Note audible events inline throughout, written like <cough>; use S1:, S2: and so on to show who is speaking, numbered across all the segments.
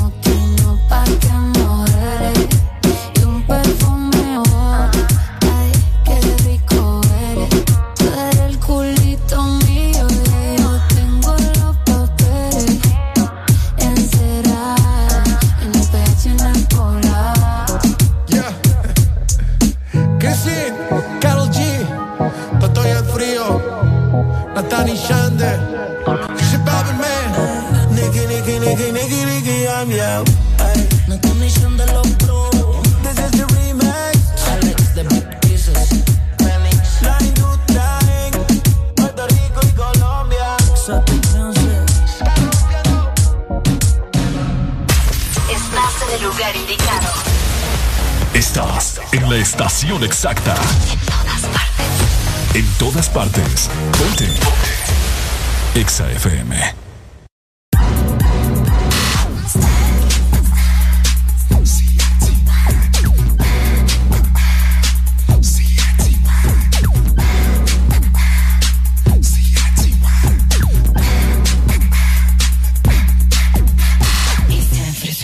S1: oh,
S2: Estás en la estación exacta. En todas partes. En todas partes. Ponte. Ponte. Exa FM.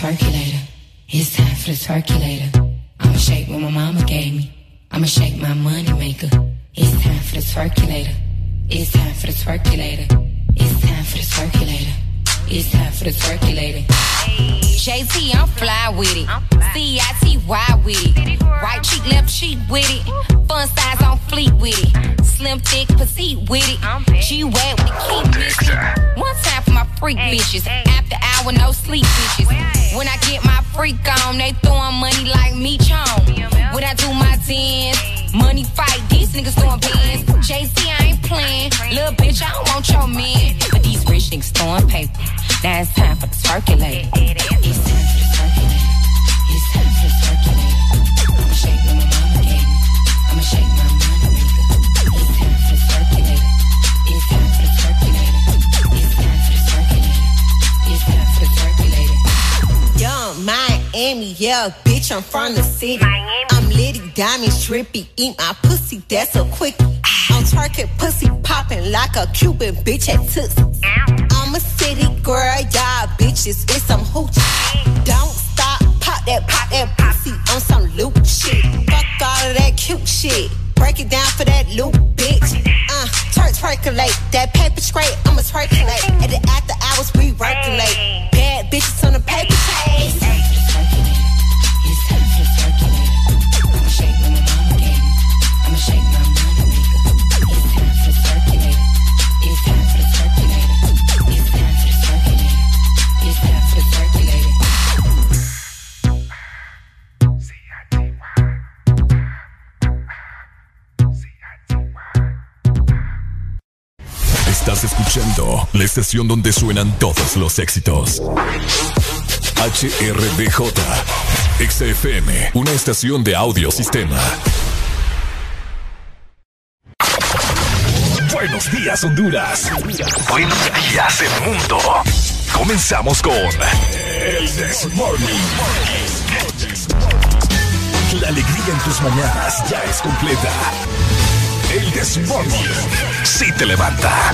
S3: Circulator. It's time for the circulator. I'ma shake what my mama gave me. I'ma shake my money maker. It's time for the circulator. It's time for the circulator. It's time for the circulator. It's time for the circulator. JT, I'm fly with it. CITY with it. Right cheek, left cheek with it. Fun size on fleet with it. Slim, thick, petite with it. G wet with the key missing. One time for my freak bitches. After hour, no sleep bitches. When I get my freak on, they throwing money like me chong. When I do my dance, money fight, these niggas throwing bands. JC, I ain't playing. Little bitch, I don't want your man. But these rich niggas throwing paper. Now it's time for the circulate. It's time for the circulate. It's time for the circulate. I'ma shake what my mama gave me. I'ma shake my money maker. It's time for the circulate. It's time for the circulate. It's time for the circulate. It's time for the circulate.
S4: Young Miami, yeah, bitch, I'm from the city. I'm litty, diamond, trippy, eat my pussy, that's a quick. I'm target pussy popping like a Cuban bitch at Tootsie. I'm a city girl, y'all bitches, it's some hoochie. Don't stop, pop that, pop that pussy on some loop shit. Fuck all of that cute shit. Break it down for that loop, bitch. Uh, twerk, twerkulate. That paper straight, I'ma twerkulate. At the after hours, we regulate. Bad bitches on the paper chase.
S3: It's time for the circulator. I'ma shake what my mama gave me. I'ma shake my money maker. It's time for the circulator. It's time for the circulator. It's time for the circulator. It's time for the circulator.
S2: Estás escuchando la estación donde suenan todos los éxitos. HRDJ. Exa FM, una estación de audiosistema. Buenos días, Honduras. Buenos días, el mundo. Comenzamos con. El Desmorning. La alegría en tus mañanas ya es completa. El Desmorning. Si te levanta.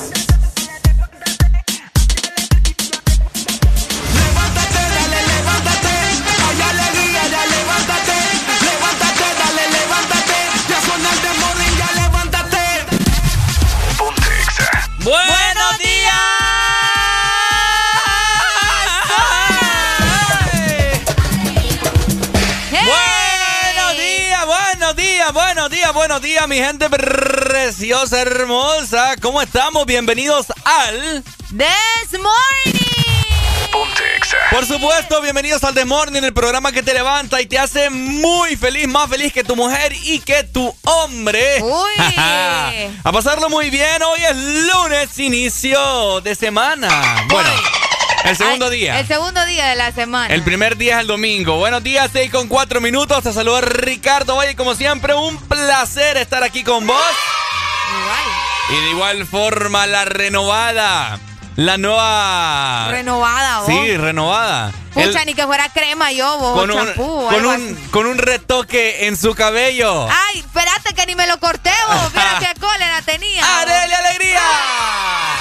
S5: Levántate, dale, levántate. Hay alegría, ya levántate. Levántate, dale, levántate. Ya suena el de morning, ya levántate.
S2: Ponte Exa.
S6: ¡Buenos días! ¡Buenos días, buenos días, buenos días, buenos días, mi gente preciosa, hermosa! ¿Cómo estamos? Bienvenidos al...
S7: This morning.
S2: Ponte Exa.
S6: Por supuesto, bienvenidos al The Morning, el programa que te levanta y te hace muy feliz, más feliz que tu mujer y que tu hombre.
S7: Uy.
S6: <laughs> A pasarlo muy bien, hoy es lunes, inicio de semana. Bueno, el segundo
S7: Ay,
S6: día.
S7: El segundo día de la semana.
S6: El primer día es el domingo. Buenos días, 6 con 4 minutos. Te saluda Ricardo Valle. Como siempre, un placer estar aquí con vos.
S7: Igual.
S6: Y de igual forma, la renovada. La nueva.
S7: Renovada, vos.
S6: Ah, Sí, renovada.
S7: Pucha,
S6: El-
S7: ni que fuera crema yo, vos.
S6: con, un,
S7: champú, o
S6: con,
S7: algo
S6: un,
S7: así. Ah.
S6: con un retoque en su cabello.
S7: Ay, espérate que ni me lo corté,
S6: <laughs>
S7: vos. Mira qué cólera tenía. vos. <laughs>
S6: ¡Arele Alegría!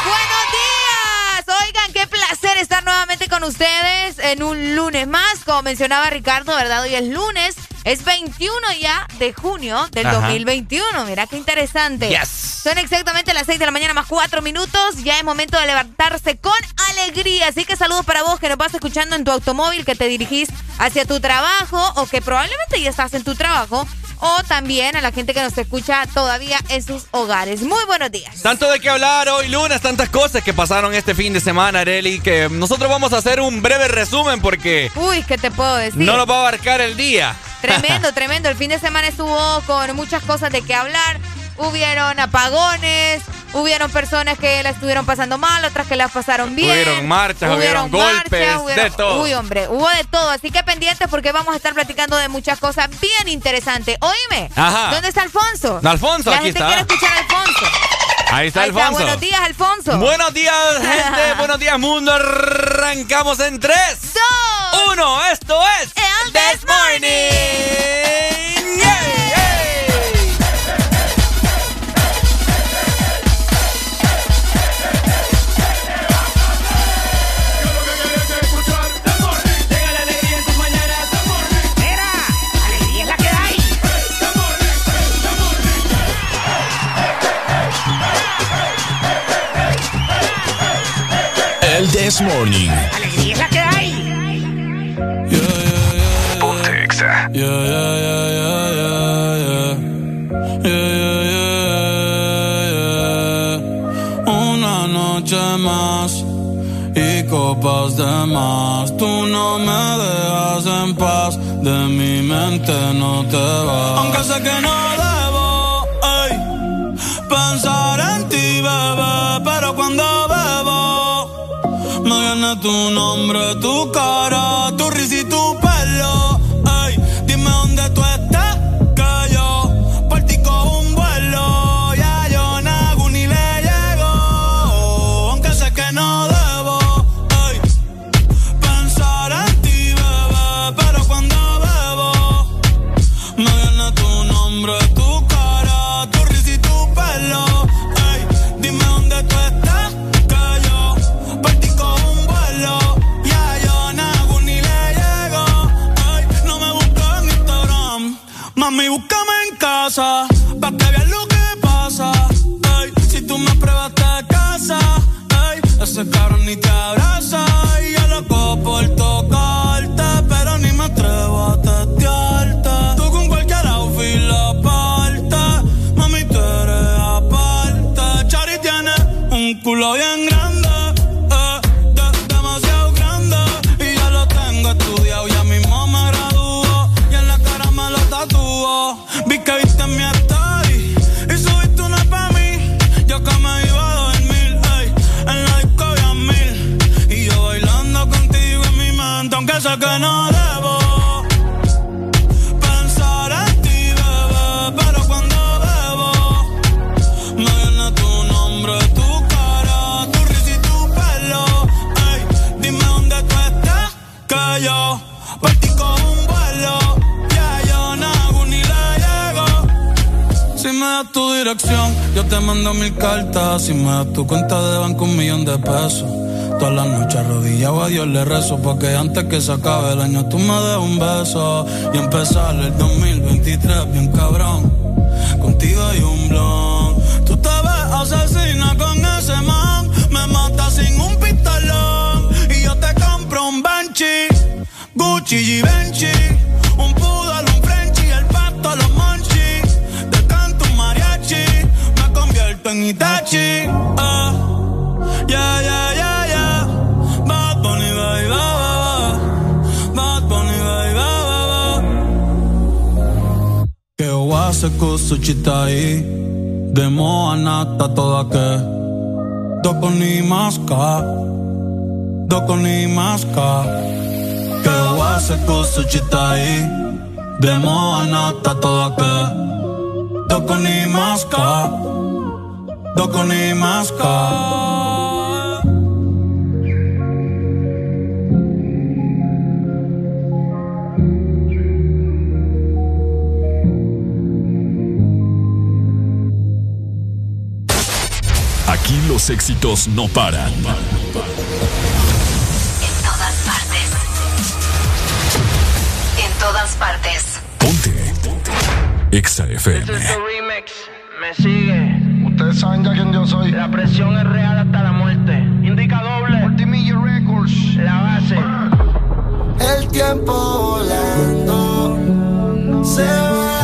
S7: Buenos días. Oigan, qué placer estar nuevamente con ustedes en un lunes más. Como mencionaba Ricardo, ¿verdad? Hoy es lunes. Es 21 ya de junio del
S6: Ajá.
S7: 2021. Mira qué interesante.
S6: Yes.
S7: Son exactamente las 6 de la mañana más 4 minutos. Ya es momento de levantarse con alegría. Así que saludos para vos que nos vas escuchando en tu automóvil, que te dirigís hacia tu trabajo o que probablemente ya estás en tu trabajo. o también a la gente que nos escucha todavía en sus hogares. Muy buenos días.
S6: Tanto de qué hablar hoy lunes, tantas cosas que pasaron este fin de semana, Areli, que nosotros vamos a hacer un breve resumen porque
S7: Uy, ¿qué te puedo decir?
S6: no nos va a abarcar el día.
S7: Tremendo, tremendo. El fin de semana estuvo con muchas cosas de qué hablar. Hubieron apagones, hubieron personas que la estuvieron pasando mal, otras que la pasaron bien.
S6: Hubieron marchas, hubieron golpes, de todo.
S7: Uy, hombre, hubo de todo. Así que pendientes porque vamos a estar platicando de muchas cosas bien interesantes. Oíme,
S6: Ajá.
S7: ¿dónde está Alfonso?
S6: Alfonso,
S7: la
S6: aquí
S7: gente
S6: está.
S7: quiere escuchar a Alfonso.
S6: <laughs> Ahí está
S7: Ahí
S6: Alfonso.
S7: buenos días, Alfonso.
S6: Buenos días,
S7: <laughs>
S6: gente. Buenos días, mundo. Arrancamos en 3,
S7: Dos.
S6: 1. Esto es
S7: El
S6: This Morning. Yeah, yeah.
S2: El This Morning. Ponte Exa.
S8: Yeah, yeah, yeah, yeah, yeah, yeah. Yeah, yeah, yeah, yeah. Una noche más y copas de más. Tú no me dejas en paz, de mi mente no te vas. Aunque sé que no debo, ey, pensar en ti, bebé, pero cuando bebo. Me viene tu nombre, tu cara, tu risa y tu pelo. Ey, dime dónde tú estás, que yo partí con un vuelo. Ya yo nago ni le llego, aunque sé que no debo. Ey, pensar en ti, bebé, pero cuando bebo. Me viene tu nombre, tu cara, tu risa y tu pelo. Ey, dime dónde tú estás, que yo partí con un vuelo. Ya yo nago ni le llego. Ey, no me busques en Instagram, mami, búscame en casa, pa' que veas lo que pasa. Ey, si tú me pruebas te casa, ey, ese cabrón ni te abraza. Y yo loco por tocarte, pero ni me atrevo a testearte. Tú con cualquier outfit la parte, mami, tú eres aparte. Chari tiene un culo bien grande, eh, de- demasiado grande. Y yo lo tengo estudiado, ya mismo me graduó. Y en la cara me lo tatuó. Vi que viste mi story y subiste una pa' mí. Yo que me iba a dormir, ey, en la disco había mil. Y yo bailando contigo en mi mente, aunque sé que no debo. Pensar en ti, bebé, pero cuando bebo. Me viene tu nombre, tu cara, tu risa y tu pelo. Ey, dime dónde tú estás, que yo partí con un vuelo. Ya yo nago ni le llego. Si me das tu dirección, yo te mando mil cartas. Si me das tu cuenta de banco, un millón de pesos. Todas las noches arrodillado a Dios le rezo. Porque antes que se acabe el año, tú me des un beso. Y empezar el 2023 bien cabrón. Contigo hay un blon. Tú te ves asesina con ese man. Me mata sin un pistolón. Y yo te compro un Banshee, Gucci y Benchi. Un poodle, un Frenchie, el pato, los monchis. Te canto un mariachi, me convierto en Itachi. Ah, yeah, yeah, yeah, yeah. Bad Bunny, baby, ba, ba, ba. Bad Bunny, baby, ba, ba, ba. Que guase con su chita ahí, de moa nata toda que. Doko ni maska, doko ni maska. Que guase con su chita ahí, de moa nata toda que. Doko ni maska, doko ni maska.
S2: Aquí los éxitos no paran. En todas partes. En todas partes. Ponte. Exa
S9: Esto
S2: FM.
S9: es tu remix, me sigue.
S10: Ustedes saben ya quién yo soy.
S9: La presión es real hasta la muerte. Indica doble,
S10: Ultimilla Records.
S9: la base.
S11: El tiempo volando se va,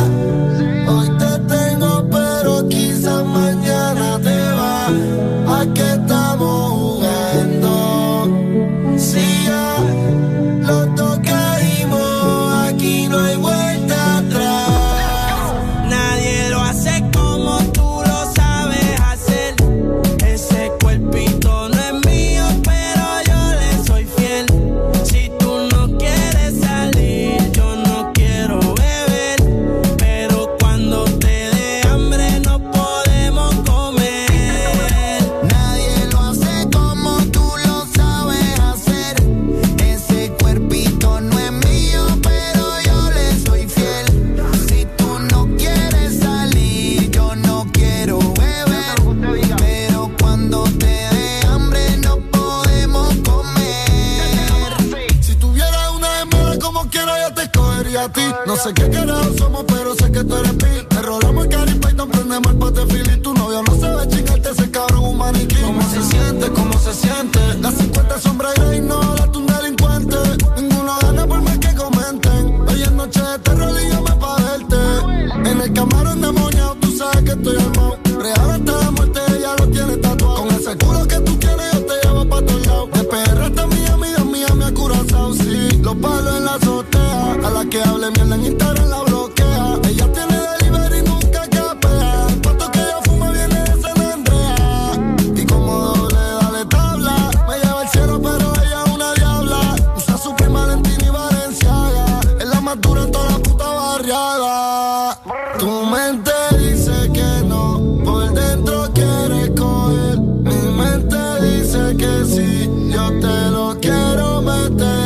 S12: y a ti. No sé qué carajo somos, pero sé que tú eres mí. Te rolamos el caripa y te prendemos el patefil. Y tu novio no sabe chingarte ese cabrón, un maniquí. ¿Cómo se siente? ¿Cómo se siente? Las 50 sombras y no ahora tú un delincuente. Ninguno gana por más que comenten. Hoy es noche de terror y yo me pa' verte. En el camarón demoniado, tú sabes que estoy armado. Real hasta la muerte, ella lo tiene tatuado. Con ese culo que tú quieres, yo te llevo pa' todos lados. De perra hasta mi amiga mía, me ha curazao, sí. Los palos en la azotea. A la que hable mierda en Instagram la bloquea. Ella tiene delivery, nunca capea. El pato que ella fuma viene de San Andrea. Y como doble, dale tabla. Me lleva al cielo, pero ella es una diabla. Usa su prima Valentín y Valenciaga. Es la más dura en toda la puta barriada. Tu mente dice que no, por dentro quieres coger. Mi mente dice que sí, yo te lo quiero meter.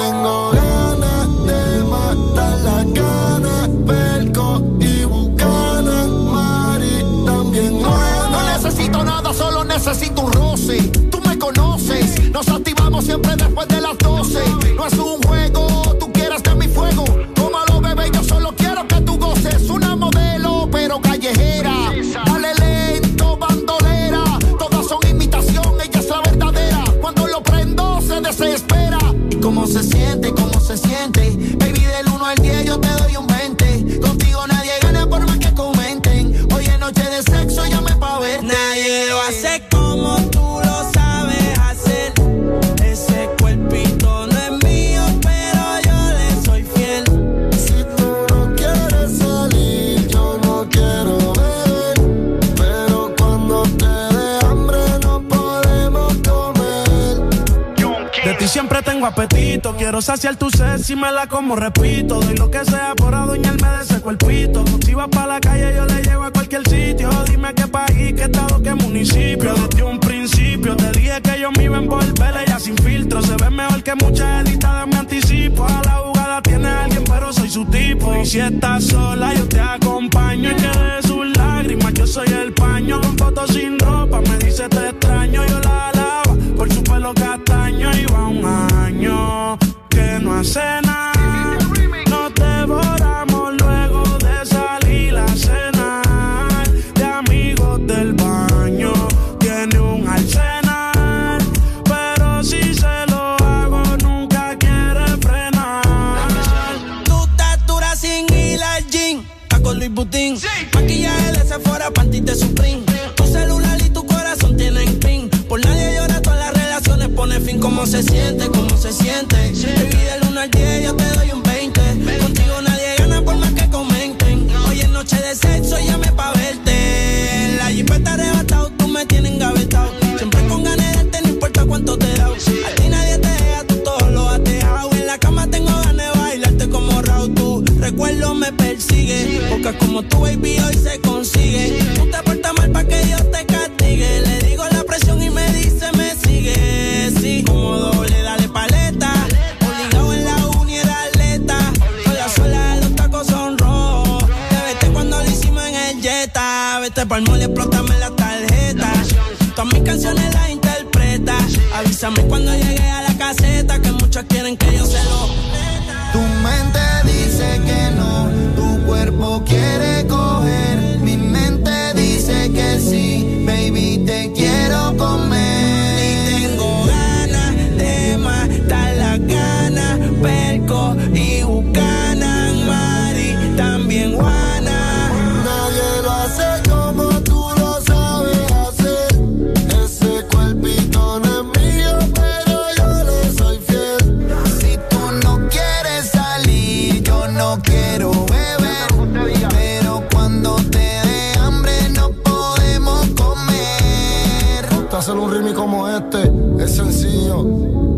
S12: Tengo ganas de matar la cana, perco y bucana, mari también.
S13: No necesito nada, solo necesito un roce. Tú me conoces, nos activamos siempre después de las 12. No es un juego, tú quieres de mi fuego. Tómalo, bebé, yo solo quiero que tú goces. Una modelo, pero callejera. Dale lento, bandolera. Todas son imitación, ella es la verdadera. Cuando lo prendo, se desespera. ¿Y cómo se siente? ¿Cómo se siente? Baby, del 1 al 10 yo te doy un 20. Contigo nadie gana por más que comenten. Hoy es noche de sexo, llame pa' ver.
S14: Nadie lo hace como tú lo sabes hacer. Ese cuerpito no es mío, pero yo le soy fiel.
S12: Si tú no quieres salir, yo no quiero ver. Pero cuando te dé hambre, no podemos comer.
S8: De ti siempre tengo apetito, quiero saciar tu sed si me la como, repito. Doy lo que sea por adueñarme de ese cuerpito. Si vas para la calle, yo le llevo a cualquier sitio. Dime qué país, qué estado, qué municipio. Desde un principio te dije que yo me iba a envolver, ella sin filtro. Se ve mejor que muchas editadas, me anticipo. A la jugada tiene alguien, pero soy su tipo. Y si estás sola, yo te acompaño. Y que de sus lágrimas, yo soy el paño. Con fotos sin ropa, me dice te extraño. Yo la lava por su pelo castaño. Y va un año que no hace nada. Nos devoramos luego de salir a cenar. De amigos del baño, tiene un arsenal. Pero si se lo hago, nunca quiere frenar.
S14: Tu estatura sin ir al gym, Paco Luis Butín. Maquillaje de Sephora, panties de Supreme. Tu celular y tu corazón tienen pin. Por nadie llora, todas las relaciones pone fin. ¿Cómo se siente? ¿Cómo se siente? Baby, del 1 al 10 yo te doy un 20. Contigo nadie gana por más que comenten. Hoy es noche de sexo, llame pa' verte. La jeep está arrebatado, tú me tienes engavetado. Siempre con ganas de verte, no importa cuánto te da. A ti nadie te deja, tú todo lo has dejado. En la cama tengo ganas de bailarte como Raúl. Tu recuerdo me persigue. Porque como tu baby hoy se consigue. Tú te portas mal pa' que Dios te castigue. Le digo la presión y me dice, me sigue. Sí, como doble, dale paleta. Obligado en la uni era atleta. Con la suela los tacos son rojos. Te vete cuando lo hicimos en el Jetta. Vete pa'l mole, explótame la tarjeta. Todas mis canciones las interpreta. Avísame cuando llegue a la caseta. Que muchos quieren que yo se lo
S12: Tu mente dice que no, tu cuerpo quiere coger. Mi mente dice que sí, baby, te quiero comer.
S14: Y tengo ganas de matar la gana, perco y bucanan, mari, también guana.
S12: Nadie lo hace como tú lo sabes hacer. Ese cuerpito no es mío, pero yo le soy fiel. Si tú no quieres salir, yo no quiero beber. Pero cuando te dé hambre, no podemos comer.
S15: Te hacer un ritmo como este es sencillo.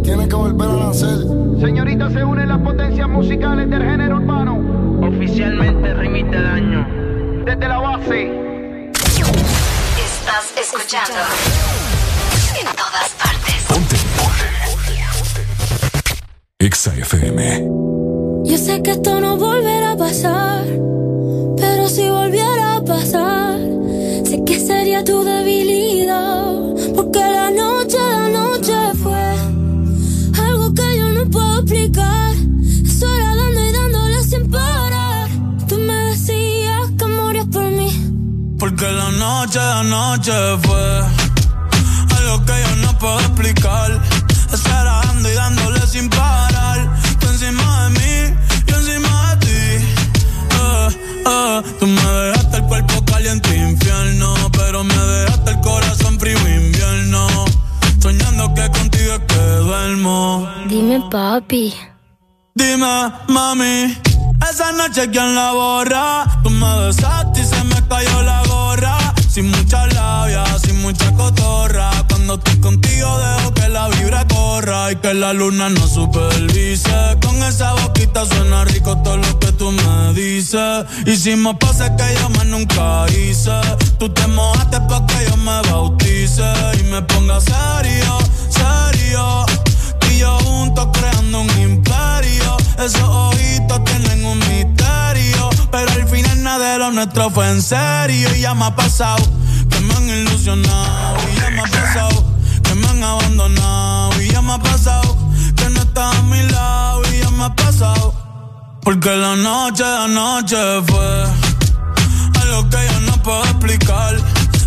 S15: Tienes que volver a nacer.
S16: Señorita, se unen las potencias musicales del género urbano. Oficialmente remite daño. Desde la base.
S17: Estás escuchando. En todas partes.
S2: Exa FM.
S18: Yo sé que esto no volverá a pasar, pero si volviera a pasar, sé que sería tu debilidad, porque la noche, la noche fue algo que yo no puedo explicar. Eso era dando y dándole
S8: noche de anoche fue algo que yo no puedo explicar. Estar dando y dándole sin parar. Tú encima de mí, yo encima de ti. Eh, eh, Tú me dejaste el cuerpo caliente e infierno, pero me dejaste el corazón frío e invierno. Soñando que contigo es que duermo.
S18: Dime, papi.
S8: Dime, mami, esa noche quién la borra. Tú me besaste y se me cayó la gorra. Sin mucha labia, sin mucha cotorra. Cuando estoy contigo dejo que la vibra corra y que la luna no supervise. Con esa boquita suena rico todo lo que tú me dices. Hicimos pases que yo más nunca hice. Tú te mojaste pa' que yo me bautice y me ponga serio, serio. Tú y yo juntos creando un imperio. Esos ojitos tienen un misterio. Pero al final nada de lo nuestro fue en serio. Y ya me ha pasado que me han ilusionado. Y ya me ha pasado que me han abandonado. Y ya me ha pasado que no estás a mi lado. Y ya me ha pasado. Porque la noche de anoche fue algo que yo no puedo explicar.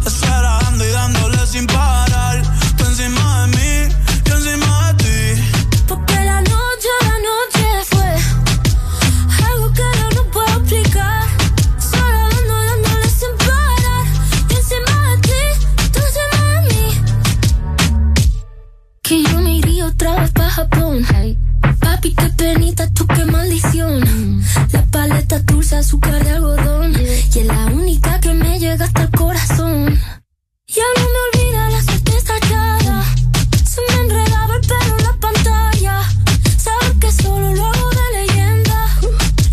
S8: Estar dando y dándole sin parar. Tú encima de mí, yo encima de ti.
S18: Porque la noche, la noche fue algo que yo no puedo explicar. Solo dando, dándole sin parar. Yo encima de ti, tú encima de mí. Que yo me iría otra vez para Japón. Hey. Papi, qué penita, tú qué maldición. La paleta dulce, azúcar de algodón. Y es la única que me llega hasta el corazón. Ya no me olvida la suerte estallada. Se me enredaba el pelo en la pantalla. Sabes que solo lo hago de leyenda.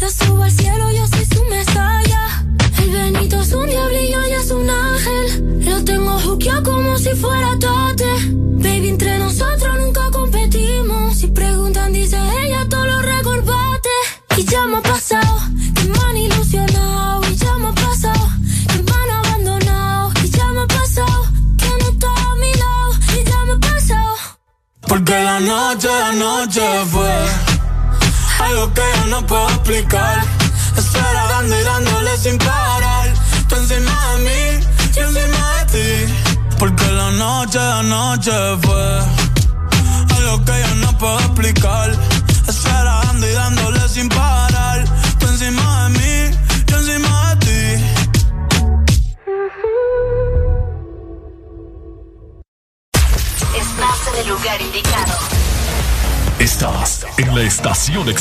S18: Lo subo al cielo, yo soy su mesalla. El Benito es un diablillo y es un ángel. Lo tengo juqueado como si fuera tate. Baby, entre nosotros nunca competimos. Si preguntan, dice ella, todo lo recordaste. Y ya me ha pasado que me han ilusionado. Y ya me ha pasado que me han abandonado. Y ya me ha pasado que no está a mi lado. Y ya me ha pasado.
S8: Porque la noche, la noche fue algo que yo no puedo explicar. Estar dando y dándole sin parar. Tú encima de mí, yo encima de ti. Porque la noche, la noche fue algo que yo no puedo explicar. Estar dando y dándole sin parar. Tú encima de mí, yo encima de ti.
S19: Estás en el lugar indicado.
S20: Estás en la estación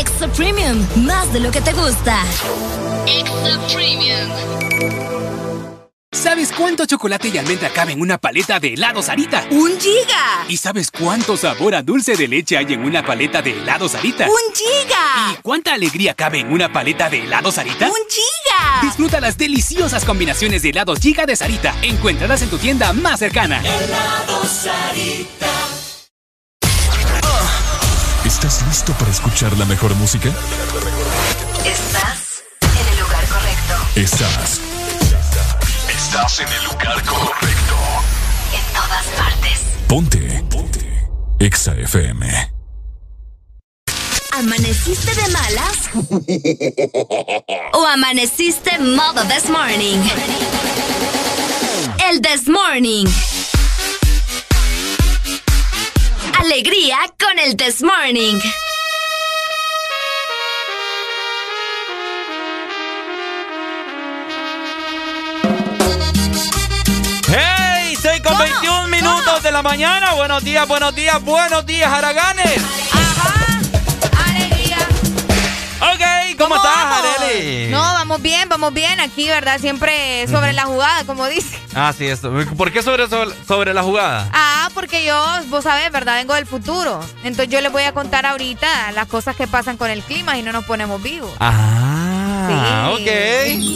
S21: Extra Premium, más de lo que te gusta. Extra Premium.
S22: ¿Sabes cuánto chocolate y almendra cabe en una paleta de helado Sarita?
S23: ¡Un giga!
S22: ¿Y sabes cuánto sabor a dulce de leche hay en una paleta de helado Sarita?
S23: ¡Un giga!
S22: ¿Y cuánta alegría cabe en una paleta de helado Sarita?
S23: ¡Un giga!
S22: Disfruta las deliciosas combinaciones de helados giga de Sarita. Encuéntralas en tu tienda más cercana.
S24: ¡Helado Sarita!
S2: ¿Estás listo para escuchar la mejor música?
S25: Estás en el lugar correcto.
S2: Estás. Estás en el lugar correcto.
S25: En todas partes.
S2: Ponte. Ponte. Exa FM.
S21: ¿Amaneciste de malas? ¿O amaneciste modo this morning? El this morning. Alegría con el this morning.
S6: ¡Hey! 6 con 21 minutos de la mañana. Buenos días, buenos días, buenos días, Haraganes. Ok, ¿cómo, estás, Areli?
S7: No, vamos bien, vamos bien. Aquí, ¿verdad? Siempre sobre la jugada, como dice.
S6: Ah, sí, eso. ¿Por qué sobre, sobre, sobre la jugada?
S7: Ah, porque yo, vos sabés, ¿verdad? Vengo del futuro. Entonces yo les voy a contar ahorita las cosas que pasan con el clima y no nos ponemos vivos.
S6: Ah, ok.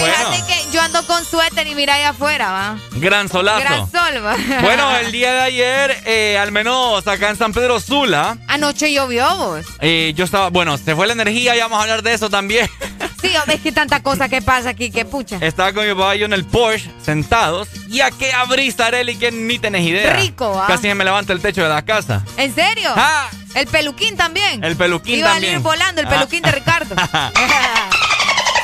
S6: Bueno,
S7: Fíjate que yo ando con suéter y mira allá afuera, va.
S6: gran solazo.
S7: Gran sol, va.
S6: Bueno, el día de ayer, eh, al menos acá en San Pedro Sula,
S7: <laughs> Anoche llovió, vos.
S6: eh, yo estaba, bueno, se fue la energía, ya vamos a hablar de eso también. <laughs>
S7: Sí, ves que tanta cosa que pasa aquí, que pucha.
S6: Estaba con mi papá y yo en el Porsche, sentados, y a qué abrís, Areli, que ni tenés idea.
S7: Rico, ¿ah?
S6: Casi me levanta el techo de la casa.
S7: ¿En serio?
S6: Ah.
S7: El peluquín también.
S6: El peluquín
S7: Iba a
S6: también.
S7: ir volando el
S6: Ah.
S7: peluquín de
S6: <laughs>
S7: Ricardo.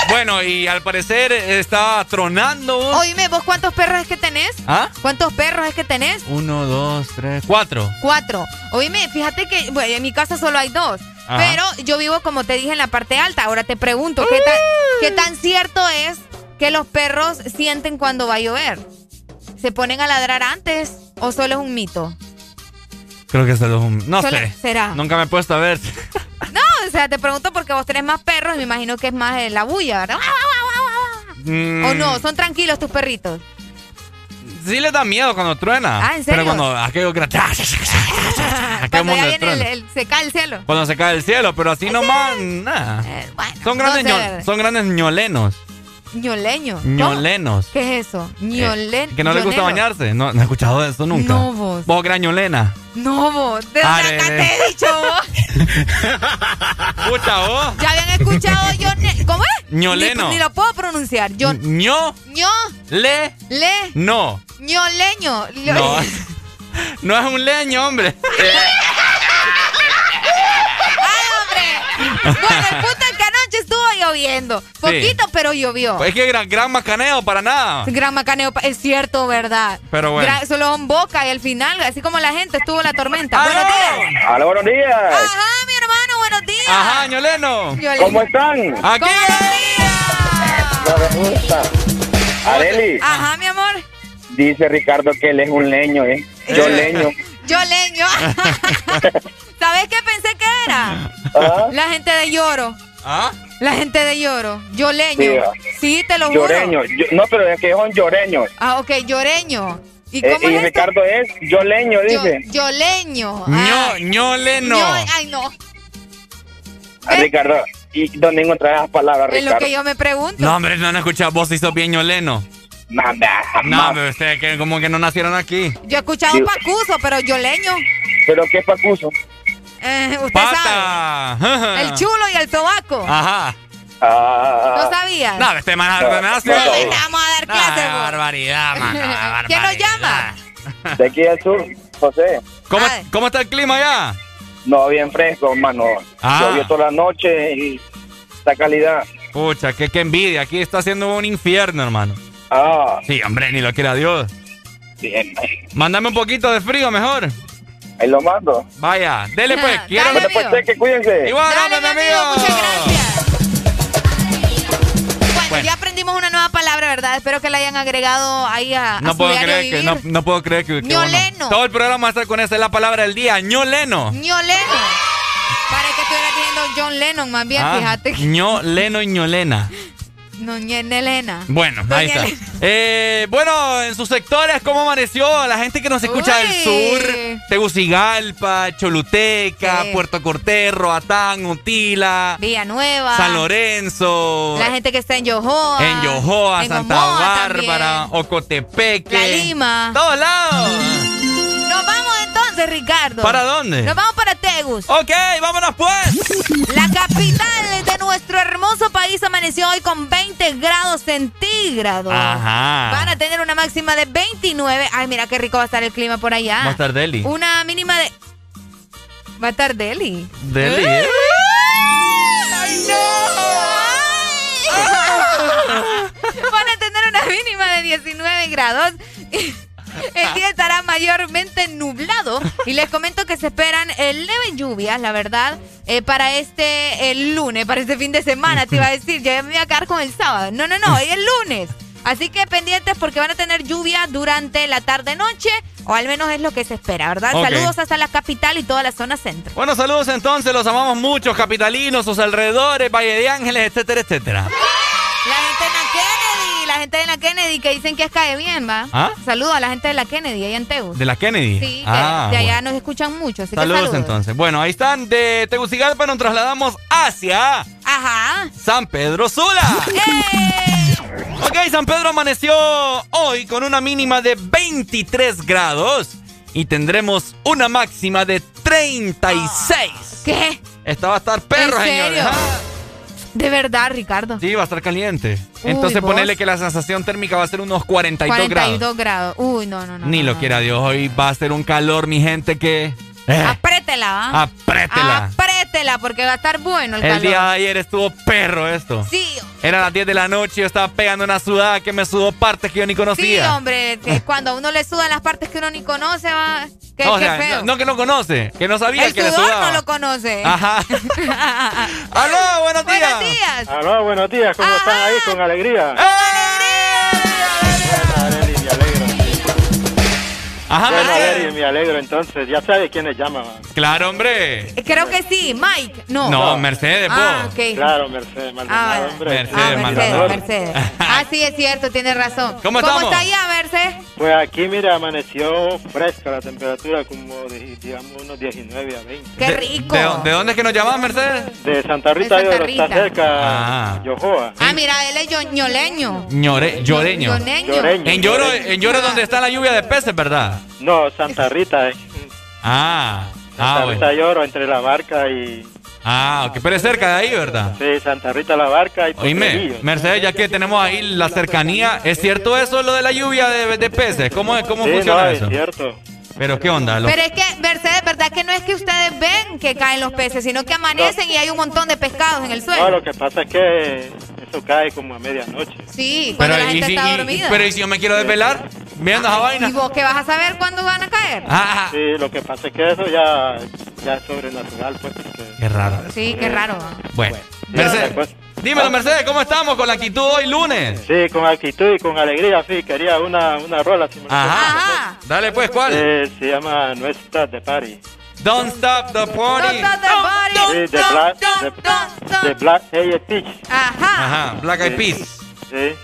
S6: Bueno, y al parecer eh, estaba tronando. vos.
S7: Oíme, ¿vos cuántos perros es que tenés?
S6: ¿Ah?
S7: ¿Cuántos perros es que tenés?
S6: Uno, dos, tres, cuatro.
S7: Cuatro. Oíme, fíjate que bueno, en mi casa solo hay dos.
S6: Ajá.
S7: Pero yo vivo, como te dije, en la parte alta. Ahora te pregunto, ¿qué tan, ¿qué tan cierto es que los perros sienten cuando va a llover? ¿Se ponen a ladrar antes o solo es un mito?
S6: <laughs> Creo que solo es un. No
S7: Solo-
S6: sé.
S7: será.
S6: Nunca me he puesto a ver.
S7: No, o sea, te pregunto porque vos tenés más perros y me imagino que es más eh, la bulla, ¿verdad?
S6: Mm,
S7: <laughs> ¿O no? ¿Son tranquilos tus perritos?
S6: Sí les da miedo cuando truena.
S7: Ah, ¿en serio?
S6: Pero cuando aquello que- <laughs> aquel
S7: Cuando
S6: mundo
S7: ya viene
S6: de
S7: el, eh,
S6: truena.
S7: el- se cae el cielo.
S6: Cuando se cae el cielo, pero así nomás, nada. son,
S7: Eh, no
S6: grandes
S7: sé,
S6: ñol-
S7: ¿verdad?
S6: son grandes ñolenos.
S7: Ñoleño. ¿Cómo?
S6: Ñolenos.
S7: ¿Qué es eso? Ñolen.
S6: Eh, Que no les gusta
S7: ñolero.
S6: bañarse. No, no he escuchado de eso nunca.
S7: No, vos.
S6: Vos, gran ñolena.
S7: No, vos. ¿De dónde
S6: Are-
S7: acá te he dicho vos?
S6: Pucha, vos.
S7: Ya habían escuchado yo. ne- ¿Cómo es?
S6: Ñoleno.
S7: Ni, ni lo puedo pronunciar. Yo.
S6: Mm. Ño.
S7: Ño.
S6: Le.
S7: Le.
S6: No.
S7: Ñoleño. Lo- <laughs>
S6: No. No es un leño, hombre.
S7: Bueno, el punto es que anoche estuvo lloviendo. Poquito, pero llovió.
S6: Pues es que gran, gran macaneo para nada.
S7: Gran macaneo. pa- Es cierto, ¿verdad?
S6: Pero bueno.
S7: Gra- solo un boca y al final, así como la gente, estuvo la
S6: Ah,
S7: tormenta. Buenos días.
S26: Hola, buenos días.
S7: Ajá, mi hermano, buenos días.
S6: Ajá, ñoleno.
S7: Ñoleno.
S26: ¿Cómo están?
S6: Aquí.
S26: ¿Cómo están? Areli,
S7: Ajá, mi amor.
S26: dice Ricardo que él es un leño, ¿eh? Yo leño.
S7: Yo
S6: <laughs>
S7: leño. ¿Sabes qué pensé que era?
S26: Ajá.
S7: La gente de lloro.
S6: ¿Ah?
S7: La gente de lloro. Yo
S26: Sí,
S7: leño.
S26: va.
S7: Sí, te lo juro.
S26: Lloreño. Yo- no, pero es que son lloreños.
S7: Ah, ok, lloreño. ¿Y
S26: Eh,
S7: cómo
S26: y
S7: es esto?
S26: Ricardo es yo leño,
S7: Yo-
S26: dice.
S7: Yoleño. Ah,
S6: Ño, ñoleno.
S7: ño- Ay, no.
S26: Ah, Ricardo, ¿y dónde encontrarás las
S27: Ah,
S26: palabras,
S7: Es Eh. lo
S26: Ricardo?
S7: que yo me pregunto.
S6: No, hombre, no han escuchado. Vos sí sos bien ñoleno.
S26: No, hombre,
S6: No, hombre, ustedes que como que no nacieron aquí.
S7: Yo he escuchado
S6: Sí.
S7: Pacuso, pero yoleño.
S26: ¿Pero qué es Pacuso?
S7: Eh, usted
S6: ¡Pata!
S7: sabe. El chulo y el tobaco.
S6: Ajá.
S7: ¿No sabías?
S6: No, este man
S26: No,
S6: no nació.
S26: Ah. no sabía.
S6: Qué
S7: Vamos a dar clase. vos.
S6: Ah,
S7: <laughs>
S6: barbaridad, man.
S7: ¿Quién nos llama?
S26: De aquí al sur, José.
S6: ¿Cómo, ¿Cómo está el clima allá?
S26: No, bien fresco, hermano.
S6: Ah.
S26: Llovió toda la noche y esta calidad.
S6: Pucha, qué, qué envidia. Aquí está haciendo un infierno, hermano.
S26: Ah.
S6: Sí, hombre, ni lo quiera Dios.
S26: Bien,
S6: Mándame un poquito de frío mejor.
S26: Ahí lo mando.
S6: Vaya, dele
S7: <laughs>
S6: pues.
S26: Ah,
S6: Quiero...
S26: dale, amigo. Pues, que cuídense.
S6: Igual,
S26: Dale,
S6: hombre,
S26: mi
S6: amigo.
S26: amigo,
S6: Muchas
S7: Bueno,
S6: Bueno.
S7: ya aprendimos una nueva palabra, ¿verdad? Espero que la hayan agregado ahí a, a
S6: No
S7: su
S6: puedo,
S7: diario
S6: creer que,
S7: vivir.
S6: no, no puedo creer que... que
S7: Ñoleno.
S6: bueno. Todo el programa va a estar con esa, es la palabra del día. ñoleno.
S7: Ñoleno. Para que estuviera diciendo John Lennon, más bien,
S6: Ah,
S7: fíjate. que-
S6: ñoleno y ñolena.
S7: No, Ñene Elena.
S6: Bueno,
S7: Doña
S6: ahí está.
S7: Elena.
S6: Eh, bueno, en sus sectores, ¿cómo amaneció? La gente que nos escucha del
S7: Uy.
S6: sur, Tegucigalpa, Choluteca,
S7: Sí.
S6: Puerto Cortés, Roatán, Utila,
S7: Villanueva.
S6: San Lorenzo,
S7: La gente que está en Yohoa.
S6: en Yohoa,
S7: en
S6: Santa
S7: Omoa
S6: Bárbara,
S7: también,
S6: Ocotepeque.
S7: La Lima.
S6: Todos lados.
S7: Nos vamos entonces. tardes, Ricardo.
S6: ¿Para dónde?
S7: Nos vamos para Tegus.
S6: Ok, vámonos pues.
S7: La capital de nuestro hermoso país amaneció hoy con 20 grados centígrados.
S6: Ajá.
S7: Van a tener una máxima de 29. Ay, mira qué rico va a estar el clima por allá.
S6: Va a estar deli.
S7: Una mínima de... Va a estar deli.
S6: Deli,
S7: ¡Ah!
S6: ¿eh?
S7: ¡Ay, no! <laughs> Van a tener una mínima de 19 grados. <laughs> El día estará mayormente nublado. Y les comento que se esperan eh, leves lluvias, la verdad, eh, para este el lunes, para este fin de semana, te iba a decir. Ya me voy a quedar con el sábado. No, no, no, hoy es lunes. Así que pendientes porque van a tener lluvia durante la tarde-noche, o al menos es lo que se espera, ¿verdad?
S6: Ok.
S7: Saludos hasta la capital y toda la zona centro.
S6: Bueno, saludos entonces, los amamos mucho, capitalinos, sus alrededores, Valle de Ángeles, etcétera, etcétera.
S7: Kennedy, la gente de la Kennedy que dicen que es cae bien, ¿va?
S6: ¿Ah?
S7: Saludo a la gente de la Kennedy, allá en Tegus.
S6: ¿De la Kennedy?
S7: Sí, que
S6: Ah,
S7: de allá nos escuchan mucho, así
S6: Saludos,
S7: que saludos.
S6: entonces. Bueno, ahí están de Tegucigalpa, nos trasladamos hacia
S7: Ajá.
S6: San Pedro Sula. Ok, San Pedro amaneció hoy con una mínima de 23 grados y tendremos una máxima de 36.
S7: Ah, ¿Qué?
S6: Esta va a estar perro,
S7: ¿En
S6: señores.
S7: serio?
S6: Ah,
S7: De verdad, Ricardo.
S6: Sí, va a estar caliente.
S7: Uy,
S6: Entonces
S7: vos.
S6: ponele que la sensación térmica va a ser unos 42, grados.
S7: grados. Uy, no, no, no.
S6: Ni lo quiera Dios, hoy va a ser un calor, mi gente, que... eh,
S7: Aprétela, ¿va?
S6: apriétela.
S7: Aprétela, porque va a estar bueno el,
S6: Ah. El
S7: calor.
S6: día de ayer estuvo perro esto.
S7: Sí,
S6: Era las 10 de la noche y yo estaba pegando una sudada que me sudó partes que yo ni
S7: sí,
S6: conocía.
S7: hombre.
S6: <laughs>
S7: que cuando a uno le sudan las partes que uno ni conoce, va. Qué,
S6: no, o
S7: qué
S6: sea,
S7: feo.
S6: no, no que no conoce, que no sabía
S7: el
S6: que le
S7: sudor
S6: sudaba.
S7: no lo conoce. <laughs>
S6: Ajá. <laughs> Aló, buenos días.
S7: Buenos días.
S28: Aló, Ah, buenos días, ¿cómo están ahí? Con alegría. ¡Alegría!
S6: Ajá,
S28: Bueno,
S6: Marcelo.
S28: Areli, me alegro, entonces, ya sabe quiénes llaman.
S6: Claro, hombre.
S7: Eh, Creo que sí, Mike. No.
S6: No, Mercedes,
S7: Ah,
S6: po.
S7: ok.
S28: Claro, Mercedes
S7: Ah,
S28: Maldonado,
S7: bueno.
S28: hombre.
S6: Eh, Mercedes,
S7: Mercedes, Mercedes. Ah, sí, es cierto, tiene razón.
S28: ¿Cómo estamos?
S7: ¿Cómo está allá, Mercedes?
S28: Pues aquí, mira, amaneció fresca la temperatura, como de- digamos unos 19 a 20.
S7: Qué rico.
S6: ¿De, de dónde es que nos llamas, Mercedes?
S28: De Santa Rita
S7: De
S28: de
S7: Santa
S28: Oro, está
S7: Rita.
S28: cerca Yohoa.
S7: Ah, mira, él es ño- ñoleño.
S6: Ñore- lloreño.
S7: Lloreño. Lloreño.
S6: En Lloro, en Lloro es donde está la lluvia de peces, ¿verdad?
S28: No, Santa Rita, eh.
S6: Ah, ah,
S28: Santa Rita
S6: bueno.
S28: de Oro, entre la barca y...
S6: Ah, ok, pero es cerca de ahí, ¿verdad?
S28: Sí, Santa Rita la barca y
S6: Oíme,
S28: Potrerillo.
S6: Mercedes, ya que tenemos ahí la cercanía, ¿es cierto eso lo de la lluvia de, de peces? ¿Cómo, es- cómo
S28: Sí,
S6: funciona
S28: no, es
S6: eso?
S28: cierto.
S6: Pero qué onda, Lo-
S7: Pero es que, Mercedes, ¿verdad que no es que ustedes ven que caen los peces, sino que amanecen y hay un montón de pescados en el
S28: No,
S7: suelo?
S28: lo que pasa es que eso cae como a medianoche.
S7: Sí, cuando
S6: Pero
S7: la
S6: ¿y
S7: gente
S6: si,
S7: está
S6: y- y-
S7: dormida. Ah,
S6: pero ¿y si yo me quiero desvelar viendo esa
S7: ¿Y
S6: vaina?
S7: vos qué vas a saber cuándo van a caer?
S6: Ah,
S28: Sí, lo que pasa es que eso ya, ya es sobrenatural, pues.
S6: Qué raro.
S7: Sí, qué raro. ¿no?
S6: Bueno, Mercedes, dímelo, Mercedes, ¿cómo estamos con la actitud hoy lunes?
S28: pues. Sí, con actitud y con alegría, sí, quería una, una rola. Si me
S6: Ajá. Dale pues, ¿cuál?
S28: Eh, se llama No Estás de Party.
S6: Don't stop the party.
S28: Sí, de Black, de, de Black Eyed Peas.
S29: Ah.
S6: Ajá, Black Eyed Peas.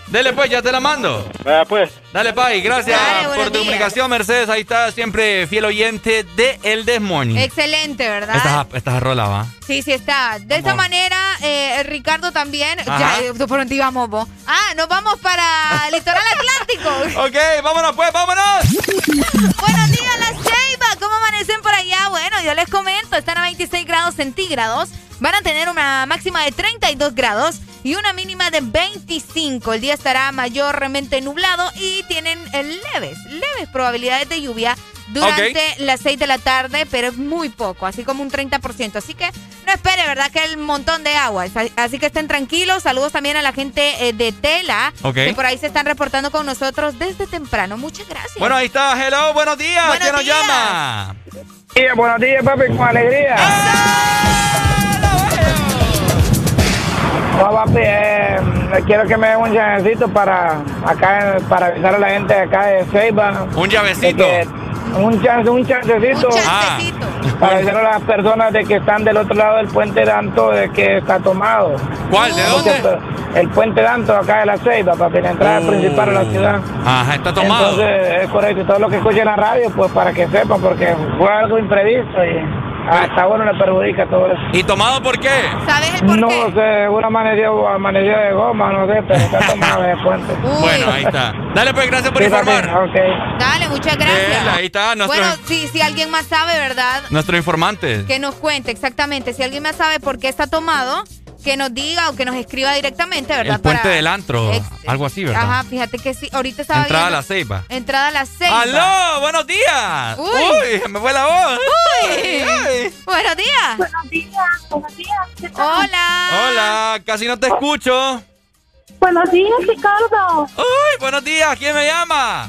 S6: Dale pues, ya te la mando.
S28: Vaya pues.
S6: Dale, Pai, gracias por tu comunicación, Mercedes. Ahí está siempre fiel oyente de El Desmorning.
S7: Excelente, ¿verdad?
S6: Estás, estás rola, va.
S7: Sí, sí está. De esa manera, eh, Ricardo también.
S6: Ajá.
S7: Ya, eh, ¿por dónde íbamos vos? Ah, nos vamos para el litoral
S6: <laughs>
S7: atlántico.
S6: Ok, vámonos pues, vámonos.
S7: Buenos días, las Ceibas. ¿Cómo amanecen por allá? Bueno, yo les comento, están a 26 grados centígrados. Van a tener una máxima de 32 grados y una mínima de 25. El día estará mayormente nublado y tienen eh, leves, leves probabilidades de lluvia durante
S6: Ok.
S7: las 6 de la tarde, pero es muy poco, así como un 30%. Así que no espere, ¿verdad? Que el montón de agua. Así que estén tranquilos. Saludos también a la gente eh, de Tela,
S6: Ok.
S7: que por ahí se están reportando con nosotros desde temprano. Muchas gracias.
S6: Bueno, ahí está. Hello, buenos días.
S7: Buenos
S6: ¿Quién nos
S7: días.
S6: llama?
S30: buenos días, papi, con alegría. No, papi, eh, quiero que me den un llavecito para acá, en- para avisar a la gente de acá de Ceiba.
S6: Un
S30: llavecito. un chance, un chancecito. Ah. Para avisar a las personas de que están del otro lado del puente Danto de que está tomado.
S6: ¿Cuál? ¿De dónde?
S30: El puente Danto acá de la Ceiba, papi, la entrada principal a la ciudad.
S6: Ah. Ajá, está tomado.
S30: Entonces, es correcto. Todo lo que escuchen en la radio, pues para que sepan, porque fue algo imprevisto. Y
S31: Hasta ahora le perjudica todo eso.
S6: ¿Y tomado por qué?
S7: ¿Sabes el
S31: no sé, una amaneció, amaneció de goma, no sé, pero está tomado de puente.
S6: Bueno, ahí está. Dale, pues, gracias por
S31: Sí, papi,
S6: informar.
S7: Dale, muchas gracias.
S6: Dele, ahí está, nuestro-
S7: Bueno, si, si alguien más sabe, ¿verdad?
S6: Nuestro informante.
S7: Que nos cuente exactamente. Si alguien más sabe por qué está tomado, que nos diga o que nos escriba directamente, ¿verdad?
S6: El puente
S7: Para-
S6: del antro.
S7: Ex-
S6: Algo así, ¿verdad?
S7: Ajá, fíjate que sí. Ahorita estaba
S6: Entrada a
S7: viendo-
S6: la ceiba.
S7: Entrada a las seis.
S6: ¡Aló! ¡Buenos días!
S7: Uy.
S6: ¡Uy! se me fue la voz!
S7: Uy. Buenos días. Buenos días, buenos días. Hola.
S6: Hola, casi no te escucho.
S32: Buenos días, Ricardo.
S6: ¡Uy! ¡Buenos días! ¿Quién me llama?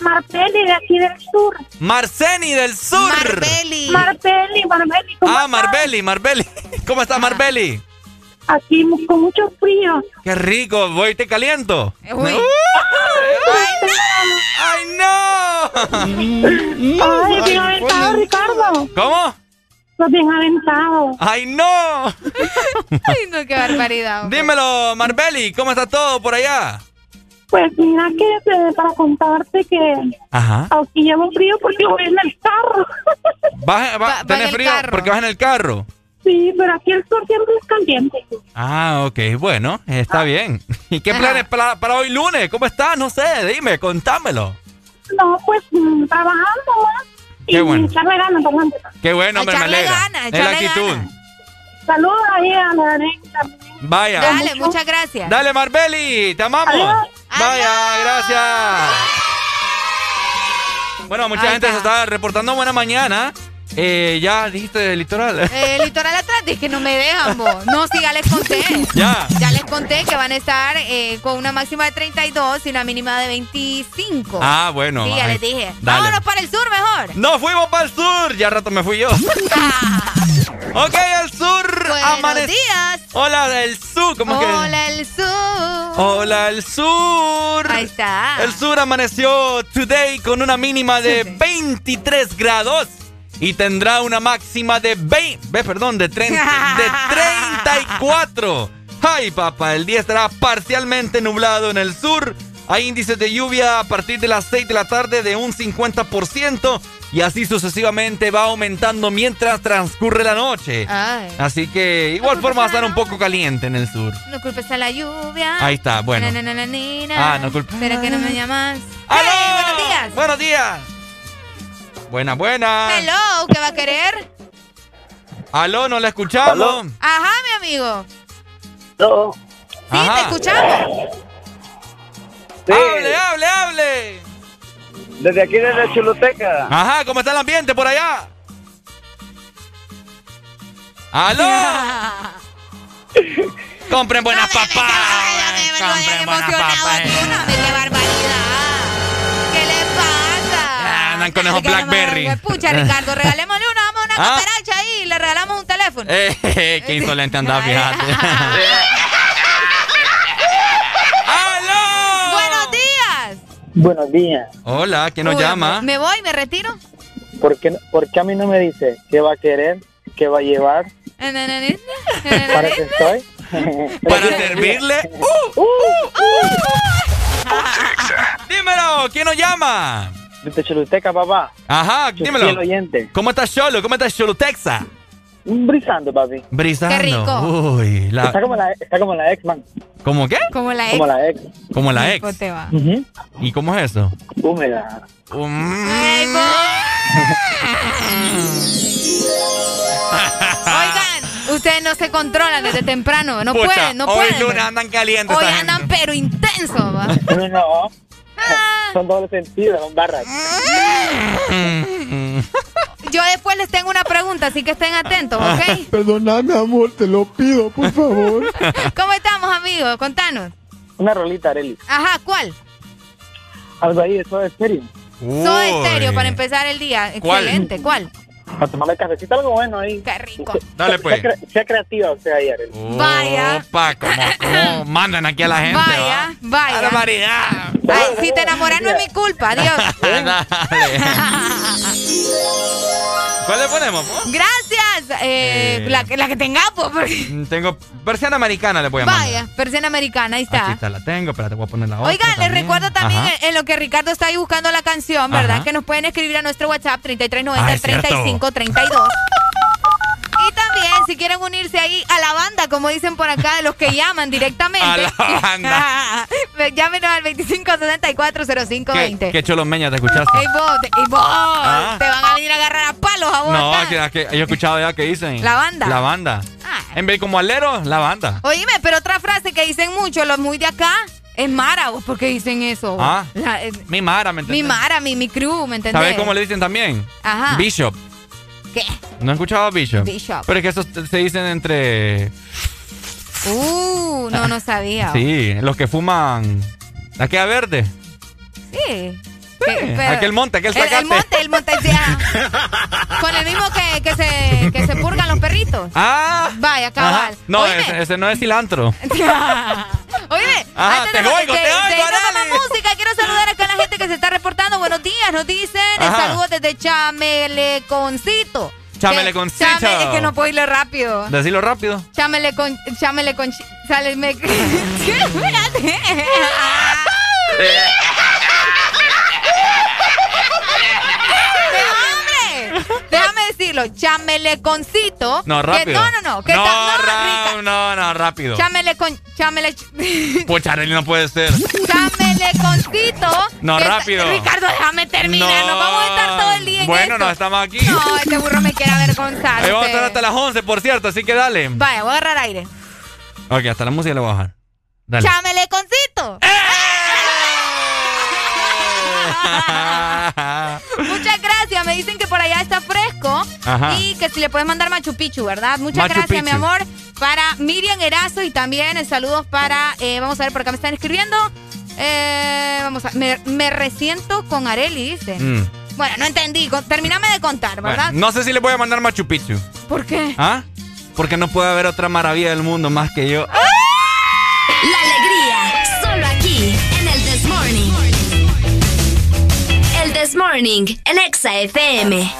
S32: Marpeli, de aquí del sur.
S6: Marceni del Sur.
S7: Marpeli.
S32: Marpeli, Marpeli. ¿cómo
S6: Ah,
S32: estás?
S6: Marbeli, Marbeli. <laughs> ¿Cómo
S7: Ah.
S6: estás, Marbeli?
S32: Aquí mu- con mucho frío.
S6: Qué rico, voy te caliento.
S7: Uy.
S6: ¡Ay, no! Mm.
S32: Ay, bien aventado, Ricardo.
S6: pues, ¿Cómo?
S32: Estás bien aventado.
S6: ¡Ay, no!
S7: Ay, no, qué barbaridad. hombre.
S6: Dímelo, Marbeli, ¿cómo está todo por allá?
S32: Pues mira que eh, para contarte que
S6: Ajá.
S32: aquí llevo frío porque voy en el carro.
S6: ¿Vas, va- tenés frío porque vas en el carro?
S32: Sí, pero aquí el sol siempre es caliente.
S6: Ah, ok, bueno, está bien. <laughs> ¿Y qué planes para, para hoy lunes? ¿Cómo estás? No sé, dime, contámelo.
S32: No, pues mm, trabajando más.
S6: Qué
S32: y
S6: bueno.
S32: echarle ganas, perdón.
S6: Qué bueno, hombre, me
S32: Echarle
S6: alegra.
S32: ganas,
S6: es la
S32: echarle
S6: actitud.
S32: Saludos ahí a la
S6: Vaya.
S7: Dale, muchas gracias.
S6: Dale, Marbeli, te amamos.
S7: Adiós.
S6: Vaya, gracias. Bueno, mucha
S7: Ahí
S6: gente se está reportando buena mañana. Eh, ya dijiste del litoral. <laughs>
S7: Eh, litoral Atlántico, que no me dejan, vos. No, sí, ya les conté.
S6: ya.
S7: Ya les conté que van a estar eh, con una máxima de 32 y una mínima de 25.
S6: Ah, bueno.
S7: Sí, ya
S6: ahí.
S7: les dije.
S6: Dale.
S7: Vámonos para el sur mejor.
S6: No fuimos para el sur. Ya rato
S7: <laughs>
S6: me fui yo. ok, el <laughs> sur
S7: Buenos
S6: amanece.
S7: días.
S6: Hola, el sur. ¿Cómo es que?
S7: Hola, el sur.
S6: Hola, el sur.
S7: Ahí está.
S6: El sur amaneció today con una
S7: <laughs>
S6: mínima de 23 grados y tendrá una máxima de 20, ve, perdón, de, 30 de 34. Ay, papá, el día estará parcialmente nublado en el sur. Hay índices de lluvia a partir de las 6 de la tarde de un 50% y así sucesivamente va aumentando mientras transcurre la noche.
S7: Ay.
S6: Así que igual forma va a estar un poco caliente en el sur.
S7: No culpes a la lluvia.
S6: Ahí está, bueno.
S7: Na, na, na, na, na.
S6: Ah, no culpa-
S7: Pero que no me llamas.
S6: ¡Aló!
S7: Hey, buenos días.
S6: Buenos días. Buena, buena.
S7: Hello, ¿qué va a querer?
S6: Aló, no la escuchamos.
S7: Ajá, mi amigo.
S6: No. Sí,
S7: ¿Te escuchamos?
S6: Hable, hable, hable.
S30: Desde aquí, desde Chuluteca.
S6: Ajá, ¿cómo está el ambiente por allá?
S7: <laughs>
S6: Aló. Compren buenas papas. Compren buenas papas.
S7: ¿Qué le pasa?
S6: Ah, Andan con esos Blackberry.
S7: Pucha, Ricardo, regalémosle una, vamos a una
S6: Ah.
S7: cucaracha ahí y le regalamos un teléfono.
S6: Eh, <laughs> eh, qué insolente andaba, fíjate.
S7: <laughs> Buenos días.
S30: Buenos días.
S6: Hola, ¿quién nos
S7: Uy,
S6: llama?
S7: ¿Me voy? ¿Me retiro?
S30: ¿Por qué, por qué a mí no me dice qué va a querer, qué va a llevar,
S7: Na, na, na, na.
S30: para qué estoy?
S6: Para
S7: <laughs>
S6: servirle. ¡Uh! Dímelo, ¿quién nos llama?
S30: Desde Choluteca, papá.
S6: Ajá,
S30: Yo
S6: dímelo.
S30: soy el oyente.
S6: ¿Cómo estás, Cholo? ¿Cómo estás, Cholo, Texas?
S30: Brisando, papi.
S6: Brisando.
S30: Qué rico.
S6: Uy, la-
S30: Está como la, está como la ex, man.
S6: ¿Cómo qué?
S7: Como la ex.
S30: Como la ex.
S6: Como la ex.
S7: Te va.
S6: ¿Y cómo es eso?
S30: <laughs> Húmeda.
S6: Mm.
S7: Ay, bo- Ustedes no se controlan desde temprano. No
S6: Pucha,
S7: pueden, no
S6: hoy
S7: pueden.
S6: lunes andan calientes.
S7: Hoy
S6: esta gente.
S7: andan pero intenso, va.
S30: No, no.
S7: Ah.
S30: Son doble sentido, son barras.
S7: Yo después les tengo una pregunta, así que estén atentos, ¿ok?
S6: <laughs>
S30: Perdóname, Ah, amor, te lo pido, por
S10: <laughs>
S30: favor.
S7: ¿Cómo estamos, amigos? Contanos.
S30: Una rolita, Arely.
S7: Ajá, ¿cuál?
S30: Algo ahí, eso es serio.
S7: Soy estéreo para empezar el día.
S30: ¿Cuál?
S7: Excelente, ¿cuál?
S30: Para tomarle cafecito, algo bueno ahí.
S7: Qué rico.
S6: Dale, pues.
S30: Sea, cre- sea creativa usted ahí, Arely.
S6: Oh.
S7: Vaya.
S6: Opa, ¿cómo, cómo mandan aquí a la gente?
S7: Vaya, vaya.
S6: Barbaridad.
S7: Ay, si te enamoras no es mi culpa, adiós.
S6: <laughs> va? Dale. ¿Cuál le ponemos? po?
S7: Gracias. eh,
S6: Eh.
S7: La, que- la que tenga, pues. porque-
S6: Tengo persiana americana, le voy a mandar.
S7: Vaya, persiana americana, ahí
S6: Aquí
S7: está.
S6: está, la tengo, pero te voy a poner la otra.
S7: Oigan, les
S6: también.
S7: recuerdo también
S6: Ajá.
S7: en- en lo que Ricardo está ahí buscando la canción, ¿verdad?
S6: Ajá.
S7: Que nos pueden escribir a nuestro WhatsApp 3390
S6: Ah, es cierto.
S7: 3532. Y también, si quieren unirse ahí a la banda, como dicen por acá, de los que llaman directamente.
S6: <laughs> A la banda.
S7: <laughs> Llámenos al 25640520.
S6: ¿Qué, qué cholomeña te escuchaste?
S7: Ey, vos, te- ey, vos,
S6: Ah.
S7: te van a venir a agarrar a palos a vos
S6: No,
S7: acá.
S6: que, que- yo he escuchado ya que dicen.
S7: La banda.
S6: La banda. En vez de como alero, la banda.
S7: Oíme, pero otra frase que dicen mucho los muy de acá es Mara, vos, porque dicen eso. vos?
S6: Ah.
S7: La- eh,
S6: Mi Mara, ¿me
S7: mi
S6: entiendes?
S7: Mara, mi, mi crew, ¿me entendés?
S6: ¿Sabes cómo le dicen también?
S7: Ajá.
S6: Bishop.
S7: ¿Qué?
S6: ¿No he escuchado a Bishop?
S7: Bishop.
S6: Pero es que eso se dicen entre.
S7: Uh, no, no sabía. vos.
S6: Sí, los que fuman. La queda verde.
S7: Sí. Que- pero-
S6: Eh, aquel monte, aquel
S7: el, el
S6: zacate.
S7: monte, el monte. sí, ajá. Con el mismo que, que, se, que se purgan los perritos.
S6: Ah.
S7: Vaya, cabal.
S6: Ajá. No,
S7: Oíme.
S6: ese, ese no es cilantro.
S7: <laughs> Oye,
S6: Ajá,
S7: antes
S6: te
S7: de-
S6: oigo,
S7: de-
S6: te
S7: de
S6: oigo,
S7: irnos con
S6: Arely.
S7: la música, quiero saludar acá a la gente que se está reportando. Buenos días, nos dicen.
S6: Ajá.
S7: Saludos desde Chameleconcito.
S6: Chameleconcito.
S7: Que- Chame- es que no puedo irle rápido.
S6: Decirlo rápido.
S7: Chámele con. Chámele con. Sale. Me, <laughs> ¿Qué? Espérate. Pero, hombre, Déjame decirlo, chameleconcito.
S6: No,
S7: que-
S6: rápido.
S7: no, no, no. Que
S6: no,
S7: está, no,
S6: ra- no, no, rápido.
S7: Chámele con. Chámele.
S6: Pues Charely no puede ser.
S7: Chameleconcito.
S6: No,
S7: que está-
S6: rápido.
S7: Ricardo, déjame terminar.
S6: No.
S7: Nos vamos a estar todo el día en
S6: Bueno,
S7: esto.
S6: no, estamos aquí.
S7: No, este burro me quiere avergonzar.
S6: Ahí vamos a
S7: usted.
S6: estar hasta las 11, por cierto, así que dale.
S7: Vaya, voy a agarrar aire.
S6: Ok, hasta la música la voy a bajar. Dale.
S7: Chameleconcito. Muchas gracias. Me dicen que por allá está fresco
S6: Ajá.
S7: y que si le puedes mandar Machu Picchu, ¿verdad? Muchas
S6: Machu
S7: gracias, mi
S6: Picchu.
S7: amor. Para Miriam Erazo y también eh, saludos para. eh, vamos a ver por acá me están escribiendo. Eh, vamos a. Me, me resiento con Areli, dice.
S6: Mm.
S7: Bueno, no entendí. con- Terminame de contar, ¿verdad?
S6: Bueno, no sé si le voy a mandar Machu Picchu.
S7: ¿Por qué?
S6: ¿Ah? Porque no puede haber otra maravilla del mundo más que yo.
S26: La alegría, solo aquí, en el This Morning. El This Morning, en Exa FM.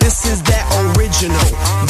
S33: This is that original.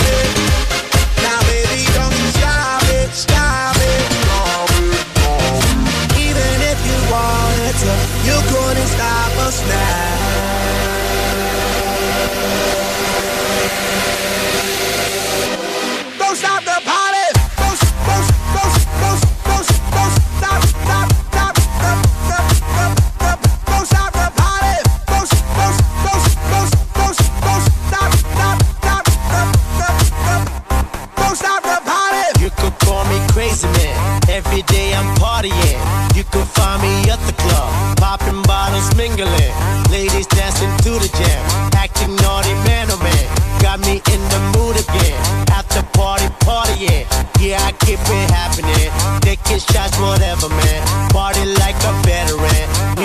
S33: it. Now, baby, don't you stop it, stop it. Stop it, stop it. Even if you wanted to, you couldn't stop us now. Don't stop the party. Don't, don't, don't, don't, don't, don't stop, stop, stop, stop, stop, stop. Don't stop the party. Don't, don't, don't, don't, don't, don't stop, stop, stop, stop, stop, stop. Don't stop the party.
S34: You could call me crazy man. Every day I'm partying. You could find me at the club, popping bottles, mingling. Ladies dancing to the jam, acting naughty, man oh man. Got me in the mood again. At the party, partying. Yeah, I keep it happening. Taking shots, whatever, man. Party like a veteran.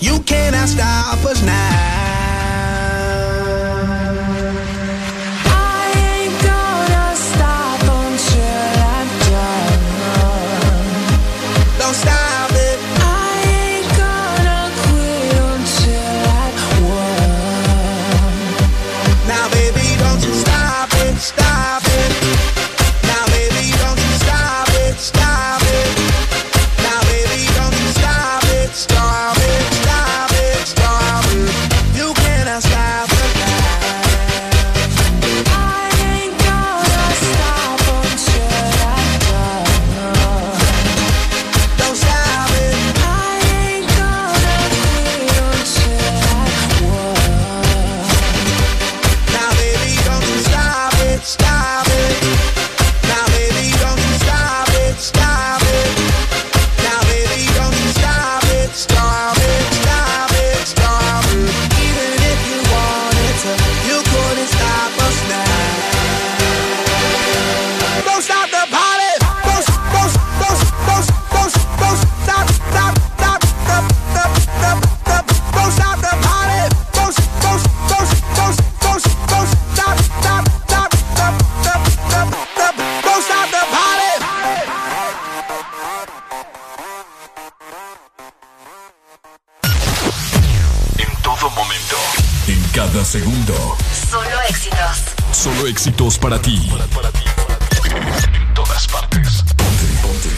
S29: You cannot stop us now.
S2: segundo.
S7: Solo éxitos.
S2: Solo éxitos para ti. Para, ti, En todas partes. Ponte, ponte.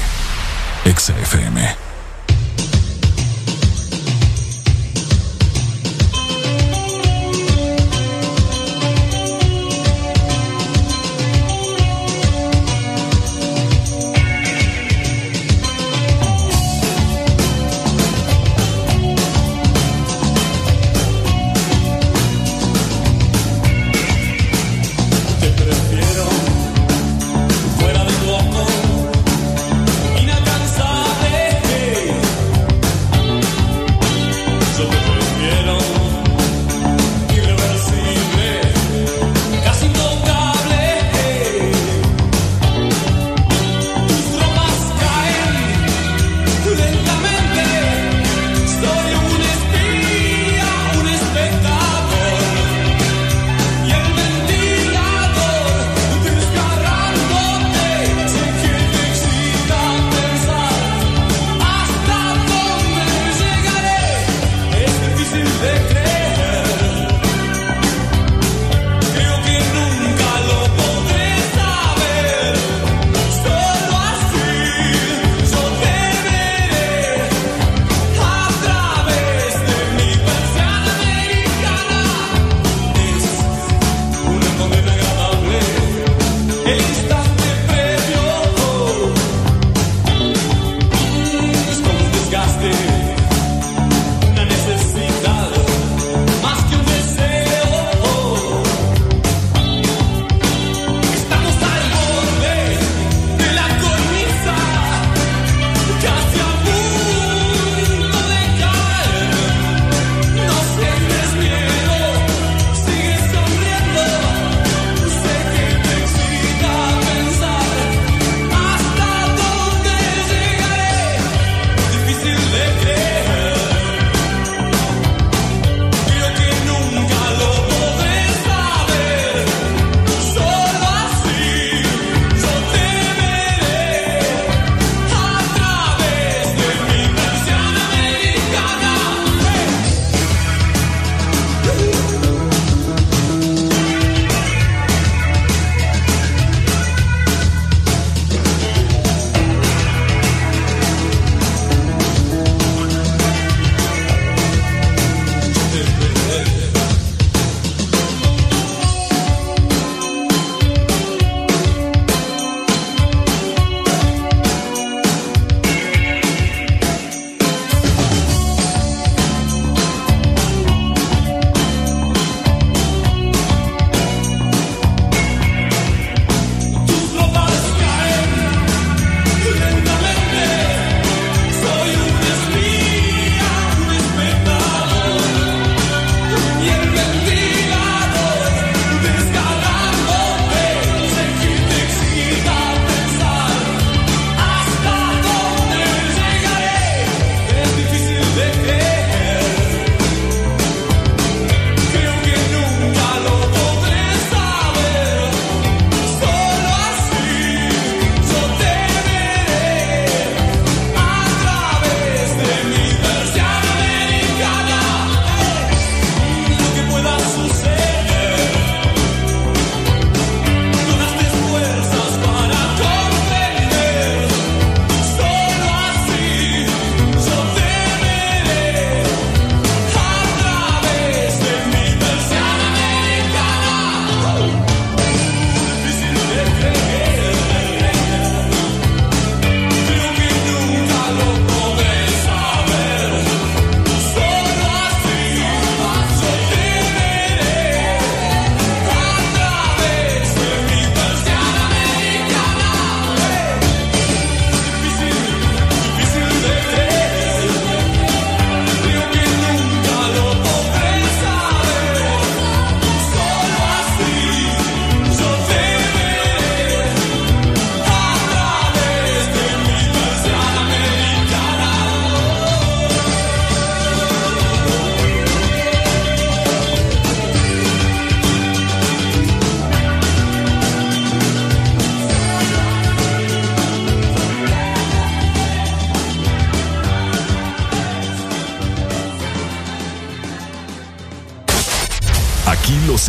S2: Exa FM.
S29: Te prefiero fuera de tu amor, inalcanzable.
S2: Los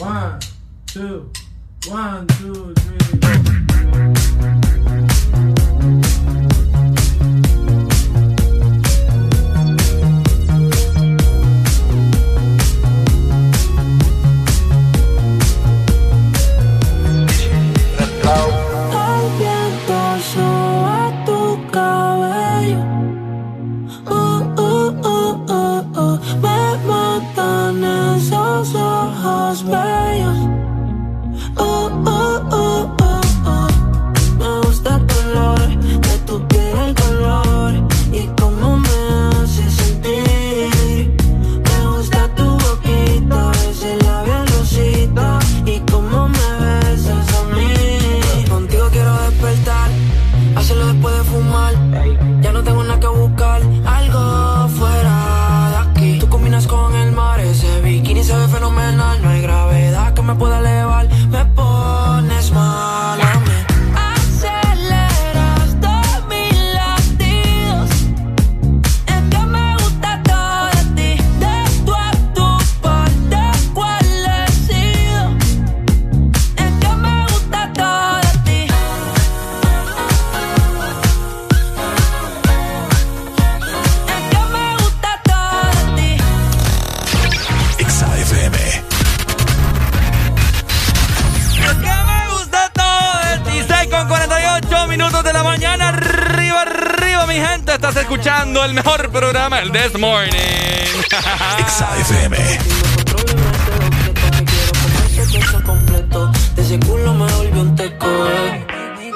S10: One, two, one, two, three.
S9: El viento sube tu cabello. Uh, uh, uh, uh, uh. Me matan esos ojos bellos. Uh, uh, uh, uh, uh. Me gusta el color de tu piel, el color y cómo me hace sentir. Me gusta tu boquita, ese labial rosita y cómo me besas a mí. Contigo quiero despertar, hacerlo después de fumar. Ya no tengo nada que buscar, algo fuera de aquí. Tú combinas con el mar, ese bikini se ve fenomenal. No hay gravedad que me pueda elevar, me pones mal a mí. Aceleras todos mis latidos. Es que me gusta todo de ti, de tu a tu parte, cuál he sido. Es que me gusta todo de ti. Es que me gusta todo de ti.
S2: Exa FM.
S6: me gusta todo de ti. 6 con 48 minutos de la mañana. Arriba, arriba, mi gente. Estás escuchando el mejor programa, el This Morning. <laughs>
S2: Exa FM.
S9: queso completo. De ese culo me volvió un teco. eh.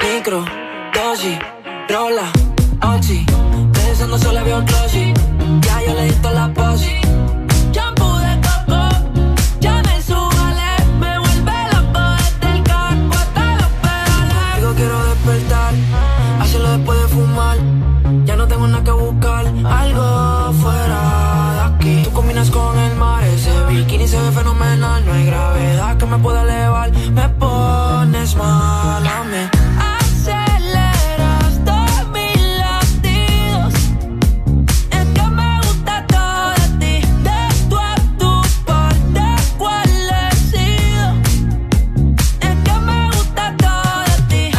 S9: Micro, dosis, rola, oxi. De eso no se le vio un glossy. Ya yo le di toda la posi. Shampoo de coco, ya me subale. Me vuelve loco desde el carro hasta los pedales. Digo quiero despertar, hacerlo después de fumar. Ya no tengo nada que buscar, algo fuera de aquí. Tú combinas con el mar, ese bikini se ve fenomenal. No hay gravedad que me pueda elevar, me pones mal a mí. Aceleras todos mis latidos. Es que me gusta todo de ti. De tu a tu parte, cuál he sido. Es que me gusta todo de ti.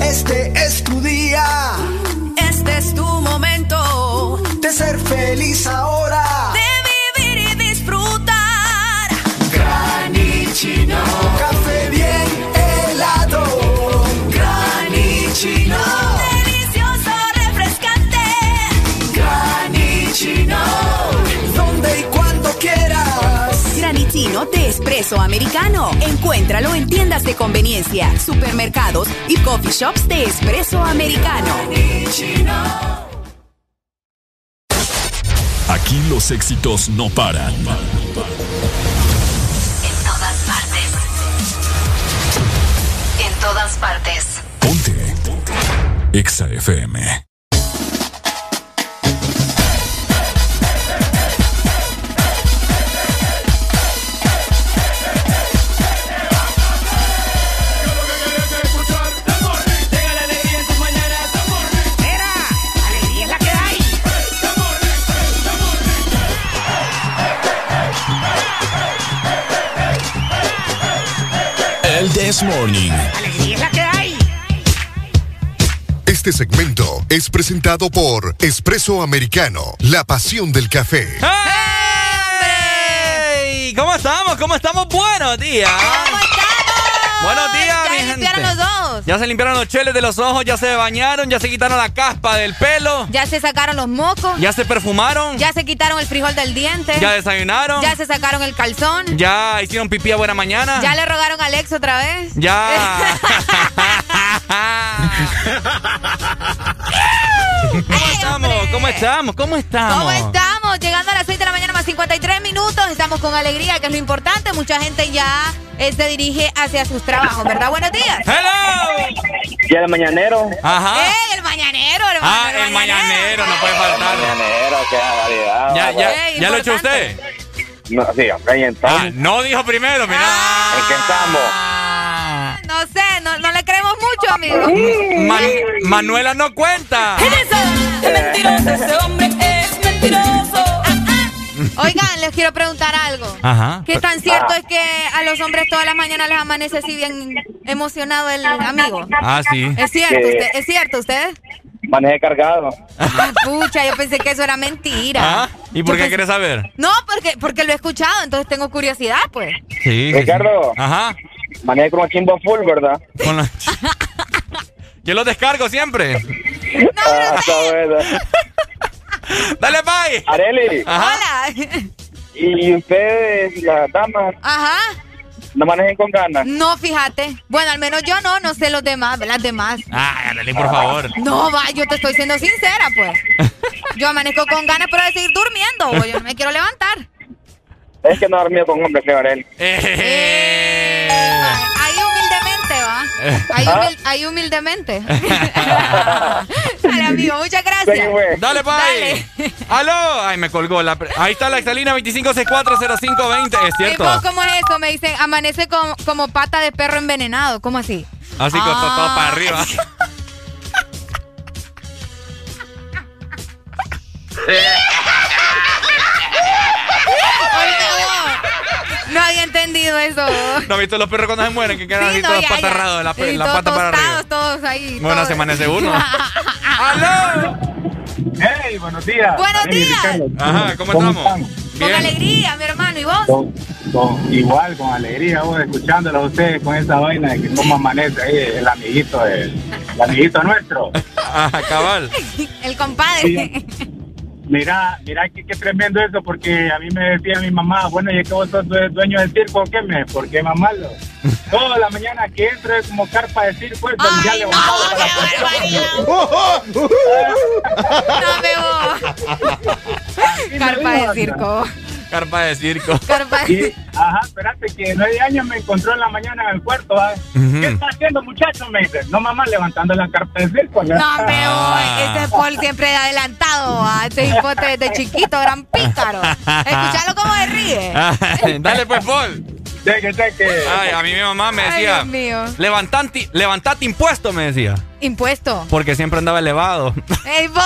S29: Este es tu día. Este es tu momento. De ser feliz ahora. De vivir y disfrutar. Granichino. Café bien helado. Granichino. Delicioso, refrescante. Granichino. Donde y cuando quieras.
S11: Granitino te expresa.
S8: espresso americano. Encuéntralo en tiendas de conveniencia, supermercados y coffee shops de espresso americano.
S2: Aquí los éxitos no paran.
S25: En todas partes. En todas partes.
S2: Ponte. Exa FM.
S9: ¡Alegría es la que hay!
S2: El This Morning.
S9: ¡Alegría es la que hay!
S18: Este segmento es presentado por Espresso Americano, la pasión del café.
S6: ¡Ey! ¿Cómo estamos? ¿Cómo estamos? Buenos días. Buenos días,
S7: Ya
S6: mi
S7: se
S6: gente.
S7: limpiaron los ojos.
S6: Ya se limpiaron los cheles de los ojos, ya se bañaron, ya se quitaron la caspa del pelo,
S7: Ya se sacaron los mocos.
S6: ya se perfumaron,
S7: Ya se quitaron el frijol del diente.
S6: ya desayunaron,
S7: Ya se sacaron el calzón.
S6: ya hicieron pipí a buena mañana.
S7: Ya le rogaron a Alex otra vez. <laughs>
S6: Ya. ¿Cómo estamos? ¿Cómo estamos? ¿Cómo estamos?
S7: ¿Cómo estamos? Llegando a las 6 de la mañana más 53 minutos. Estamos con alegría, que es lo importante. Mucha gente ya eh, se dirige hacia sus trabajos, ¿verdad? Buenos días.
S6: ¿Eh?
S30: Ya el mañanero.
S6: Ajá.
S7: ¡Ey, el mañanero, hermano!
S6: Ah, el mañanero, no puede faltar.
S30: Mañanero, qué barbaridad.
S6: Ya, ya,
S7: Ey,
S6: ya lo echó
S7: importante.
S6: usted. Ah,
S30: No, sí, hombre, y entonces.
S6: No dijo primero, mira.
S7: Ah.
S30: ¿En qué estamos?
S7: No sé, no, no le creemos mucho, amigo.
S6: Man- Manuela no cuenta.
S7: mentiroso, ese hombre es mentiroso. Oigan, les quiero preguntar algo.
S6: Ajá.
S7: ¿Qué tan cierto es que a los hombres todas las mañanas les amanece así bien emocionado el amigo?
S6: Ah, sí.
S7: ¿Es cierto
S30: Sí.
S7: usted? ¿Es cierto usted?
S30: Manejé cargado.
S7: Ah, pucha, yo pensé que eso era mentira.
S6: ¿Ah? ¿Y por qué quieres saber?
S7: No, porque, porque lo he escuchado, entonces tengo curiosidad, pues.
S6: Sí.
S30: Ricardo.
S6: Ajá.
S30: Manejé con un chimbo full, ¿verdad?
S6: Con la- Yo los descargo siempre.
S30: Ah, está bueno.
S6: Dale, bye.
S30: Areli.
S7: Hola.
S30: ¿Y ustedes, las damas,
S7: Ajá.
S30: no manejen con ganas?
S7: No, fíjate. Bueno, al menos yo no, no sé los demás, las demás.
S6: Ah, Arely, por favor.
S7: No, va, yo te estoy siendo sincera, pues. Yo amanezco con ganas, pero de seguir durmiendo, bo, yo no me quiero levantar.
S30: Es que no he dormido con hombres, creo, Areli.
S6: Eh,
S30: <laughs>
S7: Ahí humildemente, va. Ahí, humil- ahí humildemente. Dale, amigo, muchas gracias.
S6: Dale, bye. Aló. Ay, me colgó. la pre- Ahí está la Excelina 25640520. Es
S7: ¿Y
S6: cierto.
S7: vos cómo es eso? Me dicen, amanece como, como pata de perro envenenado. ¿Cómo así?
S6: Así con
S7: Ah.
S6: todo, todo para arriba.
S7: <laughs> Ay, no. No había entendido eso. bo.
S6: ¿No has visto los perros cuando se mueren? Que quedan
S7: Sí,
S6: así
S7: no,
S6: todos
S7: ya, ya.
S6: patarrados de la, pe-
S7: Y
S6: la
S7: todos
S6: pata para arriba.
S7: tostados, todos ahí.
S6: Bueno,
S7: todos.
S6: se amanece uno.
S7: <laughs> ¡Aló!
S30: ¡Hey, buenos días!
S7: Buenos
S30: Areli,
S7: días.
S30: Ricardo.
S6: Ajá, ¿cómo estamos?
S7: Con alegría, mi hermano. ¿Y vos?
S30: Con, con- igual, con alegría, vos escuchándolos a ustedes con esa vaina de que cómo amanece ahí el amiguito, el, el amiguito nuestro.
S6: Ajá, cabal.
S7: El compadre.
S30: Mira, mira qué, qué tremendo eso, porque a mí me decía mi mamá, bueno, y es que vos sos due- dueño del circo, ¿qué me? ¿Por qué <laughs> mamarlo? Toda la mañana que entro es como carpa de circo, eso pues, ya levantado para la
S7: No me voy.
S30: <laughs>
S7: Carpa de circo.
S6: Carpa de circo.
S7: Carpa
S6: <laughs>
S30: de Ajá, espérate, que nueve años me encontró en la mañana en el puerto, ¿ah? ¿Qué
S26: Mm.
S30: está haciendo, muchacho? Me dice, no mamá, levantando la carpa de circo. ¿no?"
S10: Ah.
S30: Ah.
S7: No me voy. Ese Paul siempre adelantado a ese hipote desde chiquito, gran pícaro. Escuchalo cómo se ríe.
S6: <laughs> Dale, pues, Paul. Ay, a mí mi mamá me
S7: Ay,
S6: decía,
S7: Dios mío.
S6: levantate, levantate impuesto, me decía.
S7: Impuesto.
S6: Porque siempre andaba elevado.
S7: Ey, vos.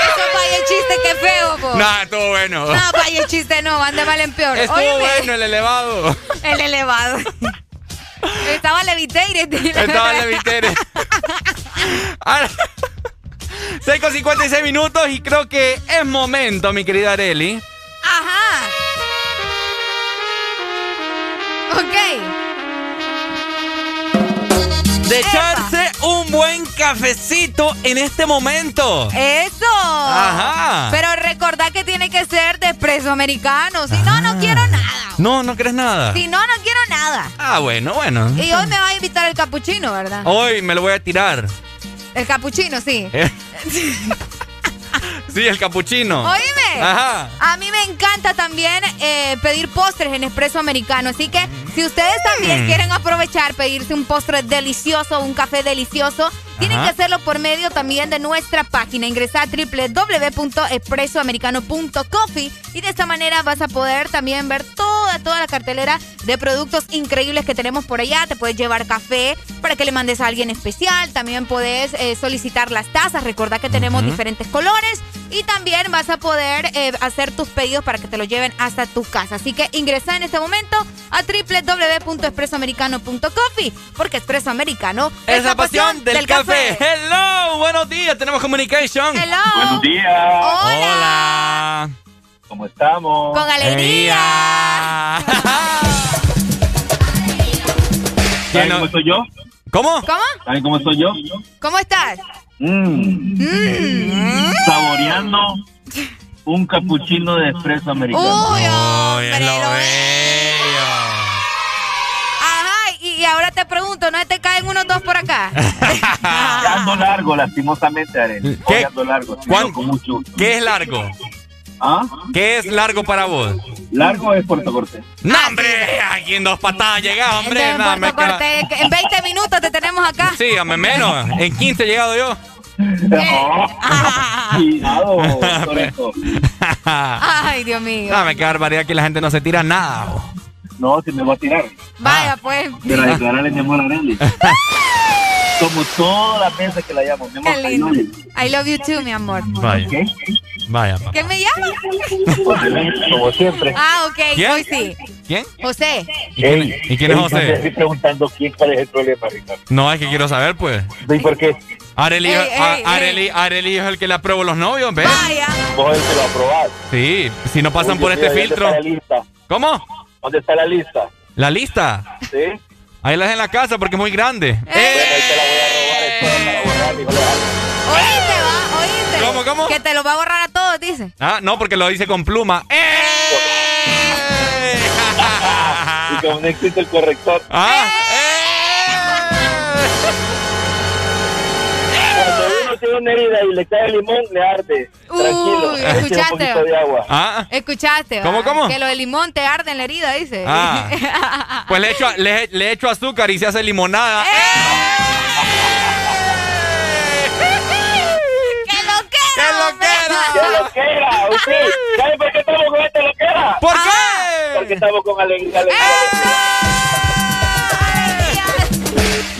S7: Eso vaya chiste, qué feo, vos.
S6: <laughs> Nah, estuvo bueno.
S7: Oh. No, vaya chiste, no, ande mal en peor.
S6: estuvo
S7: Óyeme,
S6: bueno el elevado.
S7: El elevado. Estaba levitated.
S6: Estaba en Levitere. Ahora, 6 con 56 minutos y creo que es momento, mi querida Areli.
S7: Ajá. Ok.
S6: de echarse un buen cafecito en este momento.
S7: ¡Eso!
S6: Ajá.
S7: Pero recordá que tiene que ser de expreso americano. Si no, no quiero nada.
S6: No, no crees nada.
S7: Si no, no quiero nada.
S6: Ah, bueno, bueno.
S7: Y hoy me va a invitar el capuchino, ¿verdad?
S6: Hoy me lo voy a tirar.
S7: El capuchino, sí.
S6: Eh. sí, el capuchino.
S7: Oíme.
S6: Ajá.
S7: A mí me encanta también eh, pedir postres en expreso americano. Así que si ustedes también
S6: Mm.
S7: quieren aprovechar, pedirse un postre delicioso, un café delicioso, tienen
S6: Ajá.
S7: que hacerlo por medio también de nuestra página. Ingresa a www.expresoamericano.coffee y de esta manera vas a poder también ver toda, toda la cartelera de productos increíbles que tenemos por allá. Te puedes llevar café para que le mandes a alguien especial. También puedes eh, solicitar las tazas. Recuerda que tenemos
S35: Ujú.
S7: diferentes colores. Y también vas a poder eh, hacer tus pedidos para que te los lleven hasta tu casa. Así que ingresa en este momento a www.expresoamericano.coffee porque Expreso Americano
S6: Es la pasión del, café. Hello, buenos días. Tenemos communication.
S7: Hello.
S6: Buenos
S30: días.
S6: Hola.
S30: ¿Cómo estamos?
S7: Con alegría.
S30: ¿Saben cómo soy yo?
S6: ¿Cómo?
S7: ¿Cómo?
S30: ¿Saben cómo soy yo?
S7: ¿Cómo estás?
S30: Mm. Saboreando un capuchino de espresso americano.
S7: Uy,
S6: Hoy es lo bello.
S7: Ajá, y, y ahora te pregunto, ¿no te caen unos dos por acá?
S30: Ya <laughs> ando largo, lastimosamente, Arel. Hoy ando largo. sí,
S6: ah. ¿Cuán-
S30: con mucho gusto.
S6: ¿Qué es largo? ¿Qué es largo para vos?
S30: Largo es Puerto Cortés.
S6: ¡No, hombre! Aquí en dos patadas llegaba, <laughs> hombre.
S7: Entonces, Puerto
S6: No, me queda-
S7: Cortés, que en 20 minutos te tenemos
S30: <laughs>
S7: acá.
S6: Sí, a me- menos. En 15 he llegado yo.
S7: Eh,
S30: Oh, Cuidado, Toreto.
S7: Ay, Dios mío.
S6: <laughs> No, me queda barbaridad que la gente no se tira nada. bo.
S30: No, si me voy a tirar.
S7: Vaya, pues.
S30: Pero a declararle mi amor a Arely. Como todas las veces que la llamo, mi amor.
S7: <laughs> Qué
S30: I
S7: lindo.
S30: love you.
S7: I love you too, mi amor.
S6: Vaya. Vaya, papá.
S7: ¿Qué me llama?
S30: <laughs> Como siempre.
S7: Ah, ok,
S30: ¿Quién?
S7: hoy sí.
S6: ¿quién?
S7: José.
S6: <laughs> ¿Y quién, y quién es José?
S30: Estoy preguntando quién, cuál es el problema, Ricardo.
S6: No, es que quiero saber, pues.
S30: ¿Y por qué?
S6: Areli,
S30: Ey, ey,
S6: a-
S30: ey.
S6: Areli, Areli es el que le apruebo los novios, ¿ves?
S30: Vos el que lo aprobás.
S6: Sí, si no pasan
S30: Oye,
S6: por este
S30: tío, ¿dónde
S6: filtro.
S30: está la lista?
S6: ¿Cómo?
S30: ¿Dónde está la lista?
S6: ¿La lista?
S30: ¿Sí?
S6: Ahí la dejé en la casa porque es muy grande.
S7: Oíste, va, oíste.
S6: ¿Cómo, cómo?
S7: Que te lo va a borrar a todos, dice.
S6: Ah, no, porque lo hice con pluma. ¡Eh!
S30: <laughs> Y como no existe el corrector.
S6: Ah,
S30: Cuando uno tiene una herida y le cae el limón, le arde. Tranquilo.
S7: Uy,
S30: le tira
S7: Eh, escuchaste.
S30: Un poquito de agua.
S6: ah.
S7: Escuchaste. va?
S6: ¿Cómo, cómo?
S7: Que lo de limón te arde en la herida, dice. <laughs>
S6: Ah. Pues le echo, le, le echo azúcar y se hace limonada.
S7: ¡Qué loquera!
S30: ¡Qué loquera! Usted, ¿sabe por qué estamos con esta loquera?
S6: ¿Por qué?
S30: Porque estamos con alegría. alegría.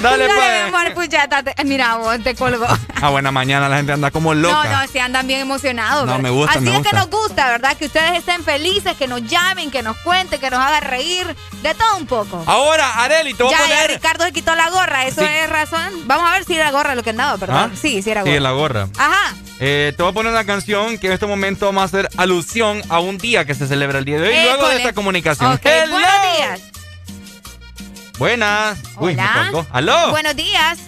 S6: Dale,
S7: Dale,
S6: pues.
S7: mi amor, puchata. te- eh, Mira, vos te
S6: <laughs>
S7: colgó.
S6: Ah, buena mañana, la gente anda como loca.
S7: No, no, se andan bien emocionados.
S6: No,
S7: ¿verdad?
S6: me gusta,
S7: Así
S6: me
S7: es que
S6: gusta.
S7: nos gusta, ¿verdad? Que ustedes estén felices, que nos llamen, que nos cuenten, que nos hagan reír, de todo un poco.
S6: Ahora, Areli, te voy
S7: ya,
S6: a
S7: ya,
S6: poner.
S7: Ricardo se quitó la gorra, eso
S6: Sí.
S7: es razón. Vamos a ver si era gorra lo que andaba, perdón.
S6: ¿Ah?
S7: Sí, sí era gorra.
S6: Sí, la gorra.
S7: Ajá.
S6: Eh, te voy a poner una canción que en este momento vamos a hacer alusión a un día que se celebra el día de hoy. luego de
S7: École.
S6: esta comunicación.
S7: Ok,
S6: Hello.
S7: buenos días.
S6: Buenas. Uy, me
S7: Hola.
S6: colgó. ¿Aló?
S7: Buenos días.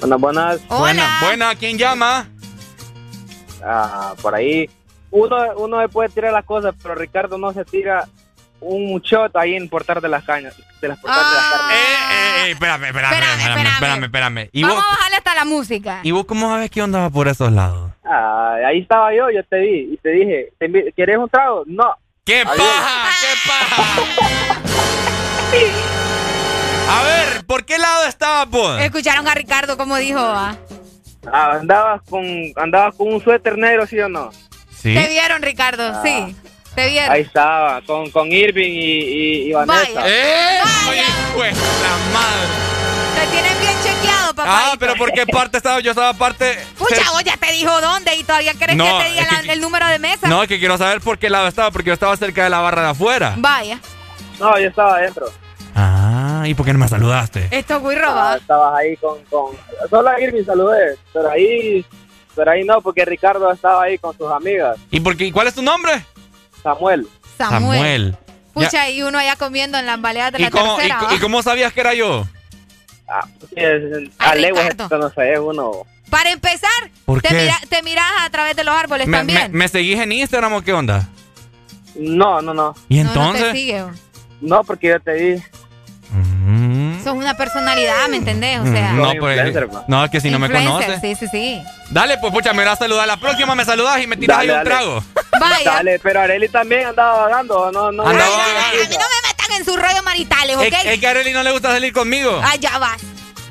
S36: Buenas, buenas.
S6: Buena, buena, ¿quién llama?
S36: Ah, por ahí. Uno, uno se puede tirar las cosas, pero Ricardo no se tira un shot ahí en portar de las cañas. De las portar de las carnes.
S6: Eh, eh, espérame, espérame, espérame, espérame, espérame, ¿Y
S7: Vamos
S6: vos,
S7: a bajarle hasta la música.
S6: ¿Y vos cómo sabes que andaba por esos lados?
S36: Ah, ahí estaba yo, yo te vi y te dije, "¿Te invi- ¿quieres un trago? No.
S6: ¡Qué paja! A ver, ¿por qué lado estaba pues? vos?
S7: Escucharon a Ricardo como dijo, va.
S36: Ah, andabas con andabas con un suéter negro, ¿sí o no?
S6: Sí.
S7: Te vieron, Ricardo,
S36: Ah.
S7: sí. Te vieron.
S36: Ahí estaba, con, con Irving y, y, y Vanessa.
S6: ¡Eh! Oye, pues, la madre.
S7: Te tienen bien chequeado, papá.
S6: Ah, pero ¿por qué parte estaba? Yo estaba parte...
S7: Pucha, vos ya te dijo dónde y todavía querés
S6: No,
S7: que te diga
S6: es
S7: la- el número de mesa.
S6: No, es que quiero saber por qué lado estaba, porque yo estaba cerca de la barra de afuera.
S7: Vaya.
S36: No, yo estaba adentro.
S6: Ah, ¿y por qué no me saludaste?
S7: Esto es muy
S36: Ah, estabas ahí con, con... Solo a Irving saludé, pero ahí, pero ahí no, porque Ricardo estaba ahí con sus amigas.
S6: ¿Y por qué? ¿Y cuál es tu nombre?
S36: Samuel.
S7: Samuel.
S6: Samuel.
S7: Pucha, y uno allá comiendo en las baleadas de
S6: ¿Y
S7: la
S6: cómo, y
S7: tercera. ¿ah?
S6: co-
S7: ¿va?
S6: y cómo sabías que era yo?
S36: Ah, sí, es-
S7: Ah,
S36: a leguas esto no sé, es uno.
S7: Para empezar,
S6: ¿Por
S7: te,
S6: qué?
S7: mira- te miras a través de los árboles
S6: Me, me-
S7: también.
S6: ¿me seguís en Instagram o qué onda?
S36: No, no, no.
S6: ¿Y
S7: No, no te
S6: entonces?
S7: sigue, bro.
S36: No, porque yo te di.
S7: Sos una personalidad, ¿me entendés? O sea,
S6: no, pues, no, es que si no me
S7: influencer,
S6: conoces.
S7: Sí, sí, sí.
S6: Dale, pues pucha, me vas a saludar. La próxima me saludas y me tiras
S36: Dale,
S6: ahí un
S36: dale.
S6: trago.
S7: Vaya.
S36: Dale, pero Areli también andaba vagando, no, no.
S6: Andaba
S7: Están en sus rollos maritales, ¿ok?
S6: Es, es que a Arely no le gusta salir conmigo.
S7: Allá vas.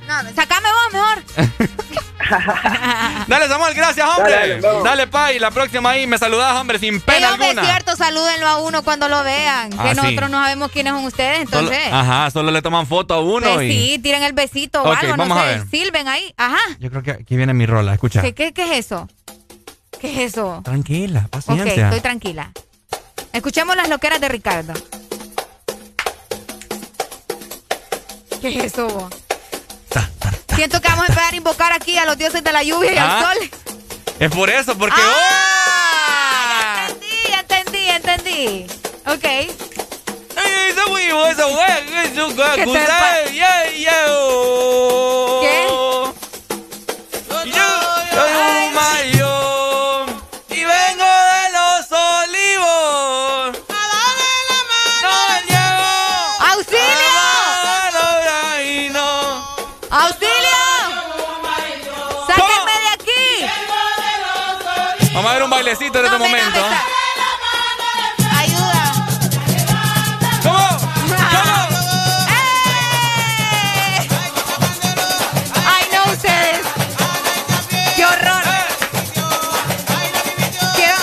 S7: No, no, sacame vos mejor.
S6: Dale, Samuel, gracias, hombre.
S26: Dale,
S6: Dale, Pai, la próxima ahí me saludas, hombre, sin
S7: Pero
S6: pena
S7: hombre, es
S6: alguna.
S7: cierto, salúdenlo a uno cuando lo vean.
S6: Ah,
S7: que
S6: sí.
S7: nosotros no sabemos quiénes son ustedes,
S6: Solo-
S7: entonces.
S6: ajá, solo le toman foto a uno
S7: pues
S6: y.
S7: sí, tiren el besito o
S6: Ok,
S7: algo,
S6: vamos
S7: no
S6: a
S7: sé.
S6: ver.
S7: Silben ahí. Ajá.
S6: Yo creo que aquí viene mi rola, escucha.
S7: ¿Qué, qué, qué es eso? ¿Qué es eso?
S6: Tranquila,
S7: Ok,
S6: paciencia.
S7: estoy tranquila. Escuchemos las loqueras de Ricardo. ¿Qué es eso, vos? Siento que vamos a empezar a invocar aquí a los dioses de la lluvia y al
S6: Ah.
S7: sol.
S6: Es por eso, porque.
S7: Ah. Sí, entendí, entendí. Ok. te
S6: ¿Qué
S7: pa-
S6: ¿Qué? Soy un mayo y vengo de los olivos. No llego. A la hora y no.
S7: ¡Auxilio! ¡Sáquenme de aquí!
S6: Vamos a ver un bailecito en este momento.
S7: ¡Ayuda!
S6: <laughs> ¿Cómo?
S7: ¡Ay, no ustedes! ¡Qué horror! Quiero...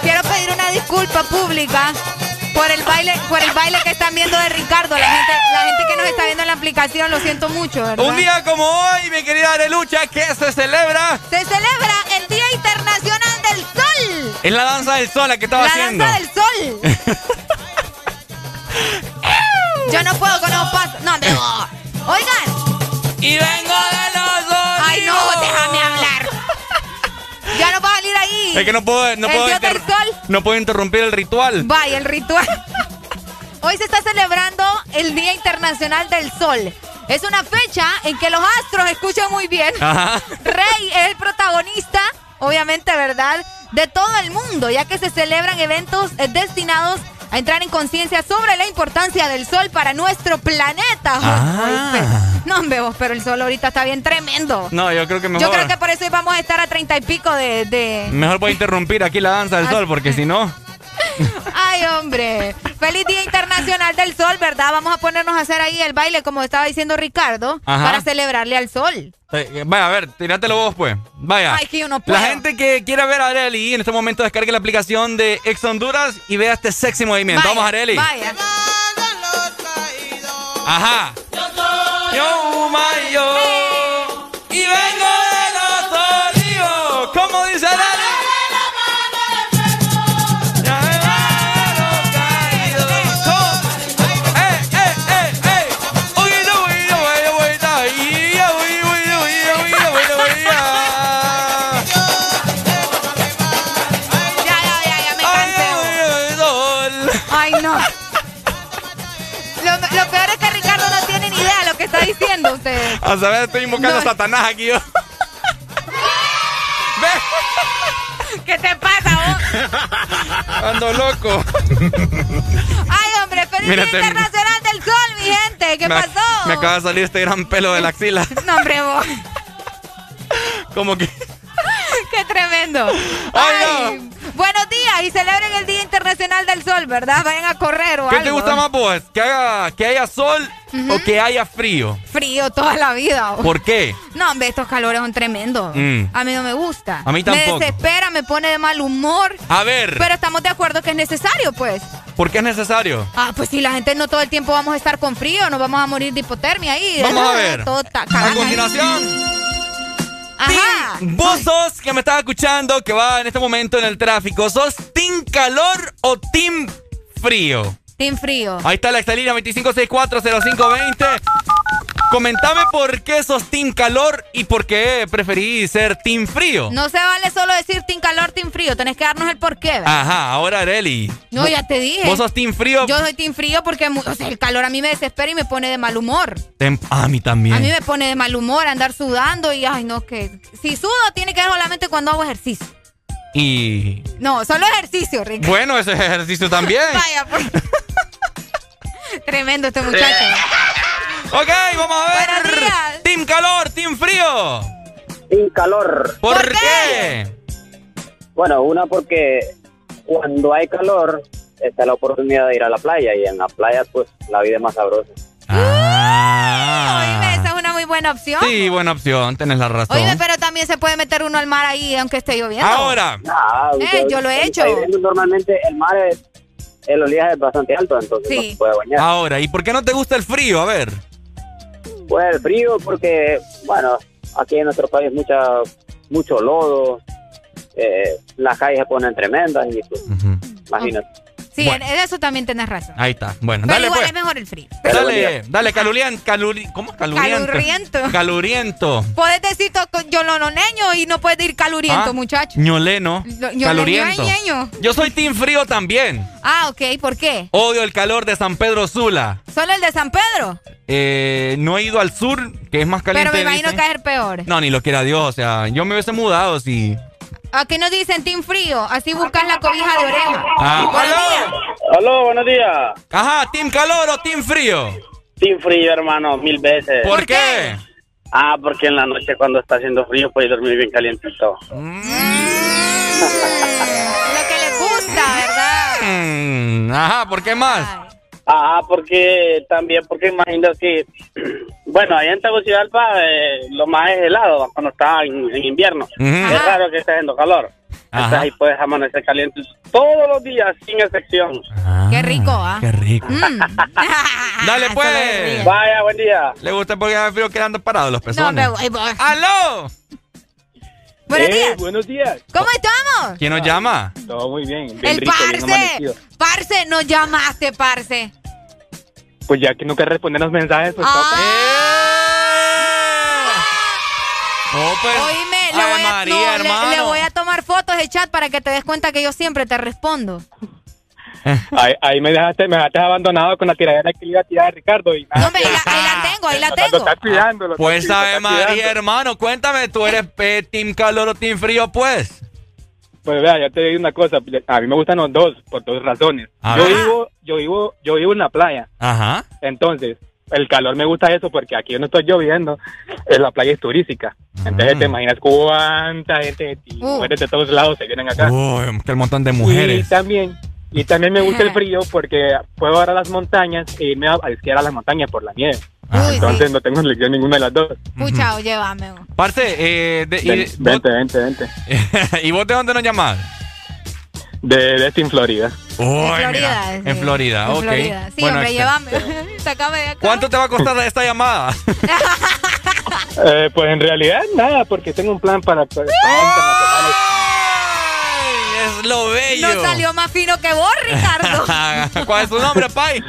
S7: Quiero pedir una disculpa pública por el baile, por el baile que están viendo de Ricardo. La gente, la gente que nos está viendo en la aplicación, lo siento mucho, ¿verdad?
S6: Un día como hoy, mi querida Arelucha, que se celebra.
S7: Se celebra el Día Internacional del Sol.
S6: Es la danza del sol la que estaba
S7: La
S6: haciendo.
S7: danza del sol.
S6: <laughs>
S7: Yo no puedo con los pasos. No, hombre, no. Oigan.
S6: Y vengo de los dos.
S7: Ay, no, déjame
S6: <laughs>
S7: hablar. Ya no va a salir ahí.
S6: Es que no puedo, no
S7: el
S6: puedo,
S7: Dios del
S6: inter-
S7: sol.
S6: no puedo interrumpir el ritual.
S7: Vaya, el ritual. <laughs> Hoy se está celebrando el Día Internacional del Sol. Es una fecha en que los astros escuchan muy bien.
S6: Ajá.
S7: Rey es el protagonista, obviamente, ¿verdad? De todo el mundo, ya que se celebran eventos eh, destinados a entrar en conciencia sobre la importancia del sol para nuestro planeta.
S6: Ah.
S7: Ay, pero- <laughs> No, hombre, vos, pero el sol ahorita está bien tremendo.
S6: No, yo creo que mejor.
S7: Yo creo que por eso hoy vamos a estar a treinta y pico de- de,
S6: Mejor voy a interrumpir aquí la danza del sol, porque si no.
S7: Ay, hombre. Feliz Día Internacional del Sol, ¿verdad? Vamos a ponernos a hacer ahí el baile, como estaba diciendo Ricardo,
S6: Ajá.
S7: para celebrarle al sol.
S6: Eh, Vaya, a ver, tirátelo vos, pues. Vaya.
S7: Ay, que yo no puedo.
S6: La gente que quiera ver a Areli en este momento descargue la aplicación de Ex Honduras y vea este sexy movimiento. Vamos, Areli.
S7: Vaya.
S6: Ajá. Yo, Mayo. Y vengo de los olivos. ¿Cómo dice Areli? Eh,
S7: Ay, no. Lo, lo peor es que Ricardo no tiene ni idea de lo que está diciendo usted.
S6: A saber, estoy invocando a Satanás aquí yo.
S7: ¿Qué te pasa, vos?
S6: Ando loco.
S7: Ay, hombre, feliz
S6: Mira,
S7: Día
S6: te-
S7: Internacional del Sol, mi gente. <laughs> ¿Qué
S6: me, ac-
S7: pasó?
S6: Me acaba de salir este gran pelo de la axila.
S7: No, hombre, vos.
S6: Como que.
S7: Qué tremendo.
S6: Ay,
S7: Buenos días y celebren el Día Internacional del Sol, ¿verdad? Vayan a correr o
S6: ¿Qué
S7: algo.
S6: te gusta más, pues? ¿Que, haga, ¿Que haya sol o que haya frío?
S7: Frío toda la vida. bo.
S6: ¿Por qué?
S7: No, hombre, estos calores son tremendos.
S6: Mm.
S7: A mí no me gusta.
S6: A mí tampoco.
S7: Me desespera, me pone de mal humor.
S6: A ver,
S7: Pero estamos de acuerdo que es necesario, pues.
S6: ¿por qué es necesario?
S7: Ah, pues si la gente no todo el tiempo vamos a estar con frío, nos vamos a morir de hipotermia ahí.
S6: Vamos a
S7: Ah,
S6: ver.
S7: todo ta-
S6: A
S7: cagán ahí.
S6: continuación,
S7: Ajá.
S6: vos sos que me estás escuchando, que va en este momento en el tráfico, ¿sos team calor o team frío?
S7: Team frío.
S6: Ah, Ahí está la exalina 25640520. Comentame por qué sos team calor y por qué preferís ser team frío.
S7: No se vale solo decir team calor, team frío. Tenés que darnos el porqué, ¿verdad?
S6: Ajá, ahora Areli.
S7: No, ya te dije.
S6: Vos sos team frío.
S7: Yo soy team frío porque mu- o sea, el calor a mí me desespera y me pone de mal humor.
S6: Tem- em- ah, a mí también.
S7: A mí me pone de mal humor andar sudando y, ay, no, que... Si sudo, tiene que ser solamente cuando hago ejercicio.
S6: Y
S7: No, solo ejercicio, Ricardo. <laughs>
S6: bueno, ese ejercicio también.
S7: Vaya, pues. <laughs> Tremendo este muchacho.
S6: ok, vamos a ver. Team calor, team frío.
S10: Team calor.
S6: ¿Por, qué?
S10: Bueno, una porque cuando hay calor está la oportunidad de ir a la playa y en la playa pues la vida es más sabrosa.
S7: Eh,
S6: Ah.
S7: Esa es una muy buena opción.
S6: Sí, buena opción, tenés la razón.
S7: Oye, pero también se puede meter uno al mar ahí, aunque esté lloviendo.
S6: Ahora.
S10: Ah,
S7: Eh, yo lo he hecho.
S10: Normalmente el mar es, el oleaje es bastante alto, entonces
S7: Sí.
S10: no se puede bañar.
S6: Ahora, ¿y por qué no te gusta el frío? A ver.
S10: Pues el frío porque, bueno, aquí en nuestro país mucha, mucho lodo, eh, las calles se ponen tremendas y pues, imagínate.
S7: Sí, en en eso también tenés razón.
S6: Ahí está. Bueno,
S7: Pero
S6: dale
S7: igual
S6: pues.
S7: es mejor el frío.
S6: Dale, dale, calulian, caluri, ¿cómo? Caluriento.
S7: Calurriento.
S6: Caluriento.
S7: Podés decir to- con yolononeño y no puedes decir caluriento,
S6: Ah,
S7: muchacho.
S6: Ñoleno.
S7: Lo- ñoleno,
S6: Caluriento.
S7: ñeño.
S6: Yo soy team frío también.
S7: Ah, ok, ¿por qué?
S6: Odio el calor de San Pedro Sula.
S7: Solo el de San Pedro.
S6: Eh, no he ido al sur, que es más caliente.
S7: pero me imagino que
S6: dicen.
S7: es el peor.
S6: No, ni lo quiera Dios. O sea, yo me hubiese mudado si.
S7: Aquí nos dicen team frío, así buscas la cobija de oreja.
S6: Ah,
S10: Aló, buenos días.
S6: Ajá, ¿team calor o team frío?
S10: Team frío, hermano, mil veces.
S6: ¿Por qué?
S10: Ah, porque en la noche cuando está haciendo frío puedes dormir bien calientito.
S7: Gusta, ¿verdad?
S6: Mm, ajá, ¿por qué más?
S10: Ah, porque también, porque imagino que, <clears throat> bueno, allá en Tegucigalpa eh, lo más es helado cuando está en, en invierno. Es raro que esté haciendo calor. Entonces ahí puedes amanecer caliente todos los días, sin excepción.
S7: Qué rico, ¿ah?
S6: Qué rico. Dale
S10: ríe.
S6: pues.
S10: Vaya, buen día.
S6: Le gusta porque hace frío quedando parados
S7: <laughs>
S6: los
S7: No,
S6: pezones.
S7: pero... eh, pues. ay, bo-
S6: ¡Aló!
S7: Buenos
S6: Eh,
S7: días.
S10: Buenos días.
S7: ¿Cómo estamos?
S6: ¿Quién nos llama?
S10: Todo muy bien.
S7: El parce. Parce, no llamaste, parce.
S30: Pues ya que nunca responden los mensajes, pues
S7: Ah.
S6: No, pues.
S7: Oíme, le
S6: Ave
S7: voy, a,
S6: María,
S7: Ah, no, le-
S6: hermano.
S7: le, voy a tomar fotos de chat para que te des cuenta que yo siempre te respondo.
S30: ahí, ahí me dejaste, me dejaste abandonado con la tiradera que le iba a tirar a Ricardo y nada,
S7: Tengo, ahí la
S30: lo
S7: tengo.
S30: está cuidando. lo está
S6: Ah. Pues
S30: cuidando,
S6: sabe
S30: lo está cuidando.
S6: María, hermano, cuéntame, ¿tú eres eh, team calor o team frío, pues?
S30: Pues vea, ya te digo una cosa, pues, a mí me gustan los dos por dos razones.
S6: A
S30: Yo
S6: ver.
S30: vivo, yo vivo, yo vivo en la playa.
S6: Ajá.
S30: Entonces, el calor me gusta eso porque aquí yo no estoy lloviendo, eh, la playa es turística.
S6: Ah.
S30: Entonces te imaginas cuánta gente de ti, mujeres de todos lados se vienen acá.
S6: Uy, que el montón de
S30: Y
S6: Uh, mujeres.
S30: también, y también me gusta el frío porque puedo ir a las montañas e irme a, a esquiar a las montañas por la nieve. Entonces no tengo elección ninguna de las dos.
S7: Pucha, o llévame. o.
S6: Parce, eh, de- y,
S30: Ven-
S6: de-
S30: vente, vente, vente.
S6: <laughs> ¿y vos de dónde nos llamás?
S30: De Destin, Florida.
S6: Uy,
S7: Florida,
S6: mira,
S7: es,
S6: en
S7: eh, en
S6: Florida, Ah, ok.
S7: Florida. Sí,
S6: Bueno, este.
S7: hombre,
S6: excelente.
S7: llévame. <laughs> Sácame de acá.
S6: ¿Cuánto te va a
S7: <laughs>
S6: costar esta llamada?
S30: <laughs> Eh, pues en realidad nada, porque tengo un plan para... para-
S6: Es lo bello.
S7: No salió más fino que vos,
S6: <laughs>
S7: Ricardo.
S6: ¿Cuál es tu nombre, Pai?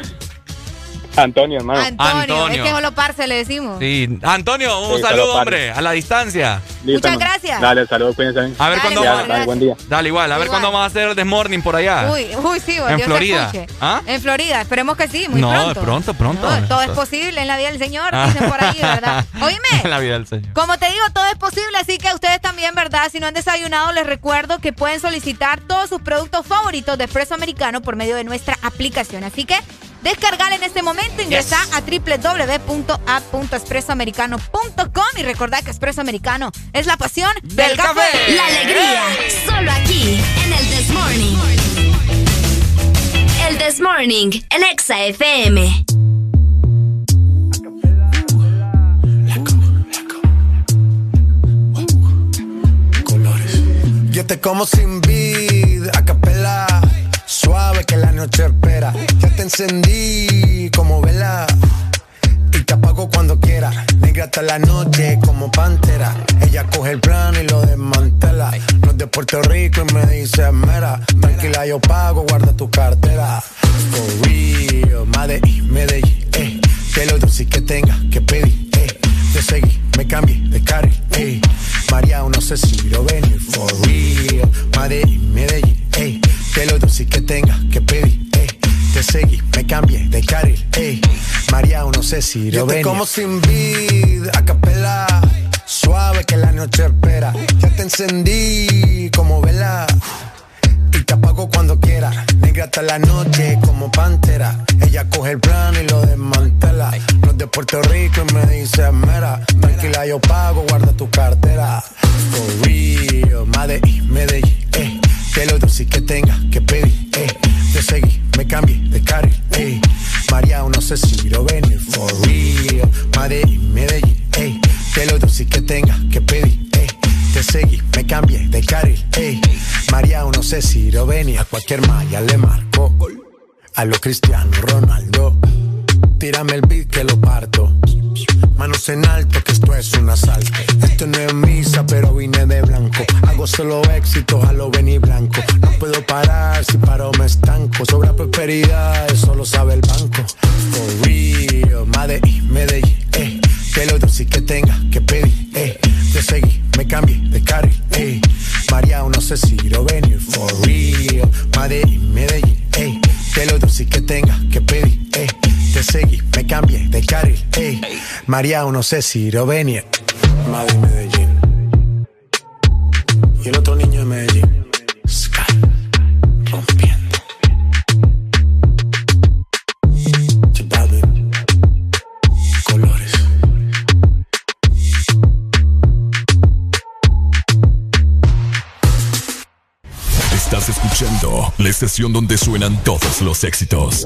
S30: Antonio, hermano.
S7: Antonio, es que solo parce le decimos.
S6: Sí, Antonio, un
S30: Sí,
S6: saludo,
S30: saludos,
S6: hombre, a la distancia.
S7: Muchas gracias.
S30: Dale, saludos, cuídense.
S6: A ver cuándo
S30: Dale, dale, buen día.
S6: Dale, igual, a ver cuándo vamos a hacer el desmorning por allá.
S7: Uy, uy, sí,
S6: Ah. en
S7: Dios
S6: Florida.
S7: te escuche.
S6: ¿Ah?
S7: En Florida, esperemos que sí, muy
S6: no,
S7: pronto.
S6: pronto, pronto.
S7: No, todo es posible en la vida del Señor,
S6: Ah.
S7: dicen por ahí,
S6: <laughs>
S7: ¿verdad? Oíme,
S6: la vida del Señor.
S7: como te digo, todo es posible, así que ustedes también, ¿verdad? Si no han desayunado, les recuerdo que pueden solicitar todos sus productos favoritos de Espresso Americano por medio de nuestra aplicación. Así que descargar en este momento, ingresa a www.a.expresoamericano.com y recordad que Espresso Americano es la pasión del, café.
S26: La alegría, solo aquí, en el This Morning. El This Morning, el Exa FM.
S37: Yo te como sin vid, a capela, suave que la noche espera. Ya te encendí como vela y te apago cuando quiera. Negra hasta la noche como pantera. Ella coge el plan y lo desmantela. No es de Puerto Rico y me dice mera. Tranquila, yo pago, guarda tu cartera. For real, Medellín, Medellín, eh. Que lo dulce que tenga que pedir, eh. Te seguí, me cambié de carril, ey. María, no sé si lo venir for real. Madrid, Medellín, ey. Te lo doy si que tenga que pedir, ey. Te seguí, me cambié de carril, ey. María, no sé si
S34: Yo
S37: lo
S34: te
S37: venir.
S34: como
S37: sin vid, a capela. Suave que la noche espera. Ya te encendí como vela. Y te apago cuando quieras. Negra hasta la noche como pantera. Ella coge el plan y lo desmantela. No es de Puerto Rico y me dice mera. Tranquila, yo pago, guarda tu cartera. For real, Made in Medellín, eh. Te lo doy si que tenga que pedir, eh. Te seguí, me cambié de carril, eh. María, no sé si lo venir. For real, Made in Medellín, eh. Te lo doy si que tenga que pedir, eh. Te seguí, me cambié de carril, ey. María, no sé si lo venía, a cualquier malla le marco. A lo Cristiano Ronaldo, tírame el beat que lo parto. Manos en alto, que esto es un asalto. Esto no es misa, pero vine de blanco. Hago solo éxito, a lo venir blanco. No puedo parar, si paro me estanco. Sobra prosperidad, eso lo sabe el banco. For real, Medellín, Medellín, ey. Te lo doy si eh. que tenga que pedir, eh. Te seguí, me cambié de carril, eh. María, no sé si lo venir, for real. Medellín, Medellín, eh. Te lo doy si que tenga que pedir, eh. Te seguí, me cambié de carril, eh. María, no sé si lo venir. Madre Medellín. Y el otro niño de Medellín. Sky, rompiendo. Chipadre. Colores.
S2: Estás escuchando la estación donde suenan todos los éxitos.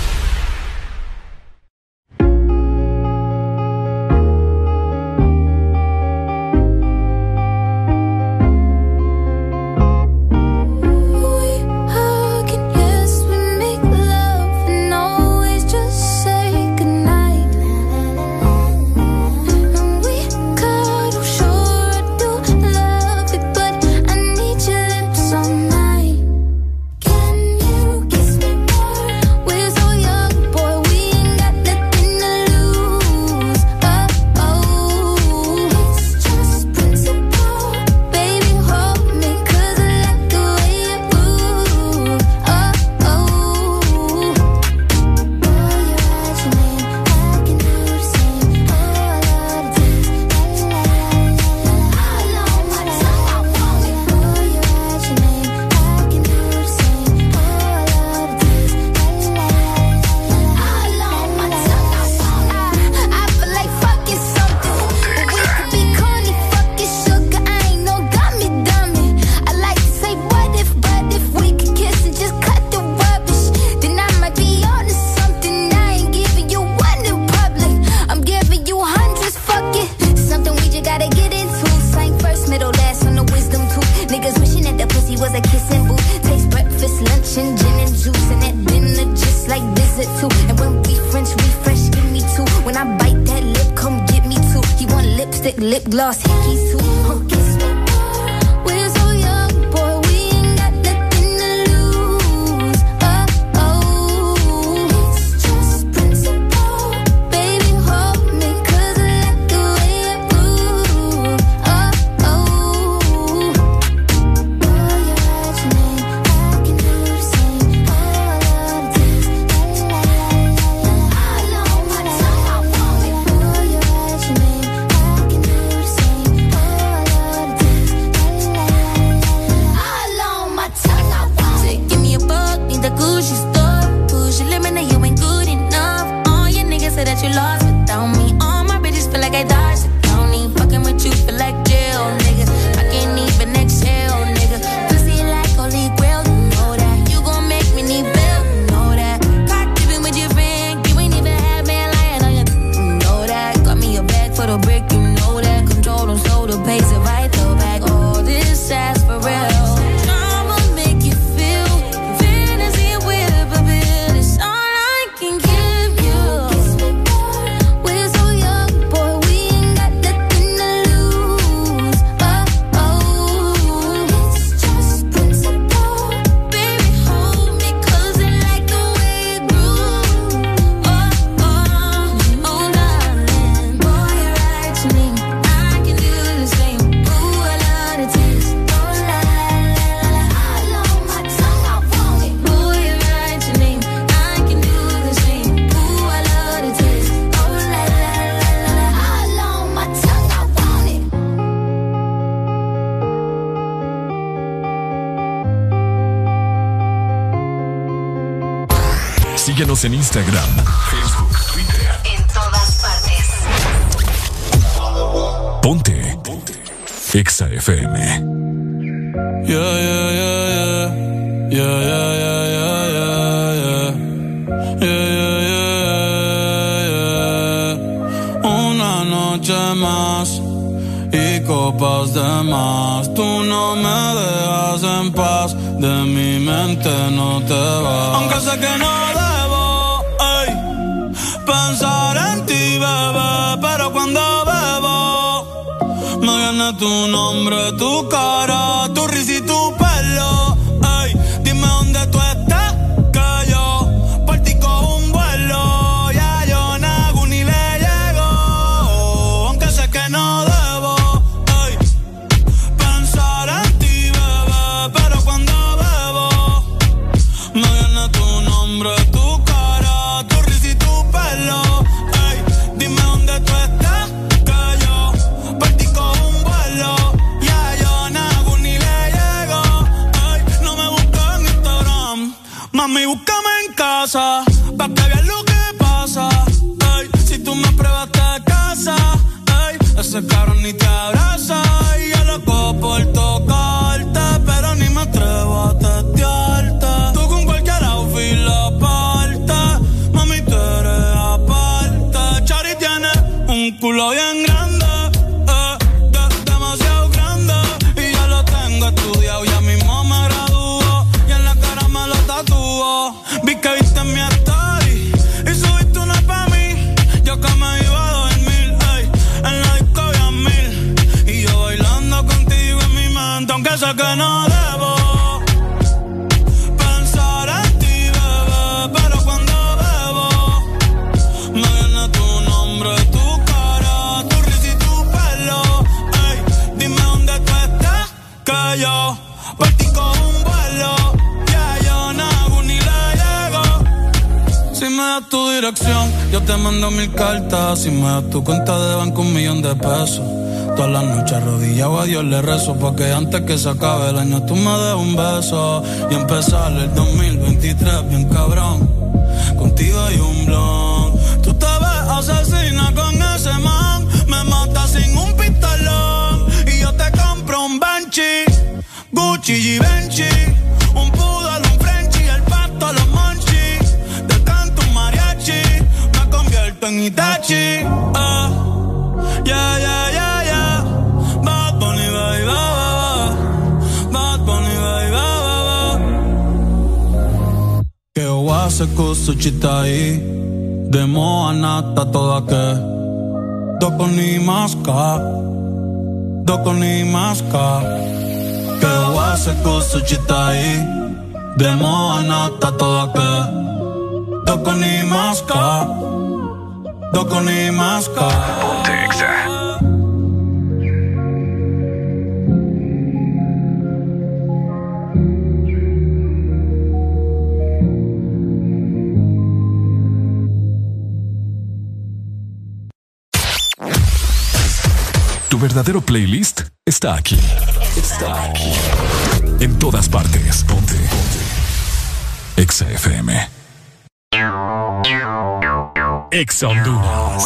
S18: How can yes we make love and always just say goodnight? And we cuddle, sure I do love it, but I need your lips all night. Can you kiss me more? We're so young, boy, we ain't got nothing to lose. Oh, it's just principle. Baby, hold me 'cause I like the way you move. Oh, oh, roll your eyes for me. I can understand how I love to dance. La la la la. How long until I want it? Roll your eyes for me. I can understand how I love to dance. La la la la. How long until I want it? I feel like fucking something, but we could be corny, fucking sugar. I ain't no gummy dummy. I like to say what if, but if we could kiss and just cut the rubbish, then I might be on to something. I ain't giving you one in public. I'm giving you hundreds, fuck it. Something we just gotta get into. Sign first, middle, last on the wisdom tooth. Niggas wishing that the pussy was a kissing booth. Takes breakfast, lunch, and gin and juice. And at dinner, just like visit too. And when we French refresh, give me two. When I bite that lip, come get me two. He want lipstick, lip gloss, hickeys too. Oh, kiss me we're so young, boy, we ain't got nothing to lose. Oh, oh, it's just principle. Baby, hold me 'cause I like the way you move. Oh, oh, roll your eyes for me. I can understand how I love to dance. La la la la. How long until I want it? Roll your eyes for me. I can understand how I love
S2: Síguenos en Instagram, Facebook, Twitter.
S38: En todas partes.
S2: Ponte. Ponte. Exa FM.
S8: Yeah, yeah, yeah, yeah. Yeah, yeah, yeah, yeah, yeah. Yeah, yeah, yeah, yeah. Una noche más y copas de más. Tú no me dejas en paz, de mi mente no te vas. Aunque sé que no debo ey, pensar en ti, bebé, pero cuando bebo me viene tu nombre, tu cara, tu risa y tu pelo. Ey, dime dónde tú estás, que yo partí con un vuelo. Ya yo nago ni le llego, aunque sé que no debo. Pensar en ti, bebé, pero cuando bebo me viene tu nombre, tu cara, tu risa y tu pelo. Ey, dime dónde tú estás, que yo partí con un vuelo. Ya yo nago ni le llego. Ey, no me busques en Instagram, mami, búscame en casa, pa' que veas lo que pasa. Ey, si tú me pruebas te casa, ey, ese cabrón ni te abraza. Y yo loco por tocarte, pero ni me atrevo a testearte. Tú con cualquier outfit la parte, mami, tú eres aparte. Chari tiene un culo bien grande, eh, de- demasiado grande. Y yo lo tengo estudiado, ya mismo me graduó. Y en la cara me lo tatuó. Vi que viste mi story y subiste una pa' mí. Yo que me iba a dormir, ey, en la disco había mil. Y yo bailando contigo en mi mente, aunque sé que no debo. Pensar en ti, bebé, pero cuando bebo me viene tu nombre, tu cara, tu risa y tu pelo. Ey, dime dónde tú estás, que yo partí con un vuelo. Ya yo nago ni le llego. Si me das tu dirección, yo te mando mil cartas. Si me das tu cuenta de banco, un millón de pesos. Todas las noches arrodillado a Dios le rezo. Porque antes que se acabe el año, tú me des un beso. Y empezar el 2023 bien cabrón. Contigo hay un blon. Tú te ves asesina con ese man. Me mata sin un pistolón. Y yo te compro un Banshee, Gucci y Benchi. Un poodle, un Frenchie, el pasto, los monchis. Te canto un mariachi, me convierto en Itachi. Ah, yeah, yeah, yeah, yeah. Bad Bunny, baby, ba, ba, ba. Bad Bunny, baby, ba, ba, ba. Que guasa cosa chita ahí. De moa nata toda que. Doko ni maska. Doko ni maska. Que guasa cosa chita ahí. De moa nata toda que. Doko ni maska. Doko ni maska.
S2: Tu verdadero playlist está aquí. Está aquí. En todas partes. Ponte. Ponte. Exa FM. Exa Honduras.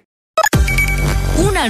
S21: Una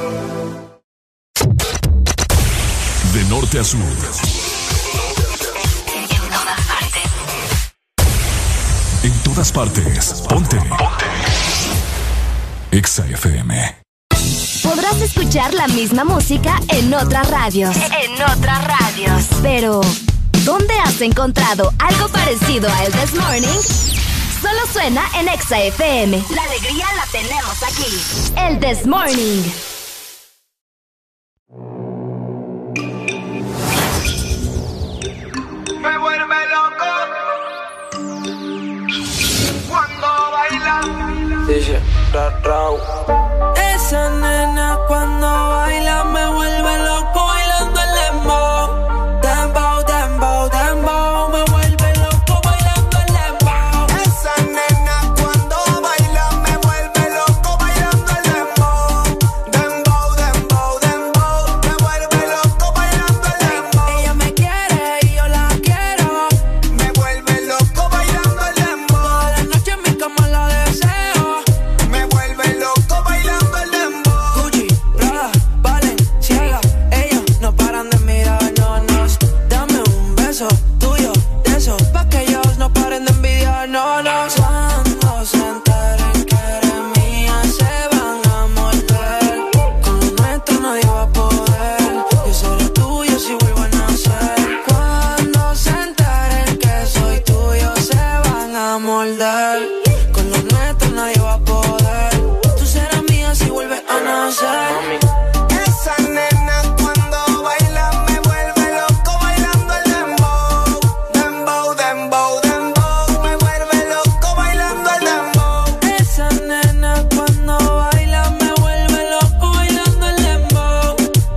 S2: De norte a sur. En todas partes. Ponte. Exa FM.
S21: Podrás escuchar la misma música en otras radios. En otras radios. Pero, ¿dónde has encontrado algo parecido a el This Morning? Solo suena en Exa FM.
S8: La alegría la tenemos aquí.
S21: El This Morning.
S29: Me vuelve loco cuando baila.
S39: Dice, ra, rau.
S9: Esa nena cuando baila me vuelve loco bailando el dembow. Dembow, dembow, dembow, me vuelve loco bailando el dembow. Esa nena cuando baila me vuelve loco bailando el dembow. Dembow, dembow, dembow, me vuelve loco bailando el dembow. Ella me quiere y yo la quiero. Me vuelve loco bailando el dembow. Toda la noche en mi cama la deseo. Me vuelve loco bailando el dembow. Gucci, Prada, Valenciaga. Ellos no paran de mirarnos. Dame un beso tuyo, de esos. Pa' que ellos no paren de envidiarnos. Cuando se enteren que eres mía, se van a morder. Con esto nadie va a poder. Yo seré tuyo si vuelvo a nacer. Cuando se enteren que soy tuyo, se van a morder. Con lo nuestro nadie va a poder. Tú serás mía si vuelves a nacer.
S29: Esa nena cuando baila me vuelve loco bailando el dembow.
S9: Dembow, dembow, dembow, me vuelve loco bailando el dembow. Esa nena cuando baila me vuelve loco bailando el dembow.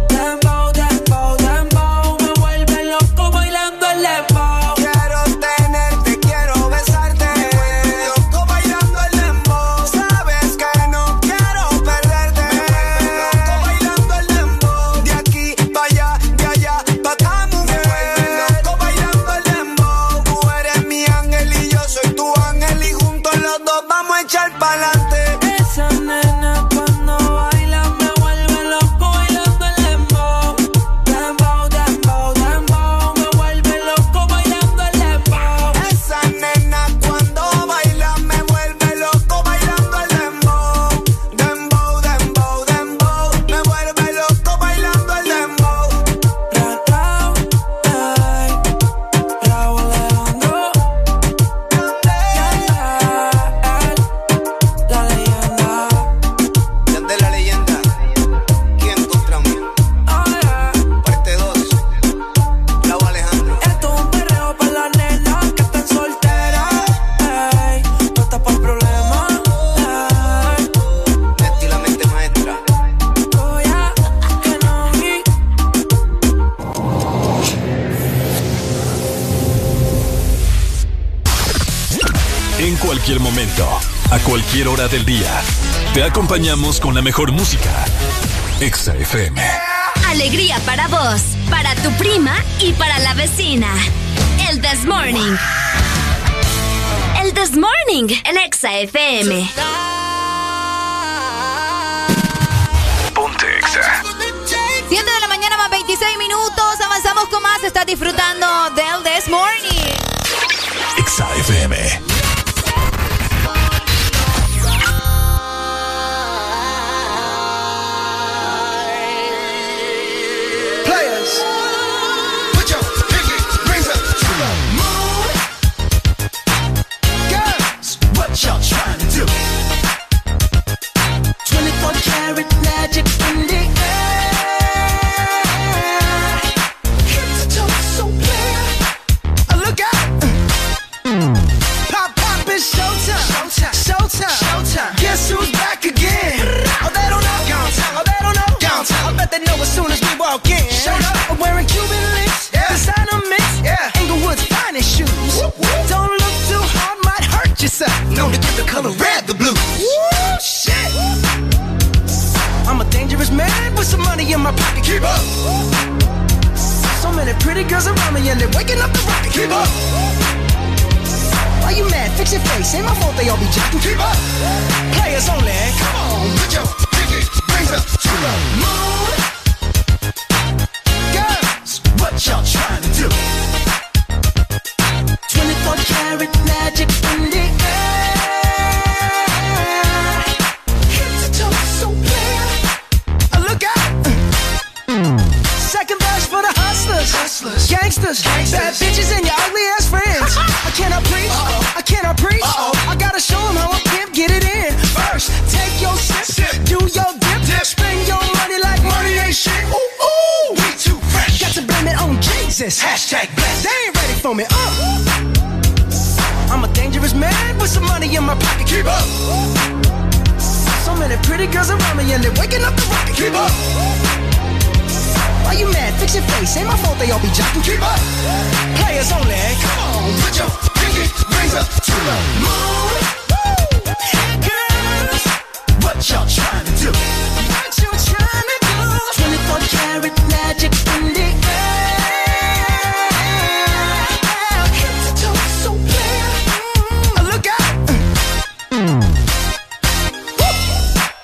S9: Dembow, dembow, dembow, me vuelve loco bailando el dembow.
S29: Quiero tenerte, quiero besarte. Me vuelve loco bailando el dembow. Sabes que no quiero perderte. Me vuelve loco bailando el dembow. De aquí para allá, de allá para acá, mujer. Me vuelve loco bailando el dembow.
S9: Tú eres mi ángel y yo soy tu ángel y juntos los dos vamos a echar pa'lante. Esa nena cuando baila me vuelve loco bailando el dembow. Dembow, dembow, dembow, me vuelve loco bailando el dembow.
S29: Esa nena cuando baila me vuelve loco bailando el dembow. Dembow, dembow, dembow, me vuelve loco bailando el dembow.
S9: Raúl Alejandro, la leyenda.
S29: de la leyenda. ¿Quién contra mí? Parte 2. Lau Alejandro.
S9: Esto es un perreo para las nenas que están solteras. Ey, no está para problemas. Ey,
S29: Metí la mente maestra.
S9: tuya, que no vi.
S2: En cualquier momento, a cualquier hora del día, te acompañamos con la mejor música. Exa FM.
S21: Alegría para vos, para tu prima y para la vecina. El This Morning. El This Morning, el Exa FM.
S2: Ponte Exa.
S7: 7 de la mañana más 26 minutos. Avanzamos con más. Estás disfrutando del This Morning.
S2: Exa FM.
S29: Players, put your pinky rings up to the moon. Girls, what y'all trying to do? 24 karat magic in the air. Head to toe so clear. Uh, Look out! Pop, pop, it's showtime. Showtime. Showtime. Showtime. Guess who's back again? Oh, they don't know. Downtown. Oh, they don't know. Downtown. I bet they know as soon as we walk in. Showed up. I'm wearing Cuban links. Yeah. Designer mix. Yeah. Englewood's finest shoes. Whoop, whoop. Put some money in my pocket, keep up. So many pretty girls around me and they're waking up the rocket, keep up. Why you mad? Fix your face. Ain't my fault they all be jacking. Keep up. Players only. Come on, put your pinky rings up to the moon. Girls, what y'all trying to do? 24 karat magic in the air. Head to toe, so clear. Uh, Look out! Second verse for the hustlers, hustlers, gangsters, bad bitches and your ugly ass friends. <laughs> I cannot preach, I cannot preach. I gotta show 'em how I pimp get it in. First, take your sip, do your dip, spend your money like money ain't shit. Ooh ooh, we too fresh. Got to blame it on Jesus. Hashtag blessed. They ain't ready for me. Uh. I'm a dangerous man with some money in my pocket. Keep up. So many pretty girls around me and they're waking up the rocket. Keep up. Why you mad? Fix your face. Ain't my fault they all be jocking. Keep up. Players only. Come on, put your pinky rings up to the moon. Girls, what y'all trying to do? What you trying to do? 24 karat magic in the air. Head to toe, so clear. Mm, Look out. Woo.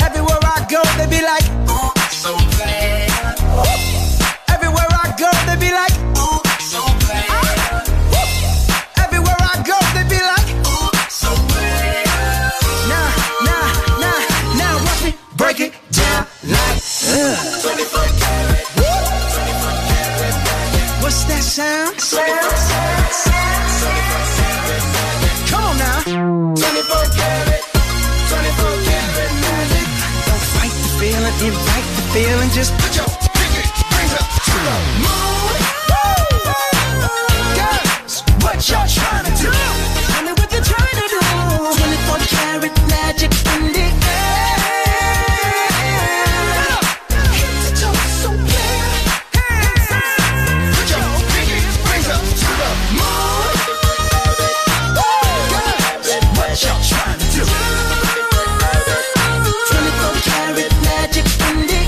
S29: Everywhere I go, they be like, ooh, so bad. Everywhere I go, they be like, ooh, so bad. Everywhere I go, they be like, ooh, so bad. Nah, nah, nah, now watch me break it down like, uh, ugh. What's that sound? Come on now. 24 karat, 24 karat magic. Don't fight the feeling, invite the feeling. Just put your pinky rings up to the moon. Girls, what y'all trying to do? Tell me what you're trying to do. 24 karat magic in the air. Head to toe, so clear. Put your pinky rings up to the moon. Girls, what y'all trying to do? 24 karat magic in the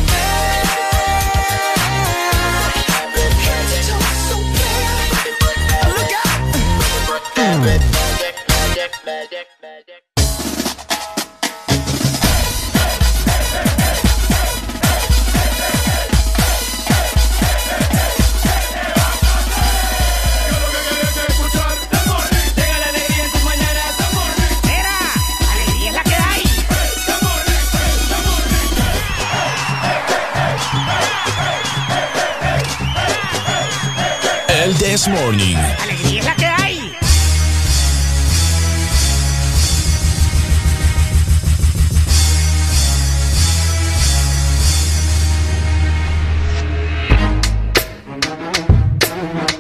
S10: Y es la que hay.
S2: El This Morning.
S10: Y es la que hay.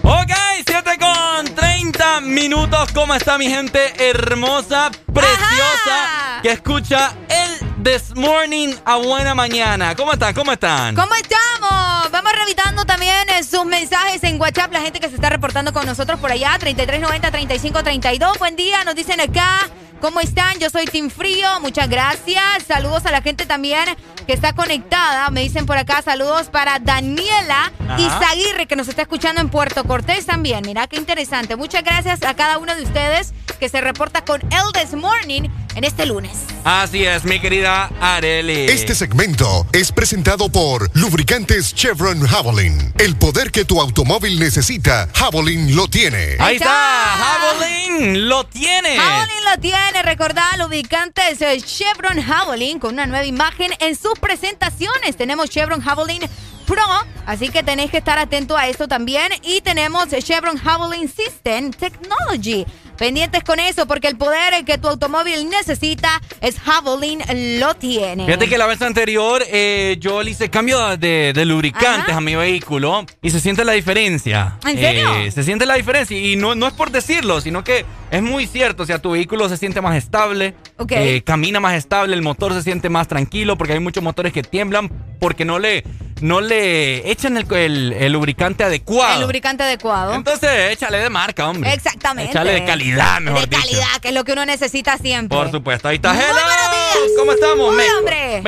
S6: Ok, 7 con 30 minutos. ¿Cómo está mi gente hermosa, preciosa, que escucha el This Morning a buena mañana? ¿Cómo están? ¿Cómo están?
S7: ¿Cómo estamos? Vamos revisando también eh, sus mensajes en WhatsApp, la gente que se está reportando con nosotros por allá, 3390-3532. Buen día, nos dicen acá. ¿Cómo están? Yo soy Team Frío, muchas gracias. Saludos a la gente también que está conectada. Me dicen por acá saludos para Daniela
S40: Ajá.
S7: Izaguirre, que nos está escuchando en Puerto Cortés también. Mira qué interesante. Muchas gracias a cada uno de ustedes que se reporta con El This Morning en este lunes.
S6: Así es, mi querida Areli.
S18: Este segmento es presentado por Lubricantes Chevron Javelin. El poder que tu automóvil necesita, Javelin lo tiene.
S6: Ahí está, Javelin lo tiene.
S7: Javelin lo tiene, recordad, el ubicante es el Chevron Javelin con una nueva imagen en sus presentaciones. Tenemos Chevron Javelin Pro, así que tenéis que estar atento a esto también. Y tenemos Chevron Javelin System Technology. Pendientes con eso, porque el poder que tu automóvil necesita es Javelin lo tiene.
S6: Fíjate que la vez anterior eh, yo le hice cambio de, de lubricantes a mi vehículo y se siente la diferencia.
S7: ¿En serio?
S6: Eh, se siente la diferencia y no, no es por decirlo, sino que es muy cierto. O sea, tu vehículo se siente más estable,
S7: Ok.
S6: eh, camina más estable, el motor se siente más tranquilo porque hay muchos motores que tiemblan porque no le, no le echan el, el- el lubricante adecuado.
S7: El lubricante adecuado.
S6: Entonces, échale de marca, hombre.
S7: Exactamente. ah,
S6: Échale de calidad, mejor
S7: De pues.
S6: dicho.
S7: calidad, que es lo que uno necesita siempre.
S6: Por supuesto, ahí está.
S7: Muy
S6: Hello.
S7: buenos Gracias.
S6: ¿Cómo estamos,
S7: Uy,
S6: Meco?
S7: hombre.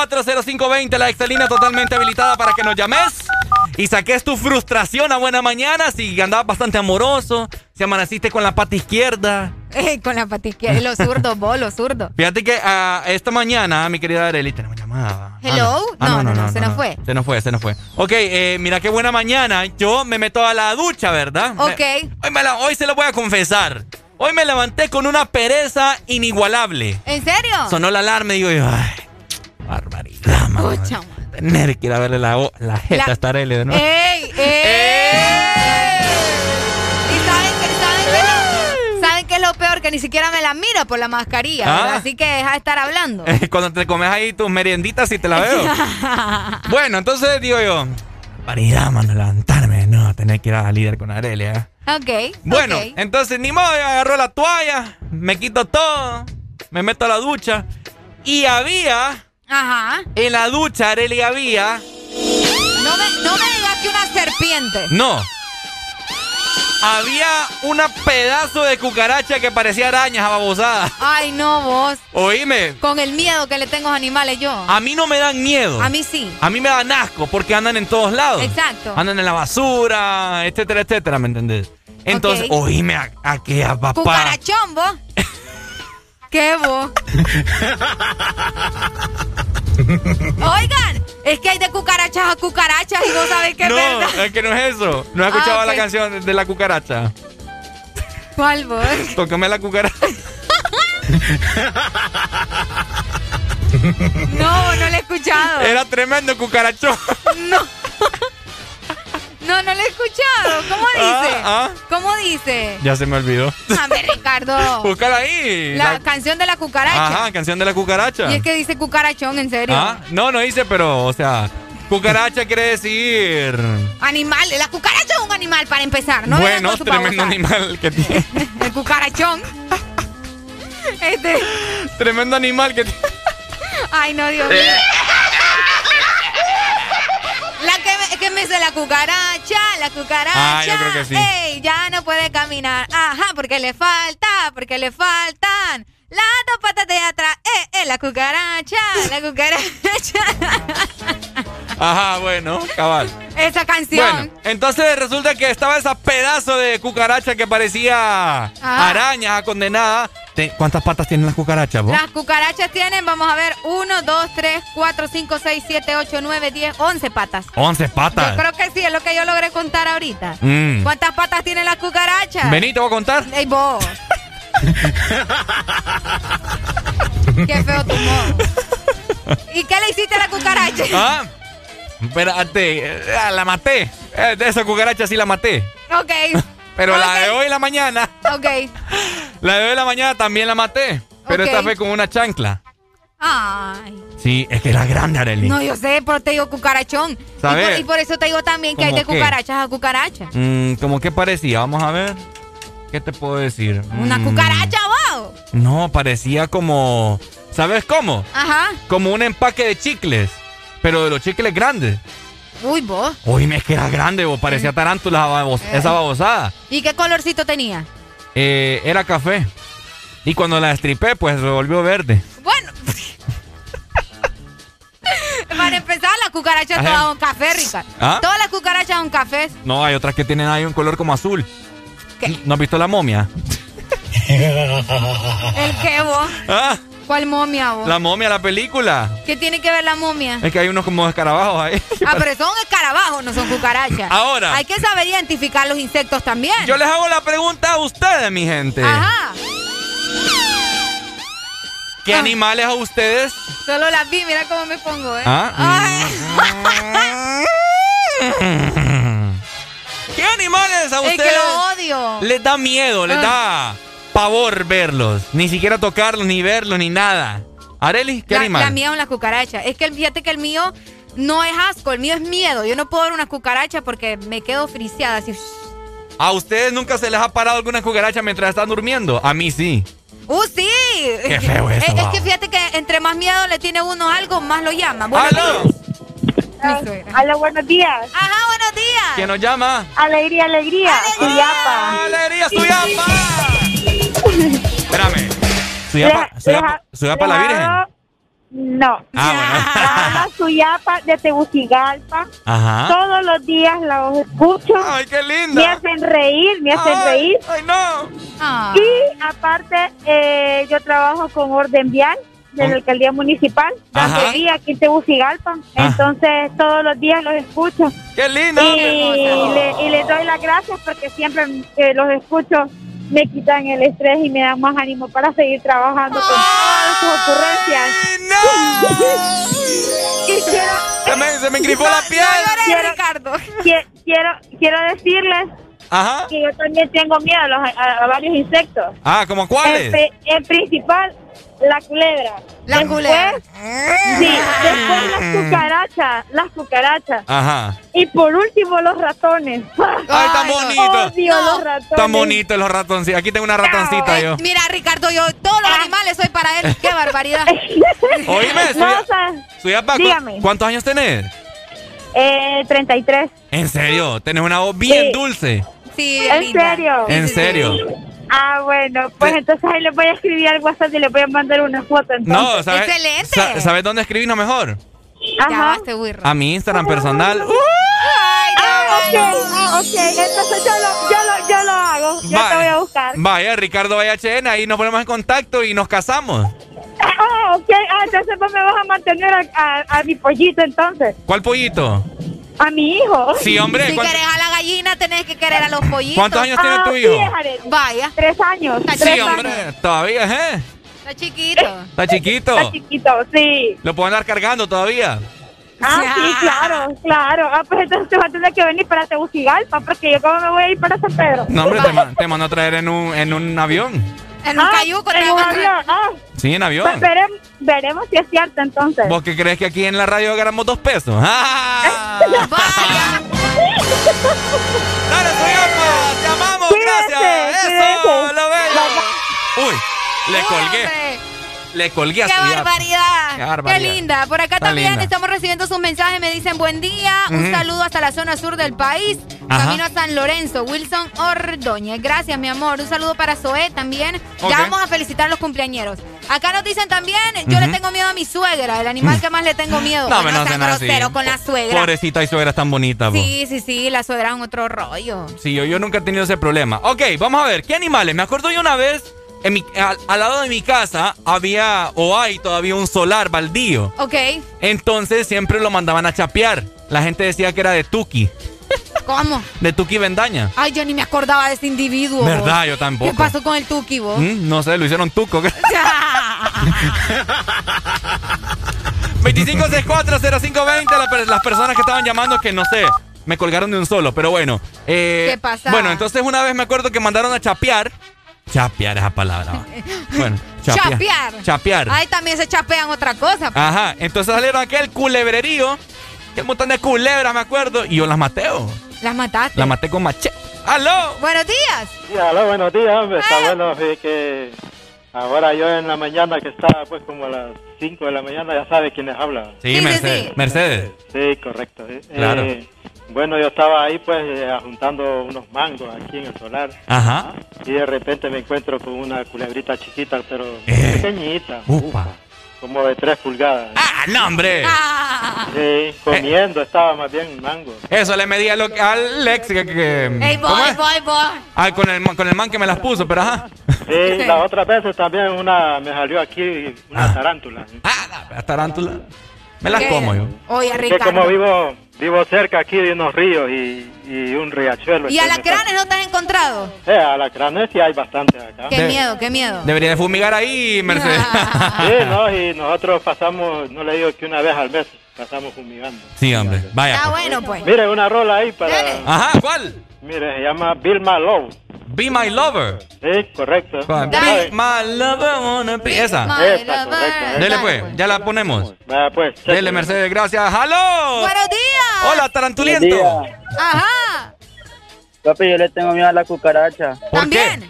S6: 25640520, la excelina totalmente habilitada para que nos llames y saques tu frustración a buena mañana si andabas bastante amoroso, si amaneciste con la pata izquierda.
S7: Eh, <laughs> con la patiquilla. Los zurdos, vos, los zurdos.
S6: Fíjate que ah, esta mañana, mi querida Arely, tenemos llamada.
S7: Hello.
S6: Ah,
S7: no, no, no, se nos fue.
S6: Se nos fue, se nos fue. Ok, eh, mira qué buena mañana. Yo me meto a la ducha, ¿verdad? Me-
S7: Ok.
S6: hoy, me la- hoy se lo voy a confesar. Hoy me levanté con una pereza inigualable.
S7: ¿En serio?
S6: Sonó la alarma y digo yo, ay, barbaridad, mano.
S7: Uy, Oh, chamo.
S6: Tener que <laughs> ir a verle la, o- la jeta
S7: La- eh.
S6: a esta Arely, ¿no? ¡Eh!
S7: ¡Ey! ¡Ey! ¿Y saben qué, saben qué es lo, saben qué es lo peor? Que ni siquiera me la miro por la mascarilla.
S6: ¡Eh! Ah.
S7: ¿verdad? Así que deja de estar hablando.
S6: Cuando te comes ahí tus merienditas y
S7: <laughs>
S6: te <laughs> la veo. bueno, entonces digo yo, barbaridad, mano, levantarme. No, tener que ir a lidiar con Arelia.
S7: ok.
S6: Bueno,
S7: ok.
S6: entonces ni modo, yo agarro la toalla, me quito todo, me meto a la ducha. Y había,
S7: Ajá.
S6: en la ducha, Areli, había.
S7: No me, no me digas que una serpiente.
S6: No. Había una pedazo de cucaracha que parecía araña babosada.
S7: Ay, no, vos.
S6: Oíme,
S7: Con el miedo que le tengo a los animales yo.
S6: a mí no me dan miedo.
S7: A mí sí.
S6: A mí me dan asco porque andan en todos lados.
S7: Exacto.
S6: Andan en la basura, etcétera, etcétera, ¿me entendés? Entonces,
S7: Ok.
S6: oíme a, a que a papá.
S7: Cucarachón, vos.
S6: <laughs>
S7: ¿Qué vos? Oigan, es que hay de cucarachas a cucarachas y vos sabés que
S6: no,
S7: es verdad.
S6: es que no es eso. No he escuchado
S7: Ah,
S6: la
S7: ok.
S6: canción de la cucaracha.
S7: ¿Cuál
S6: <laughs>
S7: vos?
S6: Tócame la cucaracha.
S7: <laughs> No, no la he escuchado.
S6: Era tremendo cucarachón.
S7: No. No, no la he escuchado. ¿Cómo dice?
S6: Ah, ah.
S7: ¿Cómo dice?
S6: Ya se me olvidó.
S7: A
S6: <laughs>
S7: ver, Ricardo.
S6: Búscala ahí.
S7: La, canción de la cucaracha.
S6: Ajá, canción de la cucaracha.
S7: Y es que dice cucarachón, en serio.
S6: Ah, No, no hice, pero, o sea, cucaracha quiere decir.
S7: Animal, la cucaracha es un animal para empezar, ¿no? vengan
S6: bueno,
S7: con su
S6: tremendo
S7: babosada.
S6: animal que tiene. <laughs>
S7: El cucarachón. Este,
S6: tremendo animal que tiene.
S7: ay no, Dios mío. La que me, que me dice la cucaracha, la cucaracha.
S6: Ah, yo creo que sí.
S7: Ey, ya no puede caminar. Ajá, porque le falta, porque le faltan. Las dos patas de atrás. Eh, eh, la cucaracha, la cucaracha. <laughs>
S6: Ajá, bueno, cabal.
S7: Esa canción.
S6: Bueno, entonces resulta que estaba esa pedazo de cucaracha que parecía
S7: Ah.
S6: araña condenada. Te- ¿Cuántas patas tienen las cucarachas, vos?
S7: Las cucarachas tienen, vamos a ver, 1, 2, 3, 4, 5, 6, 7, 8, 9, 10, 11 patas.
S6: Once
S7: Yo
S6: patas.
S7: creo que sí, es lo que yo logré contar ahorita.
S6: Mm.
S7: ¿Cuántas patas tienen las cucarachas?
S6: Vení, te voy a contar.
S7: Ey, vos. Qué feo tu modo. ¿Y qué le hiciste a la cucaracha?
S6: Ah, espérate, eh, la maté. Eh, De esa cucaracha sí la maté.
S7: Ok.
S6: Pero la de hoy en la mañana,
S7: Ok.
S6: la de hoy en la mañana también la maté. Pero
S7: Ok.
S6: esta fue con una chancla.
S7: Ay.
S6: Sí, es que era grande, Arely.
S7: No, yo sé, pero te digo cucarachón. Y por- Y
S6: ¿Sabes?
S7: por, eso te digo también que hay
S6: ¿Cómo
S7: de
S6: qué?
S7: cucarachas a cucarachas.
S6: Mm, ¿Cómo que parecía? Vamos a ver. ¿Qué te puedo decir?
S7: Una
S6: Mm,
S7: cucaracha, wow.
S6: No, parecía como... ¿Sabes cómo?
S7: Ajá.
S6: Como un empaque de chicles. Pero de los chicles grandes.
S7: Uy, vos.
S6: Uy, me es que era grande, vos. Parecía
S7: Mm.
S6: tarántula esa babos-
S7: Eh.
S6: esa babosada.
S7: ¿Y qué colorcito tenía?
S6: Eh, era café. Y cuando la estripé, pues se volvió verde.
S7: Bueno. <laughs> Para empezar, la cucaracha
S6: Ajá.
S7: toda un café, Ricardo.
S6: ¿Ah?
S7: Todas las cucarachas son cafés.
S6: No, hay otras que tienen ahí un color como azul. ¿No has visto
S7: <laughs>
S6: la momia?
S7: ¿El qué, vos?
S6: Ah,
S7: ¿Cuál momia, vos?
S6: la momia, la película.
S7: ¿Qué tiene que ver la
S6: <laughs>
S7: momia?
S6: Es que hay unos como escarabajos ahí.
S7: Ah, pero son escarabajos, no son cucarachas.
S6: Ahora.
S7: Hay que saber identificar los insectos también.
S6: Yo les hago la pregunta a ustedes, mi gente.
S7: Ajá. Ah.
S6: ¿Qué animales a ustedes?
S7: Solo las vi, mira cómo me pongo, ¿eh?
S6: Ah,
S7: Ay.
S6: <laughs> ¿Qué animales a
S7: es
S6: ustedes?
S7: que lo odio.
S6: Les da miedo, les da pavor verlos. Ni siquiera tocarlos, ni verlos, ni nada. Areli, ¿qué
S7: la,
S6: animal?
S7: la mía son las cucarachas. Es que el, fíjate que el mío no es asco, el mío es miedo. Yo no puedo ver una cucaracha porque me quedo friseada así.
S6: ¿A ustedes nunca se les ha parado alguna cucaracha mientras están durmiendo? A mí sí.
S7: ¡Uh, sí!
S6: Qué feo
S7: es,
S6: eso,
S7: es
S6: wow.
S7: que fíjate que entre más miedo le tiene uno a algo, más lo llama. Buenos
S6: ¡Aló!
S7: días.
S40: Hola, buenos días.
S7: Ajá, buenos días.
S6: ¿Quién nos llama?
S40: Alegría, alegría. Suyapa.
S6: ¡Alegría, Suyapa! Espérame.
S40: Deja-
S6: Suyapa, Suyapa,
S40: deja-
S6: ¿Suyapa la Virgen?
S40: No.
S6: Ah,
S40: La habla Suyapa de Tegucigalpa.
S6: Ajá.
S40: Todos los días los escucho.
S6: Ay, qué linda.
S40: Me hacen reír, me hacen
S6: Ay,
S40: reír.
S6: Ay, no.
S40: Y aparte, eh, yo trabajo con Orden Vial de
S6: Con-
S40: la alcaldía municipal,
S6: Oh. Ajá.
S40: donde viví aquí en Tegucigalpa.
S6: Ah.
S40: Entonces, todos los días los escucho.
S6: ¡Qué lindo!
S40: Y, le- y les doy las gracias porque siempre que los escucho me quitan el estrés y me dan más ánimo para seguir trabajando con todas sus ocurrencias. Y quiero-
S6: Se me, se me gripó la piel.
S40: Quiero- quie- Quiero, quiero decirles
S6: Ajá.
S40: que yo también tengo miedo a, los- a- a varios insectos.
S6: Ah, ¿como
S40: El,
S6: cuáles?
S7: Este,
S40: pri- el principal, la culebra.
S7: La culebra. Ah.
S40: Sí, después las cucarachas, las cucarachas.
S6: Ajá.
S40: Y por último, los ratones. <laughs>
S6: ¡Ay, tan bonito!
S40: Odio los ratones.
S6: Tan bonito los ratoncitos. Aquí tengo una ratoncita yo.
S7: Mira, Ricardo, yo todos los animales soy para él. ¡Qué
S40: <laughs>
S7: barbaridad!
S6: Ah. Oíme,
S40: No,
S6: suya-
S40: o sea,
S6: Suyapa, ¿cu-
S40: dígame.
S6: ¿cuántos años tenés?
S40: eh, 33.
S6: En serio, tenés una voz bien dulce.
S7: Sí,
S40: ¿En serio?
S6: En serio.
S40: Ah, bueno, pues entonces ahí les voy a escribir al WhatsApp y les voy a mandar una foto. Entonces.
S6: No, ¿sabes? sa- ¿Sabes dónde escribirnos mejor?
S40: Ajá.
S7: este
S6: A mi Instagram personal.
S40: Ah, ok, ok, entonces yo lo, yo lo, yo lo hago. Yo
S6: Vaya.
S40: te voy a buscar.
S6: Uh, Vaya, Ricardo Vaya Chena, ahí nos ponemos en contacto y nos casamos.
S40: Ah, ok, ah, entonces vos me vas a mantener a, a- a mi pollito entonces.
S6: ¿Cuál pollito?
S40: A mi hijo.
S6: Sí, hombre,
S7: Si
S6: ¿cuánto-
S7: querés a la gallina, tenés que querer a los pollitos.
S6: ¿Cuántos años tiene Ah, tu sí, hijo? déjale.
S7: Vaya.
S40: Tres años.
S7: Está
S6: Sí,
S7: chiquito.
S6: hombre, todavía, ¿eh?
S7: Está chiquito.
S6: Está chiquito.
S40: Está chiquito, sí.
S6: Lo puedo andar cargando todavía.
S40: Ah, sí, claro, claro. Ah, pues entonces te vas a tener que venir para Tegucigalpa, porque yo cómo me voy a ir para San Pedro.
S6: No, hombre, te, ma- te mando a traer en un, en un avión.
S7: En un cayuco,
S40: Ah, en un avión, ah.
S6: Sí, en
S40: Pues
S6: avión.
S40: veremos, veremos si es cierto entonces.
S6: ¿Vos qué crees que aquí en la radio ganamos dos pesos? ¡Ah! ¡Dale, Suyapa! ¡Te amamos! ¡Gracias! ¡Eso! ¡Lo bello! ¡Uy! Le colgué. Le colgué a
S7: ¡Qué
S6: Suyapa.
S7: barbaridad!
S6: Qué barbaridad.
S7: linda! Por acá
S6: Está
S7: también
S6: linda.
S7: estamos recibiendo sus mensajes. Me dicen buen día. Un
S6: Ujú.
S7: saludo hasta la zona sur del país.
S6: Ajá.
S7: Camino a San Lorenzo. Wilson Ordóñez. Gracias, mi amor. Un saludo para Zoé también.
S6: Ok.
S7: Ya vamos a felicitar a los cumpleañeros. Acá nos dicen también, yo le
S6: Ujú. Mm.
S7: tengo miedo a mi suegra, el animal que más le tengo miedo. Bueno,
S6: No, me no
S7: sean
S6: hacen así.
S7: groseros con la suegra.
S6: Pobrecita y suegra tan bonita, vos.
S7: Sí, sí, sí, la suegra es un otro rollo.
S6: Sí, yo, yo nunca he tenido ese problema. Ok, vamos a ver, ¿qué animales? Me acuerdo yo una vez, en mi- al, al lado de mi casa había o hay todavía un solar baldío.
S7: Ok,
S6: Entonces siempre lo mandaban a chapear. La gente decía que era de Tuki,
S7: ¿cómo?
S6: de Tuki Vendaña.
S7: Ay, yo ni me acordaba de ese individuo. vos.
S6: ¿Verdad? Yo tampoco.
S7: ¿Qué pasó con el Tuki, vos?
S6: Mm, No sé, lo hicieron tuco. <laughs> 25640520, la per- las personas que estaban llamando que no sé, me colgaron de un solo, pero bueno. eh,
S7: ¿Qué pasa?
S6: Bueno, entonces una vez me acuerdo que mandaron a chapear. Chapear esa
S7: <laughs>
S6: palabra. va. Bueno, chapear.
S7: Chapear.
S6: Chapear. Ah.
S7: Ahí también se chapean otra cosa. pues.
S6: Ajá, entonces salieron aquel culebrerío. Que un montón de culebras, me acuerdo. Y yo las mateo.
S7: Las mataste.
S6: Las maté con machete. ¡Aló!
S7: Buenos días.
S28: Sí, aló, buenos días, hombre.
S6: Ah.
S28: Está bueno, fíjate que ahora yo en la mañana, que está pues como a las 5 de la mañana, ya sabe quiénes hablan.
S6: Sí, Mercedes. Mercedes.
S28: Sí, correcto. sí.
S6: Claro.
S28: Eh, bueno, yo estaba ahí pues eh, juntando unos mangos aquí en el solar
S6: Ajá.
S28: y de repente me encuentro con una culebrita chiquita, pero pequeñita,
S6: Eh. Upa.
S28: como de 3 pulgadas.
S6: ¡Ah, no, hombre! Ah.
S28: Sí, comiendo estaba más bien mango.
S6: Eso le medí a lo, al Lex que... que-
S7: Ey,
S6: ¿cómo
S7: boy,
S6: es?
S7: boy, boy.
S6: Ah, con el, man- con el man que me las puso, pero ajá.
S28: Sí, las otras veces también una me salió aquí
S6: Ah.
S28: una tarántula. ¿eh?
S6: Las tarántulas. Me las
S28: ¿Qué?
S6: como yo.
S7: Oye,
S28: Es que
S7: Ricardo.
S28: como vivo, vivo cerca aquí de unos ríos y, y un riachuelo.
S7: ¿Y
S28: entonces-
S7: alacranes no te has encontrado?
S28: Eh, alacranes sí hay bastante acá.
S7: Qué miedo, qué miedo.
S6: Debería de fumigar ahí,
S7: <laughs>
S6: Mercedes.
S28: Sí, no, y nosotros pasamos, no le digo que una vez al mes, pasamos fumigando.
S6: Sí, hombre. Vaya.
S7: Está bueno, pues.
S28: Mire, una rola ahí para...
S6: Ajá, ¿cuál?
S28: Mire, se llama Bill My Love.
S6: Be my lover.
S28: Sí, correcto.
S6: Be
S28: Dale.
S6: my lover. wanna be- Esa.
S28: Esa, correcto. esa.
S6: Dele pues, ya la ponemos.
S28: Va, pues.
S6: Dele, Mercedes, gracias. ¡Halo!
S7: Buenos días.
S6: Hola, tarantuliento.
S7: Ajá.
S10: Papi, yo le tengo miedo a la cucaracha.
S7: ¿También?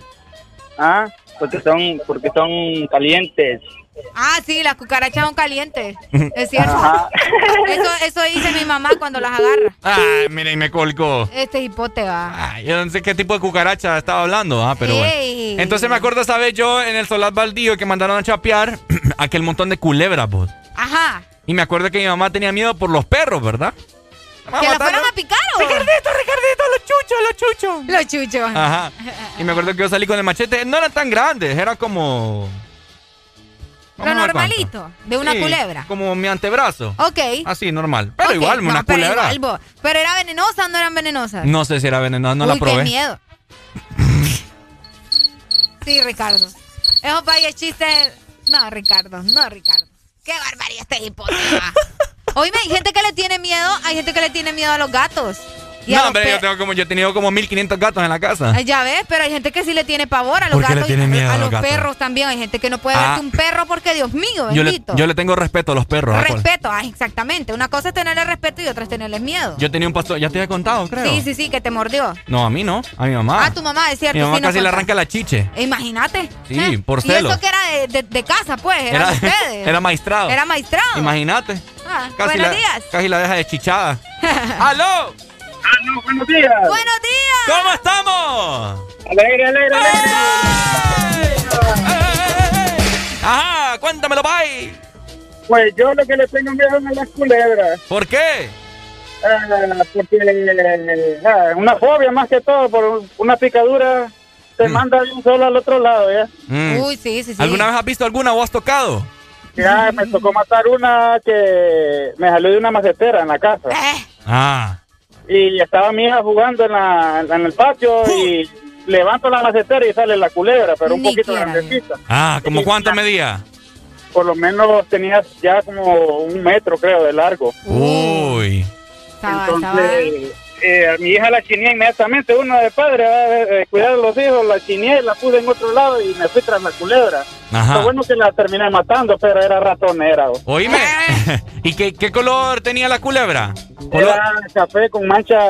S10: Ah, porque son, porque son calientes.
S7: Ah, sí, las cucarachas son
S6: <laughs>
S7: calientes. Es cierto.
S6: Ajá.
S7: Eso, eso dice mi mamá cuando las agarra.
S6: Ay, mire, y Ah, me colgó.
S7: Este hipote va.
S6: Ay, Yo no sé qué tipo de cucaracha estaba hablando, ah, pero bueno.
S7: Ey.
S6: Entonces me acuerdo esa vez yo en el Solar Baldío que mandaron a chapear <clears throat> aquel montón de culebras, vos.
S7: Ajá.
S6: Y me acuerdo que mi mamá tenía miedo por los perros, ¿verdad?
S7: ¿Que la fueron a picar o? Ricardito,
S6: Ricardito, los chuchos, los chuchos.
S7: Los chuchos. <laughs>
S6: Ajá.
S7: Ah,
S6: Y me acuerdo que yo salí con el machete. No eran tan grandes, era como.
S7: Lo
S6: Vamos a ver
S7: normalito, de una
S6: Sí,
S7: culebra.
S6: Como mi antebrazo.
S7: Ok.
S6: Así, normal. Pero
S7: Ok,
S6: igual,
S7: no,
S6: una
S7: pero
S6: culebra.
S7: igual, bo. pero era venenosa, no eran venenosas.
S6: No sé si era venenosa, no
S7: Uy,
S6: la probé.
S7: qué miedo. <laughs> sí, Ricardo. Esos valles chistes. No, Ricardo, no, Ricardo. Qué barbaridad este
S6: <laughs>
S7: hipótema. Oíme, hay gente que le tiene miedo, hay gente que le tiene miedo a los gatos. Y a
S6: No,
S7: los
S6: hombre,
S7: pe-
S6: yo, tengo como, yo he tenido como 1500 gatos en la casa.
S7: Ay, Eh, Ya ves, pero hay gente que sí le tiene pavor a los
S6: Ah. ¿Por qué le
S7: gatos y
S6: tiene
S7: a-
S6: miedo
S7: a,
S6: a
S7: los
S6: los gatos?
S7: perros también. Hay gente que no puede
S6: Ah.
S7: verte un perro porque, Dios mío,
S6: yo, le,
S7: bendito.
S6: yo le pues. tengo respeto a los perros. a cual-
S7: respeto, ah, exactamente. Una cosa es tenerle respeto y otra es tenerle miedo.
S6: Yo tenía un pastor, ya te había contado, creo.
S7: Sí, sí, sí, que te mordió.
S6: No, a mí no, a mi mamá.
S7: Ah, tu mamá, es cierto.
S6: mi mamá
S7: sí, nos
S6: casi le
S7: contaste.
S6: arranca la chiche.
S7: E Imagínate.
S6: Sí,
S7: ¿Eh?
S6: por
S7: Y
S6: celo.
S7: eso que era de, de- de casa, pues, era, de ustedes.
S6: era <laughs> maestrado.
S7: Era maestrado.
S6: Imagínate.
S7: Ah,
S6: Casi
S7: buenos
S6: la,
S7: días.
S6: Casi la deja deschichada. <laughs> ¡Aló! Ah,
S10: ¡Aló, buenos días!
S7: ¡Buenos días!
S6: ¿Cómo estamos?
S10: ¡Alegre, alegre, alegre!
S6: Ajá, cuéntamelo, bye.
S10: Pues yo lo que le tengo miedo es a las culebras.
S6: ¿Por qué?
S10: Ah, porque ah, una fobia más que todo, por una picadura te manda de un solo al otro lado, ¿ya?
S6: Mm.
S7: Uy, sí, sí, sí.
S6: ¿Alguna vez has visto alguna o has tocado?
S10: Ya me tocó matar una que me salió de una macetera en la casa.
S6: Ah.
S10: Y estaba mi hija jugando en, la, en el patio y levanto la macetera y sale la culebra, pero un poquito grandecita.
S6: Ah, ¿como cuánto medía?
S10: Por lo menos tenía ya como un metro, creo, de largo.
S6: Uy.
S10: Entonces, eh, a mi hija la chiné inmediatamente, uno de padre, va a cuidar a los hijos, la chiné, la puse en otro lado y me fui tras la culebra.
S6: Ajá.
S10: Lo bueno que la terminé matando, pero era ratonera. o.
S6: Oíme. <laughs> ¿Y qué, qué color tenía la culebra? Color-
S10: Era café con manchas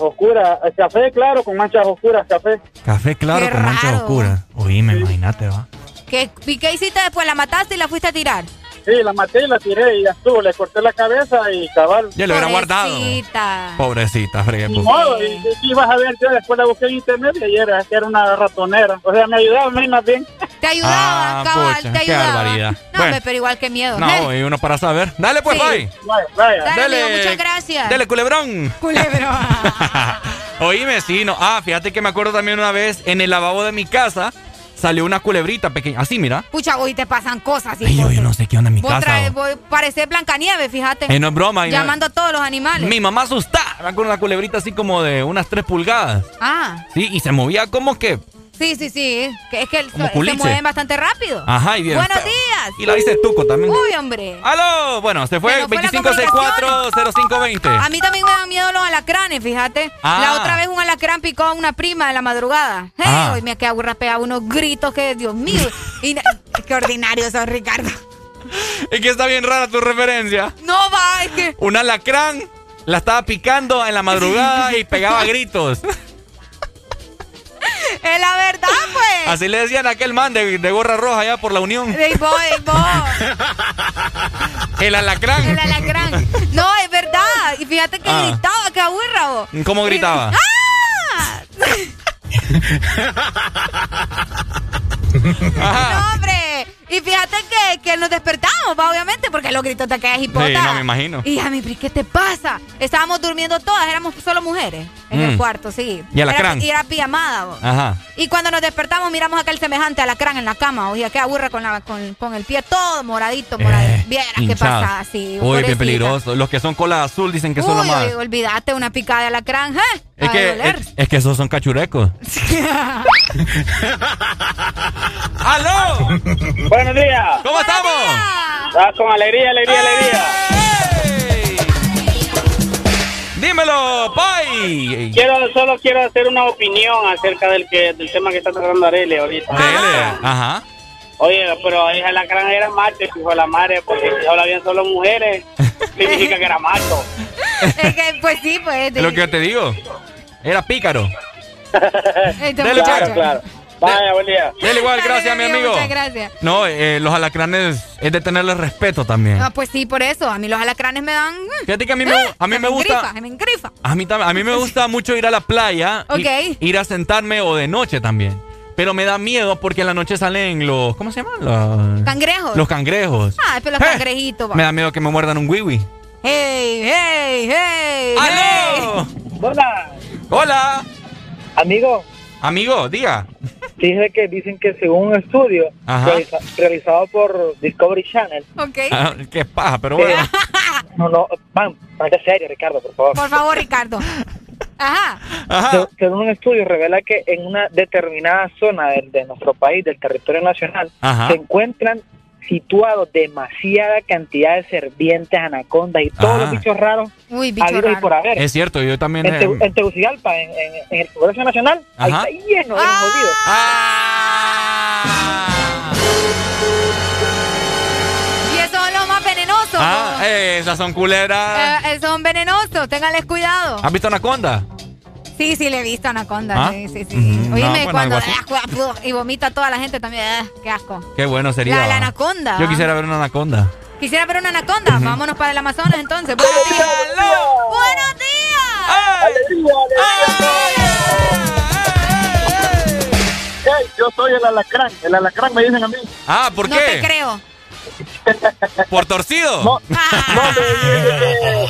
S10: oscuras, eh, café claro con manchas oscuras, café.
S6: Café claro con manchas oscuras. Oíme, imagínate, va.
S7: ¿Qué, ¿Y qué hiciste después? ¿La mataste y la fuiste a tirar?
S10: Sí, la maté y la tiré y ya estuvo, le corté la cabeza y cabal.
S6: Ya lo hubiera guardado.
S7: Pobrecita.
S6: Pobrecita, fregué.
S10: Ni
S6: pues.
S10: modo, y, y- y vas a ver, yo después la busqué en internet y ayer era, que era una ratonera. O sea, me ayudaba a mí más bien.
S7: Te ayudaba,
S6: Ah,
S7: cabal,
S6: pucha,
S7: te
S6: qué
S7: ayudaba.
S6: barbaridad.
S7: No,
S6: Bueno.
S7: hombre, pero igual qué miedo. ¿eh?
S6: No, y uno para saber. Dale pues,
S7: Sí.
S6: bye.
S7: Dale,
S6: Dale.
S7: amigo, muchas gracias. <laughs>
S6: Dale, culebrón.
S7: Culebro.
S6: <laughs> Oíme, sí, no. Ah, fíjate que me acuerdo también una vez en el lavabo de mi casa salió una culebrita pequeña. Así, mira.
S7: Pucha, hoy te pasan cosas. hijo.
S6: Yo no sé qué onda en mi
S7: vos
S6: casa.
S7: traes,
S6: vos.
S7: vos parecés Blancanieve, fíjate.
S6: Eh, no es broma, y no-
S7: Llamando a todos los animales.
S6: Mi mamá asustada con una culebrita así como de unas 3 pulgadas.
S7: Ah,
S6: Sí, y se movía como que.
S7: sí, sí, sí. Que Es que el-
S6: Como
S7: se
S6: culiche.
S7: mueven bastante rápido.
S6: Ajá, y bien
S7: Buenos
S6: feo.
S7: días.
S6: Y la dices tuco también.
S7: Uy, hombre.
S6: ¡Aló! Bueno, se
S7: Se
S6: fue
S7: nos fue la
S6: 2564-0520.
S7: A mí también me dan miedo los alacranes, fíjate.
S6: Este. Ah.
S7: La otra vez un alacrán picó a una prima de la madrugada. Hey,
S6: Ah.
S7: Hoy me quedé aburra pegaba unos gritos que, Dios mío. y, qué ordinario sos, Ricardo.
S6: Es que está bien rara tu referencia.
S7: No va, es que.
S6: Un alacrán la estaba picando en la madrugada
S7: <laughs>
S6: y pegaba gritos.
S7: Es la verdad, pues.
S6: Así le decían a aquel man de, de gorra roja allá por la Unión.
S7: Ey, vos, ey, vos,
S6: El alacrán.
S7: el alacrán. No, es verdad. Y fíjate que
S6: Ah.
S7: gritaba, que aburra, vos.
S6: ¿Cómo gritaba?
S7: ¡Ah! No, hombre. Y fíjate que, que nos despertamos, va, obviamente, porque los gritos te quedas hipota.
S6: Sí, no me imagino.
S7: Y a mí, pero ¿qué te pasa? Estábamos durmiendo todas, éramos solo mujeres en el
S6: Mm.
S7: cuarto, sí.
S6: Y
S7: Era-
S6: alacrán.
S7: Y era pijamada, vos.
S6: Ajá.
S7: Y cuando nos despertamos, miramos aquel semejante alacrán en la cama. Oye, qué aburre con, la, con, con el pie todo moradito, moradito. Vieras qué
S6: Eh, Hinchado.
S7: pasa así.
S6: Uy,
S7: pobrecita.
S6: bien peligroso. Los que son cola azul dicen que son los
S7: Uy,
S6: más.
S7: uy, olvídate, una picada de alacrán. ¿eh?
S6: Es
S7: Ha de
S6: que,
S7: doler.
S6: es, es que esos son cachurecos.
S7: <laughs>
S6: <laughs>
S10: <laughs>
S6: ¡Aló!
S10: Buenos días.
S6: ¿Cómo estamos?
S10: Ah, con alegría, alegría, alegría.
S6: Dímelo, Pai.
S10: Quiero, solo quiero hacer una opinión acerca del que del tema que está tratando Arely ahorita. Ah.
S6: Ajá.
S10: Oye, pero hija, la gran era macho, hijo de la madre, porque si solo habían solo mujeres, <laughs> significa que era macho.
S7: <laughs> Es que, pues sí, pues.
S6: Es lo que yo te digo. Era pícaro.
S7: <laughs> Este
S6: Dale,
S7: muchacho.
S6: pues.
S10: Vaya, buen día.
S6: Dale igual, gracias, mi amigo.
S7: Muchas gracias.
S6: No, eh, los alacranes es de tenerle respeto también.
S7: Ah, pues sí, por eso. A mí los alacranes me dan.
S6: Fíjate que a mí me- a mí me gusta-
S7: Engrifa, se me engrifa.
S6: A mí, tam- a mí me gusta mucho ir a la playa. y-
S7: Ok.
S6: ir a sentarme o de noche también. Pero me da miedo porque en la noche salen los. ¿Cómo se llaman? Los
S7: Cangrejos.
S6: Los cangrejos.
S7: Ah, pero los
S6: Eh,
S7: cangrejitos. va.
S6: Me da miedo que me muerdan un wiwi.
S7: ¡Hey, hey, hey!
S6: ¡Aló!
S30: Hola.
S6: Hola.
S30: Amigo.
S6: Amigo, diga.
S30: Dice que dicen que según un estudio
S6: Ajá.
S30: realiza- realizado por Discovery Channel.
S7: Ok.
S6: Ah, <laughs> qué paja, pero bueno.
S30: <laughs> No, no, man, ponte serio, Ricardo, por favor.
S7: Por favor, Ricardo. Ajá.
S30: Se- Según un estudio revela que en una determinada zona del- de, nuestro país, del territorio nacional,
S6: Ajá.
S30: se encuentran situados demasiada cantidad de serpientes, anacondas y todos
S6: Ah.
S30: los bichos raros
S7: Uy,
S30: bichos y por haber.
S6: Es cierto, yo también.
S30: en,
S6: eh,
S30: Tegu- en Tegucigalpa, en, en- en el Congreso Nacional, ahí
S6: Ajá. Ah.
S30: está lleno de
S7: Ah.
S30: los jodidos.
S7: Y esos son los más venenosos.
S6: ah,
S7: ¿no?
S6: eh, esas son culeras.
S7: Eh, esos son venenosos. Ténganles cuidado.
S6: ¿Has visto anaconda?
S7: Sí, sí, le he visto anaconda.
S6: ¿Ah?
S7: Sí, sí, sí.
S6: Mm, no,
S7: Oíme,
S6: bueno,
S7: cuando.
S6: algo así.
S7: Y vomita toda la gente también. ah, ¡Qué asco!
S6: Qué bueno sería.
S7: La, la
S6: ¿va?
S7: anaconda.
S6: Yo quisiera ver una anaconda.
S7: Quisiera ver una anaconda. Vámonos para el Amazonas entonces. ¡Buenos días! ¡Buenos días!
S5: Hey, yo soy el alacrán. El alacrán me dicen a mí.
S6: Ah, ¿por
S7: No te
S6: <laughs>
S7: creo.
S6: ¿Por torcido?
S5: No, no, me, eh,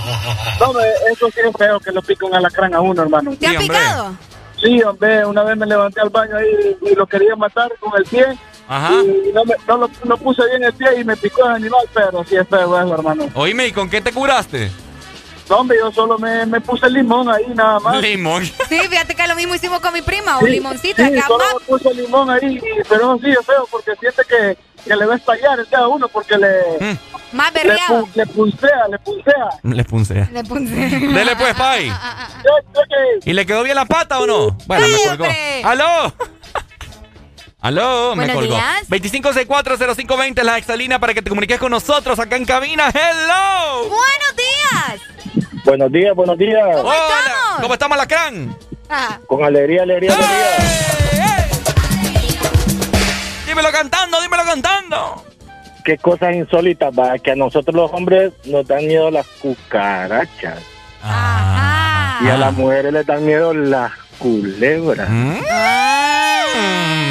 S5: no me- eso sí es feo que lo pica un alacrán a uno, hermano.
S7: ¿Te han picado?
S5: Sí, hombre, una vez me levanté al baño ahí y lo quería matar con el pie.
S6: Ajá.
S5: Y no, me, no lo no puse bien el pie y me picó el animal, pero sí es feo eso, hermano.
S6: Oíme, ¿y con qué te curaste?
S5: No, hombre, yo solo me, me puse limón ahí nada más.
S6: Limón.
S7: Sí, fíjate que lo mismo hicimos con mi prima, un
S5: Sí,
S7: limoncito.
S5: sí,
S7: que
S5: solo
S7: ama-
S5: me puse limón ahí, pero eso sí es feo porque siente que, que le va a estallar el dedo a uno porque le...
S6: Mm.
S7: Más
S5: le
S7: berreado.
S5: pu- Le puntea, le puntea.
S6: Le punce.
S7: Le puse.
S6: Dele pues, Pai.
S7: Ah,
S6: ¿Y le quedó bien la pata o no? Bueno, me colgó.
S7: hombre.
S6: ¡Aló! ¡Aló! Me
S7: Buenos
S6: colgó.
S7: días.
S6: 25640520 la exalina para que te comuniques con nosotros acá en cabina. ¡Hello!
S7: ¡Buenos
S6: <laughs>
S7: días!
S27: Buenos días, buenos días.
S6: Hola. ¿Cómo ¡Ah! estamos, Lacrán?
S7: Ah,
S27: Con alegría, alegría, alegría.
S6: Dímelo cantando, dímelo cantando.
S27: Qué cosas insólitas, va, que a nosotros los hombres nos dan miedo las cucarachas. Y a las
S6: Ah.
S27: mujeres les dan miedo las culebras.
S6: Mm. Ah.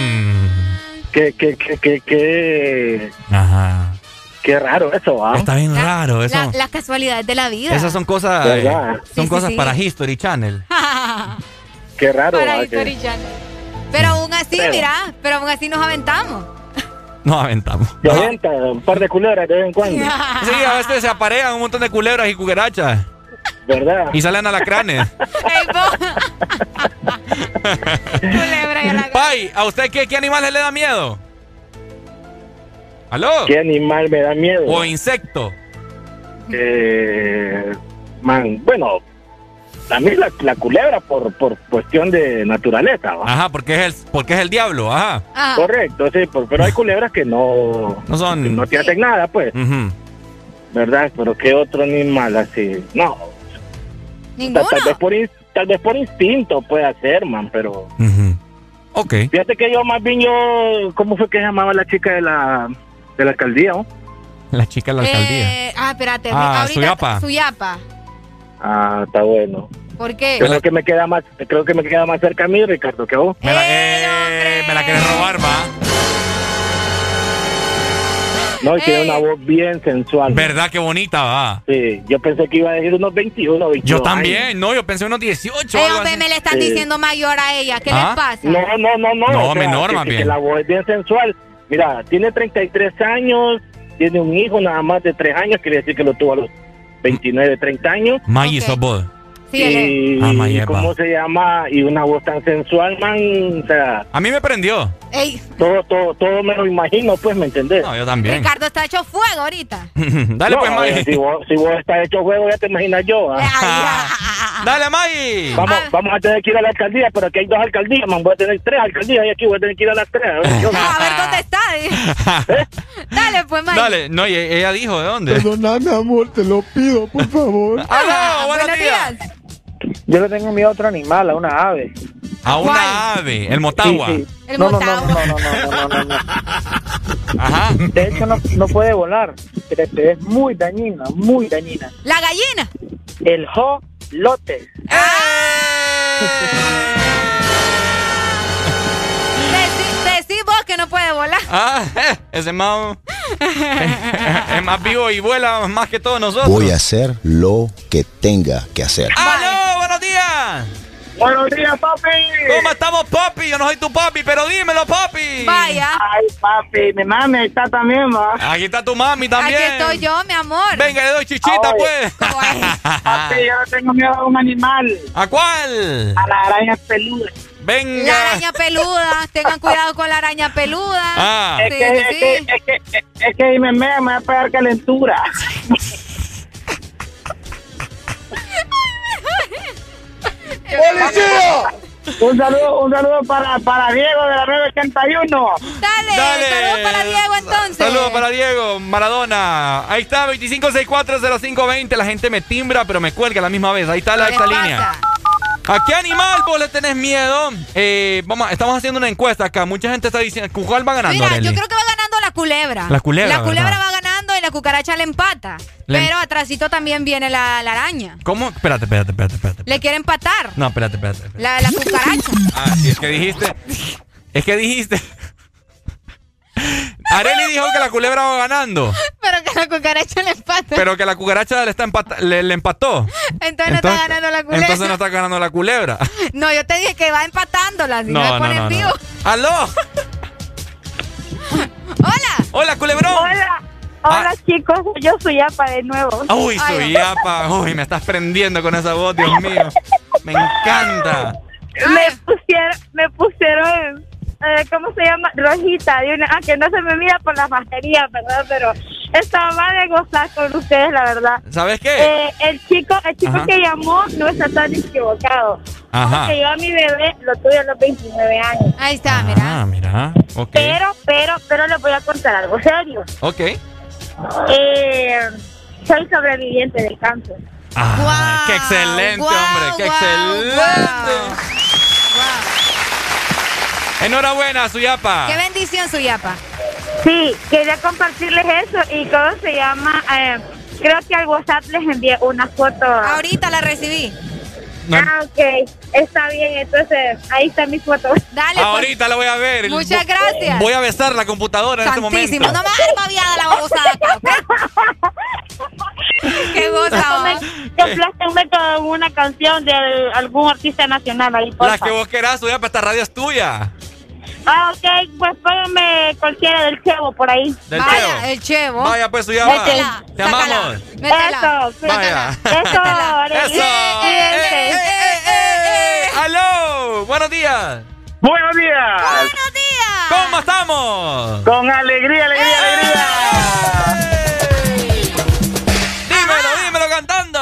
S27: Qué, qué, qué, qué, qué.
S6: Ajá. Eh,
S27: Qué raro eso, ¿ah? va.
S6: Está bien raro eso.
S7: la- las casualidades de la vida. <laughs>
S6: Esas son cosas, eh,
S27: ¿Verdad?
S6: son
S7: Sí, sí,
S6: cosas
S7: sí.
S6: para History Channel.
S27: Qué raro, ah,
S7: Para History Channel. Pero aún así,
S27: Pero-
S7: mira, pero aún así nos aventamos.
S6: Nos aventamos.
S27: Te avienta un par de culebras de vez en cuando.
S6: Sí, a veces se aparean un montón de culebras y cucarachas.
S27: ¿Verdad?
S6: Y salen
S7: <laughs>
S6: alacranes.
S7: Ey, po-
S6: Pai, ¿a usted qué, qué animales le da miedo? ¿Aló?
S27: ¿Qué animal me da miedo?
S6: ¿O insecto?
S27: Eh, man, bueno, a mí la, la culebra por, por cuestión de naturaleza, ¿va?
S6: Ajá, porque es el, porque es el diablo, ajá.
S27: Correcto, sí, por- pero hay culebras que no,
S6: No son-
S27: que no te hacen nada, pues, ¿verdad? Pero qué otro animal así, no, ta-
S7: Ninguno.
S27: tal, vez por in- tal vez por instinto puede hacer, man, pero...
S6: Ok.
S27: Fíjate que yo más bien yo, ¿cómo fue que se llamaba la chica de la, de la alcaldía? no?
S6: La chica de la alcaldía.
S7: Eh, ah, espérate.
S27: Ah,
S7: ahorita
S27: Suyapa.
S7: Suyapa.
S27: Ah, está bueno.
S7: ¿Por qué? Eh,
S27: Creo que me queda más, creo que me queda más cerca a mí, Ricardo, que a vos.
S6: Me la, eh, me la querés robar, va.
S27: No, y
S7: Eh.
S27: tiene una voz bien sensual.
S6: ¿Verdad? Qué bonita, va.
S27: Sí, yo pensé que iba a decir unos 21, 22
S6: Yo también, no, yo pensé unos 18.
S7: Ey,
S6: algo
S7: hombre,
S6: así.
S7: me le están diciendo mayor a ella. ¿Qué
S6: ¿Ah?
S7: les pasa?
S27: No, no, no, no.
S6: No,
S27: o sea,
S6: menor,
S27: que-
S6: más
S27: que
S6: bien.
S27: la voz es bien sensual. Mira, tiene 33 años, tiene un hijo nada más de 3 años, quiere decir que lo tuvo a los 29, 30 años.
S6: Maggie, sos vos.
S7: Sí,
S27: y,
S6: Ah, Mayepa.
S27: ¿Cómo se llama? Y una voz tan sensual, man. O sea,
S6: A mí me prendió.
S7: Ey,
S27: todo, todo, todo me lo imagino, pues, ¿me entendés?
S6: No, yo también. <laughs>
S7: Ricardo está hecho fuego ahorita.
S6: Dale,
S27: No,
S6: pues,
S27: a ver,
S6: Maggie.
S27: Si vos, si vos estás hecho juego, ya te imaginas yo. ¿ah?
S6: Dale, Maggie.
S27: Vamos,
S7: Ah.
S27: vamos a tener que ir a la alcaldía, pero aquí hay dos alcaldías, man. Voy a tener tres alcaldías y aquí voy a tener que ir a las tres. A ver, yo-
S6: <laughs>
S7: ¿Dónde está? <laughs> Dale, pues, Mike.
S6: Ah. Dale, no, y- ella dijo, <laughs> ¿de dónde?
S41: Perdóname, amor, te lo pido, por favor.
S7: Ah, buenos, días.
S30: Yo le tengo miedo a otro animal, a una ave.
S6: A una
S30: ¿Cuál?
S6: ave, el motagua.
S30: Sí, sí.
S7: El
S11: no, no,
S7: motao.
S11: no, no, no, no, no, no, no. De hecho, no, no puede volar. Crece, es muy dañina, muy dañina.
S7: La gallina.
S11: El jolote.
S7: Decí, decí vos que no puede volar.
S6: Ah, <laughs> eh, ese mao <laughs> es más vivo y vuela más que todos nosotros.
S31: Voy a hacer lo que tenga que hacer.
S6: ¡Aló! ¡Buenos días!
S30: ¡Buenos días, papi!
S6: ¿Cómo estamos, papi? Yo no soy tu papi, pero dímelo, papi.
S30: Ay, papi, mi mami está también, ma.
S6: Aquí está tu mami también.
S7: Aquí estoy yo, mi amor.
S6: Venga, le doy chichita,
S30: Ah,
S7: <laughs>
S6: pues.
S30: Papi, yo le tengo miedo a un animal.
S6: ¿A cuál?
S30: A la araña peluda.
S6: Venga.
S7: La araña peluda. Tengan cuidado con la araña peluda.
S6: Ah.
S7: Sí,
S30: Es que,
S7: sí,
S30: es que,
S7: sí.
S30: es que, es que si me mea, me va a pegar calentura. Un saludo, un saludo para, para Diego de la 981.
S7: Dale,
S6: Dale.
S7: Eh, saludos para Diego entonces.
S6: Saludos para Diego, Maradona. Ahí está, 25640520. La gente me timbra, pero me cuelga a la misma vez. Ahí está la
S7: ¿Qué
S6: alta
S7: pasa?
S6: línea. ¿A qué animal vos le tenés miedo? Eh, vamos, a- estamos haciendo una encuesta acá. Mucha gente está diciendo, ¿cuál va ganando,
S7: Mira,
S6: Arely?
S7: yo creo que va ganando la culebra.
S6: La culebra,
S7: La culebra
S6: ¿verdad?
S7: va ganando y la cucaracha le empata.
S6: Le- em-
S7: Pero atrásito también viene la, la araña.
S6: ¿Cómo? Espérate, espérate, espérate, espérate.
S7: Le quiere empatar.
S6: No, espérate, espérate. espérate.
S7: La, la
S6: <laughs>
S7: cucaracha.
S6: Ah, sí, es que dijiste. Es que dijiste. Areli dijo que la culebra va ganando,
S7: Pero que la cucaracha le empata.
S6: pero que la cucaracha le, está empata- le, le empató.
S7: entonces no está ganando la culebra.
S6: Entonces no está ganando la culebra.
S7: No, yo te dije que va empatándola. Si no, me ponen vivo.
S6: ¡Aló!
S7: ¡Hola!
S6: ¡Hola, culebrón! Ah.
S40: Hola, hola chicos, yo soy Apa de nuevo.
S6: ¡Uy, soy yapa! ¡Uy, me estás prendiendo con esa voz, Dios mío! ¡Me encanta!
S40: Me pusieron, me pusieron, eh, ¿cómo se llama? Rojita, de una, ah, que no se me mira por la mascarilla, ¿verdad? Pero estaba mal de gozar con ustedes, la verdad.
S6: ¿Sabes qué?
S40: Eh, el chico, el chico
S6: Ajá.
S40: que llamó no está tan equivocado.
S6: Ajá.
S40: Porque yo a mi bebé lo tuve a los 29 años.
S7: Ahí está,
S6: Ah, mira. Ok.
S40: Pero, pero, pero les voy a contar algo serio.
S6: Ok.
S40: Eh, soy sobreviviente del cáncer.
S6: Ah, ¡Qué excelente, hombre! ¡Qué excelente! Enhorabuena, Suyapa.
S40: Qué
S7: bendición, Suyapa.
S40: Sí, quería compartirles eso y cómo se llama. Eh, creo que al WhatsApp les envié una foto.
S7: Ahorita la recibí.
S6: No-
S40: Ah, ok. Está bien, entonces ahí está mi foto.
S7: Dale. pues.
S6: Ahorita la voy a ver.
S7: Muchas
S6: Vo-
S7: gracias.
S6: Voy a besar la computadora en este momento.
S7: Santísimo. No más arma viada la babosada acá, ¿ok?
S40: <laughs>
S7: Qué goza, ¿va?
S40: Complácenme con una canción de algún artista nacional ahí,
S6: La
S40: porfa.
S6: que vos querás, Suyapa, esta radio es tuya.
S40: Ah, ok, pues póngame cualquiera del Chevo por ahí.
S6: Del Vaya,
S7: El chevo.
S6: Vaya, pues, Suyapa.
S40: Métela,
S6: Te
S40: sácala.
S6: amamos.
S7: Métela.
S40: Eso,
S6: Vaya.
S40: Eso,
S6: Eso. Eh, eh, eh, eh, eh. ¡Aló! ¡Buenos días!
S30: ¡Buenos días! ¡Buenos
S7: días!
S6: ¿Cómo estamos?
S30: Con alegría, alegría,
S6: Eh.
S30: alegría.
S6: ¡Dímelo, dímelo cantando!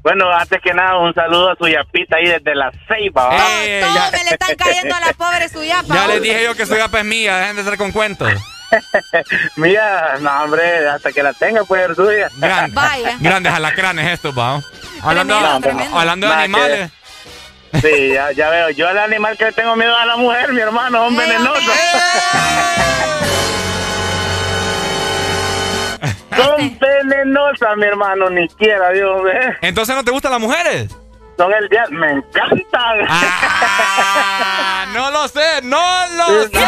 S30: Bueno, antes que nada, un saludo a su yapita ahí desde la Ceiba. ¿va?
S6: Eh, ya,
S7: Me le están cayendo a la pobre Suyapa.
S6: ya les dije yo que Suyapa es mía, dejen de estar con cuentos.
S30: <laughs> Mira, no, hombre, hasta que la tenga pues, puede ser tuya.
S6: Grande.
S7: Vaya.
S6: Grandes alacranes estos, vamos. Hablando,
S30: Tremendo, tremendo.
S6: hablando de
S30: Nada
S6: animales.
S30: Sí, ya, ya veo. Yo el animal que le tengo miedo es a la mujer, mi hermano, son venenosos. <laughs> son venenosas, mi hermano, ni quiera, Dios ve.
S6: Entonces no te gustan las mujeres.
S30: Son el día, me encantan.
S6: Ah, no lo sé, no lo sé.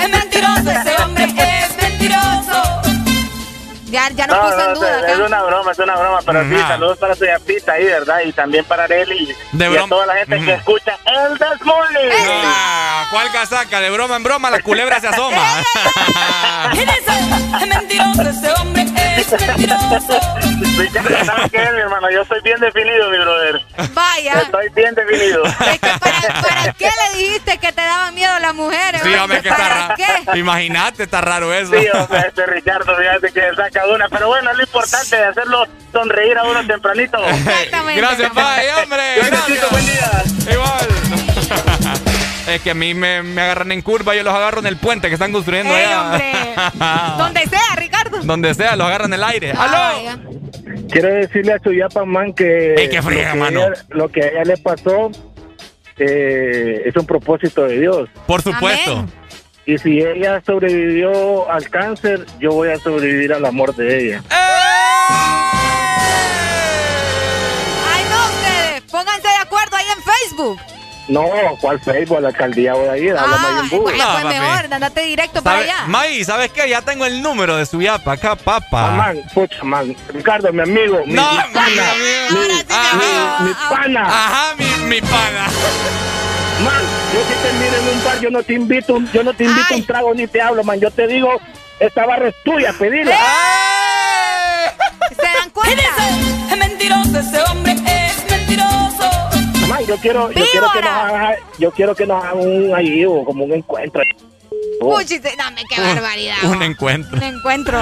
S7: Es mentiroso ese hombre, es mentiroso. Ya, ya no, puso en duda.
S30: es una broma, es una broma, pero sí,
S6: Ajá.
S30: saludos para su yapita ahí, ¿verdad? Y también para Areli y,
S6: De
S30: y a
S6: broma.
S30: toda la gente que
S6: Ujú.
S30: escucha El Desmorning.
S6: Ah, ¿Cuál casaca? De broma en broma, la culebra
S7: <laughs>
S6: se asoma.
S9: Es mentiroso ese
S7: <laughs>
S9: hombre, es mentiroso.
S30: ¿Sabes qué, mi hermano? Yo soy bien definido, mi brother.
S7: Vaya,
S30: Estoy bien definido.
S7: ¿para qué le dijiste que te daban miedo las mujeres?
S6: Sí,
S7: vaya?
S6: hombre, que está
S7: ¿Para
S6: raro.
S7: qué?
S6: Imagínate, está raro eso.
S30: Sí, o sea, este Ricardo, fíjate que saca una. Pero bueno, lo importante es hacerlo sonreír a uno tempranito.
S7: Exactamente.
S6: Gracias, Pai, hombre. Gracias. Igual. Es que a mí me, me agarran en curva, yo los agarro en el puente que están construyendo
S7: Ey,
S6: allá. <laughs>
S7: Donde sea, Ricardo.
S6: Donde sea, los agarran en el aire.
S7: Ah,
S6: ¡Aló!
S7: Vaya.
S27: Quiero decirle a su Yapaman que,
S6: Ey, qué friega,
S27: lo, que
S6: mano.
S27: ella- lo que a ella le pasó eh, es un propósito de Dios.
S6: Por supuesto.
S27: Y si ella sobrevivió al cáncer, yo voy a sobrevivir al amor de ella.
S7: ¡Ay, no ustedes! Pónganse de acuerdo ahí en Facebook.
S27: No, ¿cuál Facebook? A la alcaldía voy a ir, a la
S7: Ah,
S27: Mayimbu.
S7: pues,
S6: No,
S7: pues
S6: papi.
S7: mejor, andate directo para
S6: ¿Sabe-
S7: allá.
S6: May, ¿sabes qué? Ya tengo el número de su yapa acá, papá.
S27: Amán, pucha, man. Ricardo, mi amigo, mi,
S6: No,
S27: mi
S6: mi
S7: <laughs>
S6: Ah,
S27: pana,
S6: amigo.
S27: mi, mi- mi
S7: Ah,
S27: pana.
S6: Ajá, mi, mi pana.
S27: Man, yo si te miro en un bar, yo no te invito, un- yo no te invito un trago ni te hablo, man. Yo te digo, esta barra es tuya, pedila.
S7: ¡Eh, ¿Se dan cuenta?
S29: Es mentiroso ese hombre, es mentiroso.
S27: Man, yo quiero, yo quiero que nos haga, yo quiero que nos haga un ahí, o como un encuentro.
S7: Puchis, dame, qué barbaridad.
S6: Un encuentro.
S7: Me encuentro.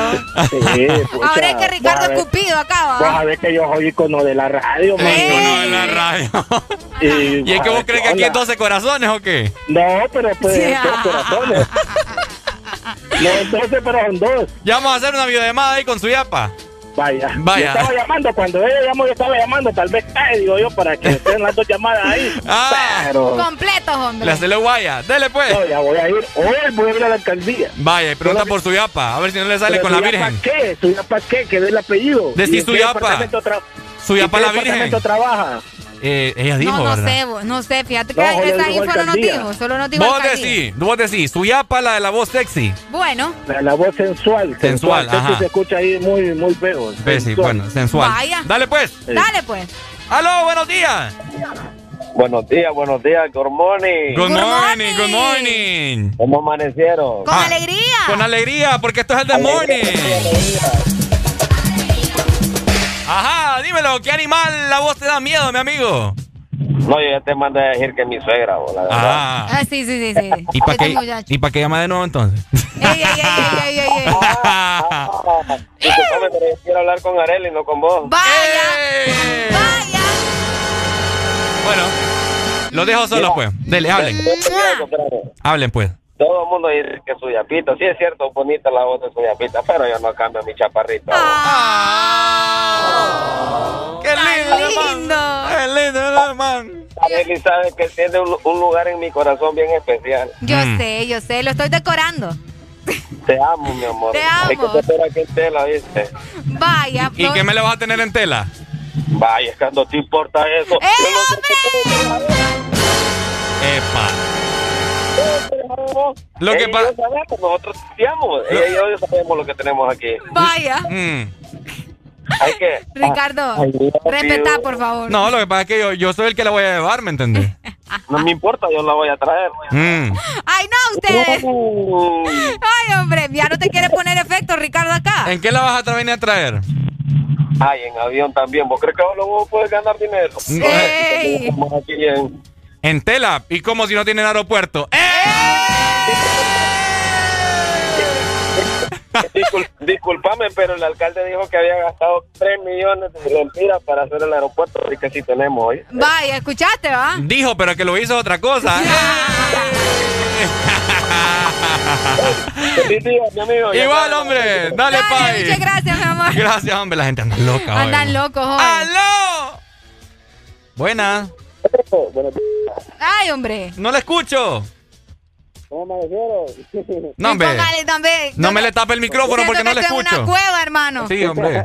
S27: Sí,
S6: <laughs>
S27: pucha,
S7: Ahora es que
S27: vas a
S7: Ricardo
S27: ver-
S7: es Cupido acá, ¿va?
S27: Vas Pues, a ver que yo soy icono de la radio, man.
S6: Icono de la radio. <laughs> ¿Y es que vos crees que aquí es 12 corazones o qué?
S27: No, pero pues,
S6: Ya.
S27: dos corazones. No, 12, pero son dos.
S6: Ya vamos a hacer una videollamada ahí con su yapa.
S27: Vaya. Yo
S6: Vaya.
S27: estaba llamando, cuando ella llamó, yo estaba llamando, tal vez cae, digo yo, para que estén las dos llamadas
S6: <laughs>
S27: ahí. Pero
S7: Completos, hombre.
S6: Le hace guaya. Ah. Dele pues.
S27: No, ya voy a ir. Hoy voy a ir a la alcaldía.
S6: Vaya, y pregunta por su yapa. A ver si no le sale
S27: Pero
S6: con la
S27: su yapa
S6: virgen.
S27: ¿Qué? ¿Su yapa qué? ¿Qué es el apellido?
S6: Decí
S27: ¿Y en
S6: su
S27: qué
S6: yapa.
S27: departamento tra-
S6: Su
S27: en
S6: yapa
S27: qué
S6: la virgen.
S27: departamento trabaja?
S6: Eh, ella dijo,
S7: no, no
S6: ¿verdad?
S7: sé, vos, no sé, fíjate que
S27: No,
S7: esa
S27: yo
S7: esa
S27: digo
S7: info no nos
S27: alcaldía.
S7: dijo, solo nos dijo
S6: Vos
S7: alcaldía.
S6: decís, vos decís. Su yapa, la de la voz sexy.
S7: Bueno,
S27: La, la voz sensual.
S6: Sensual,
S27: Eso
S6: ajá.
S27: se escucha ahí muy, muy feo.
S6: Ve, sí, bueno, sensual.
S7: Vaya.
S6: Dale pues.
S7: dale pues.
S6: Aló, buenos días.
S42: Buenos días, buenos días, good morning.
S6: Good morning, good morning. Ah,
S42: ¿Cómo amanecieron?
S7: Con alegría.
S6: Con alegría, porque esto es el The Morning. Ajá, dímelo, ¿qué animal la voz te da miedo, mi amigo?
S42: No, yo ya te mandé a decir que mi suegra, bo, la verdad.
S6: Ah.
S7: Ah, sí, sí, sí, sí.
S6: <laughs> ¿Y para
S7: Este
S6: qué,
S7: muchacho.
S6: ¿Y pa' qué llama de nuevo entonces?
S7: Ey, ey, ey, ey, ey, ey, ey.
S42: <laughs> Y que sabe, pero yo quiero hablar con Arely, no con vos.
S6: Bueno, lo dejo solo pues. Dele, hablen.
S7: Ah.
S6: Hablen pues.
S42: Todo el mundo dice que su yapita, sí es cierto, bonita la voz de su yapita, pero yo no cambio mi chaparrito.
S6: ¡Ah! ¡Qué lindo! ¡Qué lindo, hermano!
S42: Arely sabe que tiene un, un lugar en mi corazón bien especial.
S7: Yo sé, yo sé, lo estoy decorando.
S42: Te amo, mi amor.
S7: Te
S42: Hay
S7: amo.
S42: que esperar que te la viste.
S7: Vaya,
S6: ¿Y
S7: no-
S6: qué me le vas a tener en tela?
S42: Vaya, es que no te importa eso.
S7: ¡Eh, hombre!
S6: Epa.
S42: Lo que pasa. Nosotros sabemos,
S6: Lo-
S42: ella y yo sabemos lo que tenemos aquí.
S7: Vaya.
S42: Hay que. Ah.
S7: Ricardo,
S42: Ay, Dios
S7: respetá,
S42: mío.
S7: por favor.
S6: No, lo que pasa es que yo, yo soy el que la voy a llevar, ¿me entendés?
S42: No me importa, yo la voy a traer.
S6: Mm.
S7: Ay, no, ustedes. Ay, hombre, ya no te quiere poner efecto, Ricardo, acá.
S6: ¿En qué la vas a tra- venir a traer?
S42: Ay, en avión también. ¿Vos crees que ahora vos puedes ganar dinero?
S6: Sí.
S7: Eh,
S42: Estamos aquí en-
S6: En tela. ¿Y como si no tienen aeropuerto? ¡Eh!
S42: Discul- disculpame, pero el alcalde dijo que había gastado 3 millones de lempiras para hacer el aeropuerto, así que sí tenemos hoy.
S7: Vaya, escuchaste, ¿va?
S6: Dijo, pero que lo hizo otra cosa. Eh. <laughs>
S42: Feliz día, mi amigo. Ya
S6: Igual,
S42: saben,
S6: hombre. Dale,
S7: Dale, muchas
S6: pay.
S7: gracias, mi amor.
S6: <laughs> Gracias, hombre. La gente anda loca. hoy.
S7: Andan locos, joven.
S6: ¡Aló! Buena.
S7: Ay, hombre.
S6: No la escucho. <laughs> No, hombre.
S7: Póngale también.
S6: No me le tape el micrófono
S7: Siento
S6: porque no
S7: que
S6: le
S7: estoy en
S6: escucho.
S7: una cueva, hermano.
S6: Sí, hombre.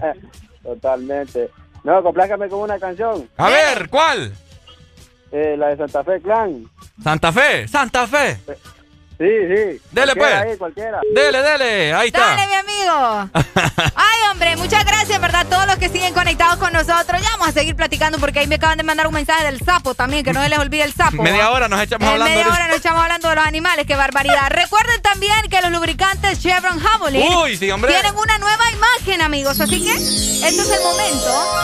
S43: Totalmente. No, complácame con una canción.
S6: A ver, ¿cuál?
S43: Eh, la de Santa Fe Clan.
S6: Santa Fe. Santa Fe.
S43: Sí, sí. Cualquiera
S6: Dele, pues.
S43: ahí, cualquiera.
S6: Dele, dele. Ahí está.
S7: Dale, mi
S6: <laughs>
S7: amigo. Ay, hombre, muchas gracias, ¿verdad? Todos los que siguen conectados con nosotros. Ya vamos a seguir platicando porque ahí me acaban de mandar un mensaje del sapo también, que no se les olvide el sapo.
S6: Media
S7: ¿va?
S6: hora nos echamos
S7: En
S6: hablando.
S7: media
S6: ahorita.
S7: hora nos estamos hablando de los animales, qué
S6: <laughs>
S7: barbaridad. Recuerden también que los lubricantes Chevron Havoline
S6: Uy, sí, hombre.
S7: tienen una nueva imagen, amigos. Así que este es el momento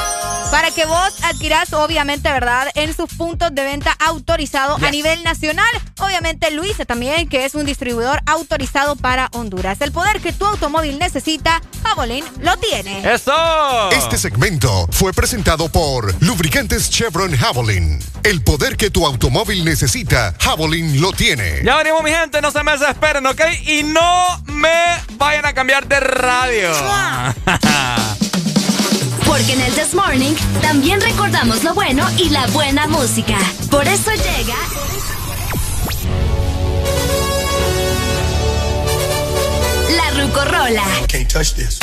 S7: para que vos adquirás, obviamente, ¿verdad?, en sus puntos de venta autorizados a nivel nacional. Obviamente, Luis también, que es un distribuidor autorizado para Honduras. El poder que tu automóvil necesita, Havoline lo tiene.
S6: Eh. ¡Eso!
S36: Este segmento fue presentado por Lubricantes Chevron Javelin. El poder que tu automóvil necesita, Javelin lo tiene.
S6: Ya venimos, mi gente, no se me desesperen, ¿ok? Y <laughs> no me vayan a cambiar de radio.
S21: Por Porque en el This Morning también recordamos lo bueno y la buena música. Por eso llega. La Rucorola.
S25: Can't touch this.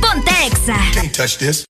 S21: Ponte Exa.
S25: Can't touch this.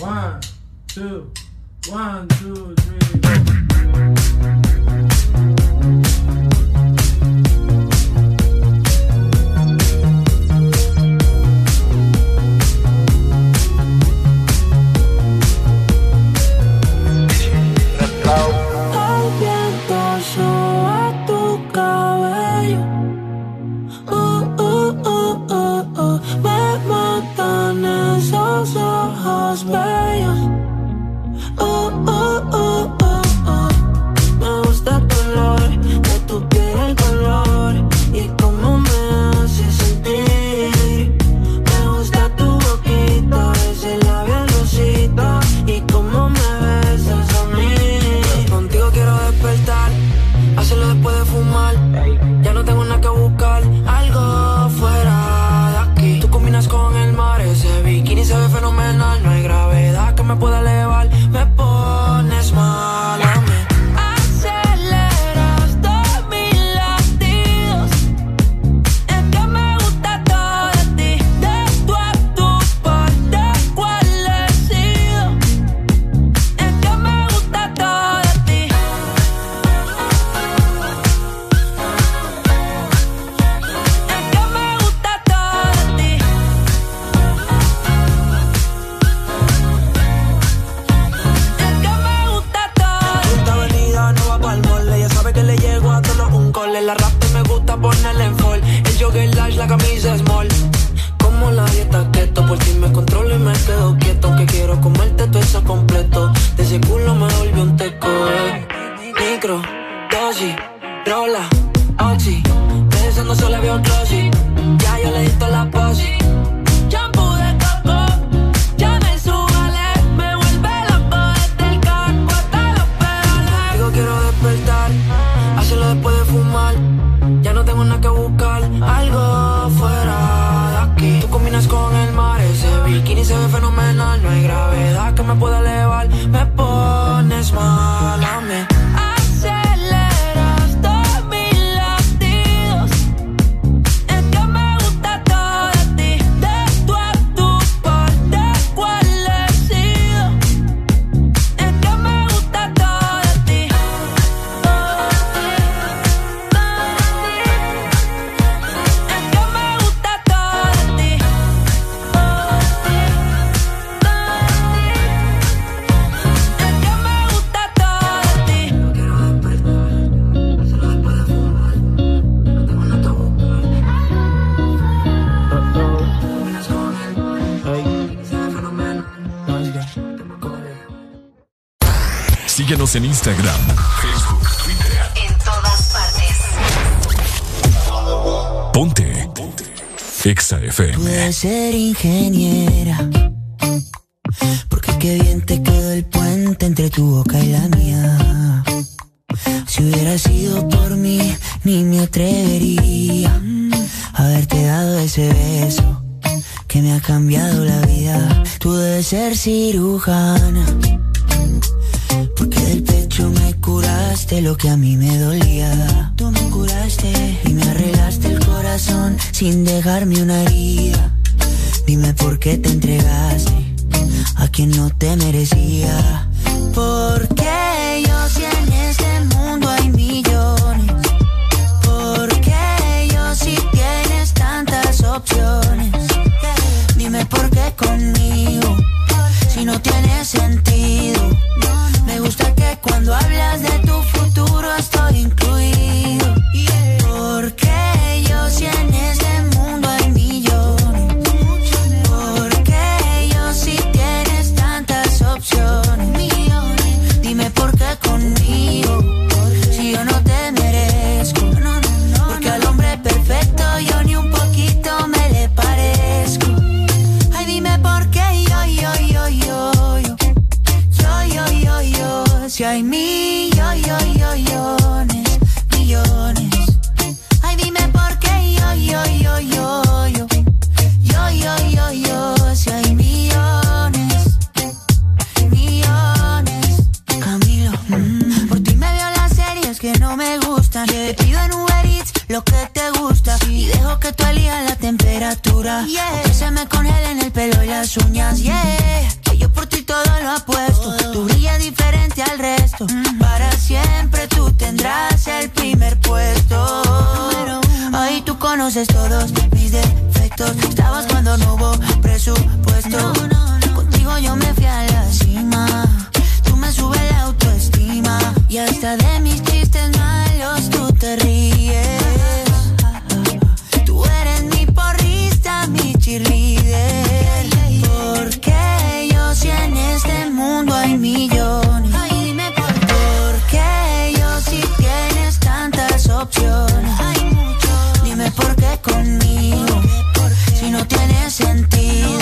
S30: One, two, one, two, three.
S9: El viento sube tu cabello. Uh, uh, uh, uh, uh. Me matan esos ojos bellos. Uh, uh, uh, uh, uh. Me gusta el color de tu piel, el color y cómo me hace sentir. Me gusta tu boquita, ese labial rosita y cómo me besas a mí. Contigo quiero despertar, hacerlo después de fumar. Ya no tengo nada que buscar, algo fuera de aquí. Tú combinas con el mar, ese bikini se ve fenomenal. No hay gravedad que me pueda elevar, me pones mal a mí. Aceleras todos mis latidos. Es que me gusta todo de ti, de tu a tu parte, cuál he sido. Es que me gusta todo de ti. Es que me gusta todo de ti. Es que me gusta todo.
S25: Esta avenida no va pa'l mall. Ella sabe que le llego a todos un cole. La rap me gusta ponerla en fall. El jogger lash, la camisa small. Como la dieta keto, por ti me controlo y me quedo quieto. Aunque quiero comerte todo eso completo. De ese culo me volvió un teco. eh. Micro, dosis, rola, oxi. Pensando solo había un closet. Ya yo le di toda la posi.
S9: Champú de coco, ya me subale, me vuelve loco desde el caco hasta los pedales.
S25: Digo quiero despertar, hacerlo después de fumar. Ya no tengo nada que buscar, algo fuera de aquí. Tú combinas con el mar, ese bikini se ve fenomenal. No hay gravedad que me pueda elevar, me pones mal a mí.
S9: Aceleras todos mis latidos. Es que me gusta todo de ti, de tu a tu parte, cuál he sido. Es que me gusta todo de ti. Es que me gusta todo de ti. Es que me gusta todo de ti.
S2: Síguenos en Instagram, Facebook,
S21: En todas partes.
S2: ponte. XFM.
S35: Pude ser ingeniera. Porque qué bien te quedó el puente entre tu boca y la mía. Si hubiera sido por mí, ni me atrevería a haberte dado ese beso que me ha cambiado la vida. Tú debes ser cirujana. Porque del pecho me curaste lo que a mí me dolía. Tú me curaste y me arreglaste el corazón sin dejarme una herida. Dime por qué te entregaste a quien no te merecía. Porque yo si en este mundo hay millones. Porque yo si tienes tantas opciones. Dime por qué conmigo si no tiene sentido. Me gusta que cuando hablas de tu futuro estoy incluido. Porque yo si en este mundo hay millones. Porque yo si tienes tantas opciones. Dime por qué conmigo. Si yo no te merezco. Porque al hombre perfecto yo ni un poquito me le parezco. Ay, dime por qué yo, yo, yo, yo, yo, yo, yo, yo, yo, si hay millones, millones, millones. Ay, dime por mm, puesto. Para siempre tú tendrás el primer puesto. Ahí tú conoces todos mis defectos. Estabas cuando no hubo presupuesto. Contigo yo me fui a la cima. Tú me subes la autoestima. Y hasta de mis chistes malos tú te ríes. Tú eres mi porrista, mi cheerleader. Porque yo si en este mundo hay millones. Ay, dime por qué. Porque yo si tienes tantas opciones. Hay muchos. Dime por qué conmigo. Si no tiene sentido.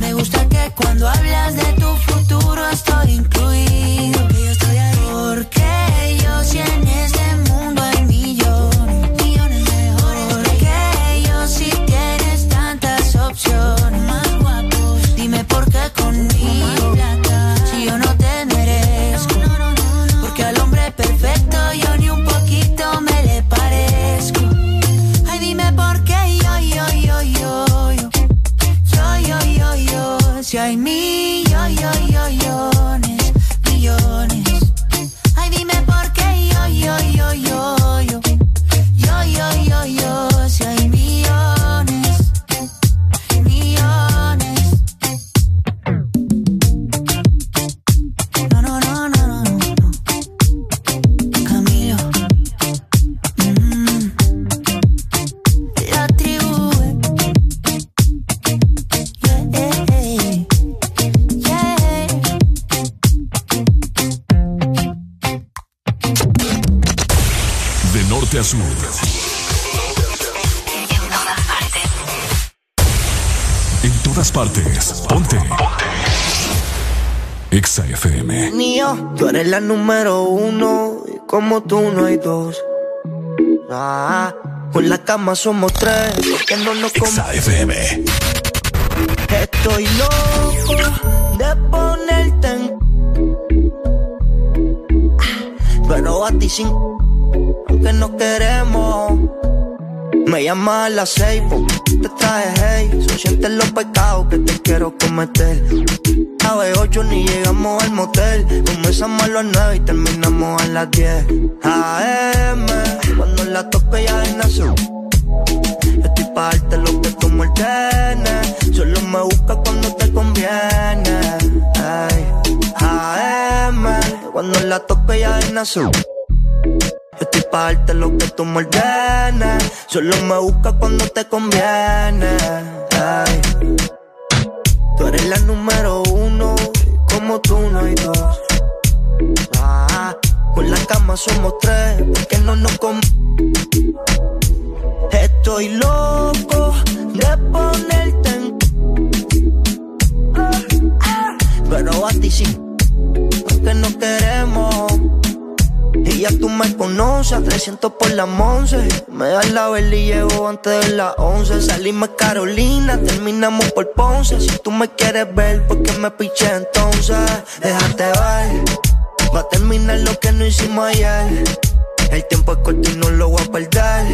S35: Me gusta que cuando hablas de tu futuro estoy incluido. Que yo estoy ahí. Porque yo si en este mundo hay millones. Millones mejores. Porque yo si tienes tantas opciones. Más guapo. Dime por qué conmigo. Si yo no te merezco. Porque al hombre perfecto yo ni un poquito me le parezco. Ay, dime por qué yo, yo, yo, yo, yo. Yo, yo, yo, yo, si hay millones, yo, yo, millones, millones. Ay, dime por qué yo, yo, yo, yo, yo. Yo, yo, yo, yo, si hay millones, millones. No, no, no, no, no, no. Camilo. Mm. La tribu. eh, Yeah. Yeah.
S2: De norte a sur. En todas partes. Ponte. Exa FM.
S39: Mío, tú eres la número uno y como tú no hay dos. Ah, por la cama somos tres, que no nos
S2: Exa FM.
S39: Estoy loco de ponerte en. Pero a ti sin. Aunque no queremos. Me llama a las seis, po, te traje hey. Son siete los pecados que te quiero cometer. A las ocho ni llegamos al motel. Comenzamos a las nueve y terminamos a las diez. AM, cuando la toco ya es azul. Estoy pa' darte lo que tú me ordenes. Solo me busca cuando te conviene. Ay, AM, cuando la toco ya es azul. Estoy pa' darte lo que tú me ordenes. Solo me busca cuando te conviene. Ay. Tú eres la número uno, y como tú no hay dos. Ah, con la cama somos tres, porque no nos com Estoy loco de ponerte en. Pero a ti sí, porque no queremos. Y ya tú me conoces, 300 por las 11. Me das la vela y llevo antes de las 11. Salimos a Carolina, terminamos por Ponce. Si tú me quieres ver, ¿por qué me piché entonces? Déjate ver, va a terminar lo que no hicimos ayer. El tiempo es corto y no lo voy a perder.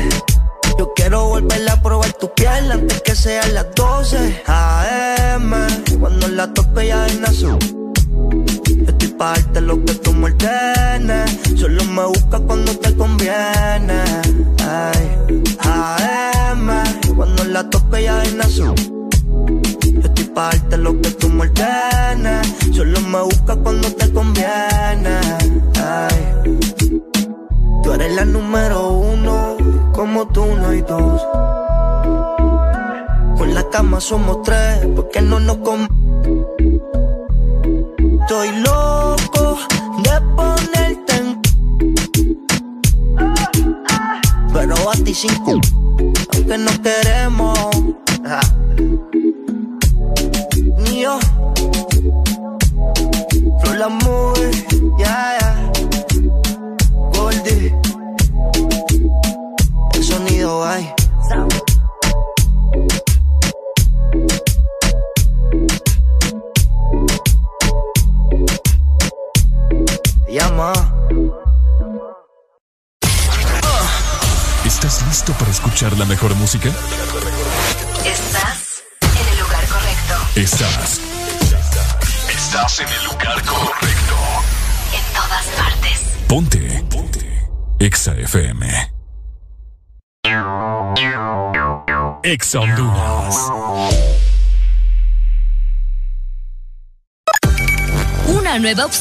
S39: Yo quiero volver a probar tu piel antes que sean las 12 AM. Cuando la toque ya es azul. Estoy pa' darte lo que tú me ordenes. Solo me busca cuando te conviene. Ay, AM. Cuando la toque ya es azul. Estoy pa' darte lo que tú me ordenes. Solo me busca cuando te conviene. Ay, tú eres la número uno. Como tú no hay dos. Con la cama somos tres. Porque no nos com Estoy loco de ponerte en. Pero a ti sin cu, aunque no queremos. Ah. Ni yo. Flor la movie, yeah, yeah. Goldie. El sonido hay. Llama.
S2: ¿Estás listo para escuchar la mejor música?
S29: Estás en el lugar correcto.
S2: Estás. Estás en el lugar correcto.
S29: En todas
S2: Ponte. Ponte. Exa FM. Exa Honduras.
S21: Una nueva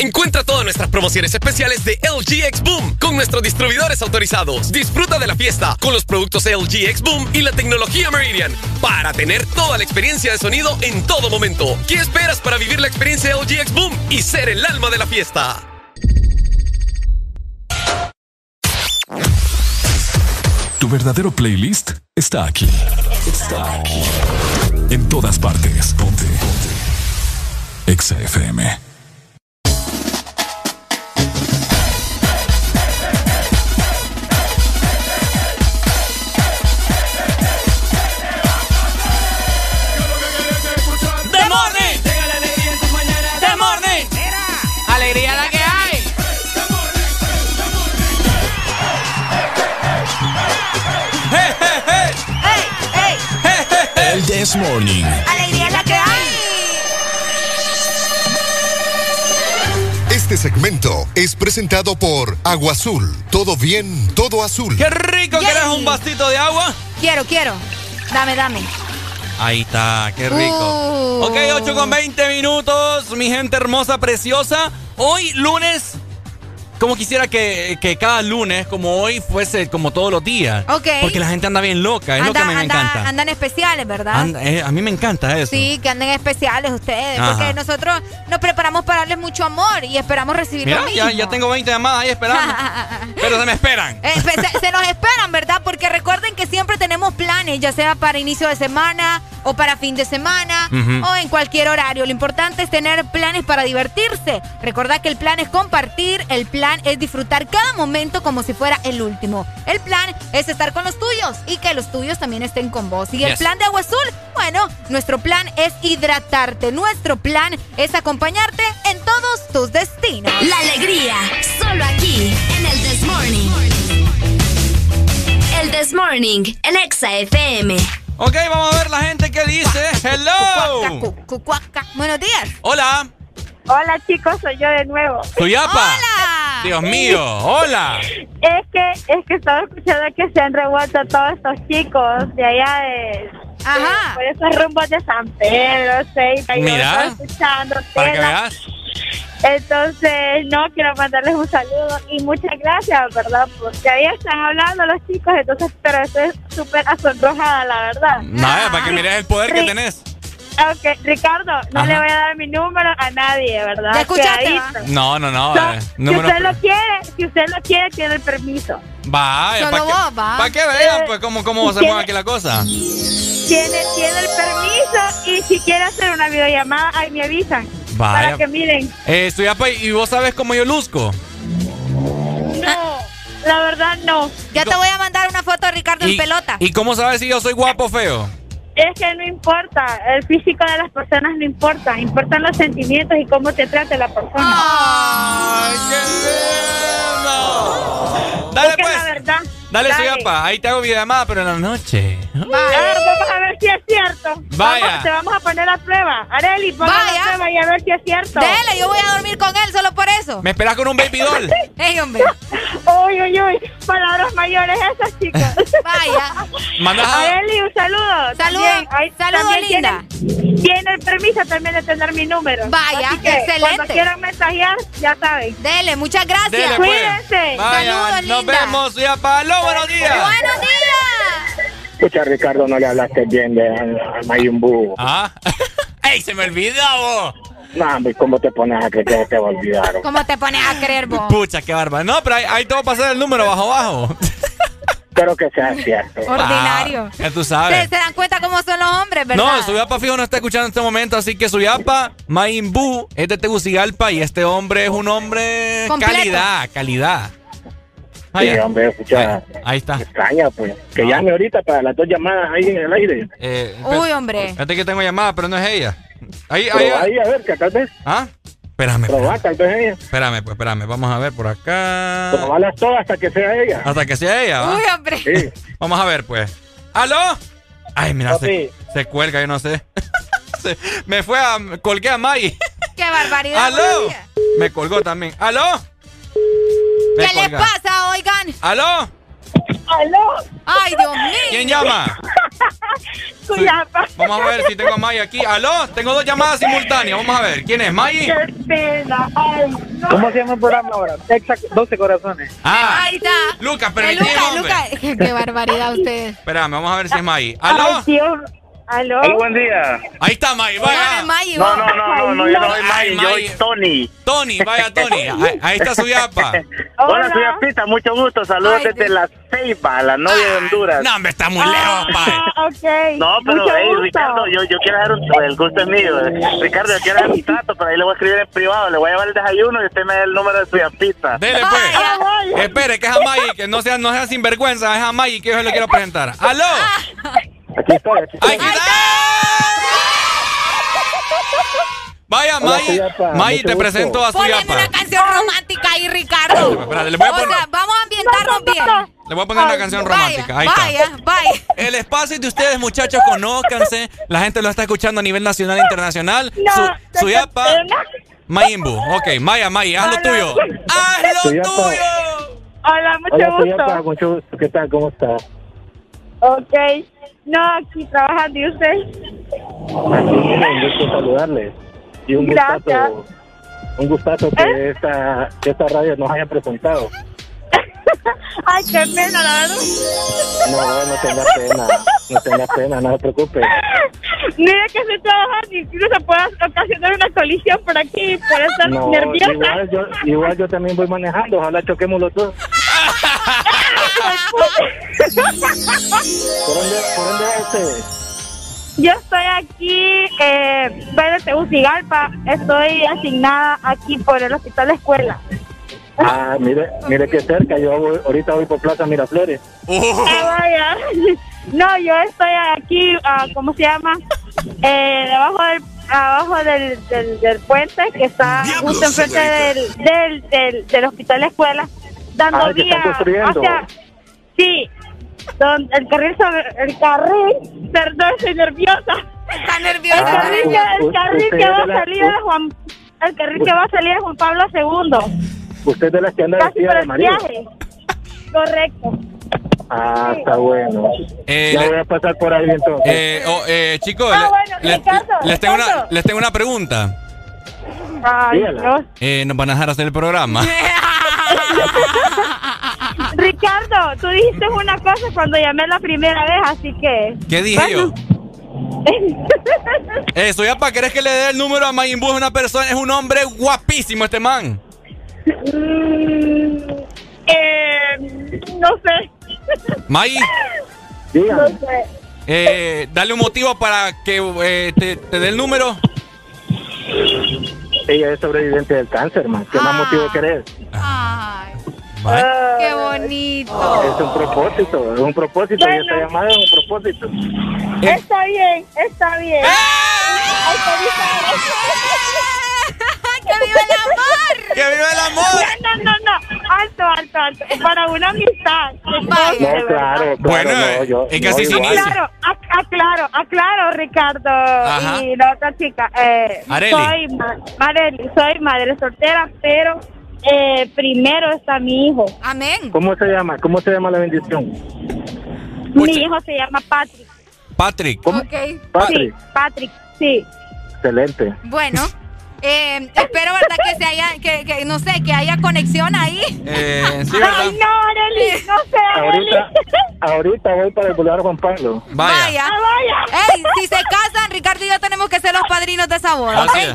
S44: Encuentra todas nuestras promociones especiales de LG X Boom con nuestros distribuidores autorizados. Disfruta de la fiesta con los productos LG X Boom y la tecnología Meridian para tener toda la experiencia de sonido en todo momento. ¿Qué esperas para vivir la experiencia LG X Boom y ser el alma de la fiesta?
S2: Tu verdadero playlist está aquí. Está aquí. En todas partes. Ponte. Ponte. Exa FM.
S6: alegría la que hay.
S44: Hey, hey, hey.
S7: Hey,
S44: hey. El This Morning.
S7: Alegría es la que hay.
S18: Este segmento es presentado por Agua Azul. Todo bien, todo azul.
S6: ¡Qué rico!
S7: Yay.
S6: ¿Quieres un vasito de agua?
S7: Quiero, quiero. Dame, dame.
S6: Ahí está, qué rico.
S7: Uh.
S6: Ok, 8 con 20 minutos, mi gente hermosa, preciosa. Hoy lunes, como quisiera que, que cada lunes, como hoy, fuese como todos los días.
S7: Ok.
S6: Porque la gente anda bien loca, es lo que
S7: Anda-
S6: a mí me
S7: anda-
S6: encanta.
S7: Andan especiales, ¿verdad?
S6: Anda, eh, a mí me encanta eso.
S7: Sí, que anden especiales ustedes,
S6: Ajá.
S7: porque nosotros nos preparamos para darles mucho amor y esperamos recibir lo
S6: Mira,
S7: mismo.
S6: ya, ya tengo 20 llamadas ahí
S7: <laughs>
S6: esperando. pero se me esperan.
S7: Eh, pues, se, se nos esperan, ¿verdad? Porque recuerden que siempre tenemos planes, ya sea para inicio de semana o para fin de semana
S13: Ujú.
S7: o en cualquier horario. Lo importante es tener planes para divertirse. Recordad que el plan es compartir, el plan es disfrutar cada momento como si fuera el último. El plan es estar con los tuyos y que los tuyos también estén con vos. Y el
S13: Yes.
S7: plan de agua azul, bueno, nuestro plan es hidratarte, nuestro plan es acompañarte en todos tus destinos.
S21: La alegría, solo aquí, en el This Morning. El This Morning, en Exa FM.
S6: Ok, vamos a ver la gente que dice. Hello.
S7: Buenos días.
S6: Hola.
S40: Hola chicos, soy yo de nuevo.
S6: Soy Apa. Dios mío. Hola.
S40: Es que, es que estaba escuchando que se han revuelto todos estos chicos de allá de... Ajá. Por esos rumbos de San Pedro, sé. y yo
S6: Mira.
S40: estaba escuchando.
S6: Para que
S40: tela.
S6: veas.
S40: Entonces, no, quiero mandarles un saludo y muchas gracias, ¿verdad? Porque ahí están hablando los chicos, entonces, pero estoy súper asombrojada, la verdad.
S6: Nada, para que mires el poder que
S40: Sí.
S6: tenés.
S40: Ok, Ricardo, no
S6: Ajá.
S40: le voy a dar mi número a nadie, ¿verdad?
S7: ¿Ya escuchaste,
S40: Cuidadito.
S6: No, no, no.
S40: No,
S6: eh,
S40: si
S6: número-
S40: usted lo quiere, si usted lo quiere, tiene el permiso.
S6: Vaya, para
S40: Solo
S6: que,
S40: vos, va.
S6: pa' que vean
S40: Eh,
S6: pues cómo, cómo se
S40: ¿quién-
S6: mueve aquí la cosa.
S40: Tiene, tiene el permiso y si quiere hacer una videollamada, ahí me avisan.
S6: Vaya.
S40: Para que miren.
S6: Eh, soy apa, y vos sabes cómo yo luzco.
S40: No, la verdad no.
S7: Ya Ah. te voy a mandar una foto de Ricardo
S6: y,
S7: en pelota.
S6: ¿Y cómo sabes si yo soy guapo o feo?
S40: Es que no importa, el físico de las personas no importa, importan los sentimientos y cómo te trata la persona.
S6: ¡Ay, Dale pues.
S40: la verdad.
S6: Dale, soy apa. Ahí te hago videollamada, pero en la noche.
S40: A ver, vamos a ver si es cierto.
S6: Vaya.
S40: Vamos, te vamos a poner a prueba. Areli, pon a prueba y a ver si es cierto.
S7: Dele, yo voy a dormir con él solo por eso.
S40: <laughs>
S6: Me esperas con un baby doll.
S7: Ey, hombre.
S40: Uy, uy, uy. Palabras mayores esas, chicas.
S7: Vaya.
S6: Manda-
S40: A Eli, un saludo.
S7: Saludo,
S40: También, ay,
S7: saludo,
S40: también
S7: linda.
S40: Tiene, tiene el permiso también de tener mi número.
S7: Vaya,
S40: Así que,
S7: excelente.
S40: Cuando quieran mensajear, ya saben.
S7: Dele, muchas gracias.
S6: Dele, pues.
S40: Cuídense.
S6: Vaya,
S7: Saludos,
S6: Nos
S7: linda.
S6: vemos, ya Palo. Buenos días.
S7: Buenos días.
S27: Escucha, Ricardo, no le hablaste bien de a Mayumbu.
S6: Ah. ¡Ey, se me olvida vos!
S27: No, hombre, ¿cómo te pones a que te, te olvidaron?
S7: ¿Cómo te pones a creer vos?
S6: Pucha, qué bárbaro. No, pero ahí, ahí te voy a pasar el número bajo abajo.
S27: Espero que sea cierto.
S7: Ordinario.
S6: Ah, ya tú
S7: ¿Se,
S6: sabes.
S7: se dan cuenta cómo son los hombres, ¿verdad?
S6: No, Suyapa fijo no está escuchando en este momento, así que Suyapa, Maimbu, es de Tegucigalpa y este hombre es un hombre
S7: Completo.
S6: calidad, calidad. Ah,
S27: Sí,
S6: ya.
S27: hombre, escucha,
S6: Ahí está.
S27: extraña, pues. Que llame ahorita para las dos llamadas ahí en el aire.
S6: Eh,
S7: Uy,
S6: espérate-
S7: hombre.
S6: Espérate que tengo llamada, pero no es ella. Ahí, ahí,
S27: Probá ahí, a ver, que tal vez.
S6: ¿Ah? Espérame,
S27: Probá, tal vez ella.
S6: espérame, pues espérame. Vamos a ver por acá.
S27: Probalas todas hasta que sea ella.
S6: Hasta que sea ella, ¿va?
S7: Uy, hombre.
S27: Sí.
S6: Vamos a ver, pues. ¿Aló? Ay, mira, se, se cuelga, yo no sé. <laughs> Se- me fue a. Colgué a Maggie.
S7: ¡Qué barbaridad!
S6: pues. ¡Aló!
S7: Buenos días.
S6: Me colgó también. ¡Aló! Me
S7: ¿Qué les
S6: colga.
S7: pasa, oigan?
S6: ¿Aló?
S40: ¡Aló!
S7: ¡Ay, Dios mío! <laughs>
S6: ¿Quién llama?
S40: Cuyapa.
S6: Vamos a ver si tengo a Maggie aquí. ¿Aló? Tengo dos llamadas simultáneas. Vamos a ver. ¿Quién es, Maggie?
S40: ¡Qué pena! ¡Ay, no!
S30: ¿Cómo se llama el programa ahora? Texas 12 Corazones.
S6: Ah,
S7: Ahí está.
S6: Lucas,
S7: Eh,
S6: permíteme,
S7: Lucas,
S6: hombre.
S7: Lucas. <laughs> ¡Qué barbaridad ustedes!
S6: Espérame, vamos a ver si es Maggie.
S40: ¡Ay,
S6: ¿Aló?
S40: Dios! ¿Aló?
S27: Muy buen día.
S6: Ahí está Maggie,
S7: Dame,
S6: vaya.
S7: Maggie,
S27: No,
S7: vos.
S27: no, no, no, no, yo no soy
S6: Ay,
S27: May, yo soy
S6: May.
S27: Tony.
S6: Tony, vaya Tony.
S27: <laughs>
S6: Ahí, ahí está
S7: <laughs>
S6: su yapa.
S40: Hola.
S27: Hola, soy Apita, mucho gusto. Saludos
S7: Ay,
S27: desde
S7: Dios.
S27: La Ceiba, la novia de Honduras.
S6: Ah, No, hombre, está muy lejos, pa.
S40: Ah, ok.
S27: No, pero
S40: Mucho
S27: hey,
S40: gusto.
S27: Ricardo, yo, yo quiero dar un... El gusto es mío. Ricardo, yo quiero dar un trato, pero ahí le voy a escribir en privado. Le voy a llevar el desayuno y usted me da el número de su Apita.
S6: Dele,
S40: Ah,
S6: pues.
S40: vaya.
S6: Espere, que es a Maggie, que no sean, no sean sinvergüenza. Es a Maggie que yo se lo quiero presentar. ¡Aló!
S27: Ah. Aquí estoy, aquí
S6: ¡Ahí está! Vaya,
S27: Hola,
S6: Maggie.
S27: Suyapa,
S6: Maggie,
S27: mucho
S6: te
S27: gusto.
S6: presento a su
S7: Poneme
S6: yapa.
S7: una canción romántica ahí, Ricardo.
S6: Espérate, le voy a
S7: O sea,
S6: poner-
S7: vamos a ambientarnos bien.
S6: Le voy a poner una canción romántica. Ahí
S7: vaya,
S6: está.
S7: vaya, vaya.
S6: El espacio es de ustedes, muchachos, conózcanse. La gente lo está escuchando a nivel nacional e internacional.
S40: No,
S6: Su-
S40: qué
S6: Suyapa,
S40: pena.
S6: Mayimbu. Ok, Maya, Maya, haz lo
S40: Hola.
S6: tuyo. ¡Haz lo
S27: Suyapa.
S6: tuyo!
S40: Hola, mucho gusto.
S27: mucho gusto. ¿Qué tal? ¿Cómo está?
S40: Ok. No, aquí trabajando y usted.
S27: Un gusto saludarles. Y un
S40: Gracias.
S27: gustazo, un gustazo
S6: ¿Eh?
S27: que esta, que esta radio nos haya presentado.
S40: Ay, qué pena, la verdad.
S27: No, no tenga pena, no tenga pena, no se preocupe.
S40: Mira que estoy trabajando y incluso puedo ocasionar una colisión por aquí por estar
S27: No,
S40: nerviosa.
S27: igual yo, igual yo también voy manejando, ojalá choquemos los dos. ¿Por dónde, por dónde va este? usted?
S40: <laughs> Yo estoy aquí, eh, bueno, Tegucigalpa. Estoy asignada aquí por el hospital de escuela.
S27: Ah, mire, mire qué cerca, yo voy- ahorita voy por Plaza Miraflores.
S6: Uh,
S40: Ah, vaya. <laughs> No, yo estoy aquí, ah, ¿cómo se llama? Eh, debajo del abajo del, del, del puente que está
S5: Diablos,
S40: justo enfrente del,
S5: señorita.
S40: del, del, del hospital de escuela, dando
S27: Ah, que
S40: vía
S27: están construyendo.
S40: hacia... Sí, don- el carril, sobre, el carril, perdón, estoy nerviosa.
S7: Está
S40: El
S7: nerviosa.
S27: Ah,
S40: carril,
S27: u-
S40: que,
S27: u-
S40: el carril
S27: usted
S40: que
S27: es
S40: va
S27: de
S40: a
S27: la-
S40: salir de Juan... El carril que va a salir de Juan Pablo II,
S27: Usted es de las que anda
S40: casi
S27: vestida
S40: por
S27: de
S40: el
S27: marido.
S40: viaje. Correcto.
S27: Ah, está bueno.
S6: Eh,
S27: Ya
S6: le-
S27: voy a pasar por ahí entonces.
S6: eh, oh, eh, chicos,
S40: Ah,
S6: le-
S40: bueno,
S6: les,
S40: Ricardo,
S6: les tengo una,
S40: Ricardo.
S6: les tengo una pregunta.
S40: Ay,
S27: Dígala.
S40: Dios.
S6: Eh, ¿Nos van a dejar hacer
S7: <laughs>
S6: el programa?
S40: <laughs> Ricardo, tú dijiste una cosa cuando llamé la primera vez, así que...
S6: ¿Qué dije
S7: <laughs>
S6: yo?
S40: yo?
S6: Eh, Suyapa, ¿querés que le dé el número a Mayimbu? Es una persona, es un hombre guapísimo este man.
S40: eh, no sé. <laughs>
S6: May,
S40: No
S27: Dígame.
S40: sé.
S6: eh, dale un motivo para que eh, te, te dé el número.
S27: Ella es sobreviviente del cáncer, man. ¿Qué más
S7: Ah.
S27: motivo querés?
S7: Ay,
S6: Ma-
S7: qué bonito.
S27: Es un propósito, es un propósito. Y esta
S40: Bueno.
S27: llamada es un propósito.
S6: Eh.
S40: Está bien, está bien.
S7: <laughs> ¡Que viva el amor!
S6: ¡Que viva el amor!
S40: No, no, no, no. Alto, alto, alto. Para una amistad.
S7: Vaya.
S40: De
S27: No,
S40: verdad.
S27: claro, claro.
S6: Bueno,
S27: no,
S6: eh,
S27: yo,
S6: es que así se
S27: igual.
S6: inicia.
S40: Claro, ac- aclaro, aclaro, Ricardo
S6: Ajá.
S40: y la otra chica. Eh,
S6: Areli.
S40: Soy, ma- Areli, soy madre soltera, pero eh, primero está mi hijo.
S7: Amén.
S30: ¿Cómo se llama? ¿Cómo se llama la bendición?
S40: Mi hijo se llama Patrick.
S6: Patrick.
S30: ¿Cómo?
S7: Ok.
S30: Patrick.
S40: Sí, Patrick, sí.
S30: Excelente.
S7: Bueno, eh, espero, ¿verdad? Que se haya, que, que, no sé, que haya conexión ahí.
S6: Eh,
S7: <laughs>
S6: sí,
S40: Ay, no, Arely, no sé, Arely.
S30: Ahorita, ahorita voy para el Boulevard Juan Pablo.
S6: Vaya.
S40: Ah, vaya.
S7: Ey, si se casan, Ricardo y yo tenemos que ser los padrinos de esa boda, ¿ok?
S6: Así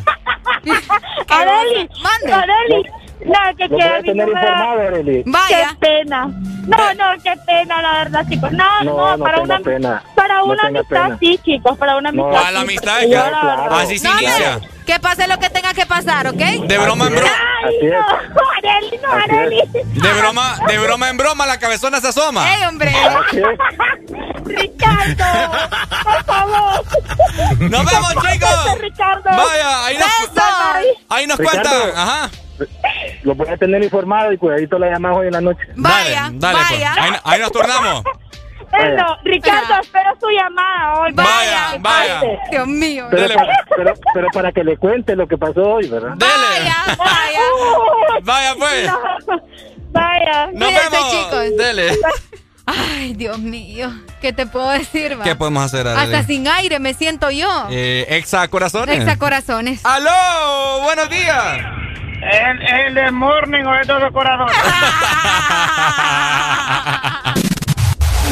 S7: <laughs>
S6: es.
S40: Arely,
S7: Mande.
S40: Arely. No, que
S30: Lo voy
S40: queda
S30: a
S40: mi
S30: tener informado,
S40: número.
S30: Arely.
S7: Vaya.
S40: Qué pena. No, no, qué pena, la verdad, chicos. No,
S30: No,
S40: no,
S30: no
S40: para
S30: tenga
S40: una
S30: pena.
S40: para
S30: No
S40: una
S30: tenga
S40: amistad
S30: pena.
S40: sí, chicos, para una
S30: No.
S40: amistad.
S6: A
S40: sí,
S6: la amistad
S40: porque
S6: que-
S40: yo, la verdad-
S6: Así se
S7: No,
S6: inicia.
S7: hombre, que pase lo que tenga que pasar, ¿ok?
S6: De broma en broma.
S40: Ay,
S30: Así es.
S40: no, Arely, no,
S30: Así es.
S40: Arely.
S6: De broma, de broma en broma, la cabezona se asoma.
S7: ¡Ey, hombre!
S30: Así es.
S40: Ricardo, por favor.
S6: ¡Nos vemos,
S40: Vete,
S6: chicos!
S40: Ricardo.
S6: Vaya, ahí nos,
S40: Bye, bye.
S6: ahí nos
S30: Ricardo.
S6: cuentan. Ajá.
S30: Lo voy a tener informado y cuidadito la llamamos hoy en la noche.
S7: Vaya,
S6: dale, dale, pues.
S7: vaya.
S6: Ahí, ahí nos turnamos.
S40: Eh, no, Ricardo,
S7: Vaya.
S40: espero su llamada hoy.
S6: Vaya, vaya.
S7: Dios mío.
S30: Pero,
S6: Dele.
S30: para, pero, pero para que le cuente lo que pasó hoy, ¿verdad?
S6: Dele.
S7: Vaya, vaya.
S40: Uh.
S6: Vaya, pues.
S40: No, Vaya.
S6: Nos
S7: Cuídense,
S6: vemos.
S7: chicos.
S6: Dele.
S7: Ay, Dios mío. ¿Qué te puedo decir, va?
S6: ¿Qué podemos hacer,
S7: Hasta
S6: Arely?
S7: sin aire me siento yo.
S6: Eh, exa corazones. <laughs>
S7: Exa corazones.
S6: ¡Aló! ¡Buenos días!
S30: ¿El, el de Morning o el de Corazón?
S7: Ah,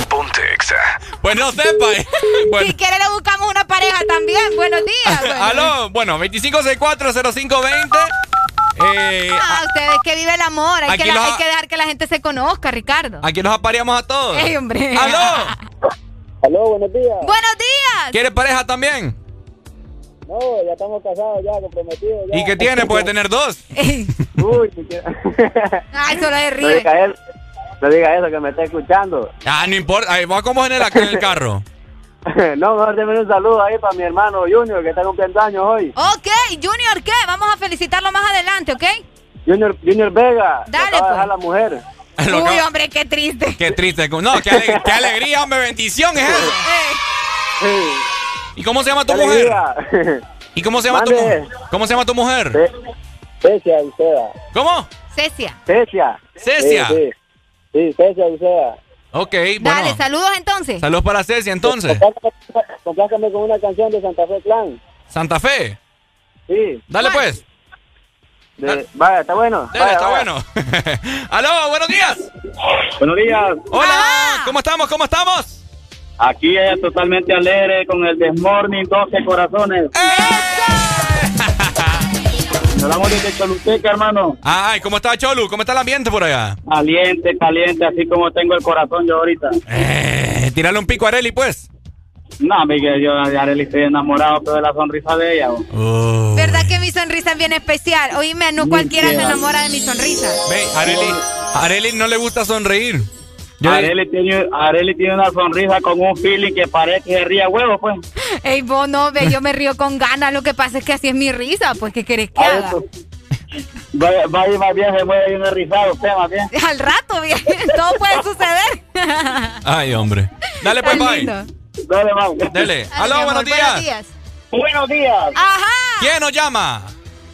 S2: Ponte Exa.
S6: Pues no sepa. <laughs> eh. Bueno.
S7: Si quiere le buscamos una pareja también. Buenos días. <laughs> bueno.
S6: Aló, bueno, 25640520. Eh,
S7: Ah, ustedes que vive el amor. Hay
S6: Aquí
S7: que, la-
S6: los-
S7: hay que dejar que la gente se conozca, Ricardo.
S6: aquí nos apareamos a todos.
S7: Ey, hombre.
S6: ¡Aló!
S30: <laughs> Aló, buenos días.
S7: <laughs> Buenos días.
S6: ¿Quiere pareja también?
S30: No, ya estamos casados, ya comprometidos.
S6: ¿Y qué tiene?
S30: <laughs>
S6: pues? Puede tener dos.
S7: Ey.
S30: Uy, si quiere-
S7: Ay, solo se
S30: no
S7: ríe.
S30: diga eso, no diga eso que me está escuchando.
S6: Ah, no importa. Ahí va como en el, en el carro.
S30: <laughs> No, mejor déme un saludo ahí para mi hermano Junior que está cumpliendo años hoy.
S7: Ok, Junior, ¿qué? Vamos a felicitarlo más adelante, ¿ok?
S30: Junior, Junior Vega. que
S7: Dale,
S30: acaba de
S7: pues.
S30: dejar la mujer.
S7: <laughs>
S6: Lo
S7: Uy,
S6: acabo-
S7: hombre, qué triste.
S6: Qué triste. No, qué, ale- qué alegría, hombre. Bendición es eso.
S30: Sí,
S6: ¿Y cómo se llama tu
S30: qué
S6: mujer?
S30: alegría.
S6: ¿Y cómo se llama tu
S30: Mande.
S6: mujer? ¿Cómo se llama tu mujer?
S30: Pe- Cecia Uceda.
S6: ¿Cómo?
S7: Cecia.
S30: Cecia.
S6: Cecia.
S30: Sí, sí. Sí, Cecia Uceda.
S6: Ok,
S7: Dale,
S6: bueno.
S7: saludos entonces.
S6: Saludos para Ceci, entonces.
S30: Complázcame- Complázcame con una canción de Santa Fe Clan.
S6: Santa Fe.
S30: Sí.
S6: Dale, pues.
S30: de- vaya, está bueno.
S6: Dale,
S30: vaya,
S6: está
S30: vaya.
S6: bueno. Aló, buenos días.
S30: Buenos días.
S6: Hola,
S7: Ajá.
S6: ¿cómo estamos? ¿Cómo estamos?
S30: Aquí ella totalmente alegre con el Desmorning 12 Corazones.
S6: ¡Eh!
S30: Nos vamos desde Choluteca, hermano.
S6: Ay, ¿cómo está Cholu? ¿Cómo está el ambiente por allá?
S30: Caliente, caliente, así como tengo el corazón yo ahorita.
S6: Eh, tirarle un pico a Areli, pues.
S30: No, Miguel, yo de Arely estoy enamorado, pero de la sonrisa de ella. bo.
S6: Oh.
S7: ¿Verdad que mi sonrisa es bien especial? Oíme, no cualquiera se
S30: bien.
S7: enamora de mi sonrisa.
S6: Ve, Areli, Areli no le gusta sonreír. Yo le-
S30: Arely tiene, Arely tiene una sonrisa con un feeling que parece que ría huevo, pues.
S7: Ey, vos no, ve, yo me río con ganas. Lo que pasa es que así es mi risa, pues, ¿qué querés que
S30: A ver,
S7: haga?
S30: pues, Vaya, vaya más bien se mueve bien rizado usted, más bien.
S7: <laughs> Al rato, bien, <laughs> todo puede suceder. <laughs>
S6: Ay, hombre. Dale, pues,
S7: Tan
S6: bye.
S7: lindo.
S30: Dale, vamos.
S6: Dele.
S7: Ay, mi
S6: Aló,
S7: amor,
S6: buenos días.
S30: Buenos días.
S7: Ajá.
S6: ¿Quién nos llama?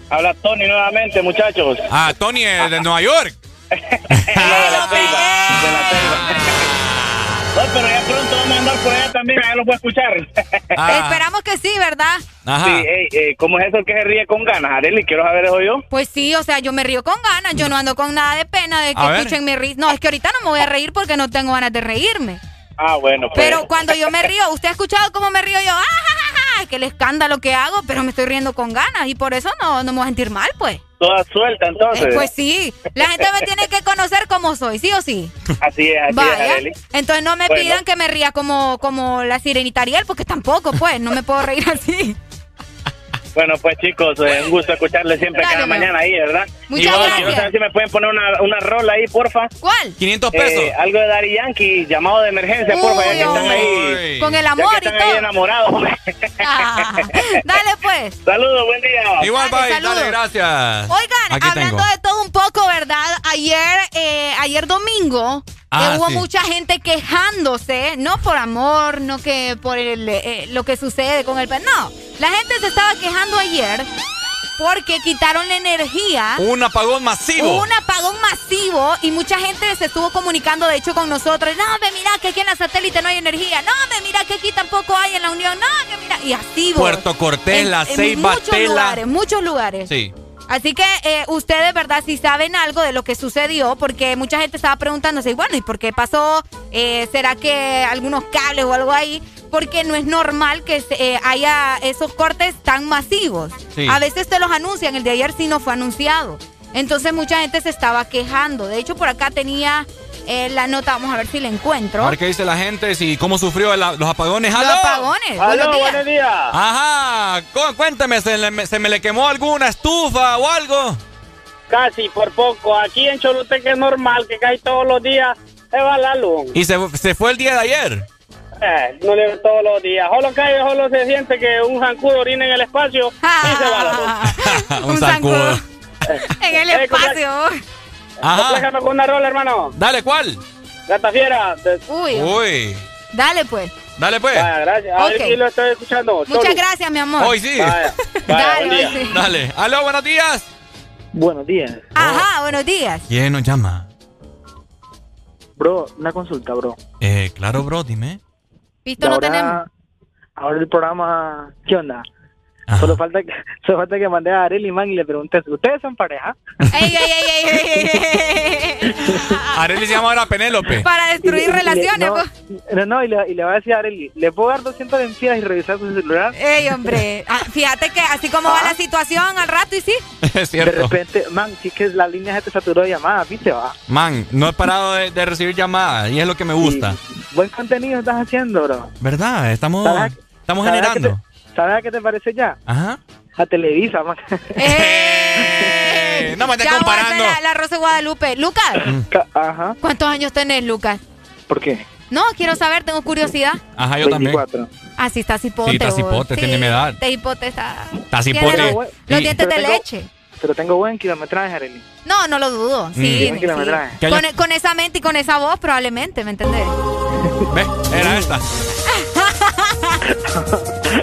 S30: Habla Tony nuevamente, muchachos.
S6: Ah, Tony
S7: <laughs>
S6: eh, de Nueva York.
S30: de la Ceiba, de la Ceiba. No, Pues, pero ya pronto vamos a andar por allá también, allá lo voy a escuchar. <laughs>
S6: Ah,
S7: Esperamos que sí, ¿verdad?
S6: Ajá.
S30: Sí, ey, ey, ¿cómo es eso que se ríe con ganas, Arely? Quiero saber eso yo.
S7: Pues sí, o sea, yo me río con ganas. Yo no ando con nada de pena de que
S6: A ver.
S7: escuchen mi risa. No, es que ahorita no me voy a reír porque no tengo ganas de reírme.
S30: Ah, bueno, pues.
S7: Pero cuando yo me río, ¿usted ha escuchado cómo me río yo? ¡Ah, ja, ja, ja! Es que el escándalo que hago, pero me estoy riendo con ganas y por eso no, no me voy a sentir mal, pues.
S30: Toda suelta,
S7: Eh,
S30: entonces.
S7: pues sí, la gente me tiene que conocer como soy, ¿sí o sí?
S30: Así es, así es,
S7: Vaya.
S30: Arely.
S7: Entonces no me
S30: Bueno.
S7: pidan que me ría como, como la sirenita Ariel, porque tampoco, pues, no me puedo reír
S30: <laughs>
S7: así.
S30: Bueno, pues chicos, eh, un gusto escucharles siempre
S7: Dale,
S30: cada
S7: mi amor.
S30: mañana ahí, ¿verdad?
S7: Muchas
S30: Y, bueno,
S7: gracias.
S30: Quiero saber si me pueden poner una, una rola ahí, porfa.
S7: ¿Cuál?
S6: 500
S30: Eh,
S6: pesos.
S30: algo de Daddy Yankee, llamado de emergencia, porfa, ya
S7: Uy,
S30: que están
S7: hombre.
S30: ahí.
S6: Sí.
S7: Con el
S30: ya que
S7: amor y
S30: están ahí
S7: todo.
S30: enamorados.
S7: Ah, dale pues.
S30: Saludos, buen día.
S6: Igual,
S7: Dale,
S6: bye.
S7: saludos. Oh,
S6: Dale, gracias.
S7: Oigan,
S6: Aquí
S7: hablando
S6: tengo.
S7: de todo un poco, ¿verdad? Ayer, eh, ayer domingo, eh,
S6: Ah,
S7: hubo
S6: sí.
S7: mucha gente quejándose, no por amor, no que por el, eh, lo que sucede con el... pe- No, la gente se estaba quejando ayer porque quitaron la energía.
S6: Un apagón masivo.
S7: Hubo Ah. un apagón masivo y mucha gente se estuvo comunicando, de hecho, con nosotros. No, me mira que aquí en la satélite no hay energía. No, me mira que aquí tampoco hay en la Unión. No, me mira. Y así, vos.
S6: Puerto Cortés,
S7: En-
S6: La
S7: en
S6: Ceiba,
S7: Muchos
S6: Tela.
S7: lugares, muchos lugares.
S6: Sí.
S7: Así que eh, ustedes, ¿verdad? Si saben algo de lo que sucedió, porque mucha gente estaba preguntándose, y bueno, ¿y por qué pasó? Eh, ¿Será que algunos cables o algo ahí? Porque no es normal que se- eh, haya esos cortes tan masivos.
S31: Sí.
S7: A veces te los anuncian, el de ayer sí no fue anunciado. Entonces mucha gente se estaba quejando. De hecho, por acá tenía eh, la nota, vamos a ver si la encuentro.
S6: A ver qué dice la gente, si cómo sufrió el- los apagones. ¡Aló!
S7: Los apagones.
S6: ¡Aló,
S7: Buenos días.
S6: buenos Ajá, cu- cuénteme, ¿se, le- se me le quemó alguna estufa o algo?
S30: Casi, por poco. Aquí en Choluteca es normal que cae todos los días. Se va la luz.
S6: ¿Y se, se fue el día de ayer?
S30: Eh, no le ve todos los días. Solo cae, solo se siente que un zancudo orina en
S7: <laughs>
S30: el espacio
S7: Ah,
S30: y se va la luz.
S6: Un, sacudo.
S7: En el
S31: Eh,
S30: espacio.
S6: Ajá.
S30: Déjame con una rola, hermano.
S6: Dale, ¿cuál?
S30: Gata fiera. De-
S7: Uy,
S6: Uy.
S7: dale pues.
S6: Dale, pues.
S31: Ah,
S30: Vaya, gracias. Ahí
S7: Ok.
S30: lo estoy escuchando.
S7: Muchas
S30: Cholu.
S7: gracias, mi amor.
S6: Hoy sí.
S7: Dale, buen día. hoy sí.
S6: Dale. Aló, buenos días.
S30: Buenos días.
S7: Ajá, buenos días.
S6: ¿Quién nos llama?
S30: Bro, una consulta, bro.
S6: Eh, claro,
S7: <laughs>
S6: bro, dime.
S7: Visto no tenemos.
S30: Ahora el programa, ¿qué onda? Solo falta, que, <laughs> solo falta que mandé a Ariel Imán y le pregunté, ¿ustedes son pareja?
S7: Ey, ey, ey, ey, ey, ey, ey,
S6: Arely se llama ahora Penélope.
S7: Para destruir
S30: Y le- y le-
S7: relaciones,
S30: no,
S7: pues.
S30: No, no, y le, y le voy a decir a Arely, ¿le puedo dar 200 lempiras y revisar su celular?
S7: Ey, hombre. Ah, fíjate que así como
S30: Ah.
S7: va la situación al rato y sí.
S6: Es cierto.
S30: De repente, man, sí que la línea se te saturó de llamadas, ¿viste? Va.
S6: Man, no he parado de, de recibir llamadas y es lo que me gusta.
S30: Buen contenido estás haciendo, bro.
S6: ¿Verdad? Estamos,
S30: ¿Sabes- sabes
S6: estamos
S30: a qué
S6: generando.
S30: te- ¿Sabes a qué te parece ya?
S6: Ajá.
S30: A Televisa,
S7: <laughs>
S30: man.
S7: Eh.
S6: <laughs> no me
S7: ya voy a hacer la, la Rosa de Guadalupe. Lucas,
S30: Ajá.
S7: ¿cuántos años tenés, Lucas?
S30: ¿Por qué?
S7: No, quiero saber, tengo curiosidad. Ah,
S6: Ajá, yo también.
S7: Así está cipote.
S6: Sí, está
S7: vos.
S6: cipote, tiene mi edad.
S7: Está cipote, está.
S6: Está
S7: tiene
S6: cipote.
S7: Los,
S6: Sí.
S7: los dientes de
S30: Pero tengo-
S7: leche.
S30: Pero tengo buen kilometraje, Arely.
S7: No, no lo dudo.
S30: Mm.
S7: Sí,
S30: Buen
S7: sí.
S30: kilometraje.
S6: ¿Qué
S7: Con, e,
S6: año-
S7: con esa mente y con esa voz, probablemente, ¿me entendés?
S6: Ve,
S7: <laughs>
S6: era esta.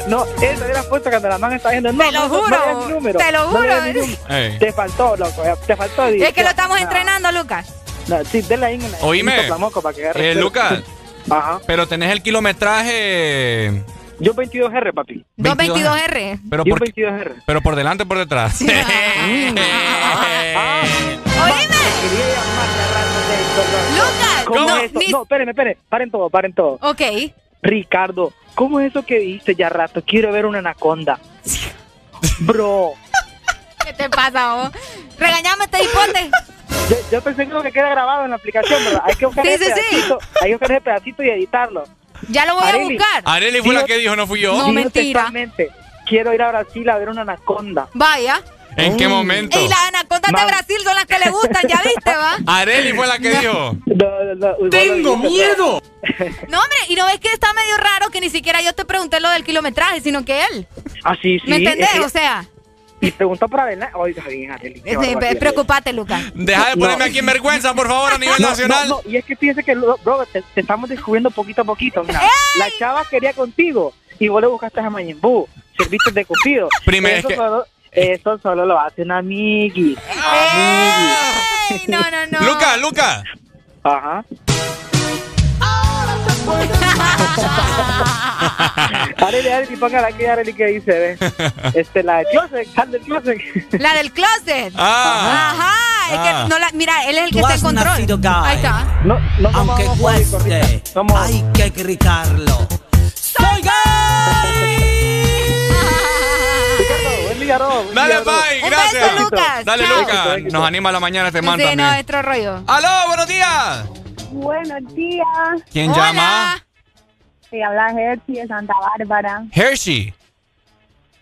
S30: No, esa era la puesto cuando la man está diciendo, no,
S7: Te lo
S30: no, no,
S7: juro,
S30: no le des mi número,
S7: te lo
S30: no le des mi
S7: juro. eh".
S30: número. Te faltó, loco, ya, te faltó.
S7: Es que
S30: dirección.
S7: lo estamos
S30: No,
S7: entrenando, Lucas.
S30: no, sí, denle ahí en la- en
S6: Oíme.
S30: el soplamoco para que agarre
S6: Eh,
S30: el pelo.
S6: Lucas,
S30: Ajá.
S6: pero tenés el kilometraje.
S30: Yo 22R, papi.
S7: 222R.
S6: Pero
S30: Yo
S6: por, Mm.
S30: 22R.
S6: pero por delante o por detrás. <laughs>
S30: Quería llamarle a rato de esto, loco.
S7: Lucas,
S30: ¿Cómo
S7: no,
S30: es eso?
S7: ni-
S30: No, espérenme, espérenme. Paren todo, paren todo.
S7: Ok.
S30: Ricardo, ¿cómo es eso que dijiste ya rato? Quiero ver una anaconda. Bro,
S7: ¿Qué te pasa, vos? Regañame este hipote.
S30: yo, yo pensé que lo que queda grabado en la aplicación, ¿verdad? Hay que buscar
S7: Sí,
S30: ese
S7: sí, sí.
S30: pedacito, hay que buscar ese pedacito y editarlo.
S7: Ya lo voy a
S30: Arely.
S7: buscar.
S6: Areli fue
S30: Digo-
S6: la que dijo, no fui yo.
S7: No,
S30: Digo
S7: mentira.
S30: textualmente, Quiero ir a Brasil a ver una anaconda.
S7: Vaya.
S6: ¿En qué momento?
S7: Y las anacondas de Brasil son las que le gustan, ya viste, va.
S6: Areli fue la que
S30: <laughs>
S6: dijo.
S30: ¡Tengo <laughs> miedo!
S7: No, hombre, y no ves que está medio raro que ni siquiera yo te pregunté lo del kilometraje, sino que él.
S30: Así, Ah, sí.
S7: ¿Me entendés?
S30: es que-
S7: O sea,
S30: Y preguntó para Belén. Oiga, bien, Arely. qué
S7: eh,
S30: barbaridad.
S7: preocupate, Lucas.
S30: <laughs>
S6: Deja de
S30: No.
S6: ponerme aquí en vergüenza, por favor, a nivel
S30: No,
S6: nacional.
S30: no, no, Y es que fíjense que, lo- bro, te, te estamos descubriendo poquito a poquito. mira. la chava quería contigo y vos le buscaste a Mayimbu. Serviste de cupido.
S6: Primero,
S30: eso,
S6: es que-
S30: solo, eso solo lo hacen amigui.
S7: Ay, no, no, no.
S6: Luca, Luca.
S30: Ajá.
S7: <laughs>
S30: Arely, Arely, póngala aquí, Arely, que dice, ve.
S6: <laughs>
S30: Este, la de Closet, sal del Closet.
S7: La del closet.
S30: Ah.
S7: Ajá. Es
S30: Ah.
S7: que no la, mira, él es el que
S32: Tú
S7: está en
S32: has
S7: control.
S32: nacido gay.
S7: Ahí está.
S30: No, no somos
S32: Aunque
S30: homofóbicos,
S32: cueste, hay que gritarlo. ¡Soy
S30: Buen día, Rob. buen
S6: Dale,
S30: día, Rob.
S6: bye,
S7: beso,
S6: gracias.
S7: Lucas.
S6: Dale,
S7: Chao.
S6: Lucas. Nos anima la mañana este man
S7: Sí, no,
S6: también.
S7: es otro rollo.
S6: ¡Aló, buenos días!
S40: Buenos días.
S6: ¿Quién llama?
S40: Sí, habla Hershey de Santa Bárbara.
S6: Hershey.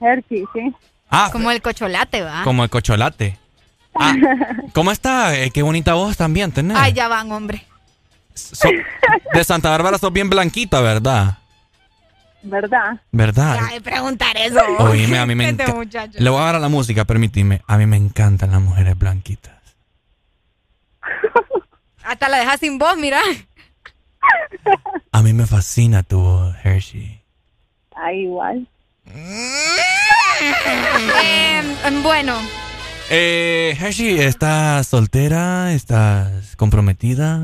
S40: Hershey, sí.
S6: Ah,
S7: Como el cocholate, va.
S6: como el cocholate. <laughs> Ah, ¿Cómo está? Eh, qué bonita voz también tenés.
S7: Ay, ya van, hombre.
S6: So- de Santa Bárbara sos bien blanquita, ¿verdad?
S40: ¿Verdad?
S6: ¿Verdad?
S7: Ay, preguntar eso.
S6: Oíme, a mí me
S7: Este
S6: encanta.
S7: muchacho.
S6: Le voy a dar a la música, permíteme. A mí me encantan las mujeres blanquitas.
S7: Hasta la dejas sin voz, mira.
S6: A
S40: Ah,
S6: <laughs> mí me fascina tu voz, Hershey.
S7: Em,
S40: Ahí igual.
S7: Eh, bueno,
S6: Eh, Hershey, ¿estás soltera? ¿Estás comprometida?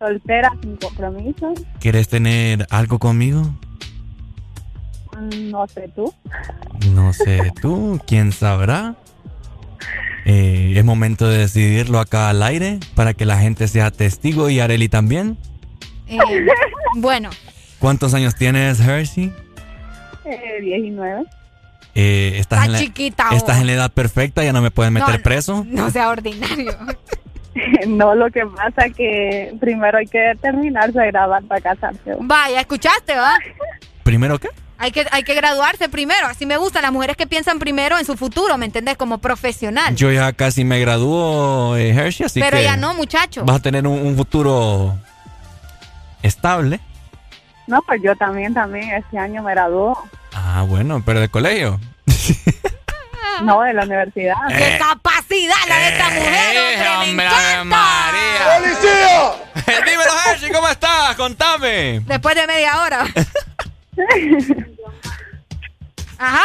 S40: Soltera sin compromiso.
S6: ¿Quieres tener algo conmigo?
S40: No sé tú.
S6: No sé, tú, quién sabrá. Eh, es momento de decidirlo acá al aire para que la gente sea testigo y Areli también.
S7: eh, bueno,
S6: ¿Cuántos años tienes, Hershey?
S40: <laughs> Eh, 19.
S6: Eh, estás
S7: Está
S6: en la,
S7: chiquita, vos.
S6: Estás en la edad perfecta, ya no me pueden meter
S7: No,
S6: preso.
S7: <laughs> no sea ordinario.
S40: <laughs> No, lo que pasa que primero hay que terminarse de grabar para casarse.
S7: Vaya, ¿escuchaste, va?
S6: ¿Primero qué?
S7: Hay que, hay que graduarse primero. Así me gustan las mujeres que piensan primero en su futuro, ¿me entendés? Como profesional.
S6: Yo ya casi me gradúo, eh, Hershey, así
S7: Pero
S6: que
S7: ya no, muchacho.
S6: vas a tener un, un futuro estable.
S40: No, pues yo también, también, este año me graduó.
S6: Ah, bueno, pero de colegio.
S40: No, de la universidad.
S6: Eh.
S7: ¡Qué capacidad la de esta mujer, hombre! ¡Me encanta!
S6: ¡Policía! <laughs> Dímelo, Hershey, ¿cómo estás? Contame.
S7: Después de media
S6: <laughs>
S7: hora. Ajá.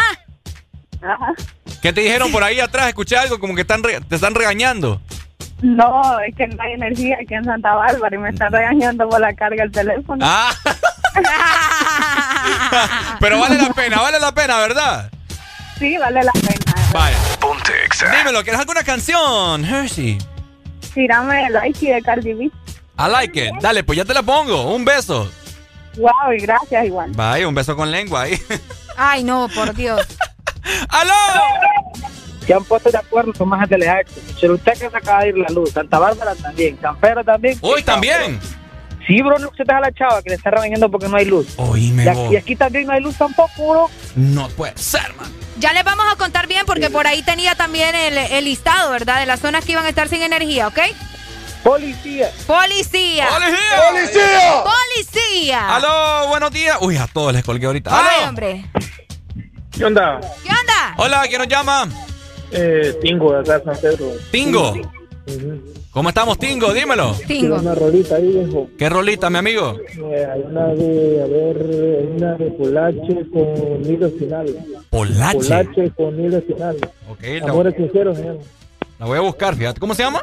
S40: Ajá.
S6: ¿Qué te dijeron por ahí atrás? Escuché algo como que están re- te están regañando.
S40: No, es que no hay energía aquí en Santa Bárbara y me están regañando por la carga del teléfono.
S6: Mm. Ah. <laughs> Pero vale la pena, vale la pena, ¿verdad?
S40: Sí, vale la pena.
S6: Vaya. Dímelo, ¿quieres alguna canción, Hershey?
S40: Tírame el like de Cardi B.
S6: I like it. Dale, pues ya te la pongo. Un beso.
S40: Wow, y gracias igual.
S6: Vaya, un beso con lengua ahí.
S7: Ay, no, por Dios.
S6: ¡Aló!
S31: Se han puesto de acuerdo con más de Axel. Choluteca se acaba de ir la luz. Santa Bárbara también. Campero también.
S6: Hoy también.
S31: Sí, bro, no se deja la chava que le está regañando porque no hay luz.
S6: Oíme,
S31: y, aquí,
S6: vos.
S31: y aquí también no hay luz tampoco, bro.
S6: No puede ser, man.
S7: Ya les vamos a contar bien porque por ahí tenía también el, el listado, ¿verdad? De las zonas que iban a estar sin energía, ¿ok?
S31: Policía.
S7: Policía.
S6: ¡Policía! ¡Policía!
S7: Policía.
S6: ¡Aló! Buenos días. <laughs> Uy, a todos les colgué ahorita.
S7: Ay,
S6: ¡Aló!
S7: hombre.
S31: ¿Qué onda?
S7: ¿Qué onda?
S6: Hola, ¿quién nos llama?
S31: Eh, Tingo, de acá, San Pedro.
S6: Tingo. ¿Cómo estamos, Tingo? Dímelo.
S31: Tingo. Una rolita ahí, viejo. Eh,
S6: ¿Qué rolita, mi amigo?
S31: hay una de, a ver, una de Polache con Nilo Final.
S6: Polache.
S31: Polache con Nilo Final.
S6: Ok, la,
S31: Amores sinceros, señor.
S6: la voy a buscar, fíjate. ¿Cómo se llama?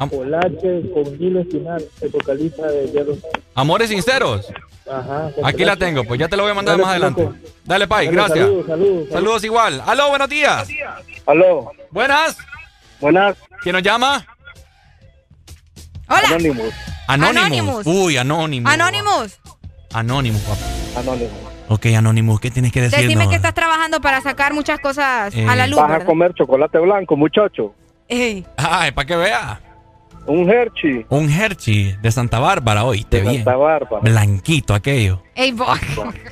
S6: Am-
S31: Polache con Nilo Final, el vocalista de Yellow.
S6: Amores sinceros.
S31: Ajá.
S6: Aquí la tengo, pues ya te la voy a mandar
S31: Dale,
S6: más adelante.
S31: loco.
S6: Dale, Pai,
S31: Dale,
S6: gracias.
S31: saludos, saludos.
S6: Saludos igual. Aló, buenos días.
S31: Aló.
S6: Buenas.
S31: Buenas.
S6: ¿Quién nos llama?
S7: Hola.
S31: Anonymous.
S6: Anonymous.
S7: Anonymous.
S6: Uy, Anonymous.
S7: Anonymous,
S6: Anonymous, papá.
S31: Anonymous.
S6: Ok, Anonymous, ¿qué tienes que decirnos?
S7: decime que estás trabajando para sacar muchas cosas
S6: Eh,
S7: a la luz.
S31: Vas a
S7: ¿verdad?
S31: comer chocolate blanco, muchacho.
S7: Ey,
S6: Ay, para que vea.
S31: Un Hershey.
S6: Un Hershey de Santa Bárbara, oíste bien.
S31: Santa Bárbara.
S6: Blanquito aquello.
S7: ey, vos.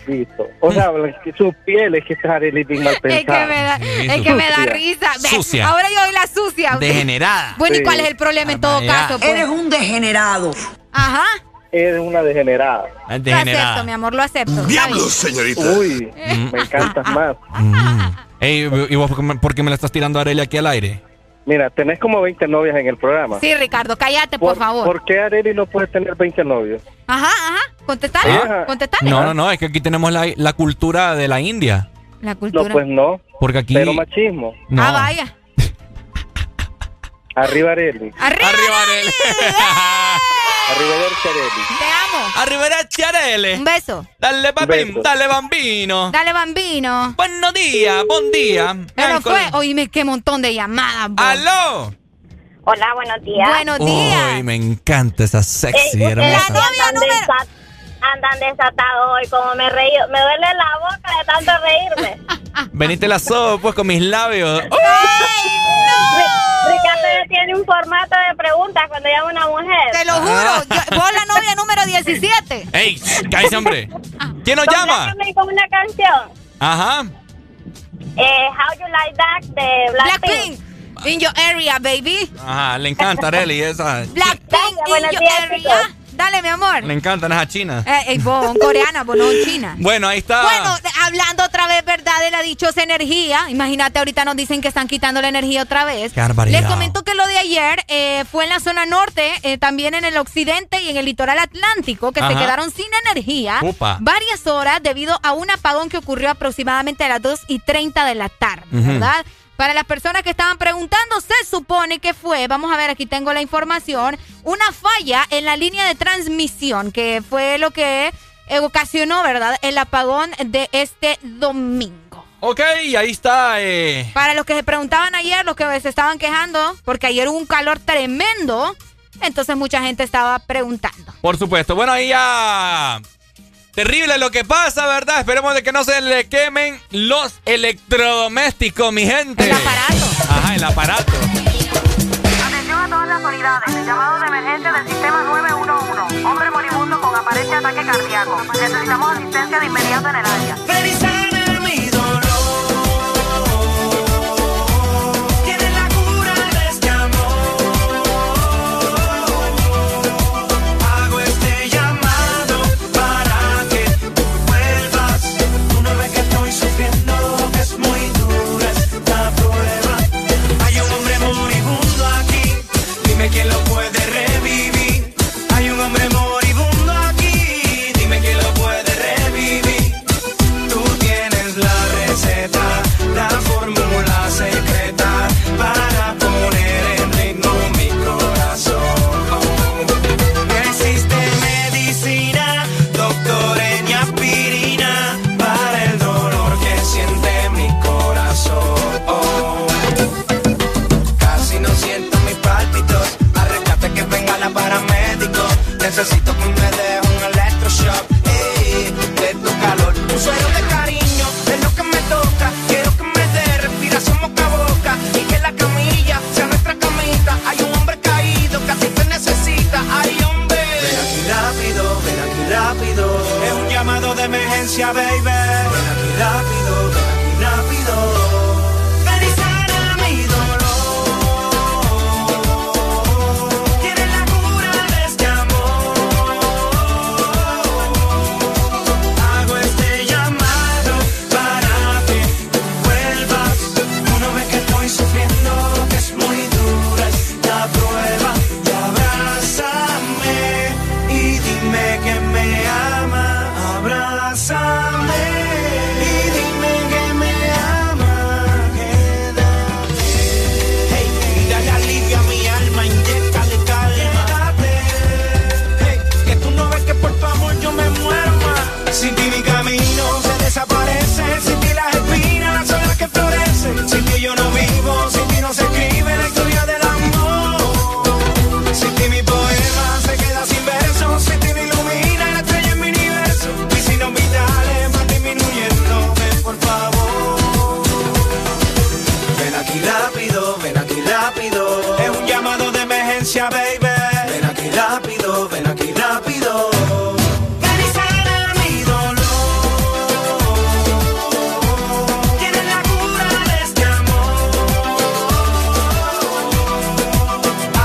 S31: Listo. O sea, que su piel es que está Arely bien mal
S7: <laughs> Es que
S31: pensada.
S7: me da,
S6: Sí,
S7: es que me da
S31: sucia.
S7: risa. Ve,
S6: Sucia.
S7: Ahora yo soy la sucia.
S6: Degenerada.
S7: Bueno, ¿y
S31: Sí.
S7: cuál es el problema en todo
S6: Barbaridad.
S7: caso? pues?
S29: Eres un degenerado.
S7: Ajá.
S31: Eres una degenerada.
S7: Lo acepto, mi
S6: Degenerada.
S7: amor, lo acepto. Está
S6: señorita.
S31: Uy, me encantas más.
S6: Mm. Ey, ¿y vos por qué me- por qué me la estás tirando a Arely aquí al aire?
S31: Mira, tenés como 20 novias en el programa.
S7: bien. Sí, Ricardo, cállate, por, favor.
S31: ¿Por qué Arely no puede tener 20 novios?
S7: Ajá, ajá. Contestale,
S31: Ah.
S7: contestale.
S6: No, no, no, es que aquí tenemos la, la cultura de la India.
S7: La
S31: No,
S7: cultura.
S31: pues no.
S6: Porque aquí.
S31: Pero machismo.
S6: no.
S7: Ah, vaya.
S31: Arriba Arely.
S7: Arriba,
S6: Arriba Arely.
S31: <laughs> Arriba Arely.
S7: te amo.
S6: Arriba Arely.
S7: Un beso.
S6: Dale,
S31: Besos.
S6: bambino. Dale, bambino.
S7: Dale, bambino.
S6: Buenos días, buen día.
S7: Pero
S6: Miren,
S7: fue,
S6: con-
S7: oíme, qué montón de llamadas. vos.
S6: ¡Aló! Oh.
S40: Hola, buenos días.
S7: Buenos
S6: Uy,
S7: días. Eh,
S6: me encanta esa
S40: Ey,
S6: sexy
S7: La
S6: hermosa.
S7: novia número.
S40: desat- andan desatados hoy, como me he reído. Me duele la boca de tanto reírme.
S6: Venite la sopa, pues, con mis labios. ¡Oh!
S40: Ri- Ricardo ya tiene un formato de preguntas cuando llama una mujer.
S7: Te lo
S6: Ah.
S7: juro. yo- vos la novia número 17.
S6: ¡Ey! ¡Cállese, hombre! ¿Quién nos Eh, llama?
S40: Complétame con una canción.
S6: Ajá.
S40: Eh, How You Like That de Blackpink.
S7: Blackpink. In your area, baby.
S6: Ajá, le encanta Arely esa.
S7: Blackpink
S40: Gracias,
S7: in
S40: buenos
S7: your
S40: días,
S7: area. Dale, mi amor.
S6: Le encantan esas chinas.
S7: Eh, eh, vos, coreana, vos no china.
S6: Eh, Bueno, ahí está.
S7: Bueno, a Hablando otra vez, ¿verdad? De la dichosa energía. Imagínate, ahorita nos dicen que están quitando la energía otra vez.
S6: Qué barbaridad.
S7: Les comento que lo de ayer eh, fue en la zona norte, eh, también en el occidente y en el litoral atlántico, que se
S6: Ajá.
S7: quedaron sin energía
S6: Upa.
S7: varias horas debido a un apagón que ocurrió aproximadamente a las 2 y 30 de la tarde,
S6: Ujú.
S7: ¿verdad? Para las personas que estaban preguntando, se supone que fue, vamos a ver, aquí tengo la información, una falla en la línea de transmisión, que fue lo que eh, ocasionó, ¿verdad?, el apagón de este domingo.
S6: Ok, ahí está. eh.
S7: Para los que se preguntaban ayer, los que se estaban quejando, porque ayer hubo un calor tremendo, entonces mucha gente estaba preguntando.
S6: Por supuesto. Bueno, ahí ya. Terrible lo que pasa, ¿verdad? Esperemos de que no se le quemen los electrodomésticos, mi gente. El aparato. Ajá, el aparato.
S40: Atención a todas las unidades. El llamado de emergencia del sistema 911. Hombre moribundo con aparente ataque cardíaco. Necesitamos asistencia de inmediato en el área.
S29: Realizar mi dolor Tiene la cura de este amor Hago este llamado para que tú vuelvas Una vez que estoy sufriendo que es muy dura esta prueba Hay un hombre moribundo aquí Dime quién lo puede revivir Hay un hombre moribundo aquí Dime quién lo puede revivir Tú tienes la receta, la fórmula secreta para poner en ritmo mi corazón. No existe medicina, doctor en aspirina para el dolor que siente mi corazón. Casi no siento mis pálpitos, al rescate que venga la paramédico. Necesito que me dé un electroshock ey, de tu calor. Un suero de cariño, de lo que me toca. Quiero que me dé respiración boca a boca y que la camilla sea nuestra camita. Hay un hombre caído que a ti te necesita. Ay, hombre. Ven aquí rápido, ven aquí rápido. Es un llamado de emergencia, baby. Ven aquí rápido, ven aquí rápido. Ven y sana mi dolor. Tienes la cura de este amor. Hago este llamado para que tú vuelvas. Una vez que estoy sufriendo, que es muy dura esta prueba. Y abrázame y dime que me ama. Abrázame y dime que me ama. Hey, dale alivio a mi alma, inyectale calma. Hey, que tú no ves que por tu amor yo me muero más. Sin ti mi camino se desaparece, sin ti las espinas son las que florecen. Sin ti yo no vivo, sin ti no se escribe la historia del amor. Sin ti mi poema se queda sin versos, sin ti me ilumina la estrella en mi universo. Y si no vitales van disminuyéndome, por favor. Ven aquí rápido, ven aquí rápido. Es un llamado de emergencia, baby. Ven aquí rápido, ven aquí rápido. Ven y sana mi dolor. Tienes la cura de este amor.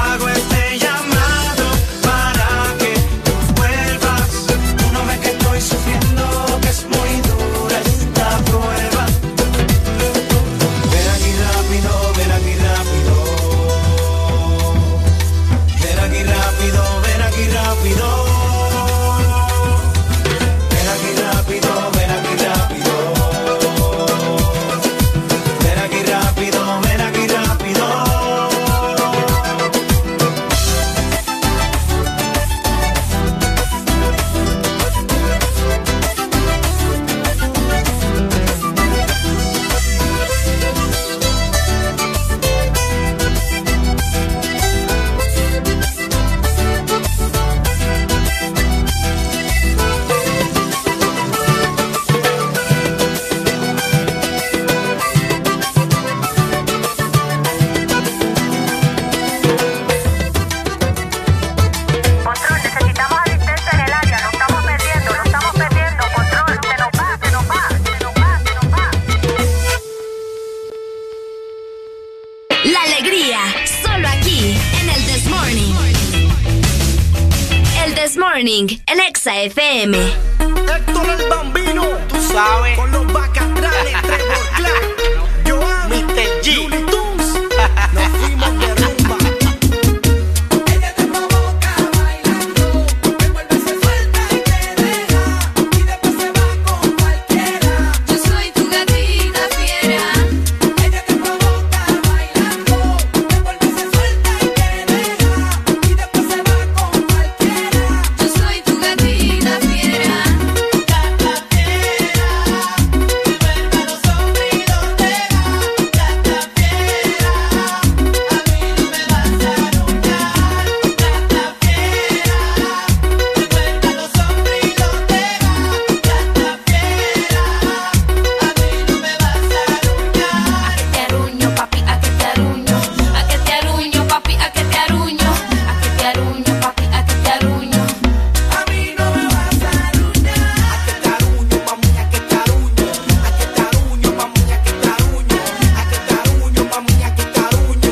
S29: Hago este llamado para que tú vuelvas. Tú no ves que estoy sufriendo, que es muy dura esta prueba. Ven aquí rápido, ven aquí rápido. Ven aquí rápido, ven aquí rápido. Ven aquí rápido, ven aquí rápido. Ven aquí rápido, ven aquí rápido.
S40: Control, necesitamos asistencia en el área. Lo estamos perdiendo, lo estamos perdiendo. Control, se nos va, se nos va.
S21: La alegría, solo aquí, en el This Morning. El This Morning, en Exa FM.
S29: Héctor el Bambino, tú
S1: sabes. Con los bacatrales, Trevor Clark, Joan, Mr. G. Looney Tunes. Nos fuimos de rumba. Ella te provoca bailando. Me vuelve, se suelta y te deja. Y después se va con cualquiera. Yo soy tu gatita fiera. Ella te provoca bailando. Me vuelve, se suelta y te deja. Y después se va con cualquiera. Yo soy tu gatita fiera. te aruño, papi, a que te aruño, a que te aruño, papi, a que te aruño, a que te aruño, papi, a que te aruño. A mí no me vas a aruñar. A que te aruño, mami, a que te aruño, a que te aruño, mami, a que te aruño, a que te aruño, mami, a que te aruño.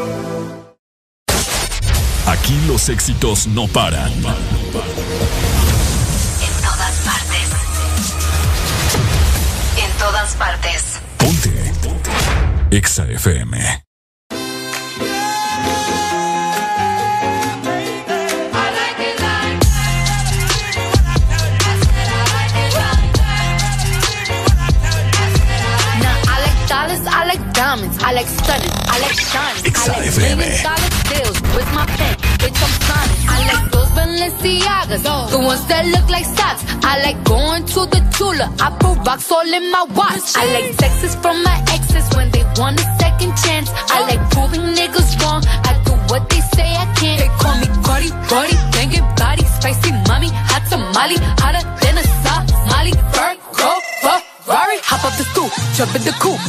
S2: Aquí los éxitos no paran.
S26: En todas partes. En todas partes.
S2: Ponte. Exa FM.
S29: Now I like dollars, I like diamonds, I like stunning, I like shining, I like
S2: XFM.
S29: million dollar deals with my pen, bitch I'm signing. I like those Balenciagas, the ones that look like socks. I like going to the Tula, I put rocks all in my watch. I like sexes from my exes when they want a second chance. I like proving niggas wrong. I do what they say I can't. They call me Cardi, Cardi, banging body, spicy mommy, hot tamale, hotter than a Somali. Bird, go, Ferrari, hop up the stoop, jump in the coupe.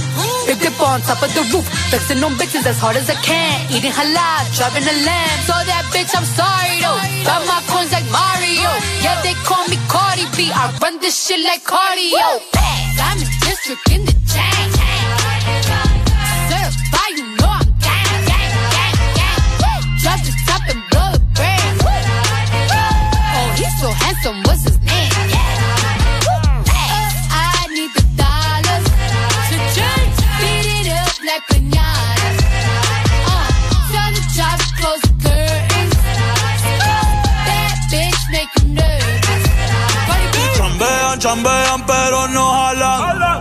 S29: Big dip on top of the roof, flexing on bitches as hard as I can. Eating halal, driving a lamb. So that bitch, I'm sorry though. Got my coins like Mario. Yeah, they call me Cardi B. I run this shit like cardio. Diamond district in the chain. Serve by, you know I'm gang, gang, gang, gang. Drop the top and blow the brand. Oh, he's so handsome, what's his name? I need the dollars to change. Beat it up like pinatas. Uh, turn the job, close the curtains. That bitch make you nervous. Cardi B.
S8: Chambean, chambean, pero no jalan.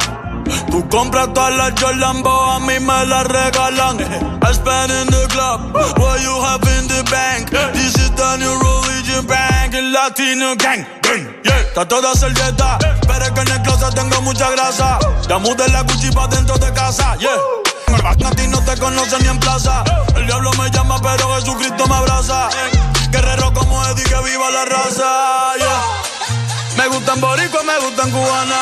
S8: Tú compras todas las Jolambo, a mí me las regalan. I spend in the club, what you have in the bank. This is the new religion bank, el latino gang. gang, yeah. Está toda servieta, pero es que en el closet tengo mucha grasa. Ya mudé la Gucci pa' dentro de casa, yeah. A ti no te conocen ni en plaza. El diablo me llama, pero Jesucristo me abraza. Guerrero como Eddie, que viva la raza, yeah. Me gustan boricua, me gustan cubana.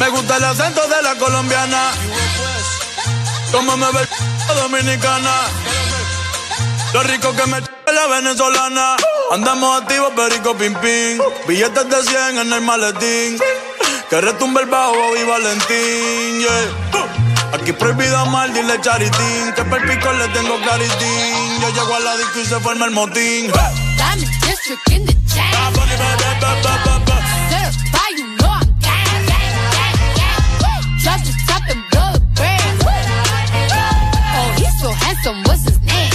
S8: Me gusta el acento de la colombiana. Como me ve la dominicana. Lo rico que me la venezolana. Andamos activos, perico pim pim. Billetes de 100 en el maletín. Que retumbe el bajo y Valentín. yeah. Aquí prohibido amar, dile charitín. Que per pico le tengo claritín. Yo llego a la disco y se forma el motín.
S29: Diamond district in the chain. Serve by, you know I'm gang, gang, gang, gang. Drop the top and blow the brand. Oh, he's so handsome, what's his name?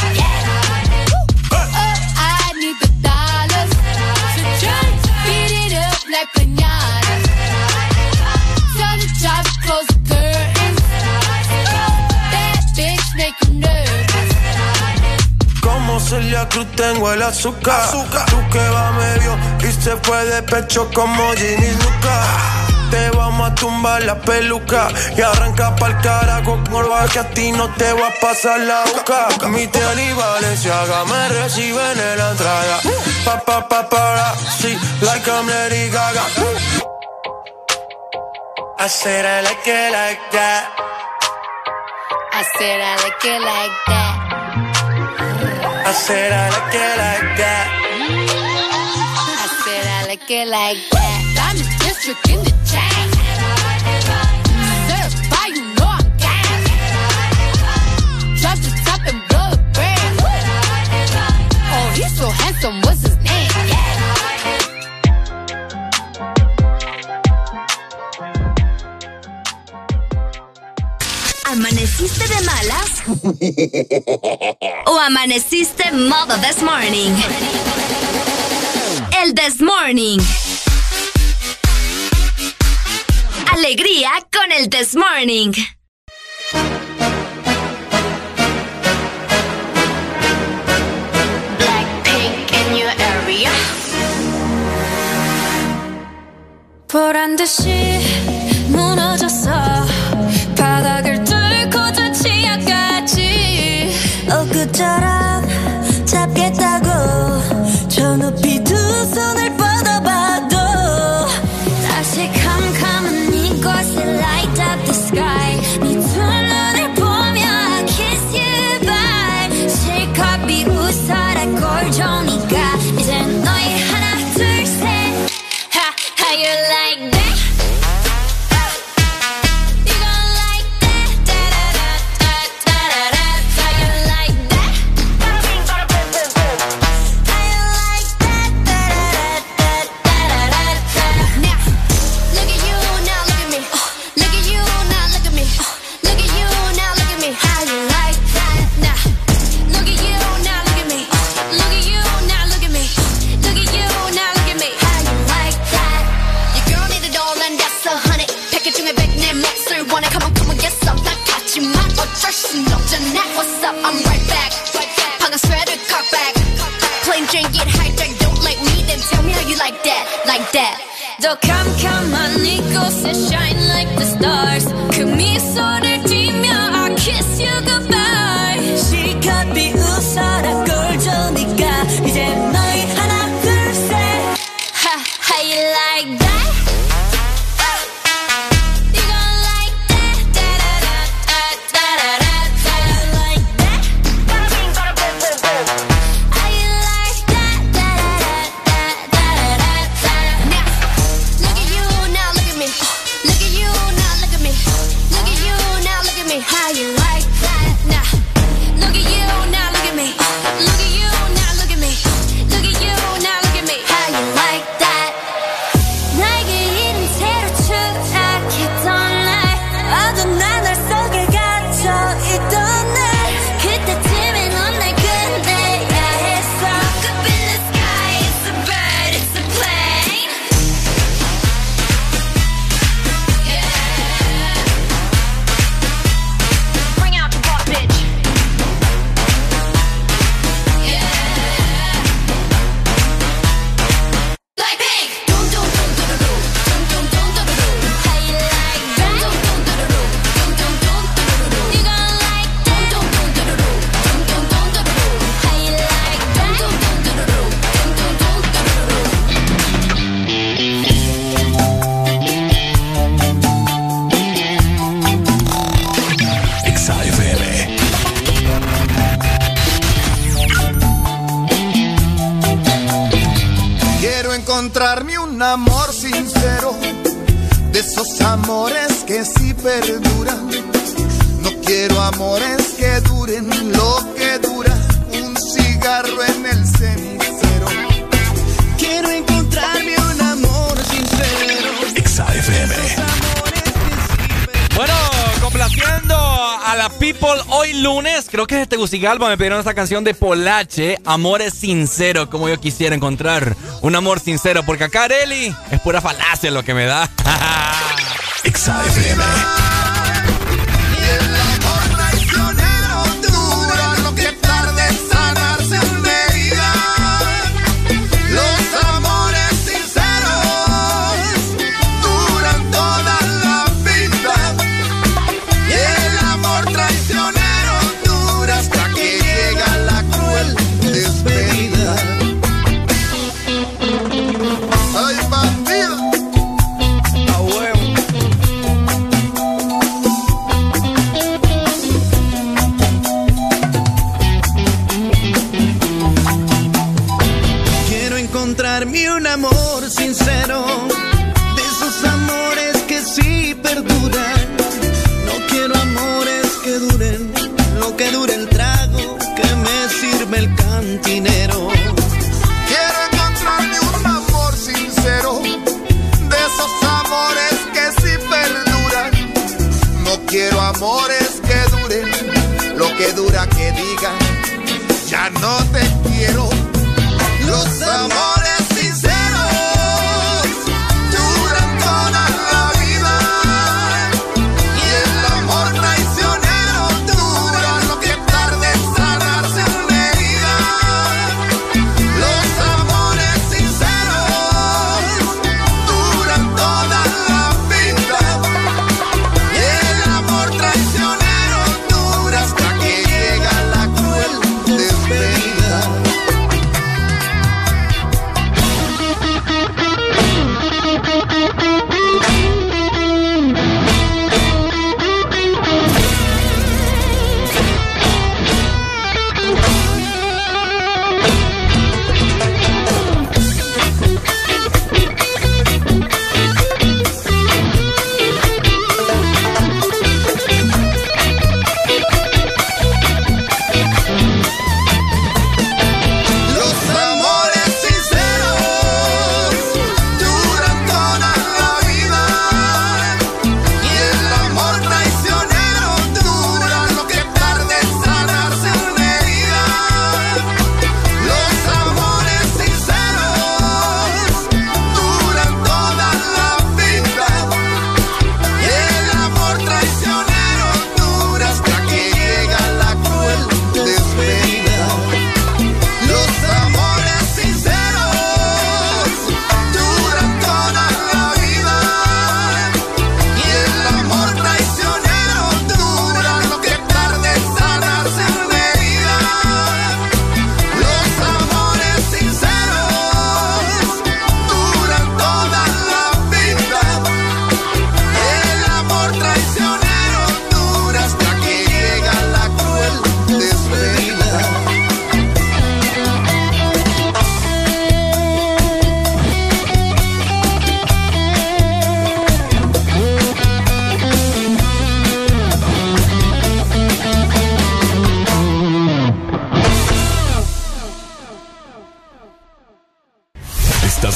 S29: Oh, I need the dollars to change. Beat it up like pinatas. Turn the job, close the curtains. That bitch make you nervous.
S8: Como Celia Cruz tengo el azúcar. Tú que va medio y se fue de pecho como Ginny Luca. Te vamos a tumbar la peluca y arranca pa'l carajo gorba que a ti no te va a pasar la boca. Mi tele y Valenciaga me reciben en la entrada. Pa pa pa para, sí, like I'm Lady Gaga. I said I like it like that.
S29: I said I like it like that.
S8: I said I like it like that.
S29: I said I like it like that. Diamond district in the chain. Serve by, you know I'm gang. Drop the top and blow the brand. Oh, he's so handsome, what's his name?
S21: ¿Amaneciste de malas o amaneciste modo this morning? El this morning. Alegría con el this morning.
S26: Blackpink in your area.
S18: 보란 듯이 무너졌어 바닥을 뚫고 저 지하까지 엊그처럼 잡겠다고 저 높이 두 손을 뻗어봐도 다시 캄캄한 이곳에 light up the sky 네 두 눈을 보며 I kiss you bye 실컷 비웃 더 캄캄한 이곳에 shine like the stars 그 미소를 띠며 I kiss you goodbye 실컷 비웃어라 꼴 좋으니까 이제 너희 하나 둘셋 Ha, how you like that? How you like that? Now, look at you, now look at me. Look at you, now look at me. Look at you, now look at me. How you like that? 나에게 이른 채로 추락했던 날 어떤 나날 속에 갇혀있던 날 그때쯤엔 넌날 끝내야 했어 Look up in the sky, it's a bird, it's a plane Yeah Bring out the pop, bitch Like pink
S2: Exa FM.
S29: Quiero encontrarme un amor sincero, de esos amores que sí perduran. No quiero amores que duren lo que dura un cigarro en el cenicero. Quiero encontrarme un amor sincero.
S2: Exa FM.
S6: Bueno, complaciendo a la people hoy lunes, creo que es de Tegucigalpa, me pidieron esta canción de Polache, Amores Sincero, como yo quisiera encontrar un amor sincero, porque acá Areli es pura falacia lo que me da.
S2: <laughs> Exa FM.
S29: Traicionero dura lo que tarde en sanarse una herida. Los amores sinceros duran toda la vida. Y el amor traicionero dura hasta que llega la cruel despedida. ¡Ay, bandido! ¡A huevo!
S17: Quiero encontrarme un amor sincero, de esos amores que sí perduran. No quiero amores que duren, lo que dure el trago que me sirve el cantinero.
S29: Quiero encontrarme un amor sincero, de esos amores que sí perduran. No quiero amores que duren, lo que dura que diga, ya no te quiero. Los amores sinceros duran toda la vida. Y el amor traicionero dura lo que tarde en sanarse una herida. Los amores sinceros duran toda la vida. Y el amor traicionero dura hasta que llega la cruel despedida.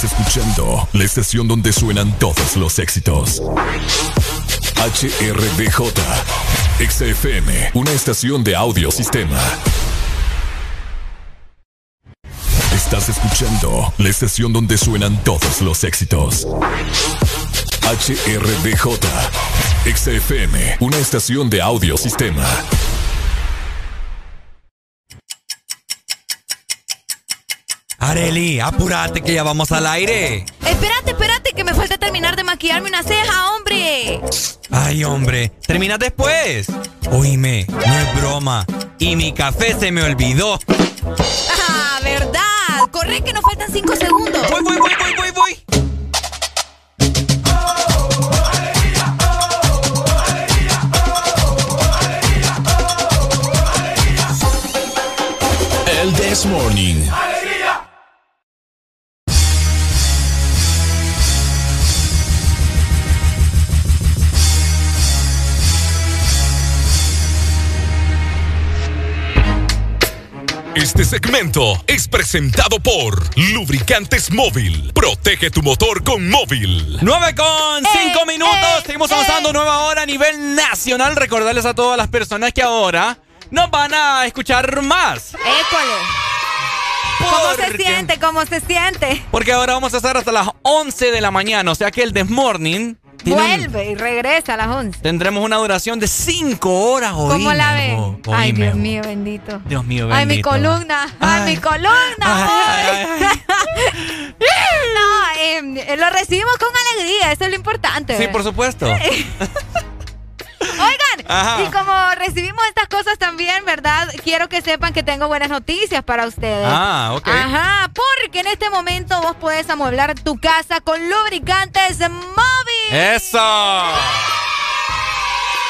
S2: escuchando la estación donde suenan todos los éxitos. HRDJ. XFM, una estación de audio sistema. Estás escuchando la estación donde suenan todos los éxitos. HRDJ. XFM, una estación de audio sistema.
S6: Areli, apúrate que ya vamos al aire.
S7: Espérate, espérate, que me falta terminar de maquillarme una ceja, hombre.
S6: Ay, hombre, termina después. Oíme, no es broma. Y mi café se me olvidó.
S7: Ah, ¿verdad? Corre que nos faltan 5 segundos.
S6: Voy, voy, voy, voy, voy, voy.
S2: El This Morning.
S35: Este segmento es presentado por Lubricantes Móvil. Protege tu motor con móvil.
S6: 9 con
S7: Eh,
S6: 5 minutos. Seguimos avanzando nueva hora a nivel nacional. Recordarles a todas las personas que ahora nos van a escuchar más.
S7: École. ¿Cómo se
S6: Porque-
S7: siente? ¿Cómo se siente?
S6: Porque ahora vamos a estar hasta las 11 de la mañana. O sea que el Desmorning tiene un-
S7: Vuelve y regresa a las 11.
S6: tendremos una duración de 5 horas hoy.
S7: ¿Cómo la ve? Ay, Dios mío,
S6: mío.
S7: bendito.
S6: Dios mío,
S7: Ay, mi
S6: bendito.
S7: columna. Ay, mi columna. ay. <laughs> no, eh, lo recibimos con alegría. Eso es lo importante.
S6: Sí,
S7: ¿verdad?
S6: por supuesto.
S7: <laughs> Oigan,
S6: Ajá.
S7: y como recibimos estas cosas también, ¿verdad? Quiero que sepan que tengo buenas noticias para ustedes.
S6: Ah, ok.
S7: Ajá, porque en este momento vos podés amueblar tu casa con lubricantes móvil.
S6: ¡Eso!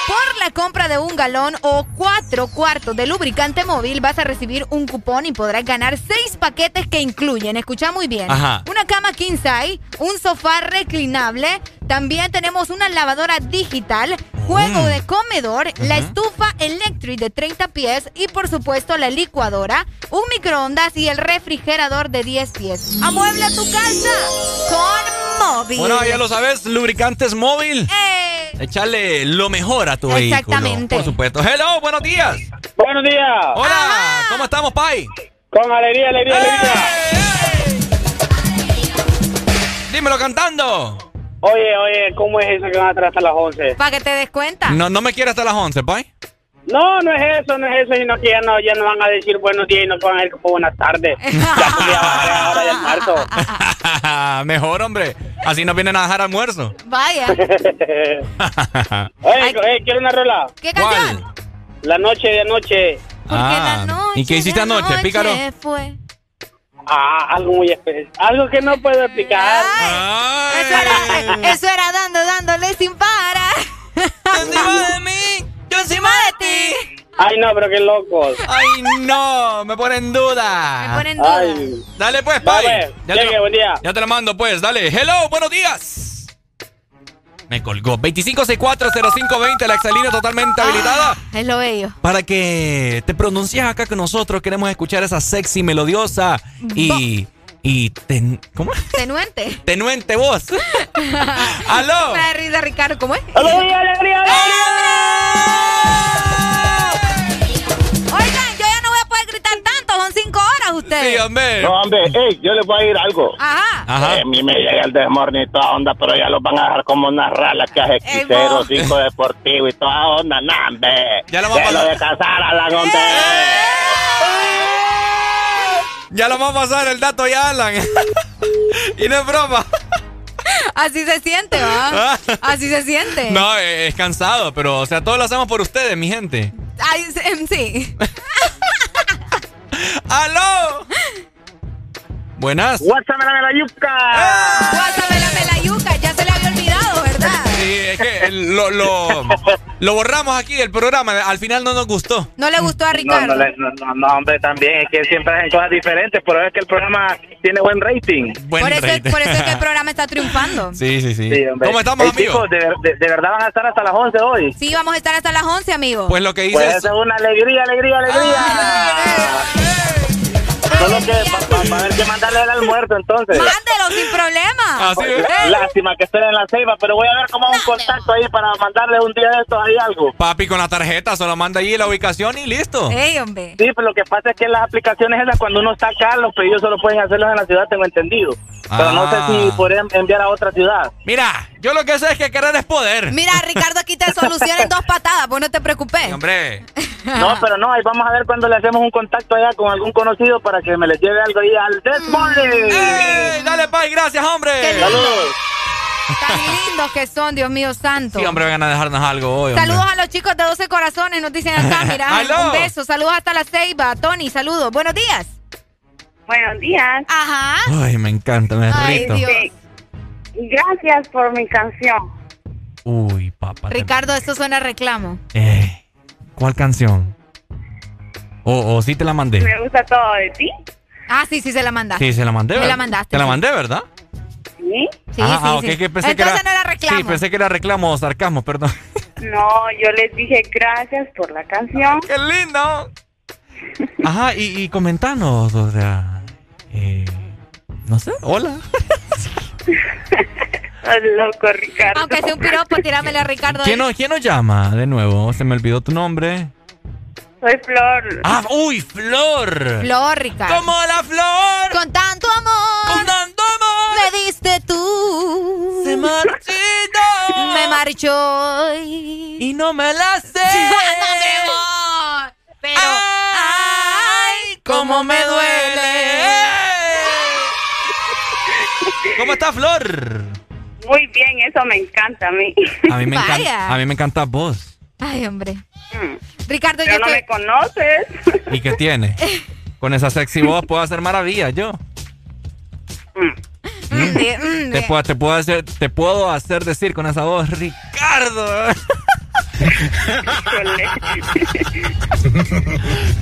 S7: Por la compra de un galón o cuatro cuartos de lubricante móvil vas a recibir un cupón y podrás ganar seis paquetes que incluyen, escucha muy bien,
S36: Ajá.
S7: una cama king size, un sofá reclinable, también tenemos una lavadora digital, juego
S36: Mm.
S7: de comedor, la
S36: Ujú.
S7: estufa electric de 30 pies y por supuesto la licuadora, un microondas y el refrigerador de 10 pies. Amuebla tu casa con móvil.
S6: Bueno, ya lo sabes, lubricantes móvil. Echarle lo mejor a tu vehículo.
S7: Eh. Exactamente.
S6: Por supuesto. Hello, buenos días.
S31: Buenos días.
S6: Hola, ¿cómo estamos, Pai?
S31: Con alegría, alegría, alegría.
S6: Dímelo cantando.
S31: Oye, oye, ¿cómo es eso que van a traer hasta las 11?
S7: Para que te des cuenta.
S6: No, no me quieres hasta las 11, Pai.
S31: No, no es eso, no es eso, sino que ya no, ya no van a decir buenos días y no van a decir como buenas
S7: <laughs>
S31: tardes. Ya porque ya va a la hora del almuerzo.
S6: <laughs> Ah, mejor, hombre. Así no vienen a dejar almuerzo. <laughs>
S31: <laughs>
S7: Vaya.
S31: Oye, oye, quiero eh, una rola.
S7: ¿Qué canción?
S31: La noche de anoche.
S6: Ah, ¿Y qué hiciste anoche, pícaro?
S7: Se fue.
S31: Ah, algo muy especial. Algo que no puedo explicar.
S7: Eso era, <laughs> eso era dando, dándole sin parar. Yo encima de mí, yo encima de ti.
S31: Ay, no, pero qué locos.
S6: Ay, no, me pone en duda.
S7: Me pone en duda.
S31: Ay.
S6: Dale, pues,
S31: Va,
S6: Pai.
S31: pues.
S6: Ya te,
S31: Llegue,
S6: lo,
S31: buen día.
S6: ya te lo mando, pues. Dale. Hello, buenos días. Me colgó. 25640520, la exalina totalmente habilitada.
S7: Es lo bello.
S6: Para que te pronuncies acá con nosotros, queremos escuchar esa sexy, melodiosa y. y ten- ¿Cómo es?
S7: Tenuente.
S6: Tenuente voz. <laughs> ¡Aló!
S7: Me da risa, Ricardo, ¿cómo es?
S31: ¡Alegría, alegría,
S7: Oigan, yo ya no voy a poder gritar tanto, son cinco horas ustedes.
S30: No, hombre, ey, yo les voy a ir algo.
S7: Ajá.
S30: Eh, a mí me llega el desmorning y toda onda, pero ya los van a dejar como unas ralas que hace
S7: Ey,
S30: quisero,
S7: vos.
S30: cinco deportivo y toda onda, nah, hombre.
S6: Ya lo vamos a
S30: Déjalo
S6: pasar.
S30: de casar a la onda.
S6: Ya lo vamos a pasar el dato ya, Alan. <laughs> y no es broma.
S7: Así se siente, ¿va? Así se siente.
S6: No, eh, es cansado, pero, o sea, todo lo hacemos por ustedes, mi gente.
S7: Ay, sí, em, sí.
S6: ¡Aló! Buenas. ¡Eh!
S31: ¡Guásamela la yuca!
S7: Guásamela la yuca, ya se le había olvidado, ¿verdad?
S6: Sí, es que eh, lo, lo, lo borramos aquí del programa. Al final no nos gustó.
S7: No le gustó a
S31: No,
S7: Ah, Ricardo.
S31: no, le- no, no, no, hombre, también es que siempre hacen cosas diferentes, pero es que el programa tiene buen rating.
S7: por, eso, es- por eso es que el programa está triunfando.
S6: Sí, sí, sí.
S31: hombre.
S6: ¿Cómo estamos,
S31: Ey,
S6: amigo?
S31: chicos, de, ver- de- de verdad van a estar hasta las 11 hoy.
S7: Sí, vamos a estar hasta las 11, amigo. Ah,
S6: Pues lo que
S31: Pues
S6: dices.
S31: eso es una alegría, alegría, alegría.
S30: Solo que para ver qué mandarle el almuerzo entonces.
S7: Mándelo sin problema.
S30: Oye, Lástima que estoy en la ceiba, pero voy a ver cómo hago un contacto ahí para mandarle un día de estos ahí algo.
S6: Papi, con la tarjeta, solo manda ahí la ubicación y listo.
S7: Ey, hombre.
S30: Sí, pero lo que pasa es que las aplicaciones esas, cuando uno está acá, los pedidos solo pueden hacerlos en la ciudad, tengo entendido. Pero no sé
S6: Ah.
S30: si podrían enviar a otra ciudad.
S6: Mira, yo lo que sé es que querer es poder.
S7: Mira, Ricardo, aquí te solucionan dos patadas, pues no te preocupes.
S6: Hombre,
S30: No, pero no, ahí vamos a ver cuando le hacemos un contacto allá con algún conocido para que me les lleve algo ahí al Desmorning.
S6: ¡Ey! Dale, Pai, gracias, hombre.
S30: Saludos.
S7: Tan lindos que son, Dios mío santo.
S6: Sí, hombre, van a dejarnos algo hoy. hombre.
S7: Saludos a los chicos de 12 corazones, nos dicen acá, mira.
S6: <laughs> Aló.
S7: un beso, saludos hasta la Ceiba. Tony, saludos. Buenos días.
S40: Buenos días.
S7: Ajá.
S6: Ay, me encanta, me derrito.
S40: Sí. Gracias por mi canción.
S6: Uy, papá. te-
S7: Ricardo, esto suena a reclamo.
S6: Eh, ¿Cuál canción? O o sí te la mandé.
S40: Me gusta todo de ti.
S7: Ah, sí, sí, se la mandaste.
S6: Sí, se la mandé.
S7: Me
S6: ¿verdad?
S7: la mandaste.
S6: Te la mandé, ¿verdad?
S40: Sí.
S7: Sí,
S6: ah,
S7: sí,
S6: ah, ok,
S7: sí.
S6: que pensé que
S7: Entonces
S6: era,
S7: no era reclamo.
S6: Sí, pensé que era reclamo o
S7: <laughs>
S6: sarcasmo, perdón.
S40: No, yo les dije gracias por la canción.
S6: ¡Qué lindo! Ajá, y, y comentanos, o sea, eh, no sé, hola.
S40: Loco, Ricardo.
S7: Aunque sea un piropo, tíramele a Ricardo.
S6: ¿Quién nos, ¿Quién nos llama de nuevo? Se me olvidó tu nombre.
S40: Soy Flor.
S6: Ah, uy, Flor.
S7: Flor, Ricardo.
S6: Como la flor.
S7: Con tanto amor.
S6: Con tanto amor.
S7: Me diste tú.
S6: Se marchito.
S7: Me marchó. Y,
S6: no me la
S7: <laughs>
S6: sé. Ah,
S7: ¡No, hombre, vos! Pero. ¡Ay!
S6: ¡Cómo me duele! ¿Cómo está Flor?
S40: <laughs> Muy bien, eso me encanta a mí.
S6: A mí me
S7: Vaya.
S6: encanta, a mí me encanta vos.
S7: Ay, hombre.
S40: Mm.
S7: Ricardo,
S40: Pero
S7: yo
S40: no
S7: te-
S40: me conoces.
S6: ¿Y qué
S7: <laughs>
S6: tiene? Con esa sexy voz puedo hacer maravillas yo.
S7: Mm, de- mm,
S6: Te
S7: de-
S6: puedo, te puedo hacer, te puedo hacer decir con esa
S7: <laughs>
S6: voz, Ricardo.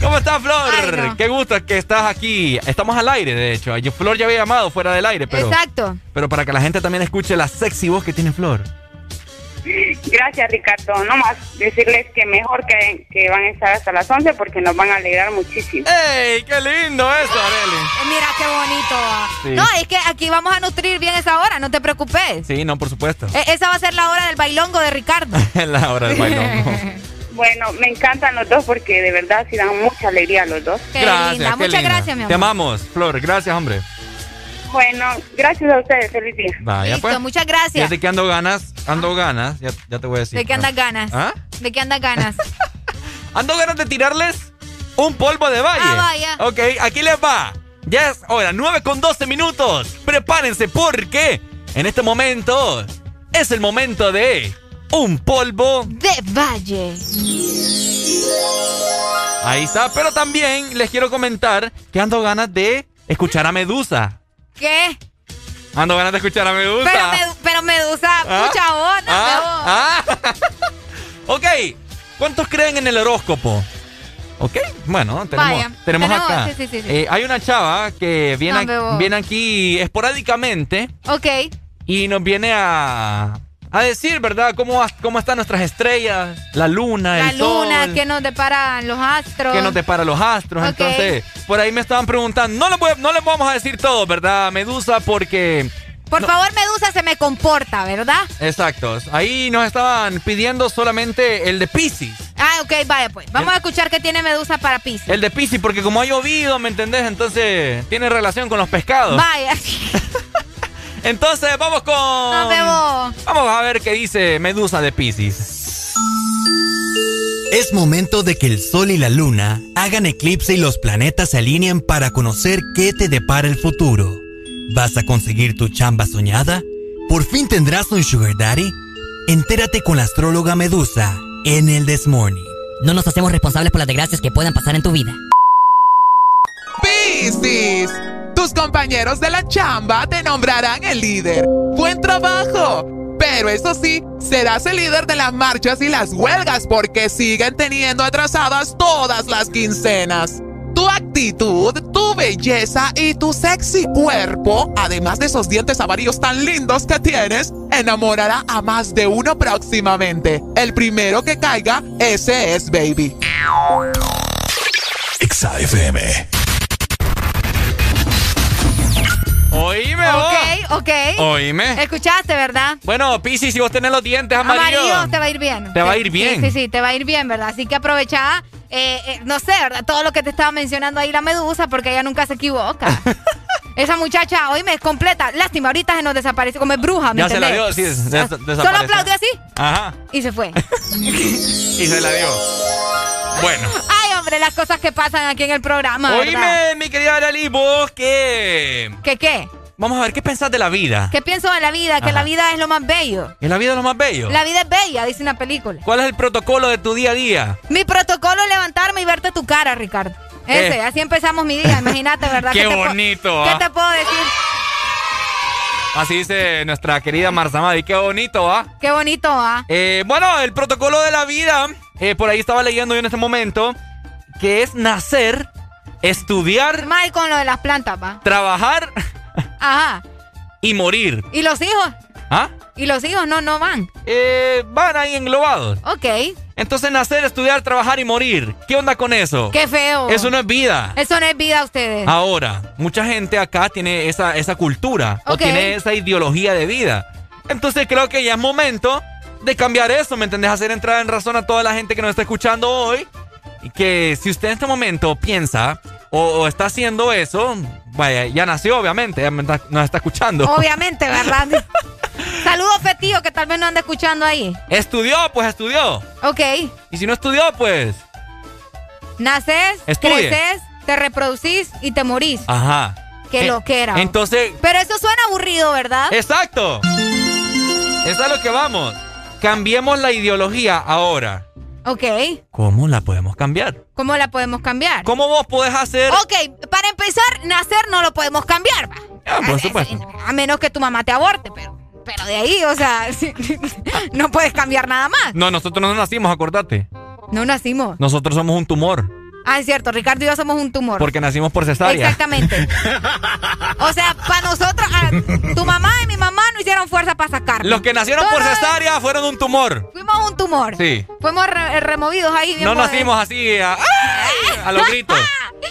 S6: ¿Cómo estás, Flor? Qué gusto que estás aquí. Estamos al aire, de hecho. Yo, Flor ya había llamado fuera del aire, pero,
S7: Exacto.
S6: pero para que la gente también escuche la sexy voz que tiene Flor.
S40: Gracias, Ricardo. No más decirles que mejor que, que van a estar hasta las 11 porque nos van a alegrar muchísimo.
S6: ¡Ey! ¡Qué lindo eso, Arely!
S7: Eh, Mira qué bonito. ah.
S6: Sí.
S7: No, es que aquí vamos a nutrir bien esa hora, no te preocupes.
S6: Sí, no, por supuesto.
S7: Eh, Esa va a ser la hora del bailongo de Ricardo.
S6: <laughs> Es la hora
S7: <laughs>
S6: del bailongo.
S40: Bueno, me encantan los dos porque de verdad sí dan mucha alegría los dos.
S7: Qué
S6: Ah,
S7: linda. Muchas gracias, mi amor.
S6: Te amamos, Flor. Gracias, hombre.
S40: Bueno, gracias a ustedes. Feliz día.
S6: Vaya,
S7: Listo,
S6: pues.
S7: muchas gracias. Ah.
S6: Fíjate que ando ganas, ando ganas, ya, ya te voy a decir.
S7: ¿De qué andas ganas?
S6: ¿Ah?
S7: ¿De qué andas
S6: <laughs>
S7: ganas?
S6: Ando ganas de tirarles un polvo de valle.
S7: Ah, vaya.
S6: Ok, aquí les va. Ya es hora, 9 con 12 minutos. Prepárense porque en este momento es el momento de un polvo.
S7: De Valle.
S6: Ahí está, pero también les quiero comentar que ando ganas de escuchar a Medusa.
S7: ¿Qué?
S6: Ando ganas de escuchar a Medusa.
S7: Pero, Medu- pero Medusa,
S6: ¿Ah?
S7: pucha onda,
S6: Ah, <laughs> ah. ok, ¿cuántos creen en el horóscopo? Ok, bueno, tenemos,
S7: Vaya,
S6: tenemos
S7: tenemos-
S6: acá.
S7: sí, sí, sí, sí.
S6: Eh, hay una chava que viene,
S7: Hombre,
S6: a-
S7: vos.
S6: viene aquí esporádicamente
S7: vos. Ok.
S6: y nos viene a, a decir, ¿verdad? Cómo, va- cómo están nuestras estrellas, la luna,
S7: La
S6: el
S7: luna,
S6: sol,
S7: que nos deparan los astros.
S6: qué nos depara los astros.
S7: Ok.
S6: Entonces, por ahí me estaban preguntando, no les, voy a- no les vamos a decir todo, ¿verdad? Medusa, porque...
S7: Por favor, Medusa se me comporta, ¿verdad?
S6: Exacto, ahí nos estaban pidiendo solamente el de Pisces.
S7: Ah, ok, vaya pues. Vamos
S6: El-
S7: a escuchar qué tiene Medusa para Pisces.
S6: El de Piscis, porque como ha llovido, ¿me entendés? Entonces tiene relación con los pescados.
S7: Vaya.
S6: Entonces vamos con.
S7: No me voy.
S6: Vamos a ver qué dice Medusa de Piscis.
S45: Es momento de que el Sol y la Luna hagan eclipse y los planetas se alineen para conocer qué te depara el futuro. ¿Vas a conseguir tu chamba soñada? ¿Por fin tendrás un sugar daddy? Entérate con la astróloga Medusa en el This Morning.
S21: No nos hacemos responsables por las desgracias que puedan pasar en tu vida.
S44: Piscis. Tus compañeros de la chamba te nombrarán el líder. Buen trabajo. Pero eso sí, serás el líder de las marchas y las huelgas porque siguen teniendo atrasadas todas las quincenas. Tu actitud, tu belleza y tu sexy cuerpo, además de esos dientes amarillos tan lindos que tienes, enamorará a más de uno próximamente. El primero que caiga, ese es baby.
S5: Exa FM.
S6: Oíme, vos.
S7: Ok, ok.
S6: Oíme.
S7: Escuchaste, ¿verdad?
S6: Bueno, Pisi, si vos tenés los dientes amarillos.
S7: Amarillo, te va a ir bien.
S6: Te va a ir bien.
S7: Sí, sí, sí, te va a ir bien, ¿verdad? Así que aprovecha, eh, eh, no sé, ¿verdad? Todo lo que te estaba mencionando ahí la medusa, porque ella nunca se
S6: <laughs>
S7: equivoca. Esa muchacha, oíme, es completa. Lástima, ahorita se nos desapareció, como es bruja, ¿me
S6: Ya se la
S7: entendés?
S6: dio, sí, des- des-
S7: Ah, Solo
S6: desapareció.
S7: aplaudió así
S6: Ajá.
S7: y se fue.
S6: Y se la dio. Bueno.
S7: Ay, hombre, las cosas que pasan aquí en el programa, ¿verdad?
S6: Oíme, mi querida Arely, vos que.
S7: ¿Qué qué?
S6: Vamos a ver, ¿qué pensás de la vida?
S7: ¿Qué pienso de la vida? Que
S6: Ajá.
S7: la vida es lo más bello.
S6: ¿Es la vida lo más bello?
S7: La vida es bella, dice una película.
S6: ¿Cuál es el protocolo de tu día a día?
S7: Mi protocolo es levantarme y verte tu cara, Ricardo. Ese,
S6: Eh.
S7: así empezamos mi día, imagínate,
S6: <laughs>
S7: ¿verdad?
S6: Qué
S7: ¿Qué te po-
S6: bonito,
S7: ¿Qué
S6: ah.
S7: te puedo decir?
S6: Así dice nuestra querida Marzamadi. Qué bonito, ¿va?
S7: Qué bonito, ¿ah?
S6: Eh, bueno, el protocolo de la vida, eh, por ahí estaba leyendo yo en este momento, que es nacer, estudiar,
S7: Mal con lo de las plantas, va.
S6: trabajar
S7: Ajá.
S6: y morir.
S7: ¿Y los hijos?
S6: ¿Ah?
S7: ¿Y los hijos no, no van?
S6: Eh, van ahí englobados.
S7: Ok.
S6: Entonces nacer, estudiar, trabajar y morir. ¿Qué onda con eso?
S7: Qué feo. Eh.
S6: Eso no es vida.
S7: Eso no es vida a ustedes.
S6: Ah, Ahora, mucha gente acá tiene esa, esa cultura o
S7: Ok.
S6: tiene esa ideología de vida. Entonces creo que ya es momento de cambiar eso, ¿me entendés? Hacer entrar en razón a toda la gente que nos está escuchando hoy. Y que si usted en este momento piensa o, o está haciendo eso, vaya, ya nació obviamente, ya me está- nos está escuchando.
S7: Obviamente, ¿verdad? Saludos, Fetío, que tal vez no anda escuchando ahí.
S6: <laughs> Estudió, pues estudió.
S7: Ok.
S6: Y si no estudió, pues...
S7: Naces,
S6: Estudie.
S7: creces, te reproducís y te morís.
S6: Ajá.
S7: Qué
S6: Eh,
S7: loquera.
S6: Entonces,
S7: Pero eso suena aburrido, ¿verdad?
S6: Exacto. Es a lo que vamos. Cambiemos la ideología ahora.
S7: Ok.
S6: ¿Cómo la podemos cambiar?
S7: ¿Cómo la podemos cambiar?
S6: ¿Cómo vos podés hacer?
S7: Ok, para empezar, nacer no lo podemos cambiar, va.
S6: Ah, por supuesto.
S7: A menos que tu mamá te aborte, pero, pero de ahí, o sea, <laughs> no puedes cambiar nada más.
S6: No, nosotros no nacimos, acordate.
S7: No nacimos.
S6: Nosotros somos un tumor.
S7: Ah, es cierto, Ricardo y yo somos un tumor.
S6: Porque nacimos por cesárea. <laughs>
S7: Exactamente. O sea, para nosotros, ah, tu mamá y mi mamá no hicieron fuerza para sacarnos.
S6: Los que nacieron por cesárea fueron un tumor.
S7: Fuimos un tumor.
S6: Sí.
S7: Fuimos re- eh, removidos ahí. eh. bien
S6: No
S7: moder-
S6: nacimos así a, ¡ay! a los
S30: <laughs>
S6: gritos.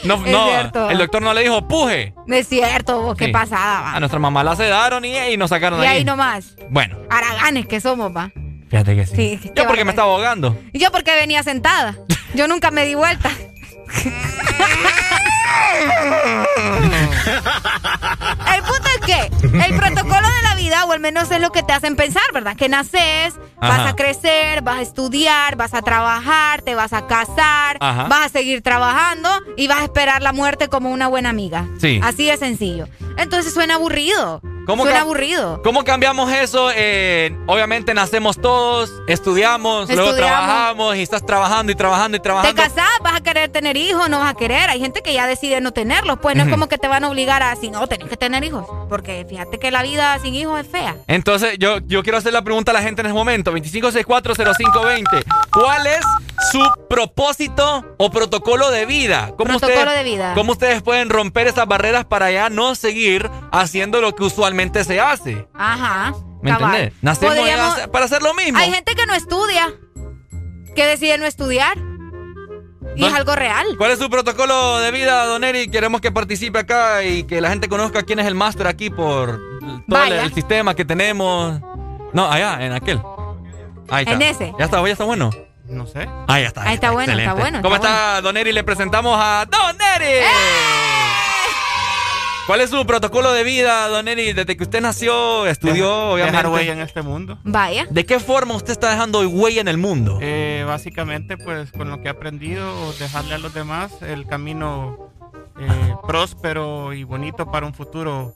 S6: No,
S7: <laughs> Es
S6: no,
S7: cierto.
S6: el doctor no le dijo puje.
S7: Es cierto, vos, qué
S6: Sí.
S7: pasada, va.
S6: A nuestra mamá la sedaron y, y nos sacaron
S7: y
S6: de
S7: ahí nomás,
S6: Bueno,
S7: araganes que somos, va.
S6: fíjate que sí.
S7: Sí, qué
S6: Yo porque me estaba ahogando.
S7: Y yo porque venía sentada. Yo nunca me di
S6: <laughs>
S7: vuelta. El punto es que el protocolo de la vida, o al menos es lo que te hacen pensar, ¿verdad? Que naces, vas
S8: Ajá.
S7: a crecer, vas a estudiar, vas a trabajar, te vas a casar,
S8: Ajá.
S7: vas a seguir trabajando y vas a esperar la muerte como una buena amiga.
S6: Sí.
S7: Así de sencillo. Entonces suena aburrido.
S6: ¿Cómo
S7: suena
S6: cam-
S7: aburrido.
S6: ¿Cómo cambiamos eso? Eh, obviamente nacemos todos, estudiamos, luego
S7: Estudiamos.
S6: trabajamos y estás trabajando y trabajando y
S7: Te
S6: trabajando.
S7: casás, vas a querer tener hijos, no vas a querer. Hay gente que ya decide no tenerlos, pues no es
S6: Ujú.
S7: como que te van a obligar a si no, tenés que tener hijos. Porque fíjate que la vida sin hijos es fea.
S6: Entonces, yo, yo quiero hacer la pregunta a la gente en este momento: 25640520. ¿Cuál es su propósito o protocolo de vida?
S7: Protocolo de vida.
S6: ¿Cómo ustedes pueden romper esas barreras para ya no seguir haciendo lo que usualmente se hace?
S7: Ajá.
S6: ¿Me
S7: cabal.
S6: entendés? Nacemos ya
S7: Podríamos-
S6: hace- para hacer lo mismo.
S7: Hay gente que no estudia, que decide no estudiar. Y
S6: ¿No?
S7: es algo real.
S6: ¿Cuál es su protocolo de vida, Don Eri? Queremos que participe acá y que la gente conozca quién es el máster aquí por todo el,
S7: Vaya.
S6: el sistema que tenemos. No, allá, en aquel. Ahí está.
S7: En ese.
S6: Ya está, ya está bueno.
S32: No sé.
S6: Ahí está.
S7: Ahí está bueno, está
S6: excelente.
S7: bueno.
S6: ¿Cómo está, Don Eri? Le presentamos a Don Eri.
S30: Eh,
S6: ¿Cuál es su protocolo de vida, Don Eri? Desde que usted nació, estudió, obviamente.
S32: Dejar huella en este mundo.
S7: Vaya.
S6: ¿De qué forma usted está dejando huella en el mundo?
S32: Eh, básicamente, pues con lo que he aprendido, dejarle a los demás el camino eh, próspero y bonito para un futuro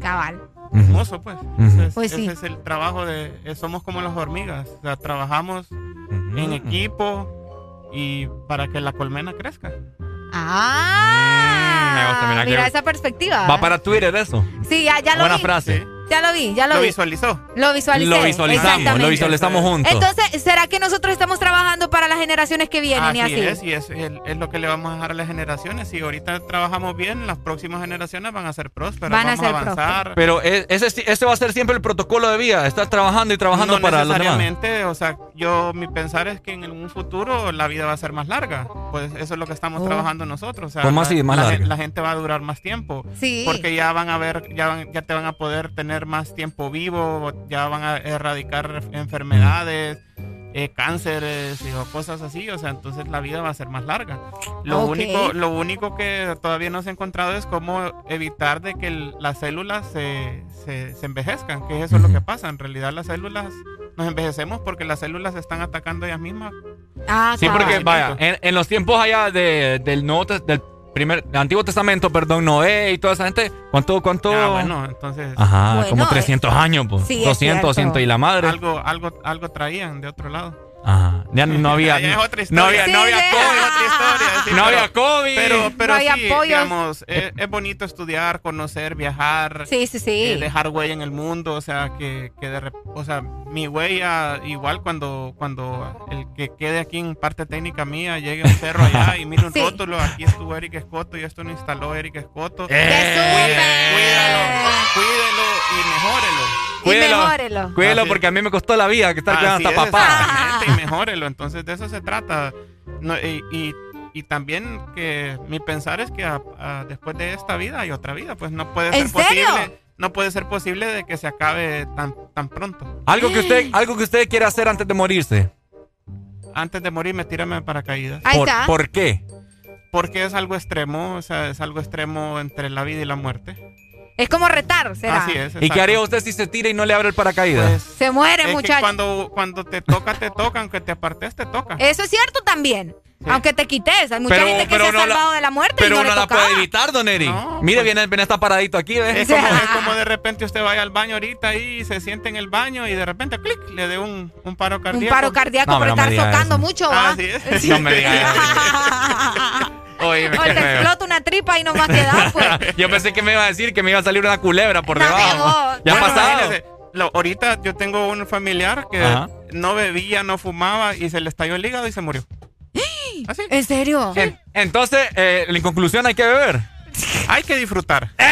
S7: Cabal.
S32: hermoso, pues. Ese es,
S7: Pues sí.
S32: ese es el trabajo de. eh, somos como las hormigas. O sea, trabajamos en equipo y para que la colmena crezca.
S7: Ah.
S32: me gusta, mira que-
S7: mira esa perspectiva.
S6: Va para Twitter eso.
S7: Sí, ya, ya lo
S6: Buena
S7: vi.
S6: frase.
S7: Ya lo vi, ya lo,
S32: Lo
S7: vi.
S32: visualizó.
S7: Lo visualicé.
S6: Lo visualizamos, lo
S7: exactamente.
S6: visualizamos juntos.
S7: Entonces, ¿será que nosotros estamos trabajando para las generaciones que vienen
S32: Así,
S7: y así?
S32: es, y es, es, es lo que le vamos a dejar a las generaciones. Si ahorita trabajamos bien, las próximas generaciones van a ser prósperas,
S7: Van a
S32: vamos a,
S7: ser
S32: avanzar.
S6: Pero e- ese, sí- ese va a ser siempre el protocolo de vida. Estar trabajando y trabajando
S32: no
S6: para los demás.
S32: necesariamente, o sea, yo mi pensar es que en un futuro la vida va a ser más larga. pues eso es lo que estamos
S6: Oh.
S32: trabajando nosotros. O sea,
S6: ¿Cómo
S32: la-
S6: así? Más
S32: la,
S6: larga.
S32: gen- la gente va a durar más tiempo.
S7: Sí.
S32: Porque ya van a ver, ya, van- ya te van a poder tener más tiempo vivo, ya van a erradicar enfermedades, eh, cánceres y o cosas así. O sea, entonces la vida va a ser más larga. Lo,
S29: Ok.
S32: único, lo único que todavía no se ha encontrado es cómo evitar de que el- las células se, se- se envejezcan, que eso es lo que pasa. En realidad las células nos envejecemos porque las células se están atacando ellas mismas.
S7: Ah,
S6: Sí,
S32: cabal.
S6: porque vaya, en, en los tiempos allá de- del Nuevo Tes- del primer del Antiguo Testamento, perdón, Noé y toda esa gente, ¿cuánto cuánto?
S32: Ah, bueno, entonces.
S6: Ajá, como
S32: eh,
S6: 300 años, pues,
S32: sí, es
S6: 200,
S32: cierto.
S6: 100 y la madre.
S32: Algo, algo, algo traían de otro lado.
S6: Ajá, ya no había
S32: Allá es otra
S6: no
S32: historia.
S6: había no había
S32: Sí,
S6: COVID,
S32: es otra historia, sí,
S6: no
S32: pero-
S6: había COVID.
S32: Pero, pero
S7: No había
S32: sí,
S7: pollos.
S32: digamos, es, es bonito estudiar, conocer, viajar.
S7: Sí, sí, sí.
S32: eh, dejar huella en el mundo, o sea, que, que de rep- o sea, mi huella, igual cuando, cuando el que quede aquí en parte técnica mía, llegue a un cerro allá y mire
S7: <laughs>
S32: un
S7: Sí.
S32: rótulo, aquí estuvo Eric Escoto y esto lo instaló Eric Escoto.
S6: Eh,
S32: Cuídalo, cuídelo y mejórelo.
S6: Cuídelo, cuídelo
S32: Así
S6: porque a mí me costó la vida que estar
S32: Así
S6: cuidando hasta
S32: es,
S7: Ah,
S6: papá.
S32: exactamente, y mejórelo. Entonces, de eso se trata. No, y, y- y también que mi pensar es que a- a- después de esta vida hay otra vida. Pues no puede ser
S6: ¿En serio?
S32: posible. No puede ser posible de que se acabe tan, tan pronto.
S6: Algo que usted algo que usted quiera hacer antes de morirse.
S32: Antes de morirme, tírame de paracaídas.
S6: ¿Por, ¿Por qué?
S32: Porque es algo extremo, o sea, es algo extremo entre la vida y la muerte.
S7: Es como retar, será.
S32: Así es.
S6: ¿Y qué
S32: exacto. Pues,
S6: haría usted si se tira y no le abre el paracaídas?
S7: Se muere,
S32: Es que
S7: muchacho.
S32: cuando, cuando te toca, te toca. Aunque te apartes, te toca.
S7: Eso es cierto también. Aunque te quites, hay mucha
S6: Pero-
S7: gente que
S6: pero
S7: se ha
S6: no la-
S7: salvado de la muerte y
S6: Pero
S7: no
S6: uno
S7: le
S6: la
S7: tocaba.
S6: puede evitar, don Eri. Mire, viene, viene está paradito aquí,
S7: <laughs>
S6: ¿ves?
S32: Es como, es
S7: Ah.
S32: como de repente usted vaya al baño ahorita y se siente en el baño y de repente clic le dé un, un paro cardíaco. Ah,
S7: Un paro cardíaco
S6: No,
S7: por
S6: pero no
S7: estar
S6: me diga
S7: socando mucho, ¿va?
S32: Así es.
S7: <laughs>
S6: No me digas eso. Oye,
S7: O te explota una tripa y no más queda, pues.
S6: Yo pensé que me iba a decir que me iba a salir una culebra por
S7: No,
S6: debajo.
S7: mi
S6: Ya ha
S32: Bueno,
S6: pasado.
S32: imagínese, lo- ahorita yo tengo un familiar que
S6: Ajá.
S32: no bebía, no fumaba y se le estalló el hígado y se murió. Ah,
S7: ¿En serio?
S6: En- entonces, eh, en conclusión, hay que beber.
S32: Hay que disfrutar.
S7: Que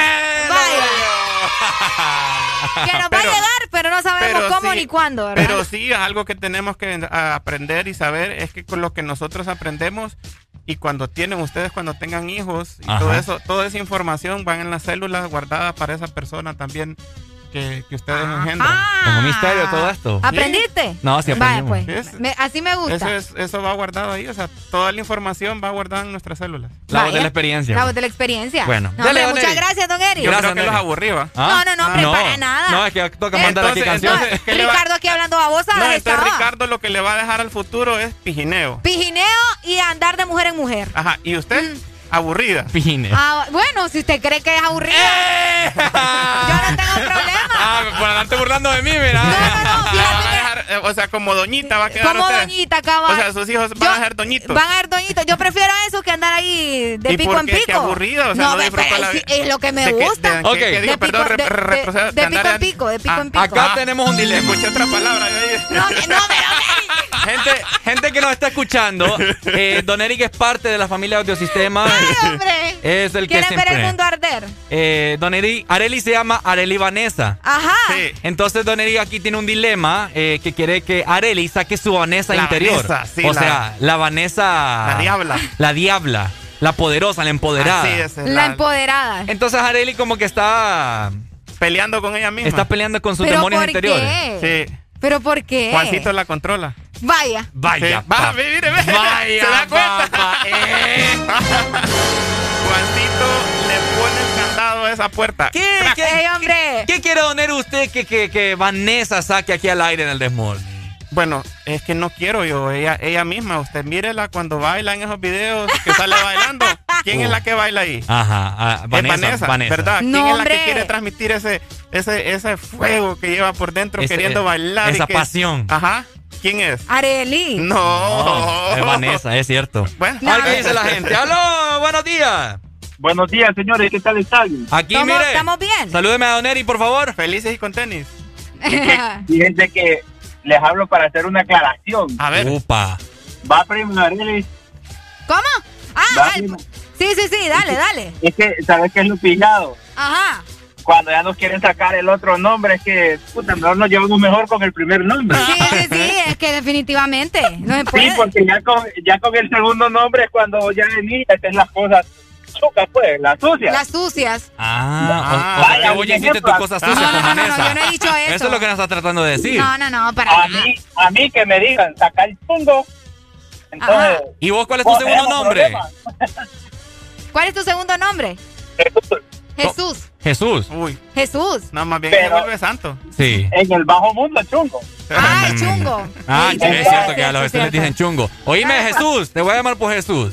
S7: nos va a
S32: Pero-
S7: llegar, pero no sabemos
S32: pero
S7: cómo
S32: sí,
S7: ni cuándo, ¿verdad?
S32: Pero sí, algo que tenemos que a- aprender y saber es que con lo que nosotros aprendemos y cuando tienen ustedes, cuando tengan hijos y
S6: Ajá.
S32: todo eso, toda esa información van en las células guardadas para esa persona también que, que ustedes
S7: Ah.
S32: engendran.
S6: Como misterio todo esto.
S7: ¿Aprendiste?
S6: Ah. No, sí
S7: Vaya,
S6: aprendimos.
S7: pues. Me- así me gusta.
S32: Eso, es- eso va guardado ahí, o sea, toda la información va guardada en nuestras células.
S6: La voz de la experiencia.
S7: La voz de la experiencia.
S6: Bueno.
S7: No,
S6: Dale,
S7: hombre,
S6: don
S7: muchas
S6: Eric.
S7: gracias, don Eric.
S6: Yo creo
S32: que los aburrí, ¿va?
S6: Ah.
S7: No, no, no, hombre, para nada.
S6: No, es que toca mandar aquí canciones.
S7: Ricardo aquí hablando babosa.
S32: No,
S7: ahí
S32: entonces
S7: estaba.
S32: Ricardo lo que le va a dejar al futuro es pijineo.
S7: Pijineo y andar de mujer en mujer.
S32: Ajá, y usted, aburrida.
S7: <laughs>
S6: Pijineo.
S7: Ah, bueno, si usted cree que es aburrido.
S6: Ah,
S32: pues,
S6: por andarte burlando de mí, mira.
S32: Ah, eh, o sea, como doñita va a quedar
S7: Como
S32: usted.
S7: doñita, cabal.
S32: O sea, sus hijos van a ser doñitos.
S7: Van a ver, doñito, yo prefiero eso que andar ahí de
S32: ¿Y
S7: pico
S32: por
S7: en
S32: qué?
S7: pico.
S32: Qué aburrido, o sea, no
S7: ve,
S32: disfruto
S7: pero
S32: la
S7: ahí
S32: vida.
S7: sí es lo que me
S32: ¿De qué-
S7: gusta.
S32: de qué- qué digo?
S7: De pico-
S32: Perdón, re-
S7: de-
S32: re-
S7: de-
S32: retroceda,
S7: de
S32: de andar
S7: pico en
S32: en-
S7: pico, de pico
S32: Ah,
S7: en pico.
S6: Acá tenemos un dilema.
S32: Escuché otra palabra.
S7: <laughs>
S6: Gente, gente que nos está escuchando, eh, Don Eric es parte de la familia Audiosistema.
S7: Hombre,
S6: Es el que
S7: ¿Quieren
S6: siempre.
S7: ver el mundo arder?
S6: Eh, don Eric, Areli se llama Areli Vanessa.
S7: Ajá.
S6: Entonces Don Eric aquí tiene un dilema eh, que quiere que Areli saque su Vanessa
S32: La
S6: interior.
S32: Vanessa, sí,
S6: o
S32: la-
S6: sea, la Vanessa.
S32: La diabla.
S6: La diabla. La poderosa, la empoderada.
S32: Así es,
S7: La empoderada.
S6: Entonces Areli como que está
S32: peleando con ella misma.
S6: Está peleando con sus
S7: ¿Pero
S6: demonios
S7: por
S6: interiores.
S7: qué? ¿Pero por qué?
S32: Juancito la controla.
S7: Vaya.
S6: Vaya.
S32: Sí. Va, mire, mire.
S6: Vaya,
S32: ¿Se da cuenta? Juancito le pone el candado a esa puerta.
S6: ¿Qué, qué,
S7: hombre?
S6: ¿Qué, qué quiere donar usted que, que, que Vanessa saque aquí al aire en el desmol?
S32: Bueno, es que no quiero yo, ella, ella misma, usted mírela cuando baila en esos videos que sale bailando. ¿Quién es la que baila ahí?
S6: Ajá, ah,
S32: Es
S6: Vanessa,
S32: Vanessa,
S6: Vanessa.
S32: ¿verdad? ¿Quién
S6: No,
S32: es la
S6: hombre.
S32: que quiere transmitir ese, ese, ese fuego que lleva por dentro
S6: Ese- eh,
S32: queriendo bailar? y
S6: esa
S32: que-
S6: pasión.
S32: Ajá. ¿Quién es?
S7: Areli.
S32: No.
S6: Oh, es Vanessa, es cierto.
S32: Bueno, Ah,
S6: A ver qué dice la gente. ¡Aló! ¡Buenos días!
S30: Buenos días, señores. ¿Qué tal están?
S6: Aquí,
S30: Estamos-
S6: mire.
S30: estamos bien.
S6: Salúdeme a Don Eri, por favor.
S32: Felices y con tenis.
S30: <laughs> Fíjense que les hablo para hacer una aclaración.
S32: A ver.
S6: Upa.
S30: Va primero Arely.
S7: <laughs> ¿Cómo? Ah,
S30: Va
S7: el-
S30: prim-
S7: sí, sí, sí, dale, dale.
S30: Es que, ¿sabes qué es lo pillado?
S7: Ajá.
S30: cuando ya nos quieren sacar el otro nombre, es que, puta, mejor nos llevamos mejor con el primer nombre.
S7: Sí, sí, sí, es que definitivamente no se
S30: Sí,
S7: puede.
S30: porque ya con, ya con el segundo nombre es cuando ya venís, estas las cosas chucas, pues, las sucias.
S7: Las sucias.
S6: Ah, o- o,
S30: Vaya,
S6: sea que vos ya hiciste tus cosas sucias
S7: No, no,
S6: con
S7: no, no,
S6: Vanessa.
S7: yo no he dicho eso.
S6: es lo que nos está tratando de decir.
S7: No, no, no, para
S30: a
S7: nada.
S30: mí, a mí que me digan, saca el chungo. Entonces,
S6: ¿Y vos cuál es tu
S30: no
S6: segundo
S30: tenemos
S6: nombre?
S30: problema.
S7: ¿Cuál es tu segundo nombre? Jesús.
S6: Jesús.
S32: Uy.
S7: Jesús.
S32: No, más bien
S30: Pero-
S32: se vuelve santo.
S6: Sí.
S30: En el bajo mundo, chungo.
S7: Ay, chungo.
S6: Ah,
S7: Sí,
S6: es
S7: es
S6: cierto que a
S7: cierto,
S6: los veces les dicen chungo. Oíme, Jesús, te voy a llamar por Jesús.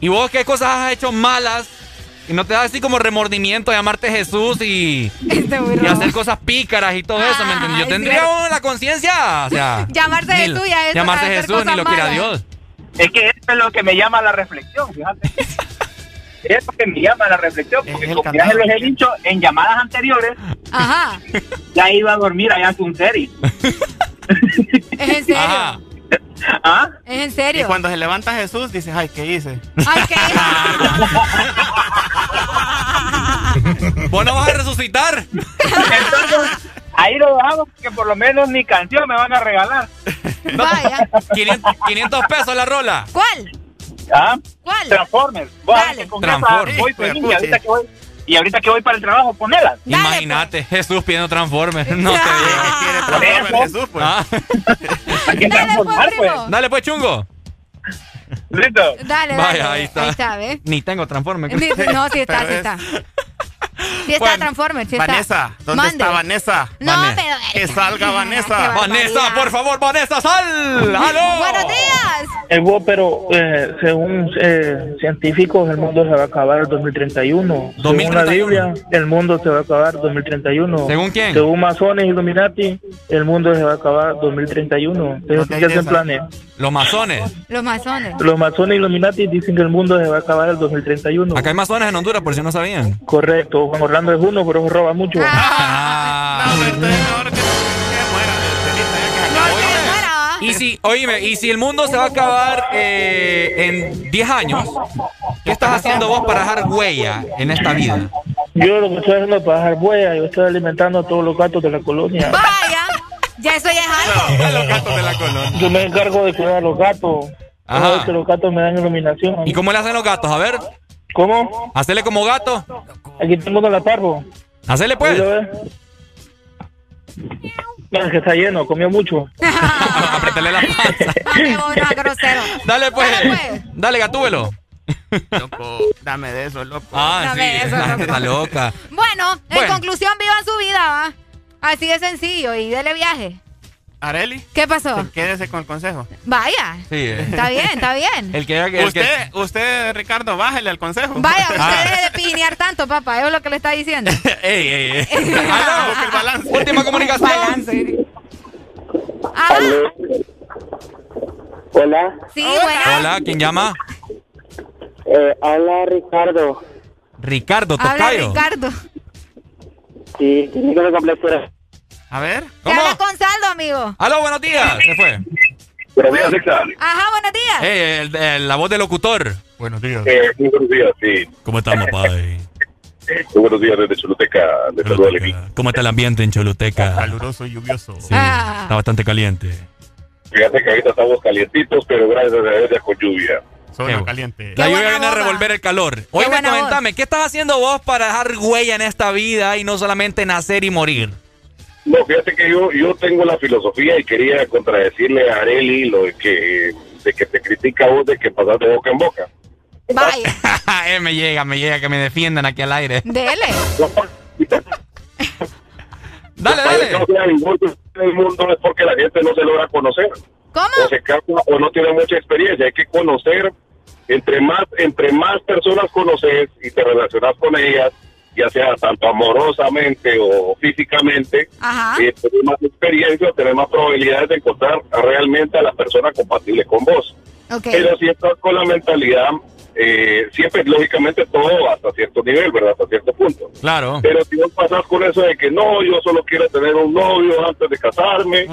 S6: ¿Y vos qué cosas has hecho malas? Y no te da así como remordimiento llamarte Jesús y, y hacer cosas pícaras y todo eso, ¿me entiendes? Yo tendría
S7: cierto.
S6: uno la conciencia,
S7: <laughs>
S6: o sea...
S7: Llamarse
S6: ni-
S7: Jesús ya es
S6: Llamarse
S7: para hacer
S6: Jesús ni
S7: cosas
S6: lo quiera
S7: malas.
S6: Dios.
S30: Es que eso es lo que me llama a la reflexión,
S7: <laughs>
S30: fíjate. es lo que me llama a la reflexión, porque como ya les he dicho en llamadas anteriores,
S7: Ajá.
S30: <laughs> ya iba a dormir allá con serie.
S7: Es en serio.
S30: <laughs> ¿Ah?
S7: Es en serio.
S32: Y cuando se levanta Jesús, dices, ay, ¿qué hice?
S7: Ay, qué
S6: <laughs> ¿Vos no vas a resucitar?
S30: Entonces, ahí lo dejamos, porque por lo menos mi canción me van a regalar.
S6: 500, 500 pesos la rola.
S30: <laughs>
S7: ¿Cuál?
S30: ¿Ah?
S7: ¿Cuál?
S30: Transformers. Voy a ver que con esa
S6: Transformers.
S30: voy
S6: Hijo de
S30: feliz, y
S6: puta.
S30: ahorita que voy- Y ahorita que voy para el trabajo, ponelas.
S6: Imagínate,
S7: pues.
S6: Jesús pidiendo Transformers. <laughs>
S7: <laughs>
S6: No te digo.
S30: Por eso,
S6: Ah.
S30: transformar, pues, primo.
S6: Dale, pues, chungo.
S30: Listo.
S7: Dale, dale.
S6: Vaya, ahí está.
S7: Ahí está, ¿ves?
S6: Ni tengo Transformers.
S7: Sí, No, sí está, sí
S32: <laughs>
S7: está. Sí está Transformer, sí está.
S32: Vanessa, ¿dónde
S7: Mande.
S32: está Vanessa?
S7: No,
S32: Vanessa.
S7: pero... eh,
S32: Que salga Vanessa.
S6: Vanessa, por favor, Vanessa, sal.
S7: ¡Buenos días!
S27: Eh, vos, pero eh, según eh, científicos, el mundo se va a acabar en 2031. Según la
S6: 2031.
S27: Biblia, el mundo se va a acabar en 2031.
S6: ¿Según quién?
S27: Según masones y Illuminati, el mundo se va a acabar en 2031. Entonces, ¿qué hacen planes?
S6: Los masones.
S7: Los masones.
S27: Los masones y Illuminati dicen que el mundo se va a acabar en 2031.
S6: Acá hay masones en Honduras, por si no sabían. Ah.
S27: Correcto, Juan Orlando es uno, pero roba mucho.
S6: Y si, oíme, y si el mundo se va a acabar eh, en 10 años, ¿qué estás haciendo vos para dejar huella Eh, en esta vida?
S27: Yo lo que estoy haciendo es bajar huellas, yo estoy alimentando a todos los gatos de la colonia.
S7: Vaya, ya eso ya es algo.
S27: Yo me encargo de cuidar a los gatos.
S6: Ajá.
S27: Cada vez que los gatos me dan iluminación.
S6: ¿Y cómo le hacen los gatos? A ver.
S27: ¿Cómo?
S6: Hacerle como gato.
S27: Aquí tengo uno a la parvo.
S6: Hacele pues.
S27: Mira, que está lleno, comió mucho.
S6: Apretale la panza. Dale pues. Dale, gatúbelo.
S32: Dame de eso, loco.
S6: Ah,
S7: Dame
S6: sí.
S7: eso,
S6: la gente
S7: loco.
S6: <laughs> está loca.
S7: Bueno, en
S6: Bueno.
S7: conclusión, vivan su vida, ¿va? Así de sencillo y dele viaje.
S32: Areli,
S7: ¿Qué pasó?
S32: quédese con el consejo.
S7: Vaya,
S6: Sí. eh.
S7: está bien, está bien.
S6: El que el que-
S32: usted, usted, Ricardo, bájele al consejo. Ah,
S7: Vaya, usted
S32: <laughs>
S7: debe de pijinear tanto, papá, eso es lo que le está diciendo.
S6: Ey, ey,
S7: <laughs>
S6: ey.
S32: Ah,
S6: Aló. Última comunicación.
S7: Aló.
S46: Hola,
S7: Ah. Sí, buena.
S6: Hola, ¿quién llama?
S46: eh, habla Ricardo.
S6: Ricardo
S7: Habla
S6: Tocayo.
S7: Ricardo.
S46: Sí, tiene que me complacer.
S6: A ver.
S7: Te habla con saldo, amigo.
S6: Aló, buenos días. Se fue.
S46: Buenos días, Alexa.
S7: Ajá, buenos días. <laughs>
S32: Eh.
S6: Ey, el- el- la voz del locutor. Buenos días.
S46: Eh, muy buenos días, sí.
S6: ¿Cómo estamos, padre?
S46: Muy buenos días desde Choluteca. Les saluda el equipo.
S6: ¿Cómo está el ambiente en Choluteca? Caluroso y lluvioso. Está bastante caliente.
S46: Fíjate que ahorita estamos calientitos, pero gracias a Dios ya con lluvia.
S6: Qué- La lluvia viene a revolver el calor. Hoy me
S46: buena
S6: comentame, ¿qué estás haciendo vos para dejar huella en esta vida y no solamente nacer y morir?
S46: No, fíjate que yo, yo tengo la filosofía y quería contradecirle a Areli lo de que, de que te critica a vos de que pasas de boca en boca.
S7: Vaya,
S6: <laughs> Eh, me llega, me llega, que me defiendan aquí al aire.
S7: dele.
S27: pues,
S6: Dale,
S46: dale. No sea ningún en el mundo es porque la gente no se logra conocer.
S7: ¿Cómo?
S46: O se casa o no tiene mucha experiencia. Hay que conocer. Entre más, entre más personas conoces y te relacionas con ellas, ya sea tanto amorosamente o físicamente,
S7: Ajá.
S46: eh, tener más experiencia, tener más probabilidades de encontrar realmente a la persona compatible con vos.
S7: Ok.
S46: Pero si estás con la mentalidad, eh, siempre, lógicamente, todo hasta cierto nivel, ¿verdad? Hasta cierto punto.
S6: Claro.
S46: Pero si vos pasas con eso de que no, yo solo quiero tener un novio antes de casarme.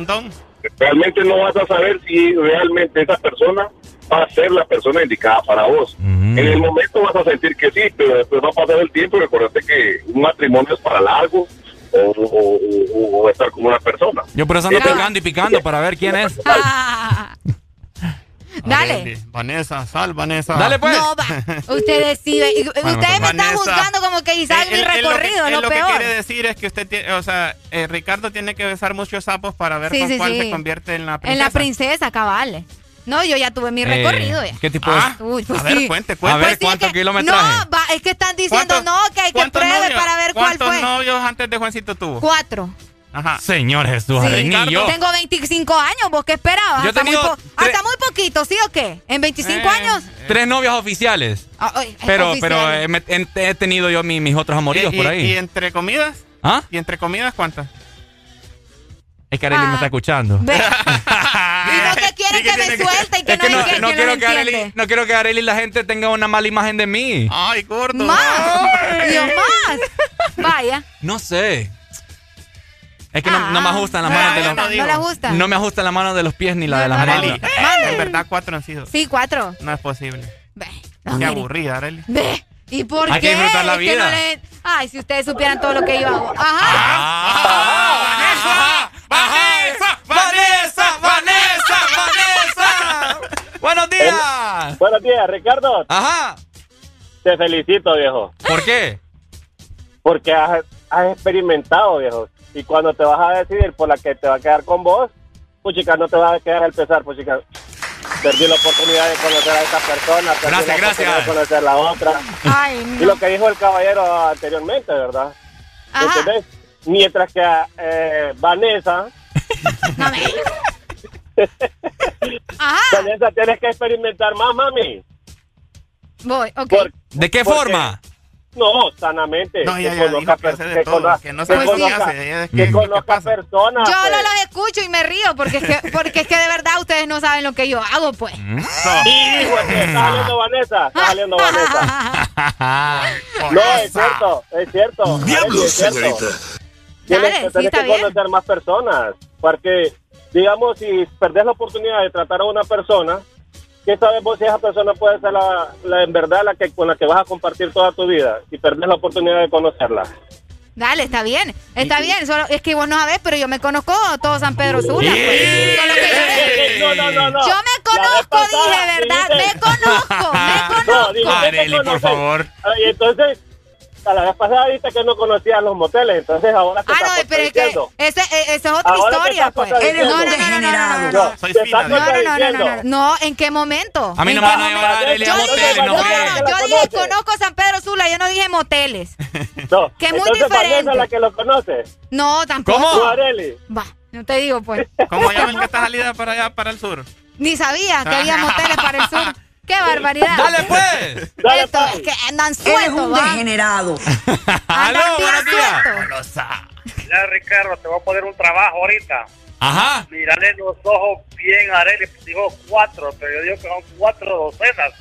S18: realmente no vas a saber si realmente esa persona va a ser la persona indicada para vos. En el momento vas a sentir que sí, pero después va a pasar el tiempo y recuérdate que un matrimonio es para largo o, o- o- o estar con una persona.
S6: Yo por eso
S46: eh,
S6: ando picando y picando para ver quién es.
S7: Ah, Dale.
S32: Vanessa, sal, Vanessa.
S6: Dale, pues.
S32: <laughs>
S7: No, va. Usted decide. Y- Ustedes
S32: Bueno,
S7: me están
S32: Vanessa.
S7: juzgando como que quizás
S32: Eh,
S7: mi
S32: eh, eh, lo que-
S7: recorrido,
S32: eh,
S7: lo,
S32: lo que
S7: peor.
S32: quiere decir es que usted tiene, o sea, eh, Ricardo tiene que besar muchos sapos para ver
S7: Sí,
S32: con
S7: sí,
S32: cuál
S7: sí.
S32: se convierte en la princesa.
S7: En la princesa, cabal. No, yo ya tuve mi recorrido.
S6: Eh,
S7: ya.
S6: ¿Qué tipo
S32: Ah,
S6: es?
S7: Uy, pues
S6: a ver,
S7: sí.
S6: cuente, cuente.
S7: Pues sí, es
S6: cuántos
S7: que-
S6: kilometrajes.
S7: No, va, es que están diciendo no, que hay que
S32: ¿Cuántos
S7: pruebe
S32: novios-
S7: para ver cuál
S32: ¿Cuántos
S7: fue.
S32: novios antes de Juancito tuvo?
S7: Cuatro.
S32: Ajá.
S6: Señor Jesús,
S32: Sí.
S6: Arrenillo.
S7: Tengo 25 años, ¿vos qué esperabas?
S6: Yo he
S7: hasta, muy
S6: tenido
S7: po- hasta muy poquito, ¿sí o qué? ¿En 25
S32: Eh.
S7: años?
S6: Tres novias oficiales.
S7: Ah, ay, ay,
S6: Pero,
S7: oficial.
S6: pero eh, me- en- he tenido yo mi- mis otros amoríos
S32: ¿Y-
S6: por
S32: eh, y-
S6: ahí.
S32: ¿Y entre comidas?
S6: ¿Ah?
S32: ¿Y entre comidas cuántas?
S6: Es que Arely me está escuchando.
S7: Ve- y no que quieren que me suelte y que
S6: Es
S7: no
S6: que no,
S7: hay que-
S6: no
S7: que
S6: quiero
S7: no
S6: que Arely,
S7: entiende.
S6: no quiero que Arely la gente tenga una mala imagen de mí.
S32: Ay, gordo.
S7: Más. Dios, más. Vaya.
S6: No sé. Es que no, no me ajustan las manos de los
S7: no, Ah. no le gustan.
S6: No me ajustan las manos de los pies ni la de las
S32: Arely,
S6: manos.
S32: Eh. en verdad cuatro han sido.
S7: Sí, cuatro.
S32: No es posible.
S7: Qué
S32: aburrida, Arely.
S7: Ve. ¿Y por
S32: Hay que
S7: qué?
S32: disfrutar la
S7: Es que no
S32: vida.
S7: le- Ay, si ustedes supieran todo lo que yo hago. Ajá.
S32: Ah,
S6: ¡Vanessa! ¡Vanessa! ¡Vanessa! ¡Vanessa! ¡Buenos días!
S42: Eh, Buenos días, Ricardo.
S6: Ajá.
S42: Te felicito, viejo.
S6: ¿Por qué?
S42: Porque has, has experimentado, viejo. Y cuando te vas a decidir por la que te va a quedar con vos, puchica, no te vas a quedar al pesar, puchica. Perdí la oportunidad de conocer a esta persona. Perdí
S6: Gracias,
S42: la
S6: gracias.
S42: oportunidad De conocer a la otra.
S7: Ay,
S42: Y lo que dijo el caballero anteriormente, ¿verdad? ¿Entendés? Mientras que eh, Vanessa...
S7: <laughs>
S42: <laughs> Vanessa, tienes que experimentar más, mami.
S7: Voy, ok.
S6: ¿De qué
S42: Porque- este,
S6: forma?
S42: No, sanamente.
S32: No, ya,
S42: Que
S32: ya,
S42: conozca
S32: dijo que
S42: per-
S32: hace de
S42: que
S32: todo,
S42: conozca-
S32: que no sabe
S42: que
S32: lo que
S42: conozca-
S32: hace, ella es
S42: Que
S32: que-
S42: conozca personas.
S7: Yo
S42: pues.
S7: no los escucho y me río porque es que, porque es que de verdad ustedes no saben lo que yo hago, pues.
S42: Hijo, que está
S7: Mm-hmm. <laughs>
S42: saliendo Vanessa, está saliendo
S7: Ah,
S42: Vanessa. No, es cierto, es cierto. Diablo,
S25: señorita.
S42: Tienes,
S7: Dale, sí,
S42: tienes
S7: está
S42: que
S7: bien.
S42: conocer más personas, porque, digamos, si perdés la oportunidad de tratar a una persona, ¿qué sabes vos si esa persona puede ser la, la- en verdad la que con la que vas a compartir toda tu vida y perdés la oportunidad de conocerla?
S7: Dale, está bien. Está bien. Solo, es que vos no sabés, pero yo me conozco todo San Pedro Sula. pues. Solo que yo me-
S42: No, no, no, no.
S7: Yo me conozco, dije, ¿verdad? Me conozco.
S42: No, digo, ¿qué te conoces? Ay, entonces, a la vez pasada dijiste que no conocías los moteles, entonces ahora te
S7: Ah, No,
S42: estás
S7: pero es que e,
S42: contradiciendo.
S7: esa es otra
S42: Ahora te
S7: historia,
S42: estás
S7: pues.
S42: contradiciendo.
S7: No, no, no, no, Ah, no, no, no, no.
S42: Te estás
S7: No, no, no, no,
S42: contradiciendo.
S7: no, no. No, ¿en qué momento?
S6: A mí
S7: ¿En qué
S6: no me van a llevar a Arely a
S42: Yo-
S6: moteles,
S42: yo-
S6: no
S42: yo-
S6: cree.
S7: momento? Yo dije, conozco San Pedro Sula, yo no dije moteles.
S42: No,
S7: Que es muy
S42: entonces Vanessa
S7: diferente.
S42: es la que lo conoce.
S7: No, tampoco.
S42: ¿Cómo? Tú, Arely.
S7: Va, no te digo, pues.
S32: ¿Cómo llaman que esta salida para allá, para el sur?
S7: Ni sabía que había moteles para el sur. ¡Qué barbaridad!
S32: Dale,
S6: pues.
S7: Esto es que andan sueltos,
S1: Eres un
S7: ¿va?
S1: degenerado.
S6: Aló, buenos días.
S22: Mira, Ricardo, te voy a poner un trabajo ahorita.
S6: Ajá.
S22: <laughs> Mírale los ojos bien a Arely. pues, Dijo cuatro, pero yo digo que son cuatro docenas.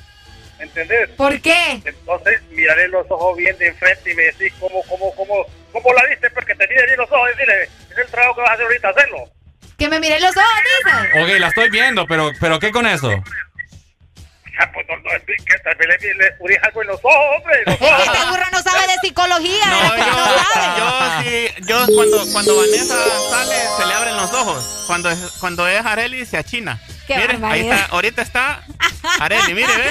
S22: ¿Entendés?
S7: ¿Por qué?
S22: Entonces, mírale los ojos bien de enfrente y me decís cómo, cómo, cómo, cómo la viste, porque te mire bien los ojos y decirle, es el trabajo que vas a hacer ahorita, hacerlo. <laughs>
S7: Que me miré los ojos, dice.
S6: Ok, la estoy viendo, pero, pero ¿qué con eso?
S22: Ah, pues no, no, es que tal vez le, le purís algo en los ojos, hombre. Los
S7: Es que
S22: ojos.
S7: este burro no sabe de psicología.
S32: Yo eh, sí, yo cuando, cuando Vanessa sale, se le abren los ojos. Cuando es, cuando es Areli, se achina.
S7: Qué
S32: Mire, ahí
S7: barbaridad.
S32: está, ahorita está Areli,
S7: <laughs>
S32: mire, ve.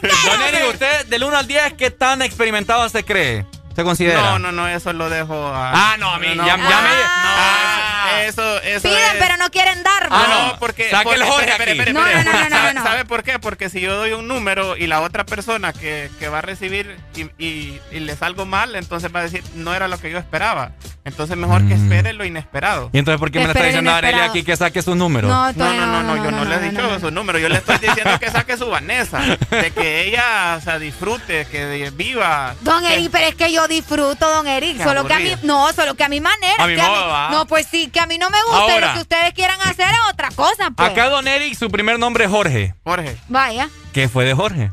S6: Don Eli, usted del 1 al 10, ¿qué tan experimentado se cree? ¿Se considera?
S32: No, no, no, eso lo dejo a...
S6: Ah, no, a mí, ya- ya me-
S32: me... eso, eso
S7: Piden,
S32: es-
S7: pero no quieren dar.
S32: Ah,
S7: ¿va?
S32: no, porque.
S6: Saque el
S32: porque-
S6: Jorge
S32: espere,
S6: aquí.
S32: espere,
S6: No,
S32: espere.
S6: no, no, no, no,
S32: ¿Sabe,
S6: no.
S32: sabe por qué? Porque si yo doy un número y la otra persona que, que va a recibir y, y- y le salgo mal, entonces va a decir, no era lo que yo esperaba. Entonces mejor
S6: Mm.
S32: que espere lo inesperado.
S6: ¿Y entonces por qué me la está
S32: Esperen
S6: diciendo Arely
S32: inesperado.
S6: aquí que saque sus números?
S32: No, no, no, no, yo no, le he dicho su número, yo le estoy diciendo que saque su Vanessa, de que ella o sea, disfrute, que de- viva.
S7: Don Eric, pero es que yo disfruto, don Eric.
S32: Qué
S7: Solo que a mí,
S32: aburrido.
S7: no, solo que a mi manera.
S6: A mi
S7: que
S6: modo,
S32: ah.
S6: ¿va?
S7: no, pues sí, que a mí no me gusta. y
S6: Ahora.
S7: lo que ustedes quieran hacer es otra cosa, pues.
S6: Acá Don Eric, su primer nombre es Jorge.
S32: Jorge.
S7: Vaya.
S6: ¿Qué fue de Jorge?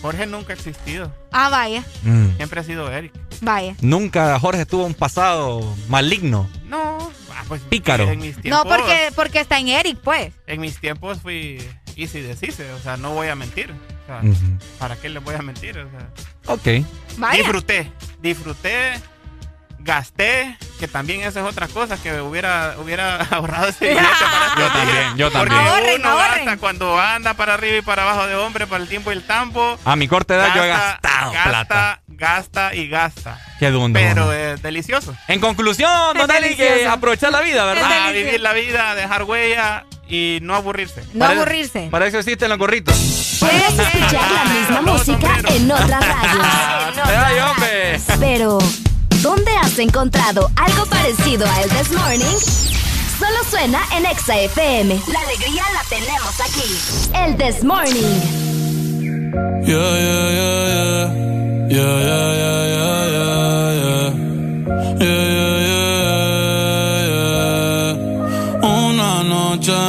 S32: Jorge nunca ha existido,
S7: Ah, vaya.
S6: Mm.
S32: siempre ha sido Eric.
S7: Vaya.
S6: Nunca Jorge tuvo un pasado maligno.
S32: No, ah, pues,
S6: Pícaro.
S32: En mis
S7: No,
S32: tiempos,
S7: porque, porque está en Eric, pues.
S32: En mis tiempos fui easy decise, o sea, no voy a mentir. O sea,
S6: Ujú.
S32: ¿Para qué les voy a mentir? O sea,
S6: Ok.
S7: Vaya.
S32: Disfruté, disfruté, gasté, que también esa es otra cosa que hubiera, hubiera <laughs> ahorrado ese billete para
S6: Yo también, yo también.
S32: Porque uno gasta cuando anda para arriba y para abajo de hombre, para el tiempo y el tampo,
S6: A mi corta edad yo he
S32: Gasta,
S6: gastado plata.
S32: gasta y gasta.
S6: Qué dundo.
S32: Pero es delicioso.
S6: En conclusión, don Eli, que aprovechar la vida, ¿verdad?
S32: Ah, vivir la vida, dejar huella y no aburrirse.
S7: No aburrirse.
S6: Para eso existen los gorritos.
S21: Puedes escuchar la misma música en otras
S6: <laughs> Ah,
S21: radios.
S6: ¡Ay, hombre!
S21: Pero, ¿dónde has encontrado algo parecido a el This Morning? Solo suena en Exa FM. La alegría la tenemos aquí. El This Morning.
S8: Yeah, yeah, yeah, yeah. Yeah, yeah, yeah, yeah, yeah, yeah. Yeah, yeah, yeah, yeah. Una noche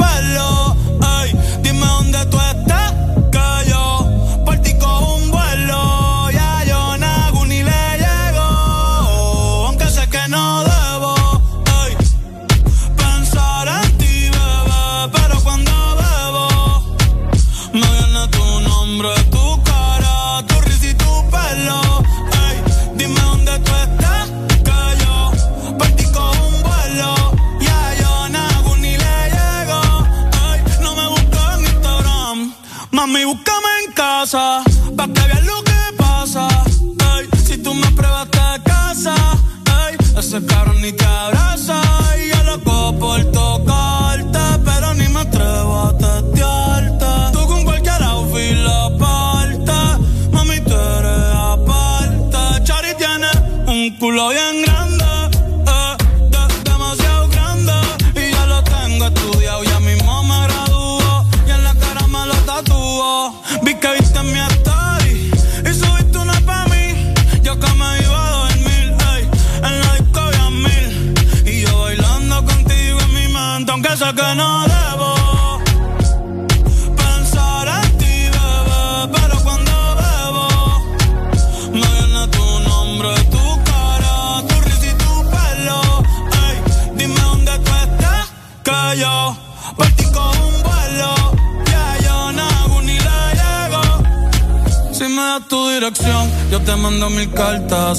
S8: pelo. Ey, dime dónde tú estás, que yo por ti cojo un vuelo. Ya yo nago ni le llego, aunque sé que no debo. Ey, pensar en ti, bebé, pero cuando bebo. Me viene tu nombre, tu cara, tu risa y tu pelo. Ey, dime dónde tú estás, que yo partí con un vuelo. Ya yo nago ni le llego. Ey, no me busco en Instagram. Mami, búscame en casa, pa' que veas lo que pasa. Ey, si tú me pruebas te casa, ey, ese cabrón ni te abraza. Y yo loco por tocarte, pero ni me atrevo a testearte. Tú con cualquier outfit la parte, mami, tú eres aparte. Chari tiene un culo bien grande. eh, de- demasiado grande Y ya lo tengo estudiado Ya mismo me graduó Y en la cara me lo tatuó Vi que viste mi story Y subiste una pa' mí Yo que me iba a dormir ey. En la disco había mil Y yo bailando contigo en mi mente Aunque sé que no debo Pensar en ti, bebé Pero cuando bebo me viene tu nombre, tu cara, tu risa y tu pelo. Ey, dime dónde tú estás, que yo partí con un vuelo. Ya yo nago ni le llego. Si me das tu dirección, yo te mando mil cartas.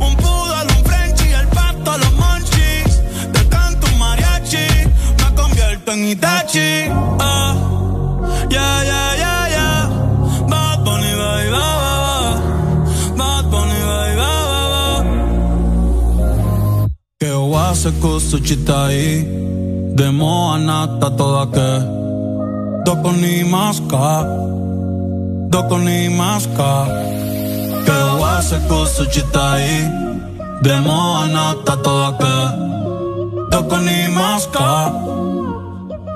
S8: Un poodle, un Frenchie El pato a los Monchi Te canto un mariachi Me convierto en Itachi Ah, yeah, yeah, yeah, yeah Bad Bunny, baby, ba, ba, ba. Bad Bunny, baby, ba, ba, ba. Que eu hace con su chita ahí De moa nata toda que Doco ni masca Doco ni masca Que eu hace con su chita ahí De moa nata toda que Doco ni masca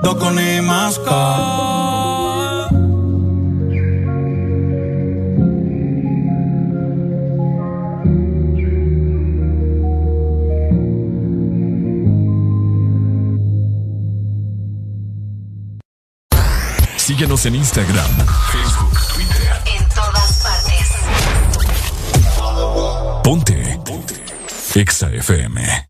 S8: Doco ni masca
S20: Síguenos en Instagram, Facebook,
S29: En todas partes.
S20: ponte. Exa FM.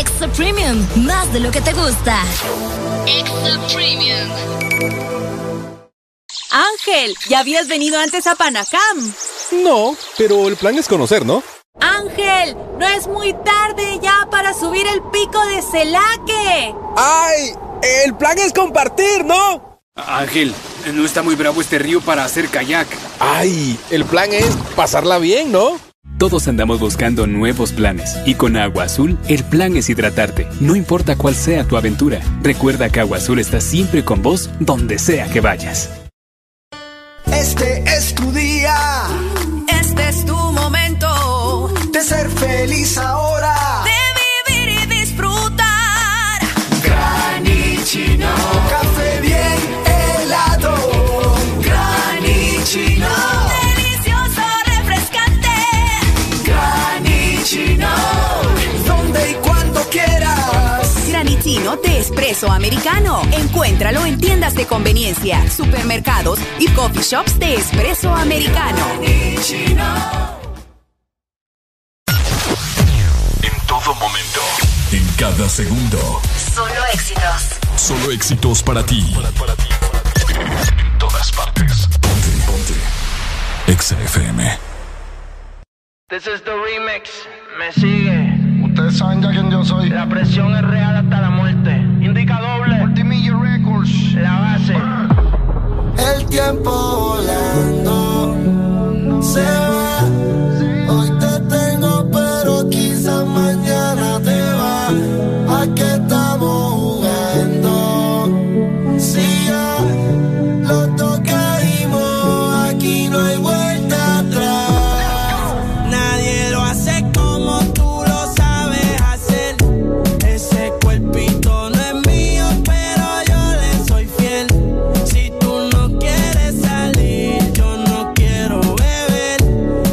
S21: Extra Premium, más de lo que te gusta.
S47: Extra Premium.
S7: Ángel, ¿ya habías venido antes a Panacam?
S40: No, pero el plan es conocer, ¿no?
S7: Ángel, no es muy tarde ya para subir el pico de Celaque.
S5: ¡Ay! El plan es compartir, ¿no?
S22: Ángel, no está muy bravo este río para hacer kayak.
S5: ¡Ay! El plan es pasarla bien, ¿no?
S22: Todos andamos buscando nuevos planes y con Agua Azul el plan es hidratarte, no importa cuál sea tu aventura. Recuerda que Agua Azul está siempre con vos donde sea que vayas.
S13: Este es tu día.
S29: Este es tu momento.
S13: De ser feliz ahora.
S29: De vivir y disfrutar.
S13: Granichino. Café bien helado. Granichino.
S29: Delicioso, refrescante.
S13: Granichino. Donde y cuando quieras.
S7: Granitino de espresso americano. Encuéntralo en tiendas de conveniencia, supermercados y coffee shops de espresso americano.
S2: En todo momento. En cada segundo.
S47: Solo éxitos.
S2: Solo éxitos para ti. En todas partes. Ponte, ponte. Exa FM.
S48: This is the remix. Me sigue.
S12: Ustedes saben ya quién yo soy.
S48: La presión es real hasta la muerte. Indica doble.
S12: Multimillion Records.
S48: La base.
S13: El tiempo volando se va. Hoy te tengo, pero quizás mañana te va. ¿A qué estamos jugando? Si ya los dos caímos, aquí no hay vuelta atrás.
S8: Nadie lo hace como tú lo sabes hacer. Ese cuerpito no es mío, pero yo le soy fiel. Si tú no quieres salir, yo no quiero beber.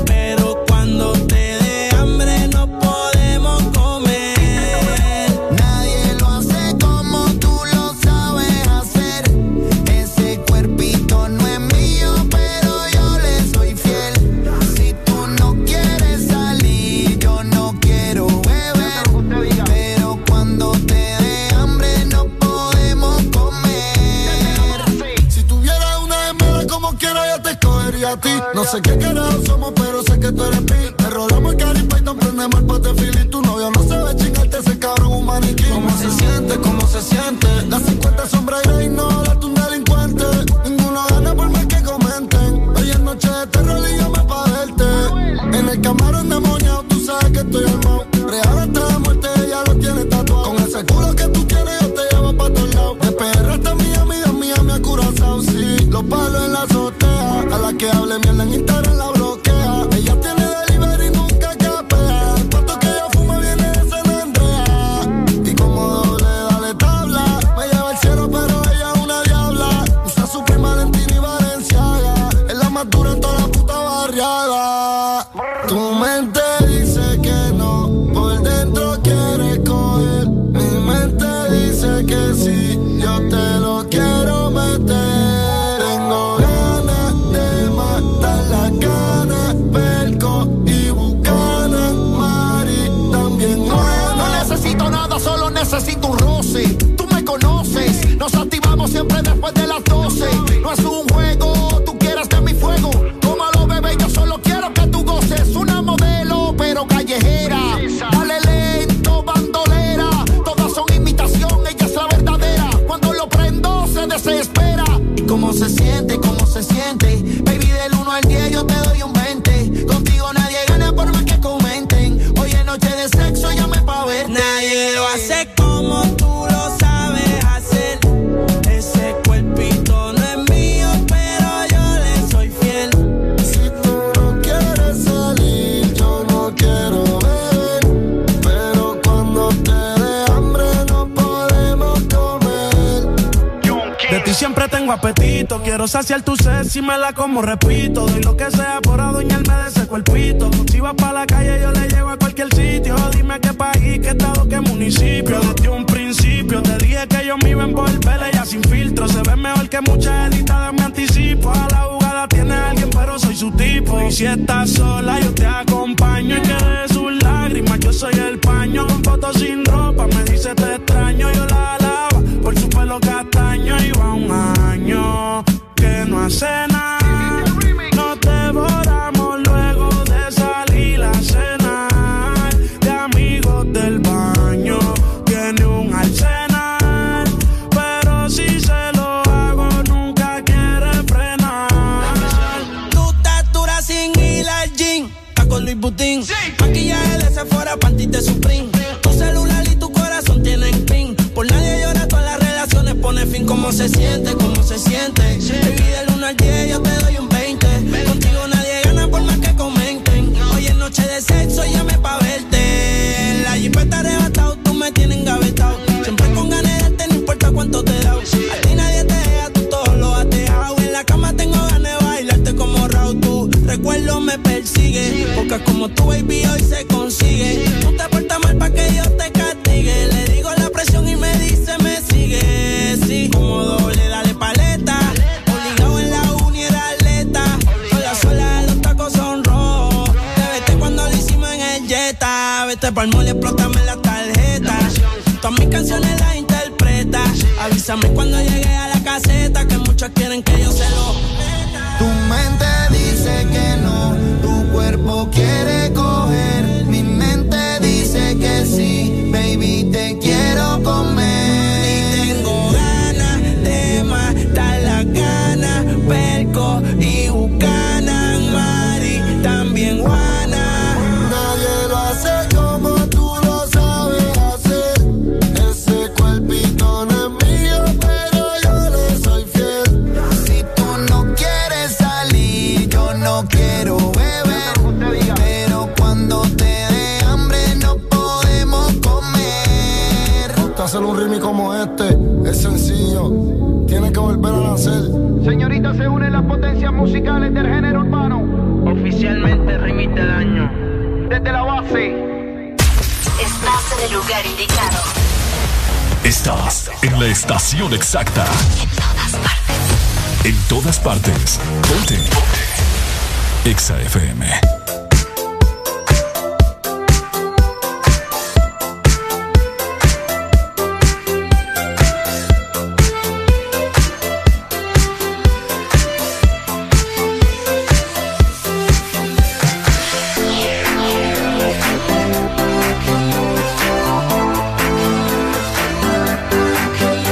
S8: Pero cuando te dé hambre, no podemos comer.
S13: Nadie lo hace como tú lo sabes hacer. Ese cuerpito no es mío, pero yo le soy fiel. Si tú no quieres salir, yo no quiero beber. Pero cuando te dé hambre, no podemos comer.
S12: Si tuviera una hembra como quiera, yo te escogería a ti. No sé qué carajo somos, pero sé que tú eres pi. Te rodamos el caripa y tan prendemos el patefil. Y tu novio no sabe chingarte ese cabrón, un maniquí. ¿Cómo se siente? ¿Cómo se siente? Las 50 sombras y no la un delincuente. Ninguno gana por más que comenten. Hoy es noche de terror y yo me pa' verte. En el camarón demonio, tú sabes que estoy armado. Real hasta la muerte, ella lo tiene tatuado. Con ese culo que tú quieres, yo te llevo pa' todos lados. De perra hasta Miami, de Miami a Curazao, sí. Los palos en la azotea. A la que hable mierda en Instagram la bloquea. Ella tiene delivery, nunca capea. El cuarto que ella fuma viene de San Andreas. Y como doble, dale tabla. Me lleva al cielo, pero ella es una diabla. Usa super Valentín y Valenciaga. Es la más dura en toda la puta barriada. Tu mente dice que no, por dentro quiere coger. Mi mente dice que sí, yo te lo quiero meter. Tengo ganas de matar las ganas, perco y bucana, mari también gana.
S13: No necesito nada, solo necesito un roce. Tú me conoces, nos activamos siempre después de las 12. No es un juego, tú quieres de mi fuego. Tómalo, bebé, yo solo quiero que tú goces. Una modelo, pero callejera. Dale lento, bandolera. Todas son imitación, ella es la verdadera. Cuando lo prendo, se desespera. ¿Y cómo se siente? ¿Cómo se siente? Baby, del 1 al 10 yo te doy un 20. Contigo nadie gana por más que comenten. Hoy es noche de sexo, yo me este. pa' verte.
S8: Nadie lo hace como tú lo sabes hacer. Ese cuerpito no es mío, pero yo le soy fiel.
S12: Si tú no quieres salir, yo no quiero beber. Pero cuando te dé hambre, no podemos comer.
S8: De ti siempre tengo apetito, quiero saciar tu sed si me la como, repito. Doy lo que sea por adueñarme de ese cuerpito. Si vas para la calle, yo le llevo a cualquier sitio. Dime qué país, qué estado, qué municipio. Desde un principio te dije que yo me iba a envolver, ella sin filtro. Se ve mejor que muchas editadas, me anticipo. A la jugada tiene alguien, pero soy su tipo. Y si estás sola, yo te acompaño. Y que de sus lágrimas, yo soy el paño con fotos sin ropa. extraño, yo la alaba por su pelo castaño. Y va un año que no hace nada. Nos devoramos luego de salir a cenar. De amigos del baño, tiene un arsenal. Pero si se lo hago, nunca quiere frenar.
S14: Tu estatura sin ir al gym, Paco Luis Butín. Maquillaje de Sephora, pantis de Supreme. Tu celular y tu corazón tienen pin. Por nadie llora, todas las relaciones pone fin. ¿Cómo se siente? ¿Cómo se siente? Baby, del 1 al 10 yo te doy un 20. Contigo nadie gana por más que comenten. Hoy es noche de sexo, llame pa' verte. En La jeep está arrebatado, tú me tienes engavetado. Siempre con ganas de darte, no importa cuánto te da. A ti nadie te deja, tú todo lo has dejado. En la cama tengo ganas de bailarte como Raúl. Tu recuerdo me persigue. Porque como tu baby hoy se consigue. Tú te portas mal pa' que yo te castigue. Le digo la presión y me dice, me sigue. Sí, como doble, dale paleta. Obligado en la uni era atleta. Con la suela los tacos son rojos. Te vete cuando lo hicimos en el Jetta. Vete pa'l mole, explótame la tarjeta. Todas mis canciones las interpreta. Avísame cuando llegue a la caseta. Que muchos quieren que yo se lo
S17: Tu mente dice que no, tu cuerpo quiere coger. Mi mente dice que sí, baby, te quiero comer.
S14: Y tengo ganas de matar las ganas, perco y bucanan, Mari, también Juana.
S17: Nadie lo hace como tú lo sabes hacer. Ese cuerpito no es mío, pero yo le soy fiel. Si tú no quieres salir, yo no quiero beber. Pero cuando te dé hambre, no podemos comer.
S12: Gusta hacer un ritmo como este es sencillo. Tiene que volver a nacer.
S13: Señorita, se unen las potencias musicales del género urbano. Oficialmente remite daño. Desde la base.
S49: Estás en el lugar indicado.
S50: Estás en la estación exacta. En todas partes. Ponte. Ponte. Exa FM.
S17: Thank you.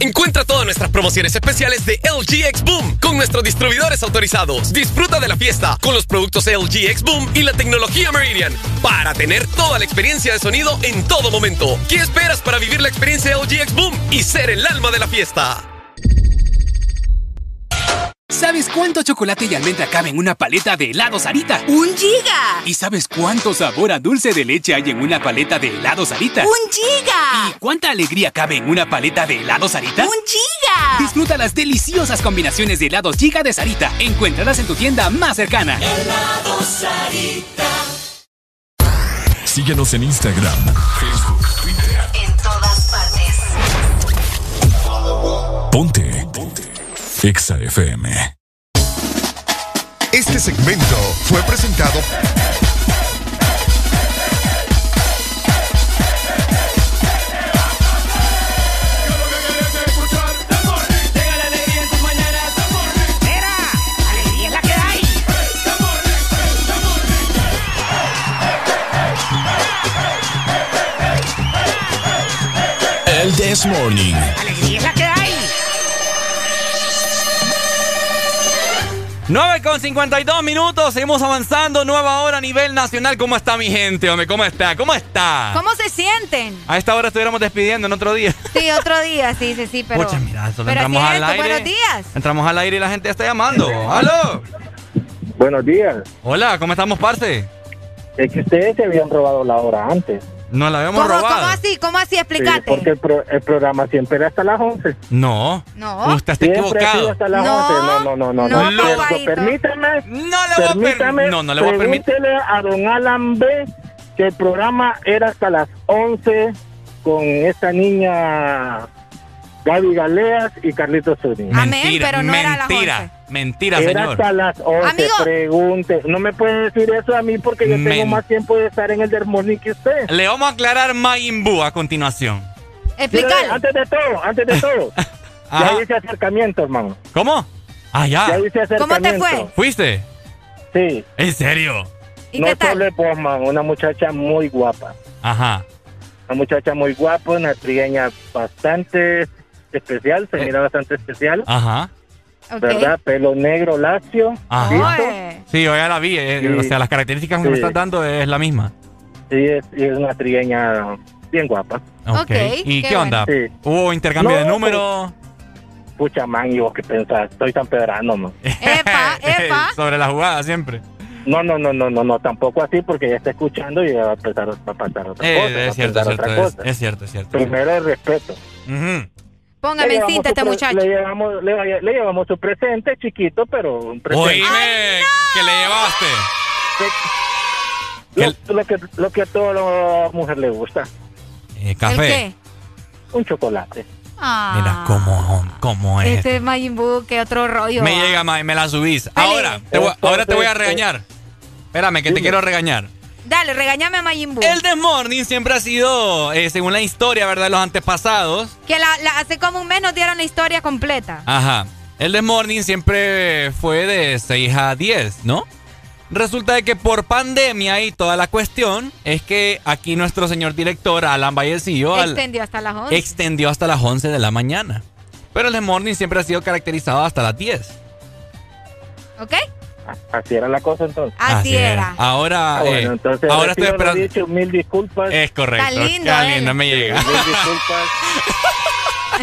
S44: Encuentra todas nuestras promociones especiales de LG X Boom con nuestros distribuidores autorizados. Disfruta de la fiesta con los productos LG X Boom y la tecnología Meridian para tener toda la experiencia de sonido en todo momento. ¿Qué esperas para vivir la experiencia LG X Boom y ser el alma de la fiesta?
S22: ¿Sabes cuánto chocolate y almendra cabe en una paleta de helados Sarita?
S51: ¡Un giga!
S22: ¿Y sabes cuánto sabor a dulce de leche hay en una paleta de helados Sarita?
S51: ¡Un giga!
S22: ¿Y cuánta alegría cabe en una paleta de helados Sarita?
S51: ¡Un giga!
S22: Disfruta las deliciosas combinaciones de helados giga de Sarita. Encuéntralas en tu tienda más cercana.
S4: ¡Helados Sarita!
S29: Síguenos en Instagram, Facebook, Twitter.
S4: En todas partes.
S29: Ponte. Ponte. Exa FM.
S36: Este segmento fue presentado.
S29: El This Morning.
S4: Alegría es la que hay.
S6: 9 con 52 minutos, seguimos avanzando, nueva hora a nivel nacional. ¿Cómo está mi gente, hombre? ¿Cómo está? ¿Cómo está?
S7: ¿Cómo se sienten?
S6: A esta hora estuviéramos despidiendo en otro día.
S7: Sí, otro día, sí, sí, sí, pero...
S6: Pucha, mira, solo
S7: pero
S6: entramos
S7: así es
S6: al
S7: esto,
S6: aire.
S7: buenos días.
S6: Entramos al aire y la gente ya está llamando. ¡Aló!
S27: Buenos días.
S6: Hola, ¿cómo estamos, parce?
S27: Es que ustedes se habían robado la hora antes.
S6: No la habíamos
S7: ¿Cómo,
S6: robado.
S7: ¿Cómo así? ¿Cómo así?
S27: Sí,
S7: Explícate.
S27: porque el, pro- el programa siempre era hasta las 11.
S6: No.
S7: No.
S6: Usted está
S27: Siempre ha sido
S6: equivocado.
S27: hasta las
S7: No,
S27: 11. No, no, no,
S7: no,
S27: no. es cierto.
S7: papadito.
S27: Permítame.
S6: No le voy a per-
S27: permítame,
S6: no, no le voy a permitir.
S27: pregúntele a don Alan B. que el programa era hasta las 11 con esta niña Gaby Galeas y Carlitos Zúñiga.
S7: Amén, pero no era a las
S6: mentira,
S7: 11.
S6: mentira,
S27: Era
S6: señor.
S27: hasta las 11,
S7: Amigo.
S27: pregunte. No me puede decir eso a mí porque yo tengo
S6: Men-
S27: más tiempo de estar en el Dermonic que usted.
S6: Le vamos a aclarar Mayimbu a continuación.
S7: Explícalo.
S27: Mire, Antes de todo, antes de todo.
S6: <laughs> Ajá.
S27: Ya hice acercamiento, hermano.
S6: ¿Cómo? Ah, ya.
S27: Ya hice
S7: ¿Cómo te
S27: acercamiento.
S7: fue?
S6: ¿Fuiste?
S27: Sí.
S6: ¿En serio?
S7: ¿Y
S27: no
S7: qué tal?
S27: solo es Bosman, una muchacha muy guapa.
S6: Ajá.
S27: Una muchacha muy guapa, una trigueña bastante especial, se mira bastante especial.
S6: Eh. Ajá.
S27: ¿Verdad? Pelo negro, lacio.
S6: Ajá.
S27: listo.
S6: Sí, yo ya la vi. eh,
S27: Sí.
S6: O sea, las características que me
S27: Sí.
S6: estás dando es la misma.
S27: Sí, es, y es una trigueña bien guapa.
S6: Ok. ¿Y qué, onda?
S27: Sí.
S6: ¿Hubo intercambio de
S27: No,
S6: números
S27: pues, Pucha, man, ¿y vos qué pensás? Estoy tan pedrano,
S6: <laughs>
S27: man.
S6: sobre la jugada siempre?
S27: No, no, no, no, no, no, tampoco así porque ya está escuchando y ya va a empezar a va a pasar otra
S6: Eh,
S27: cosa. va a
S6: es, cierto,
S27: pasar
S6: es, cierto,
S27: otra
S6: es,
S27: cosa.
S6: es cierto, es cierto.
S27: Primero el respeto.
S6: Ujú.
S7: Póngame
S27: Le
S7: en
S27: llevamos
S7: cinta a
S27: su
S7: este
S27: pre-
S7: muchacho.
S27: Le llevamos, le, le llevamos su presente chiquito, pero un presente.
S6: Oíme,
S7: Ah,
S6: que le llevaste.
S27: Lo, lo que, lo que a toda mujer le gusta.
S6: Eh, café.
S27: Un chocolate.
S7: Ah,
S6: ¿Cómo, cómo es?
S7: este es Majin Buu, que otro rollo.
S6: Me
S7: ah.
S6: llega, ma, y me la subís. Ahora, te voy, ahora te voy a
S27: eh,
S6: regañar. Espérame, que te quiero regañar.
S7: Dale, regañame a Majin Buu.
S6: El Desmorning siempre ha sido, eh, según la historia, ¿verdad? de Los antepasados.
S7: Que la, la- hace como un mes nos dieron la historia completa.
S6: Ajá. El Desmorning siempre fue de 6 a 10, ¿no? Resulta de que por pandemia y toda la cuestión, es que aquí nuestro señor director, Alan Vallecillo, al-
S7: Extendió hasta las 11.
S6: extendió hasta las 11 de la mañana. Pero el Desmorning siempre ha sido caracterizado hasta las 10. <laughs>
S7: ¿Ok?
S27: Así era la cosa entonces.
S7: Así era.
S6: Ahora,
S27: Ah, bueno,
S6: eh,
S27: entonces,
S6: ahora
S27: retiro
S6: estoy
S27: lo
S6: esperando.
S27: dicho, mil disculpas.
S6: Es correcto.
S27: Está
S6: <laughs>
S27: lindo
S6: Qué
S42: ¿eh?
S7: eh.
S27: él.
S6: lindo, me llega.
S27: Mil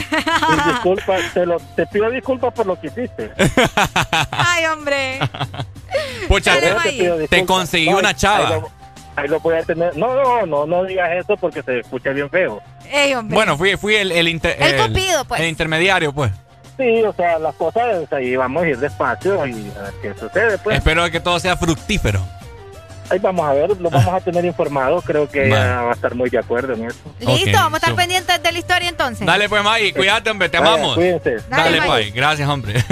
S27: disculpas. Mil disculpas. Te, lo- te pido disculpas por lo que hiciste.
S7: Ay, hombre.
S6: <laughs> Pucha,
S27: Pero yo pido
S6: te,
S27: disculpas.
S6: conseguí
S27: No,
S6: una
S27: ahí
S6: chava.
S27: lo- Ahí lo voy a tener. No, no, no, no digas eso porque se escucha bien feo.
S7: Ey, hombre.
S6: Bueno, fui, fui el, el, inter-
S7: El cupido, pues.
S6: el intermediario, pues.
S27: Sí, o sea, las cosas ahí vamos a ir despacio y a ver qué sucede. Pues
S6: Espero que todo sea fructífero. Ah.
S27: ahí vamos a ver, lo vamos a tener informado. Creo que
S6: Vale.
S27: ella va a estar muy de acuerdo en eso.
S7: Listo, vamos a estar
S6: super.
S7: pendientes de la historia entonces.
S6: Dale, pues, Maggie, cuídate, hombre, te
S27: Vaya,
S6: amamos.
S27: cuídense.
S6: Dale,
S7: Dale,
S6: pues.
S7: Maggie.
S6: Gracias, hombre. <laughs>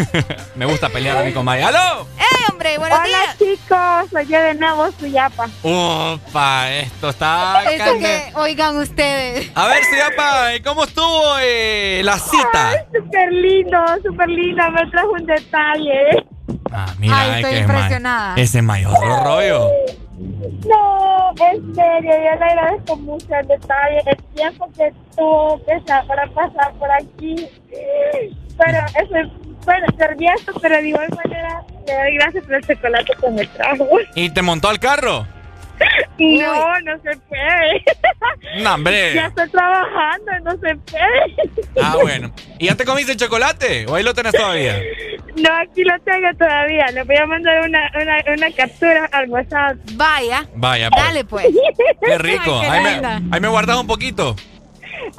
S6: Me gusta pelear a mí con Maggie. ¡Aló!
S7: ¡Ey, hombre! Buenos
S40: Hola, chicos. Soy yo de nuevo, Suyapa.
S6: Opa, esto está.
S7: Eso
S6: caliente.
S7: que, oigan ustedes.
S6: A ver, Suyapa, ¿y ¿cómo estuvo eh, la cita?
S40: Súper lindo, súper lindo. Me trajo un detalle.
S6: Ah, mira,
S40: Ay,
S6: ay,
S40: estoy
S6: que es ma-
S40: impresionada.
S6: Ese es mayor rollo.
S40: No, en serio, yo le agradezco mucho el detalle, el tiempo que tuvo que sea para pasar por aquí. Pero eso, bueno, nervioso, pero de igual manera le doy gracias por el chocolate que me trajo.
S6: ¿Y te montó al carro?
S40: No, no se puede.
S6: No,
S7: Eh.
S6: hombre.
S40: Ya estoy trabajando, no se puede.
S6: Ah, bueno. ¿Y ya te comiste el chocolate? ¿O ahí lo tenés todavía?
S40: No, aquí lo tengo todavía. Le voy a mandar una, una, una captura al WhatsApp.
S7: Vaya.
S6: Vaya, pues.
S7: pues.
S6: Qué
S40: Ay,
S6: rico.
S40: qué
S6: ahí, me,
S40: linda.
S6: ahí me guardas un poquito.
S40: <laughs>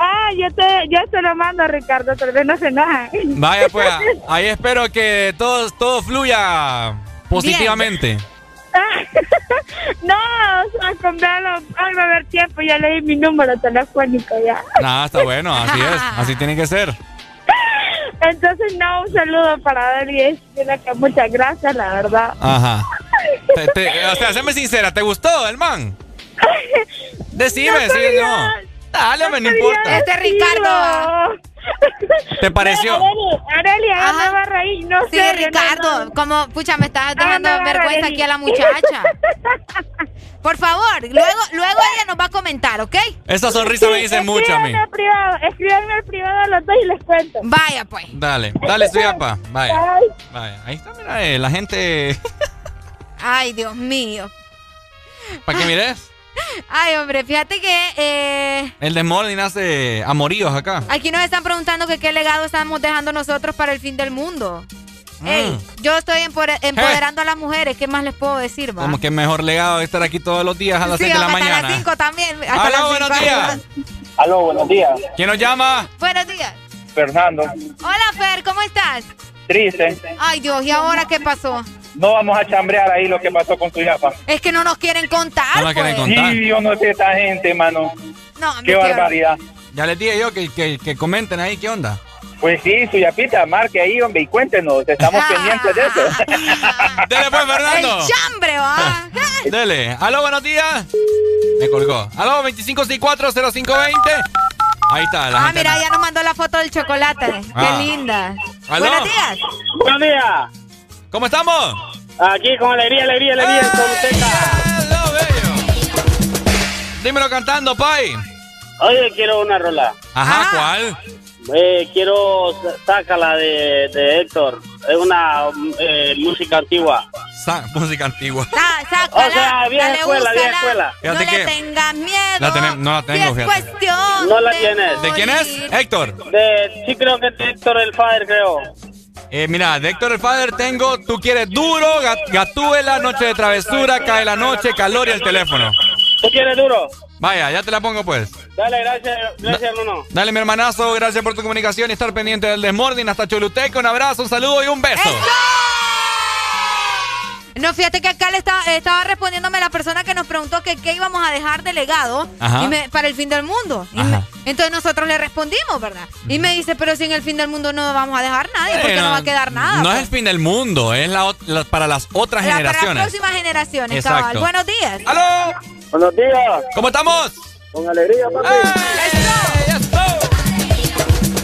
S40: Ah, yo te, yo te lo mando, Ricardo. Tal vez no se enoja.
S6: Vaya, pues. Ahí espero que todo, todo fluya positivamente.
S40: No, o sea, comprarlo. Ay, va a haber tiempo. Ya leí mi número telefónico ya.
S6: Nada, está bueno. Así es. Así tiene que ser.
S40: Entonces, no, un saludo para él y decirle que muchas gracias, la verdad.
S6: Ajá. Te- te- o sea, séme sincera, ¿te gustó el man? Decime, sí, no. Dale, hombre, no importa.
S7: Este Ricardo. ah.
S6: ¿Te pareció?
S40: Aurelia,
S7: ya me va
S40: a reír. No
S7: sí,
S40: sé, yo no- Ah,
S7: Ricardo. Como, pucha, me estás dejando
S40: me va a
S7: vergüenza
S40: reír.
S7: aquí a la
S40: <laughs>
S7: muchacha. Por favor, luego, luego ella nos va a comentar, ¿ok?
S6: Esa sonrisa me dice mucho a mí.
S40: Escríbanme al privado, escríbanme al privado a los dos y les cuento.
S7: Vaya, pues.
S6: Dale, dale, soy apa. Vaya. Vaya. Ahí está, mira, eh, la gente. <laughs>
S7: Ay, Dios mío.
S6: ¿Para qué mires?
S7: Ay, hombre, fíjate que eh,
S6: El de Morning hace amoríos acá.
S7: aquí nos están preguntando que qué legado estamos dejando nosotros para el fin del mundo. Ey,
S6: Mm,
S7: yo estoy empore- empoderando a las mujeres. ¿Qué más les puedo decir, va?
S6: Como que mejor legado de estar aquí todos los días a las
S7: Sí,
S6: 6 de la
S7: vamos hasta las
S6: mañana.
S7: 5 también. Hasta
S6: Aló,
S7: las
S6: buenos
S7: cinco.
S6: días.
S27: Aló, buenos días.
S6: ¿Quién nos llama?
S7: <laughs> Buenos días.
S27: Fernando,
S7: Hola, Fer, ¿cómo estás?
S27: triste.
S7: Ay, Dios, ¿y ahora qué pasó?
S27: No vamos a chambrear ahí lo que pasó con tu yapa.
S7: Es que no nos quieren contar. pues.
S27: Sí, yo no sé esta gente, mano.
S7: No,
S27: Qué
S7: hombre,
S27: barbaridad.
S6: Ya les dije yo que, que- que comenten ahí qué onda.
S27: Pues sí, su yapita, marque ahí, hombre, y cuéntenos.
S7: <laughs>
S27: Estamos pendientes de eso.
S6: <laughs> Dele pues, Fernando.
S7: El chambre, va.
S6: Dele. Aló, buenos días. Me colgó. Aló, 25640520. Ahí está la
S7: Ah,
S6: gente.
S7: mira, ya nos mandó la foto del chocolate. Qué
S6: Ah.
S7: linda.
S6: ¿Aló?
S7: Buenos días.
S27: Buenos días.
S6: ¿Cómo estamos? <laughs>
S22: ¡Eh,
S27: Aquí con alegría, alegría, alegría. con usted.
S6: dímelo cantando, Pai.
S10: Oye, quiero una rola.
S6: Ajá,
S7: Ah.
S6: ¿cuál?
S10: Eh, quiero, sácala de, de Héctor. Es una eh, música antigua.
S6: Sa- música antigua.
S7: Sa- sácala,
S10: O sea, vieja
S7: dale,
S10: escuela, vieja
S7: úsala.
S10: escuela.
S7: No
S6: Fíjate
S7: le
S6: que-
S7: tengas miedo.
S6: La tenem- no la
S7: si
S6: tengo,
S7: es
S6: fíjate.
S7: cuestión
S10: No la
S7: de
S10: tienes.
S6: ¿De quién es?
S7: morir.
S6: Héctor.
S10: De, sí, creo que es de Héctor el Father, creo.
S6: Eh, mira, de Héctor el Father tengo Tú quieres duro, Gat- Gatúbela, Noche de travesura, Cae la noche, Calor y el teléfono.
S10: ¿Tú quieres duro?
S6: Vaya, ya te la pongo pues.
S10: Dale, gracias, gracias, Bruno.
S6: Dale, mi hermanazo, gracias por tu comunicación y estar pendiente del Desmording. Hasta Choluteca, un abrazo, un saludo y un beso.
S7: No, fíjate que acá le estaba, estaba respondiéndome la persona que nos preguntó que qué íbamos a dejar de legado
S6: Ajá.
S7: y me- para el fin del mundo. Y me- entonces nosotros le respondimos, ¿verdad? Y me dice, pero si en el fin del mundo no vamos a dejar nadie, porque
S6: Bueno,
S7: no va a quedar nada.
S6: No
S7: pues.
S6: es el fin del mundo, es la ot- la- para las otras
S7: La- Para las
S6: generaciones.
S7: próximas generaciones,
S6: Exacto.
S7: cabal. Buenos días.
S6: ¡Aló!
S10: Buenos días.
S6: ¿Cómo estamos? Ah,
S10: Con alegría, papi.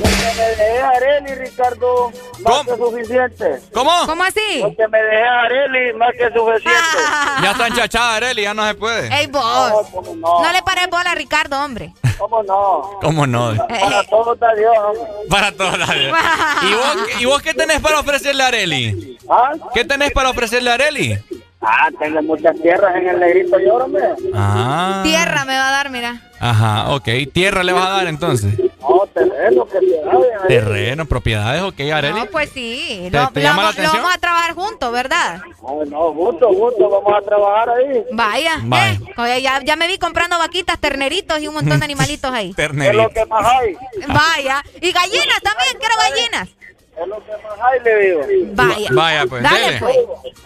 S10: Porque me dejé a Areli, Ricardo, más que suficiente.
S6: ¿Cómo?
S7: ¿Cómo así?
S10: Porque me dejé a Areli, más que
S7: <laughs>
S10: suficiente.
S6: Ya está enchachada, Areli, ya no se puede.
S7: Ey, vos. No, le pares bola a Ricardo, hombre.
S10: ¿Cómo no?
S6: ¿Cómo no?
S10: Para todo está Dios. hombre.
S6: Para
S7: <laughs>
S6: todas. las- ¿Y vos, ¿Y vos qué tenés para ofrecerle a Areli?
S10: ¿Ah?
S6: ¿Qué tenés para ofrecerle a Areli?
S10: ah, tengo muchas tierras en el negrito llórame.
S6: Ah.
S7: Tierra me va a dar, mira.
S6: Ajá, ok. Tierra le vas a dar entonces.
S10: No, terreno, que te sabe, Areli.
S6: Terreno, propiedades, ok, Areli.
S7: No, pues sí.
S6: ¿Te-
S7: Lo,
S6: te
S7: lo
S6: llama la
S7: vamos- lo
S6: atención?
S7: vamos a trabajar juntos, ¿verdad?
S10: Ay, no, gusto, gusto, vamos a trabajar ahí.
S7: Vaya.
S6: Vaya.
S7: Oye, ya, ya me vi comprando vaquitas, terneritos y un montón
S6: <laughs>
S7: de animalitos ahí.
S6: Ternerito.
S10: Es lo que más hay.
S7: Vaya. Y gallinas también, quiero gallinas.
S10: Es lo que más hay, le digo.
S7: Vaya.
S6: Vaya, pues,
S7: Dale,
S6: dele.
S7: pues.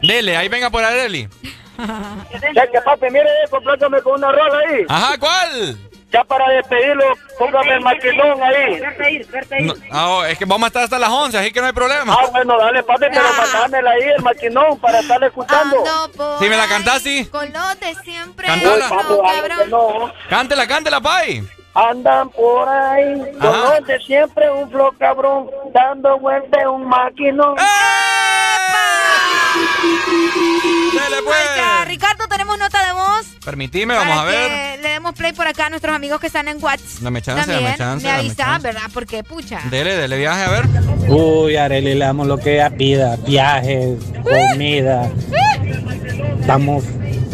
S6: Dele, ahí venga por Areli.
S10: Cheque, papi, mire, eh, complátame con una rola ahí.
S6: Ajá, ¿cuál?
S10: Ya para despedirlo, póngame el maquinón ahí.
S6: No, ah, oh, es que vamos a estar hasta las 11, así que no hay problema.
S10: Ah, bueno, dale, papi, pero mandármela ahí, el maquinón, para estarle
S7: <laughs>
S10: escuchando.
S7: Ando por
S6: Si me la cantás, sí.
S7: con los de siempre.
S6: Cantala.
S7: no, cabrón.
S10: No,
S6: Cántela, cántela, Pai.
S10: andan por ahí,
S6: Ajá.
S10: con los de siempre un flow cabrón, dando vuelta un maquinón.
S6: ¡Eh! Dele,
S7: Oiga,
S6: pues.
S7: Ricardo, tenemos nota de voz.
S6: Permitime, vamos a
S7: para
S6: ver.
S7: que le demos play por acá a nuestros amigos que están en WhatsApp.
S6: Dame chance, dame
S7: También,
S6: chance,
S7: Me
S6: dame
S7: avisan,
S6: chance.
S7: ¿verdad? Porque, pucha.
S6: Dele, dele viaje, a ver.
S42: Uy, Arely, le damos lo que ella pida, viajes, comida, estamos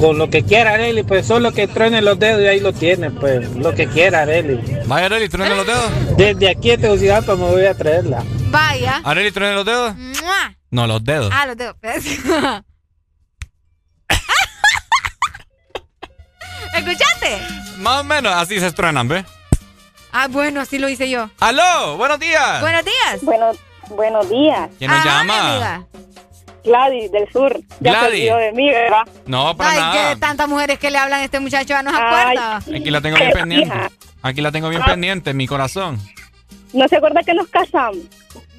S42: con lo que quiera Arely, pues solo que truene los dedos y ahí lo tiene, pues lo que quiera Arely.
S6: Vaya, Areli, truene los dedos.
S42: Desde aquí a Tegucigalpa me voy a traerla.
S7: Vaya.
S6: Areli, truene los dedos.
S7: ¡Mua!
S6: No, los dedos.
S7: Ah, los dedos. <laughs> ¿Escuchaste?
S6: Más o menos, así se truenan, ¿ve?
S7: Ah, bueno, así lo hice yo.
S6: ¡Aló! ¡Buenos días!
S7: Buenos días.
S25: Bueno, buenos días,
S6: Ah. ¿Quién nos
S7: Ajá, mi
S6: llama?
S7: amiga.
S25: Gladys del Sur. Ya se
S6: Gladys.
S25: olvidó de mí, ¿verdad?
S6: No, para
S7: Ay, que
S6: nada.
S7: tantas mujeres que le hablan a este muchacho, ya no se acuerda.
S6: Aquí la tengo bien
S25: Pero,
S6: pendiente.
S25: hija.
S6: Aquí la tengo bien pendiente, mi corazón.
S25: ¿No se acuerda que nos casamos?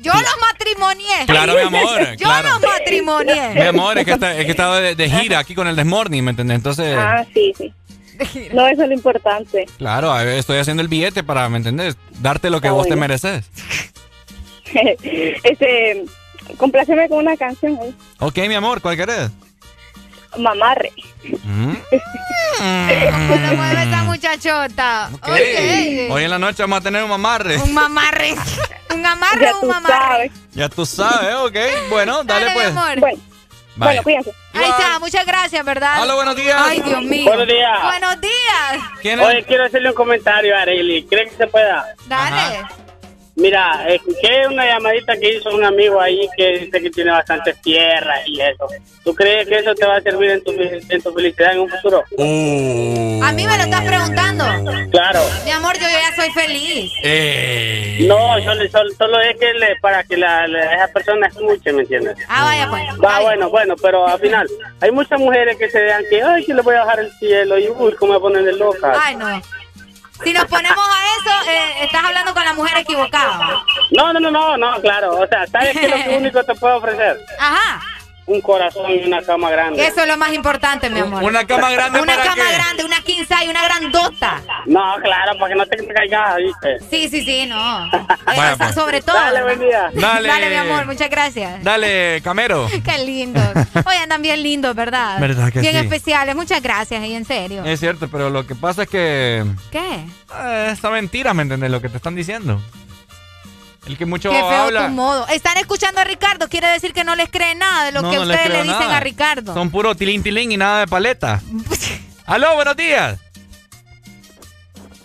S7: Yo los matrimonié.
S6: Claro, mi amor,
S7: <laughs> Yo
S6: claro.
S7: los matrimonié.
S6: Mi amor, es que, está- es que estaba de, de gira aquí con el Desmorning, ¿me entendés? Entonces,
S25: Ah, sí, sí. No, eso es lo importante. <laughs>
S6: claro, a ver, estoy haciendo el billete para, ¿me entendés? Darte lo que
S25: Ah,
S6: vos te
S25: bueno.
S6: mereces.
S25: este, compláceme con una canción, ¿eh?
S6: Ok, mi amor, ¿cuál querés?
S25: Mamarre.
S6: Mm.
S7: ¿Cómo <laughs> lo mueve esta muchachota?
S6: Ey,
S7: Oye,
S6: Hoy Mm. en la noche vamos a tener un mamarre.
S7: Un
S6: <laughs>
S7: mamarre. Un amarre,
S25: Ya
S7: un
S25: tú
S7: mamarre.
S6: Ya tú sabes, ok. Bueno,
S7: <laughs>
S6: dale,
S7: Dale,
S6: pues.
S7: mi amor.
S6: Vaya.
S25: cuídense.
S7: Ahí está, muchas gracias, ¿verdad?
S6: Hola, buenos días.
S7: Ay, Dios mío.
S10: Buenos días.
S7: Buenos días.
S6: ¿Quién es?
S10: Oye, quiero hacerle un comentario a Areli. ¿Cree que se pueda?
S7: Dale.
S10: Mira, escuché una llamadita que hizo un amigo ahí que dice que tiene bastantes tierras y eso. ¿Tú crees que eso te va a servir en tu, en tu felicidad en un futuro?
S6: Mm.
S7: A mí me lo estás preguntando.
S10: Claro.
S7: Mi amor, yo ya soy feliz.
S6: Eh.
S7: Eh,
S10: No, solo, solo- solo es que le- para que la, la- esa persona escuche, ¿me entiendes?
S7: Ah, vaya, pues.
S10: Va, bueno, bueno, pero al final, hay muchas mujeres que se vean que, ay, que le voy a bajar el cielo y uy, cómo me ponen de loca.
S7: Ay, no. Si nos ponemos a eso, eh, estás hablando con la mujer equivocada. <laughs>
S10: No, no, no, no, no, claro. O sea, ¿sabes qué es lo que único te puedo ofrecer?
S7: Ajá.
S10: un corazón y una cama grande.
S7: Eso es lo más importante, mi amor.
S10: una cama grande
S7: Una
S10: para
S7: cama
S10: qué?
S7: grande, una quinza y una grandota.
S10: No, claro, para que no te caigas, ¿viste?
S7: Sí, sí, sí,
S6: <laughs>
S7: no.
S6: Vaya,
S7: Está
S6: pues.
S7: sobre todo.
S10: Dale,
S7: ¿verdad?
S10: buen día.
S6: Dale.
S7: Dale, mi amor, muchas gracias.
S6: Dale, Camero.
S7: <laughs> Qué lindos. Hoy andan bien lindos, ¿verdad?
S6: ¿Verdad que
S7: bien
S6: sí? Eh,
S7: especiales, muchas gracias, y en serio.
S6: Es cierto, pero lo que pasa es que
S7: ¿Qué?
S6: eh, esta mentira, ¿me entendés? Lo que te están diciendo. El que mucho
S7: Qué feo
S6: habla.
S7: tu modo. Están escuchando a Ricardo, quiere decir que no les cree nada de lo
S6: No,
S7: que
S6: no les
S7: ustedes le
S6: creo
S7: dicen
S6: nada.
S7: a Ricardo.
S6: Son puro tilín tilín y nada
S7: <laughs>
S6: de paleta. Aló, buenos días.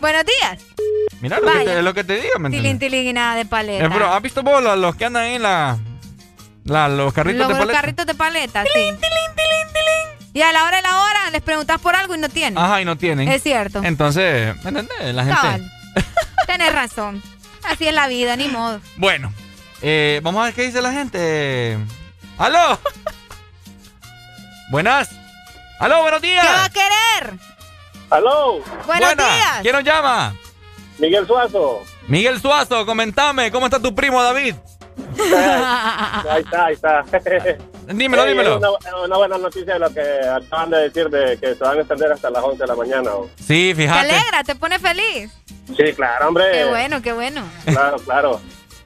S7: Buenos días.
S6: Mira lo que,
S7: Vaya.
S6: te, lo que te digo, ¿me
S7: Tilín,
S6: entendés?
S7: tilín y nada de paleta.
S6: Eh, pero, ¿has visto vos los, los que andan ahí en la, la- los carritos
S7: los,
S6: de
S7: los
S6: paleta?
S7: carritos de paleta, sí. Y a la hora de la hora les preguntas por algo y no tienen.
S6: Ajá, y no tienen.
S7: Es cierto.
S6: Entonces, ¿me entendés? La gente. <laughs>
S7: Cabal. Tenés razón. Así es la vida, ni modo.
S6: Bueno, eh, vamos a ver qué dice la gente. ¡Aló! <laughs> Buenas. ¡Aló, buenos días!
S7: ¿Qué va a querer?
S6: ¡Aló!
S7: Buenos
S6: Buenas.
S7: días.
S6: ¿Quién nos llama?
S7: <laughs>
S6: Miguel Suazo. Miguel Suazo, comentame, ¿cómo está tu primo David?
S12: Ahí está, ahí está.
S6: <laughs> Dímelo,
S12: Ey,
S6: dímelo.
S12: es Una, es una buena noticia lo que acaban de decir de que se van a extender hasta las 11 de la mañana. ¿o?
S6: Sí,
S7: Te
S6: fíjate.
S7: alegra, te pone feliz.
S12: Sí, claro, hombre.
S7: Qué bueno, qué bueno.
S12: Claro, claro.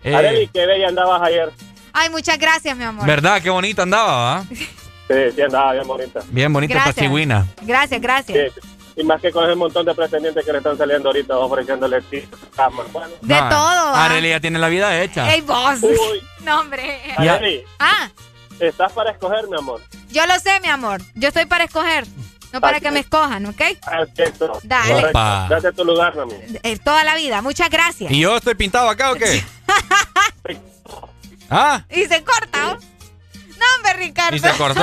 S6: Eh.
S12: Areli, qué bella andabas ayer.
S7: Ay, muchas gracias, mi amor.
S6: ¿Verdad? Qué bonita andaba, ¿va?
S12: Sí, sí, andaba bien bonita.
S6: Bien bonita
S7: Gracias.
S6: pachigüina.
S7: Gracias, gracias.
S12: Sí, Y más que con ese montón de pretendientes que le están saliendo ahorita ofreciéndole tips, camas. Bueno,
S7: De
S6: Nah,
S7: todo, ¿va?
S6: Arely ya tiene la vida hecha.
S7: ¡Ey, vos! <laughs> No, hombre.
S6: Ya.
S7: Ah,
S12: estás para escoger, mi amor.
S7: yo lo sé, mi amor. Yo estoy para escoger, no para que me escojan, ¿ok?
S12: Perfecto.
S7: Dale.
S12: Correcto.
S6: Opa.
S12: Date tu lugar, mi amor.
S7: Eh, toda la vida. Muchas gracias.
S6: ¿Y yo estoy pintado acá o qué? <laughs> ¿Ah?
S7: Y se corta. ¿o? No, hombre, Ricardo.
S6: Y se
S7: <laughs>
S6: cortó.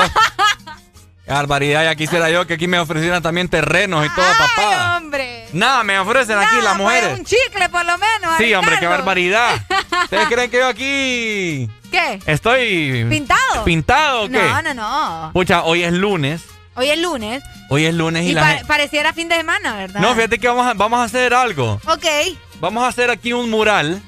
S6: Qué barbaridad, ya quisiera yo que aquí me ofrecieran también terrenos y todo, papá.
S7: hombre.
S6: Nada, me ofrecen aquí las mujeres.
S7: pues, Un chicle, por lo menos. a
S6: Sí, hombre, qué
S7: Ricardo.
S6: barbaridad.
S7: <laughs>
S6: ¿Ustedes creen que yo aquí
S7: ¿Qué?
S6: estoy
S7: ¿Pintado?
S6: pintado o qué?
S7: No, no, no.
S6: Pucha, hoy es lunes.
S7: Hoy es lunes.
S6: Hoy es lunes y,
S7: Y
S6: la
S7: pa-
S6: gente-
S7: pareciera fin de semana, ¿verdad?
S6: No, fíjate que vamos a, vamos a hacer algo.
S7: Ok.
S6: Vamos a hacer aquí un mural.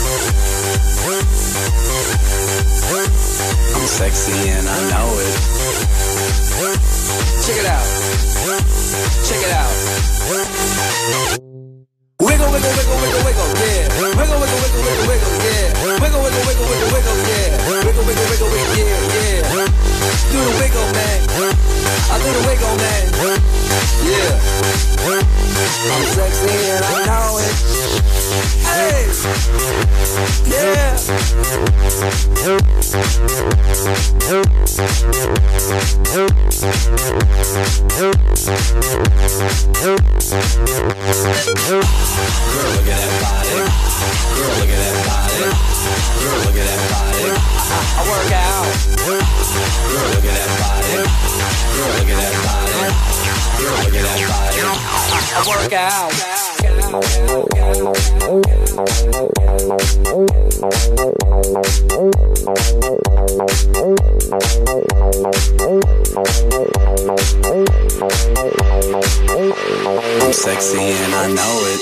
S29: I'm sexy and I know it. Check it out. Check it out. Wiggle, wiggle, wiggle, wiggle, wiggle, yeah. Wiggle, wiggle, wiggle, wiggle, wiggle, yeah. Wiggle, wiggle, wiggle, wiggle, wiggle, yeah. Wiggle, wiggle, wiggle, wiggle, yeah, yeah. Do the wiggle, man. I do the wiggle, man. Yeah. I'm sexy and I know it. Hey. Yeah. Girl, look at that body. Girl, look at that body. Girl, look at that body. I, I- I work out. Girl, look at that body. Girl, look at that body. Girl, look at that body. I, I work out. I'm sexy and I know it.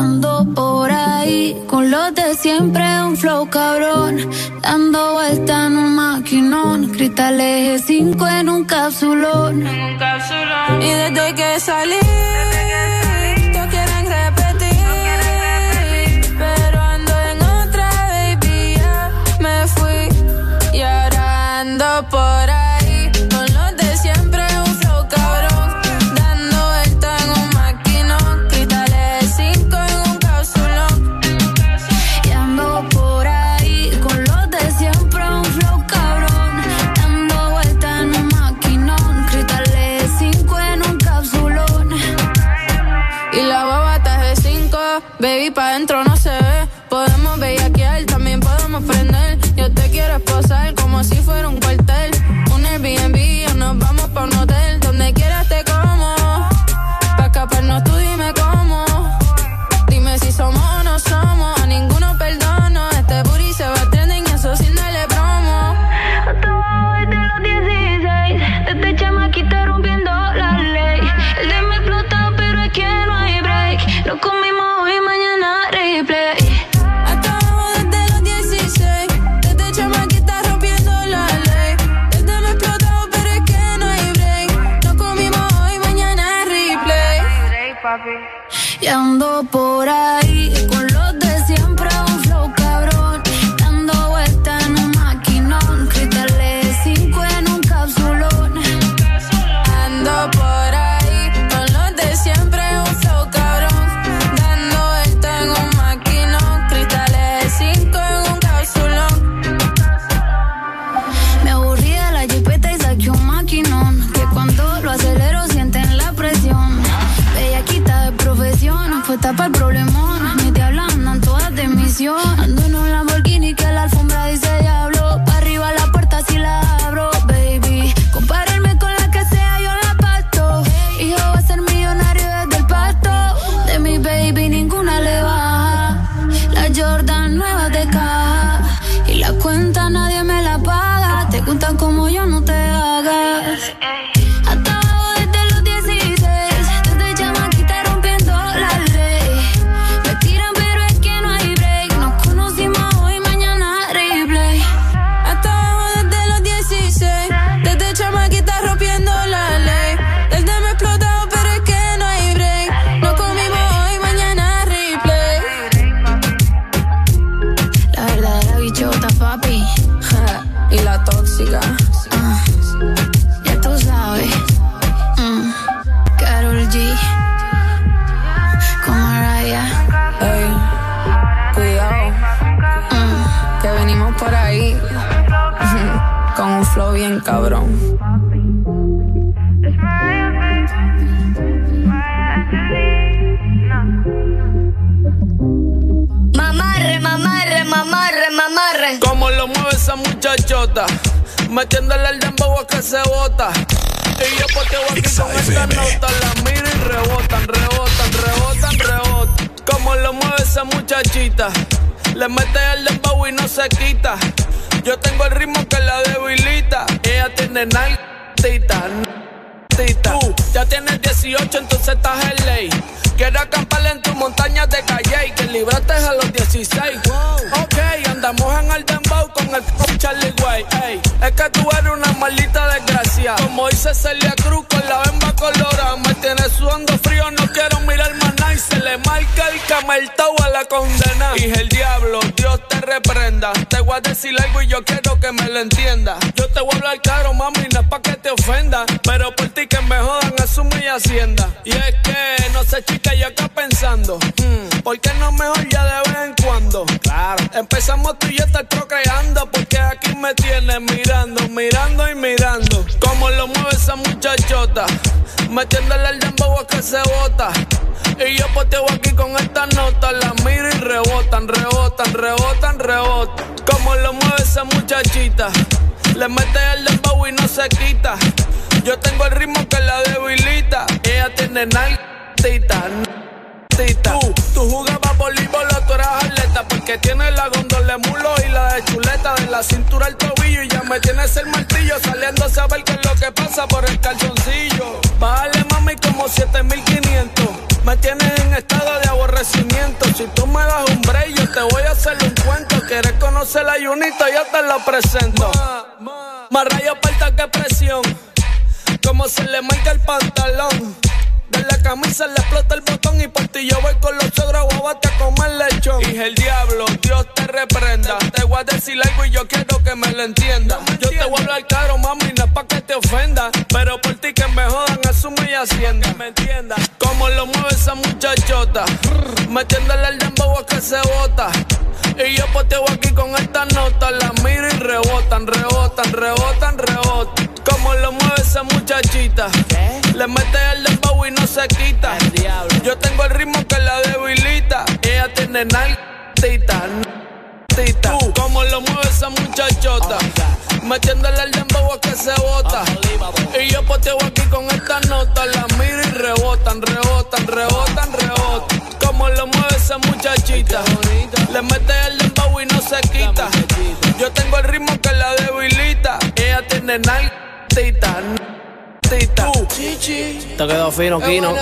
S52: Ando por ahí con los de siempre, un flow cabrón. Dando vuelta en un maquinón, cristal eje 5 en un capsulón. Y desde que salí. todos quieren repetir, pero ando en otra, baby, ya me fui. Y ahora ando Por ahí, con los de siempre, un flow cabrón. Dando vuelta en un maquinón, cristales de cinco en un cápsulón. Y ando por ahí con los de siempre, un flow cabrón.
S1: Baby, pa' dentro no se ve. Podemos bellaquear, también podemos prender. Yo te quiero esposar como si fuera un cuartel. Un Airbnb o nos vamos pa' un hotel. Donde quieras te como. Pa' escaparnos tú dime cómo. Dime si somos o no somos. A ninguno perdono. Este booty se va trending y eso sin darle promo. Acabo desde los 16. Desde chamaquita Este rompiendo la ley. El de me explota, pero es que no hay break. Lo comimos hoy, mañana replay. Acabo desde los 16. Desde chamaquita rompiendo la ley. El de me explota, pero es que no hay break. Lo comimos hoy, mañana replay. Y ando por ahí con los de siempre, un flow cabrón. Dando vueltas en un maquinón, cristales de cinco en un cápsulón. Ando por ahí con los de siempre, un flow cabrón. Dando vueltas en un maquinón, cristales de cinco en un cápsulón. Me aburrí de la jipeta y saqué un maquinón. Que cuando lo acelero sienten la presión. Bellaquita de profesión, puesta para el problemón. Ni te hablan, todas de misión. Ando en un Lamborghini que la alfombra dice diablo. Pa' arriba la puerta si la abro, baby. Compárenme con la que sea, yo la pasto. Hijo va a ser millonario desde el pasto. De mi baby ninguna le baja. La Jordan nueva de caja. Y la cuenta nadie me la paga. Te gustan como yo, no te hagas. Hasta abajo desde los 16. Desde chamaquita rompiendo la ley. Me tiran, pero es que no hay break. Nos conocimos hoy, mañana replay. Hasta abajo desde los 16. Desde chamaquita rompiendo la ley. El de me explotado, pero es que no hay break. Nos comimos hoy, mañana replay. La verdadera bichota, papi. Ja, y la tóxica. Ah, ya tú sabes. Mm, Carol G. Con Mariah. Ey, cuidado. Mm, que venimos por ahí. <laughs> Con un flow bien cabrón.
S29: Mamarre, mamarre, mamarre, mamarre.
S31: Como lo mueve esa muchachota, metiéndole el dembow a que se bota. Y yo poteo aquí con esta nota, la miro y rebotan, rebotan, rebotan, rebotan. Como lo mueve esa muchachita, le mete el dembow y no se quita. Yo tengo el ritmo que la debilita, ella tiene naltita tita. Tú ya tienes 18, entonces estás en ley. Quiero acampar en tus montañas de calle y que libraste a los 16. Ok, andamos en el dembow con el con Charlie Way. Ey, es que tú eres una maldita desgracia. Como dice Celia Cruz con la bemba colorada. Me tiene sudando frío, no quiero mirar más nada. Y se le marca el cameltao a la condena. Y el diablo, Dios te reprenda. Te voy a decir algo y yo quiero que me lo entienda. Yo te voy a hablar caro, mami, no es pa' que te ofenda. Pero por ti que me jodan, asumo y hacienda. Y es que no sé, chica, yo acá pensando. mm, ¿Por qué no mejor ya de vez en cuando? Claro. Empezamos tú y yo estar procreando. Porque aquí me tienes mirando, mirando y mirando. Como lo mueve esa muchachota. Metiéndole el dembow a que se bota. Y yo poteo aquí con esta nota, la miro y rebotan, rebotan, rebotan, rebotan. Como lo mueve esa muchachita, le mete el dembow y no se quita. Yo tengo el ritmo que la debilita, ella tiene naltita tita. Tú, Uh, tú jugabas voleibol o tú eras atleta Porque tienes la gondola de mulo y la de chuleta De la cintura al tobillo y ya me tienes el martillo Saliendo a saber qué es lo que pasa por el calzoncillo Bájale mami como 7500 Me tienes en estado de aborrecimiento Si tú me das un break yo te voy a hacer un cuento Quieres conocer la Junita yo te la presento Más rayos falta que presión Como se le marca el pantalón de la camisa le explota el botón y por ti yo voy con los sogros guabate a comer lechón. Dije el diablo, Dios te reprenda. Te voy a decir algo y yo quiero que me lo entienda. yo te voy a hablar caro, mami, no es pa' que te ofenda. Pero por ti que me jodan, asumo y hacienda. me entienda. Como lo mueve esa muchachota. Metiéndole el dembow a que se bota. Y yo poteo aquí con esta nota. La miro y rebotan, rebotan, rebotan, rebotan. Como lo mueve esa muchachita. Le mete el dembow y no se quita. Yo tengo el ritmo que la debilita. tiene naitita, naitita. Tú, cómo lo mueve esa muchachota. Metiéndole el dembow a que se bota. Y yo poteo aquí con esta nota. La miro y rebotan, rebotan, rebotan, rebotan. Cómo lo mueve esa muchachita. Le mete el dembow y no se quita. Yo tengo el ritmo que la debilita. Ella tiene naitita, naitita. Tú, chichi.
S10: Te quedó fino, Kino.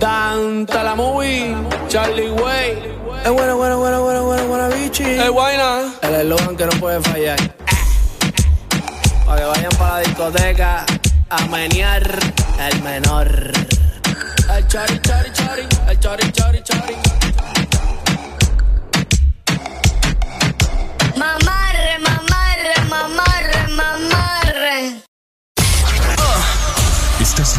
S31: Danta la movie, Charlie Way.
S10: Es bueno, bueno, bueno, bueno, bueno, bueno, bichi.
S31: Es ¿eh? guayna.
S10: El eslogan que no puede fallar. Para que vayan para la discoteca a menear el menor.
S31: El chari, chari, chari. El chari, chari, chari.
S29: Mamarre, mamarre, mamarre, mamarre.
S2: ¿Estás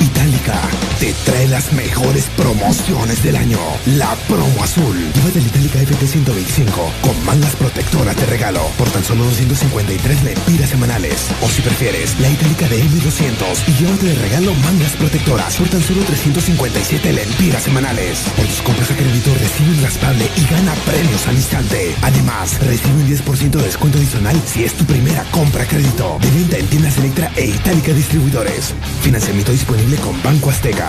S37: Itálica te trae las mejores promociones del año. La promo azul. Llévate la Itálica FT125 con mangas protectoras de regalo por tan solo 253 lempiras semanales. O si prefieres, la Itálica de M200 y llévate de regalo mangas protectoras por tan solo 357 lempiras semanales. Por tus compras a crédito recibe un raspable y gana premios al instante. Además, recibe un 10% de descuento adicional si es tu primera compra a crédito. De venta en tiendas Electra e Itálica Distribuidores. Financiamiento disponible con Banco Azteca.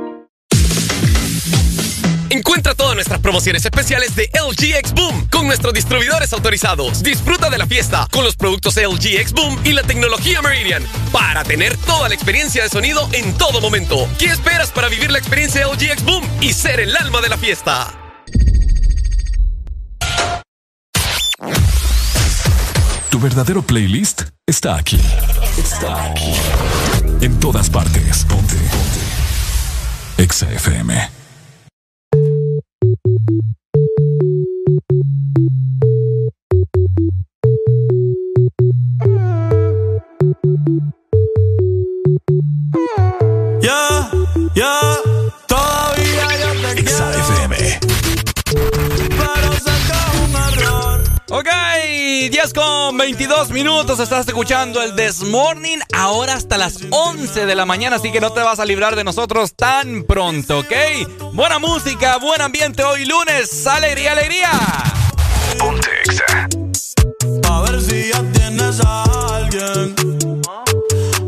S44: Encuentra todas nuestras promociones especiales de LG X Boom con nuestros distribuidores autorizados. Disfruta de la fiesta con los productos LG X Boom y la tecnología Meridian para tener toda la experiencia de sonido en todo momento. ¿Qué esperas para vivir la experiencia LG X Boom y ser el alma de la fiesta?
S2: Tu verdadero playlist está aquí. Está aquí. En todas partes. Ponte. Ponte. Exa FM.
S8: Yeah, yeah, todavía yo te quiero. Pero sé que es un error.
S6: Ok, 10 con 22 minutos. Estás escuchando el This Morning. Ahora hasta las 11 de la mañana. Así que no te vas a librar de nosotros tan pronto, ¿ok? Buena música, buen ambiente hoy lunes. Alegría, alegría.
S8: Ponte Exa. A ver si ya tienes a alguien.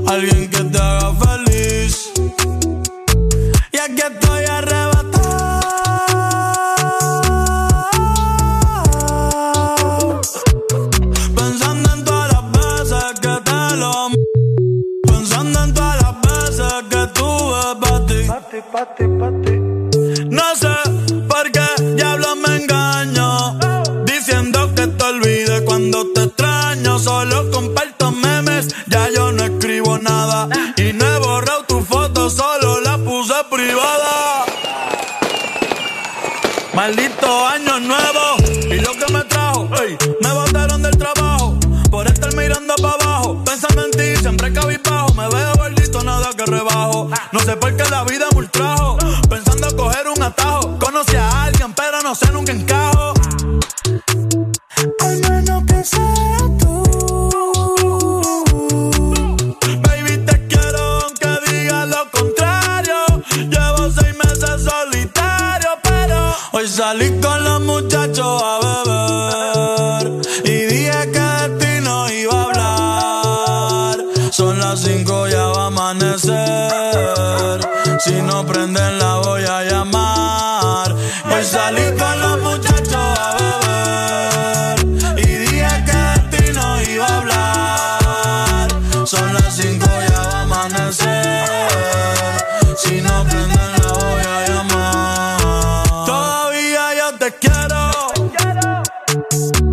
S8: Alguien que te haga feliz. Y aquí estoy arrebatado. Pensando en todas las veces que te lo. Pensando en todas las veces que tuve para ti. No sé por qué diablos me engaño Diciendo que te olvide cuando te extraño Solo comparto memes, ya yo no escribo nada Y no he borrado tu foto, solo la puse privada Maldito año nuevo y lo que me trajo. ey. me botaron del trabajo por estar mirando para abajo. Pensando en ti, siempre cabizbajo. Me veo gordito, nada que rebajo. No sé por qué la vida me ultrajo. Pensando coger un atajo. Conocí a alguien, pero no sé nunca encajo. Al menos que sea tú. Baby, te quiero aunque diga lo contrario. Llevo seis meses solitario, pero hoy Salí con los muchachos a beber y dije que de ti no iba a hablar. Son las cinco ya va a amanecer. Si no prenden la voy a llamar. Hoy salí con los muchachos a beber y dije que de ti no iba a hablar. Son las cinco ya va a amanecer. Si no prenden la voy a llamar. Todavía yo te quiero,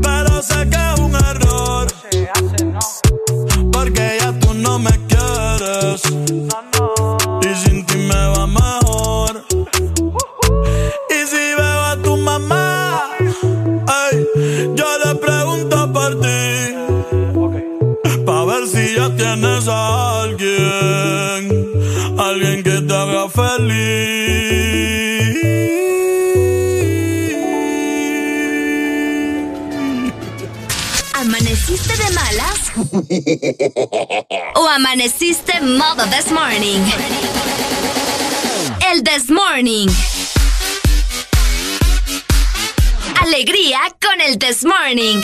S8: pero sé que es un error. Porque ya tú no me quieres. Y sin ti me va mejor. Y si veo a tu mamá, ey, yo le pregunto por ti. Pa' ver si ya tienes a alguien. Alguien que te haga feliz.
S26: ¿Amaneciste de malas <laughs> o amaneciste en modo this morning? El this morning. Alegría con el this morning.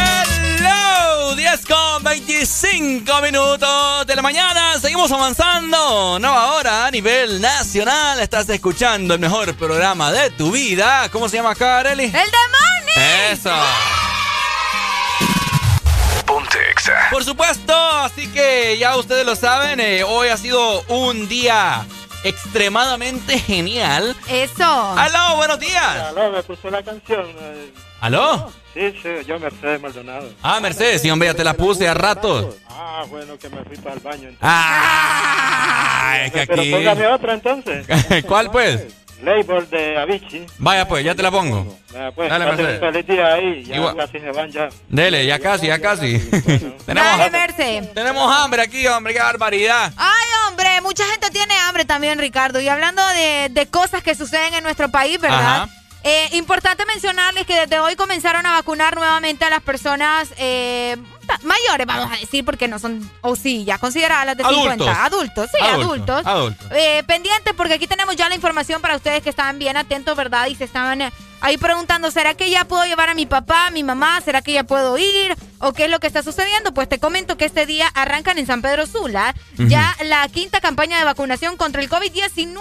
S6: Hello, 10 con 25 minutos de la mañana. Seguimos avanzando. Nueva hora a nivel nacional. Estás escuchando el mejor programa de tu vida. ¿Cómo se llama acá, Arely? ¡El
S7: demonio!
S6: ¡Eso! Por supuesto, así que ya ustedes lo saben, eh, hoy ha sido un día extremadamente genial.
S7: Eso.
S6: ¡Aló, buenos días!
S28: Aló, me puso la canción. eh.
S6: ¿Aló?
S28: Sí, sí, yo Mercedes Maldonado.
S6: Ah, Mercedes, sí, hombre, ya te la puse a ratos.
S28: Ah, bueno, que me fui para el baño. entonces.
S6: Ah, es que
S28: Pero
S6: aquí...
S28: póngame otra entonces.
S6: <laughs> ¿Cuál pues?
S28: Label de Avicii.
S6: Vaya pues, ya te la pongo.
S28: Vea, pues,
S6: Dale,
S28: pasen
S6: Mercedes.
S28: un feliz día ahí. Ya
S6: Igual.
S28: casi se van ya.
S6: Dele, ya casi, ya casi. <laughs> tenemos,
S7: Dale, Merce.
S6: tenemos hambre aquí, hombre, qué barbaridad.
S7: Ay, hombre, mucha gente tiene hambre también, Ricardo. Y hablando de, de cosas que suceden en nuestro país, ¿verdad?
S6: Ajá.
S7: Eh, importante mencionarles que desde hoy comenzaron a vacunar nuevamente a las personas eh, ta- mayores, vamos a decir, porque no son, o sí, ya consideradas las de
S40: Adultos.
S7: 50. Adultos, sí,
S40: Adultos,
S7: adultos.
S40: adultos.
S7: Eh, pendientes, porque aquí tenemos ya la información para ustedes que estaban bien atentos, ¿verdad? Y se estaban eh, ahí preguntando, ¿será que ya puedo llevar a mi papá, a mi mamá? ¿Será que ya puedo ir? ¿O qué es lo que está sucediendo? Pues te comento que este día arrancan en San Pedro Sula
S40: Ujú.
S7: ya la quinta campaña de vacunación contra el COVID-19.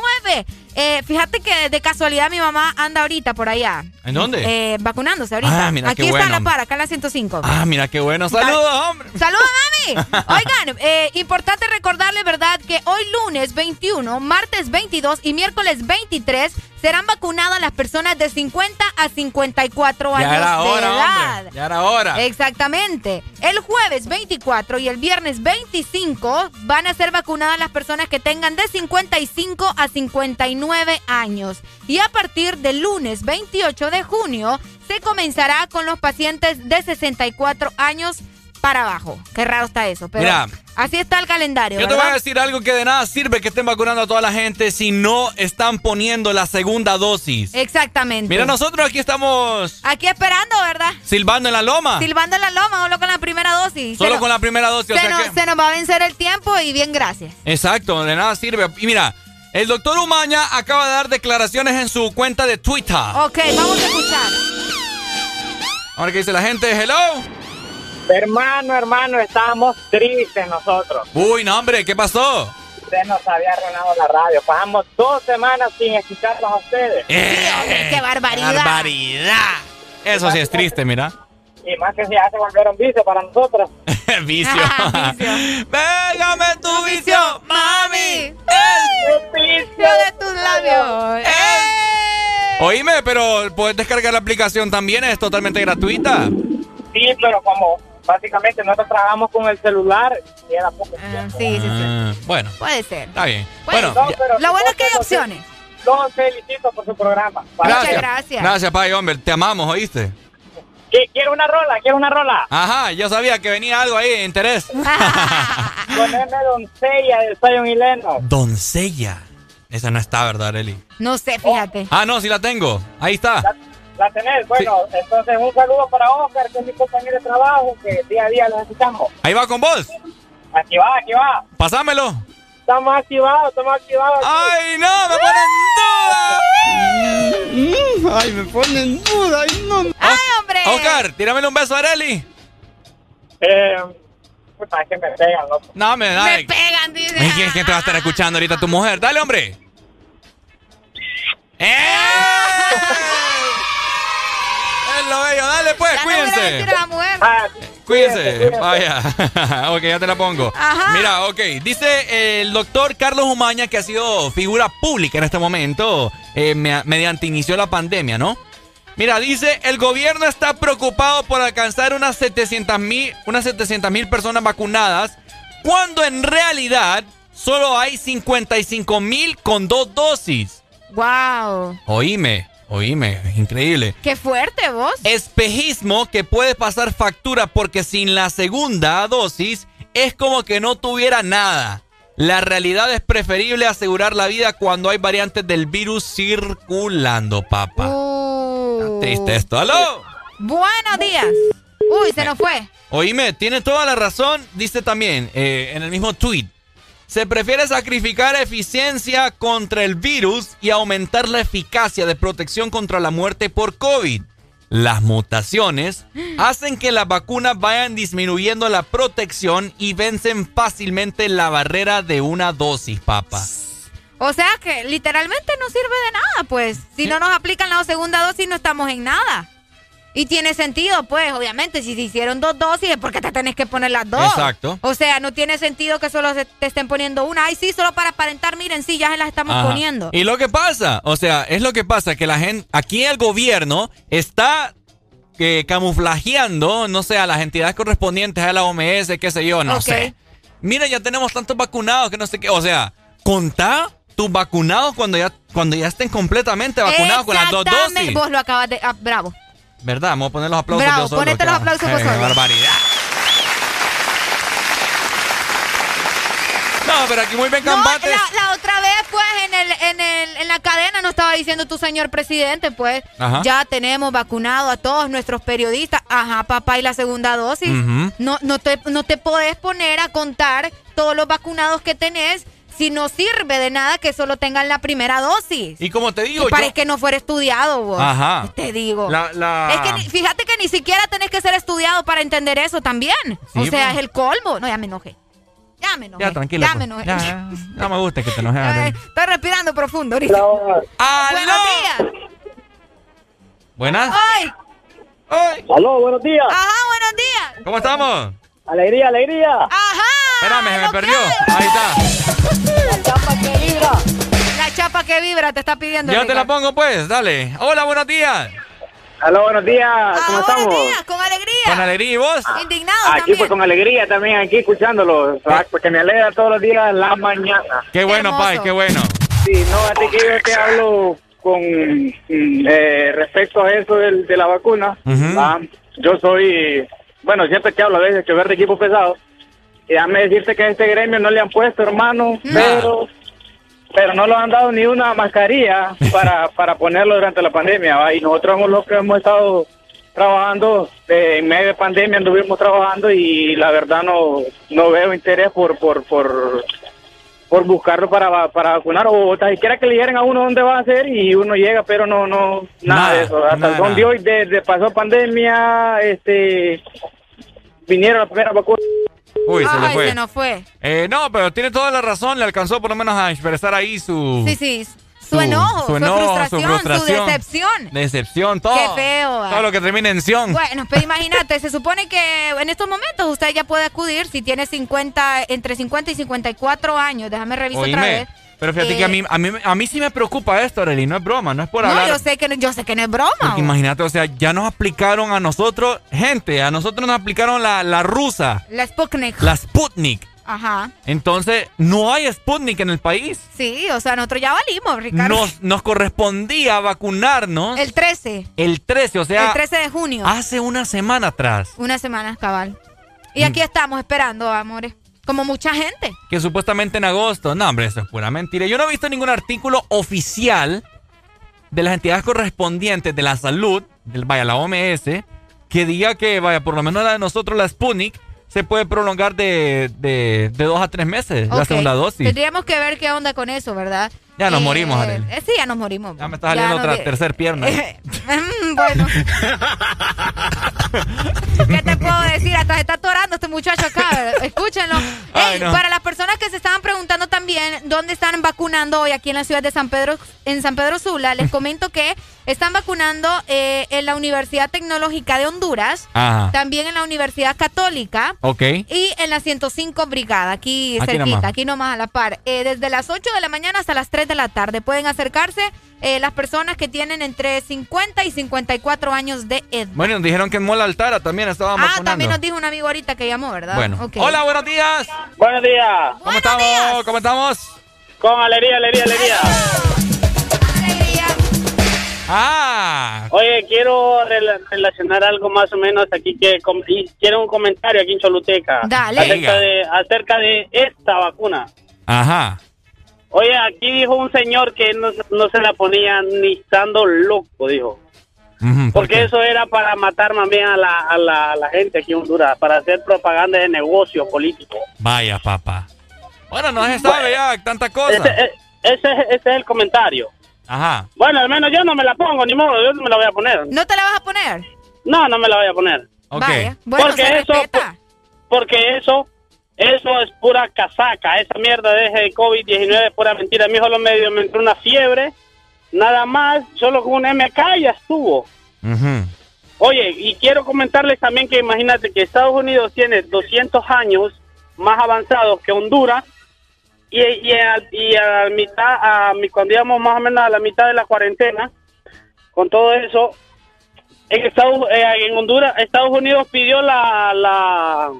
S7: Eh, fíjate que de casualidad mi mamá anda ahorita por allá.
S6: ¿En dónde?
S7: Eh, vacunándose ahorita.
S6: Ah, mira,
S7: Aquí
S6: qué
S7: está
S6: bueno.
S7: la para, acá en la 105.
S6: Ah, mira qué bueno. Saludos, hombre.
S7: ¡Saludos,
S6: <laughs>
S7: mami! Oigan, eh, importante recordarle, ¿verdad?, que hoy lunes 21, martes 22 y miércoles 23 serán vacunadas las personas de 50 a 54 años
S6: Ya era
S7: de
S6: hora,
S7: edad. Eh,
S6: hombre. Ya era hora.
S7: Exactamente. El jueves 24 y el viernes 25 van a ser vacunadas las personas que tengan de 55 a 59 años. Y a partir del lunes 28 de junio se comenzará con los pacientes de 64 años para abajo. Qué raro está eso, pero
S6: Mira.
S7: así está el calendario.
S6: Yo te voy
S7: ¿verdad?
S6: a decir algo que de nada sirve que estén vacunando a toda la gente si no están poniendo la segunda dosis.
S7: Exactamente.
S6: Mira, nosotros aquí estamos
S7: Aquí esperando, ¿verdad?
S6: silbando en la loma.
S7: Silbando en la loma, solo con la primera dosis.
S6: Ah. Solo
S7: Se no-
S6: con la primera dosis. o
S7: se,
S6: sea
S7: nos,
S6: que-
S7: se nos va a vencer el tiempo y bien, gracias.
S6: Exacto, de nada sirve. Y mira, el doctor Umaña acaba de dar declaraciones en su cuenta de Twitter.
S40: Oh.
S7: Ok, vamos a escuchar.
S6: Ahora que dice la gente, hello.
S30: Hermano, hermano, estábamos tristes nosotros.
S6: Uy, no, hombre, ¿qué pasó?
S30: Usted nos había arruinado la radio. Pasamos dos semanas sin escucharlos a ustedes.
S7: ¡Qué barbaridad!
S6: Eh, ¡Barbaridad! Eso sí es triste, mira.
S30: Y más que ya se volvieron vicios para nosotros.
S6: <laughs> Vicio. Pégame tu vicio, mami.
S30: El vicio
S7: de tus labios. Eh,
S6: Oíme, pero puedes descargar la aplicación también, es totalmente gratuita.
S30: Sí, pero como básicamente nosotros trabajamos con el celular y era poco tiempo.
S7: Sí, sí,
S6: Ah, bueno,
S7: puede ser.
S6: está bien.
S30: Bueno,
S6: Bueno,
S30: no,
S6: ya-
S30: pero
S7: Lo bueno es que hay
S30: los-
S7: opciones.
S30: Los felicito por su programa.
S6: gracias. Gracias, Pai, hombre, te amamos, ¿oíste?
S30: Que Quiero una rola, quiero una rola.
S6: Ajá, yo sabía que venía algo ahí, interés.
S7: Ah,
S30: Ponerme doncella del Zion y Lennox.
S6: Doncella. Esa no está, ¿verdad, Eli?
S7: No sé, fíjate.
S6: Oh. Ah, no, sí la tengo. Ahí está.
S42: La tenés, bueno, entonces un saludo para Oscar, que es mi compañero de trabajo, que día a día lo necesitamos.
S6: Ahí va con vos.
S42: Aquí va, aquí va.
S6: Pasámelo.
S42: Estamos activados, estamos activados.
S6: ¡Ay, no! ¡Me ponen
S10: duda! Mm, ¡Ay, me ponen duda! ¡Ay, no!
S30: Ah,
S7: ¡Ay, hombre!
S6: Oscar, tíramele un beso a Areli.
S42: Eh, puta, es que me pegan, loco.
S6: No, me da.
S7: Me pegan, dice.
S6: Ay, ¿Quién es que te va a estar escuchando ahorita tu mujer? Dale, hombre. ¡Eh! Es lo bello, dale pues,
S7: Ya no voy a
S6: cuídense.
S7: decir a la mujer.
S42: Ah,
S6: Cuídense, vaya. <laughs> ok, ya te la pongo.
S7: Ajá.
S6: Mira, ok. Dice el doctor Carlos Umaña, que ha sido figura pública en este momento, eh, me- mediante inició la pandemia, ¿no? Mira, dice, el gobierno está preocupado por alcanzar unas 700 mil unas 700,000 personas vacunadas, cuando en realidad solo hay 55 mil con dos dosis.
S7: ¡Wow!
S6: Oíme, oíme, increíble.
S7: ¡Qué fuerte vos!
S6: Espejismo que puede pasar factura porque sin la segunda dosis es como que no tuviera nada. La realidad es preferible asegurar la vida cuando hay variantes del virus circulando, papá. Está Triste esto. ¡Aló!
S7: Buenos Uh. días. Uy, se nos fue.
S6: Oíme, tiene toda la razón. Dice también eh, en el mismo tweet. Se prefiere sacrificar eficiencia contra el virus y aumentar la eficacia de protección contra la muerte por COVID. Las mutaciones hacen que las vacunas vayan disminuyendo la protección y vencen fácilmente la barrera de una dosis, papa.
S7: O sea que literalmente no sirve de nada, pues. Si no nos aplican la segunda dosis, no estamos en nada. Y tiene sentido, pues, obviamente, si se hicieron dos dosis es porque te tenés que poner las dos.
S6: Exacto.
S7: O sea, no tiene sentido que solo se- te estén poniendo una. Ay, sí, solo para aparentar, miren, sí, ya se las estamos
S6: Ajá.
S7: poniendo.
S6: Y lo que pasa, o sea, es lo que pasa, que la gente, aquí el gobierno está eh, camuflajeando, no sé, a las entidades correspondientes, a la OMS, qué sé yo, no
S7: Ok.
S6: sé. Mira, ya tenemos tantos vacunados que no sé qué, o sea, contá tus vacunados cuando ya, cuando ya estén completamente vacunados con las dos
S7: Exactamente.
S6: dosis.
S7: Vos lo acabas de... ah, bravo.
S6: ¿Verdad? Vamos a poner los aplausos.
S7: Bravo,
S6: yo solo,
S7: ponete
S6: qué
S7: los aplausos
S6: <laughs>
S7: vos
S6: eh,
S7: solo.
S6: barbaridad. No, pero aquí muy bien
S7: No, la,
S6: combates.
S7: la otra vez, pues, en, el, en, el, en la cadena nos estaba diciendo tu señor presidente, pues,
S6: Ajá.
S7: ya tenemos vacunado a todos nuestros periodistas. Ajá, papá, y la segunda dosis.
S6: Ujú.
S7: no, no, te, no te podés poner a contar todos los vacunados que tenés si no sirve de nada que solo tengan la primera dosis.
S6: Y como te
S7: Y
S6: digo, yo-
S7: parece que no fuera estudiado, vos.
S6: Ajá.
S7: Te digo.
S6: La- la-
S7: Es que ni- fíjate que ni siquiera tenés que ser estudiado para entender eso también. o
S6: Sí,
S7: sea,
S6: pues.
S7: es el colmo. No, ya me enojé. Ya me eh. enojé.
S6: Ya, tranquila.
S7: Ya
S6: pues.
S7: me enojé.
S6: Ya, ya. No me gusta que te enojes. Arely.
S7: Estoy respirando profundo ahorita. Buenos días.
S6: Buenas.
S7: Ay.
S42: Aló, buenos días.
S7: Ajá, buenos días.
S6: ¿Cómo estamos?
S42: Alegría, alegría.
S6: Espérame,
S7: Ah,
S6: se me perdió. Ahí está.
S42: Chapa que vibra.
S7: La chapa que vibra te está pidiendo.
S6: Yo te la
S7: Ricardo.
S6: pongo pues, dale. Hola, buenos días.
S42: Aló, buenos días. ¿Cómo estamos?
S7: Ah, Con alegría.
S6: Con alegría y vos. Eh.
S7: Indignado
S42: Aquí
S7: también.
S42: pues con alegría también, aquí escuchándolo, ¿sabes? porque me alegra todos los días la mañana.
S6: Qué bueno,
S42: hermoso.
S6: Pai, qué bueno.
S42: Sí, no, así que yo te hablo con mm, eh, respecto a eso del- de, la vacuna. Ah, Yo soy, bueno, siempre te hablo a veces que ver de equipo pesado. Y déjame decirte que a este gremio no le han puesto, hermano,
S7: Mm.
S42: pero, pero no lo han dado ni una mascarilla
S6: <laughs>
S42: para, para ponerlo durante la pandemia. ¿va? Y nosotros somos los que hemos estado trabajando, eh, en medio de pandemia anduvimos trabajando y la verdad no, no veo interés por, por, por, por buscarlo para, va- para vacunar o tan siquiera que le dijeran a uno dónde va a ser y uno llega, pero no, no, nada,
S6: Nada,
S42: de eso. Hasta
S6: Ah, nada,
S42: el son de
S6: nada.
S42: hoy, desde pasó pandemia, este, vinieron las primeras vacunas.
S6: Uy, se le
S7: Ay,
S6: fue.
S7: se nos fue.
S6: Eh, no, pero tiene toda la razón. Le alcanzó por lo menos a expresar ahí su.
S7: Sí, sí. Su, enojo, su,
S6: Uh. enojo,
S7: frustración, su decepción.
S6: Decepción, todo.
S7: Qué feo, ah.
S6: Todo lo que termina en Sion.
S7: Bueno, pero imagínate, se supone que en estos momentos usted ya puede acudir si tiene 50, entre 50 y 54 años. Déjame revisar otra
S6: Oíme.
S7: vez.
S6: Pero fíjate
S7: Eh,
S6: que a mí, a, mí, a mí sí me preocupa esto, Arely. No es broma, no es por
S7: No,
S6: hablar.
S7: yo sé, que, no- yo sé que no es broma.
S6: Porque
S7: vos.
S6: imagínate, o sea, ya nos aplicaron a nosotros, gente, a nosotros nos aplicaron la, la rusa,
S7: La Sputnik.
S6: la Sputnik.
S7: Ajá.
S6: Entonces, no hay Sputnik en el país.
S7: Sí, o sea, nosotros ya valimos, Ricardo.
S6: Nos, nos correspondía vacunarnos el,
S7: El 13.
S6: 13, o sea, ah,
S7: el 13 de junio.
S6: hace una semana atrás,
S7: Una semana, cabal. Y
S6: Mm.
S7: aquí estamos esperando, amores. Como mucha gente.
S6: que supuestamente en agosto. No, hombre, eso es pura mentira. Yo no he visto ningún artículo oficial de las entidades correspondientes de la salud, del, vaya, la OMS, que diga que, vaya, por lo menos la de nosotros, la Sputnik, se puede prolongar de, de, de dos a tres meses la
S7: Ok.
S6: segunda dosis.
S7: Tendríamos que ver qué onda con eso, ¿verdad?
S6: Ya nos morimos, Arely.
S7: eh, sí, ya nos morimos.
S6: Ya me está saliendo
S7: nos
S6: otra
S7: di-
S6: tercera pierna.
S7: Mm, <laughs> bueno. ¿Qué te puedo decir? Hasta se está atorando este muchacho acá.
S6: <laughs>
S7: ¿verdad? Escúchenlo.
S6: Ay,
S7: Ey,
S6: no.
S7: Para las personas que se estaban preguntando también dónde están vacunando hoy aquí en la ciudad de San Pedro, en San Pedro Sula,
S6: <laughs>
S7: les comento que están vacunando eh, en la Universidad Tecnológica de Honduras,
S6: Ajá.
S7: también en la Universidad Católica.
S6: Ok.
S7: Y en la 105 Brigada, aquí,
S6: Aquí
S7: cerquita,
S6: nomás.
S7: aquí nomás a la par. Eh, desde las 8 de la mañana hasta las 3 de la tarde pueden acercarse eh, las personas que tienen entre 50 y 54 años de edad.
S6: Bueno, y nos dijeron que en Mola Altara también estábamos
S7: Ah,
S6: vacunando.
S7: también nos dijo un amigo ahorita que llamó, ¿verdad?
S6: Bueno.
S7: Ok.
S6: Hola, buenos días.
S7: Buenos días.
S6: ¿Cómo estamos? ¿Cómo estamos?
S10: Con alegría, alegría, alegría.
S6: Ah.
S10: Oye, quiero rela- relacionar algo más o menos aquí que com- y quiero un comentario aquí en Choluteca
S6: Dale.
S10: acerca
S6: Diga.
S10: de acerca de esta vacuna.
S6: Ajá.
S10: Oye, aquí dijo un señor que no, no se la ponía ni estando loco, dijo. Porque eso era para matar más bien a la, a la- a la gente aquí en Honduras, para hacer propaganda de negocio político.
S6: Vaya, papá. Bueno, no se sabe ya tanta cosa.
S10: Ese, e- ese es- ese es el comentario.
S6: <laughs>
S7: <laughs>
S6: Ajá.
S10: Bueno, al menos yo no me la pongo, ni modo, yo no me la voy a poner.
S7: ¿No te la vas a poner?
S10: No, no me la voy a poner.
S6: Ok.
S10: porque eso, por- porque eso, eso es pura casaca. Esa mierda de ese COVID-19 es pura mentira. Mi hijo lo medio me entró una fiebre, nada más, solo con un MK ya estuvo. Oye, y quiero comentarles también que imagínate que Estados Unidos tiene 200 años más avanzados que Honduras y, y, a, y a mitad, a, mi- cuando íbamos más o menos a la mitad de la cuarentena, con todo eso, en, Estados, eh, en Honduras, Estados Unidos pidió la, la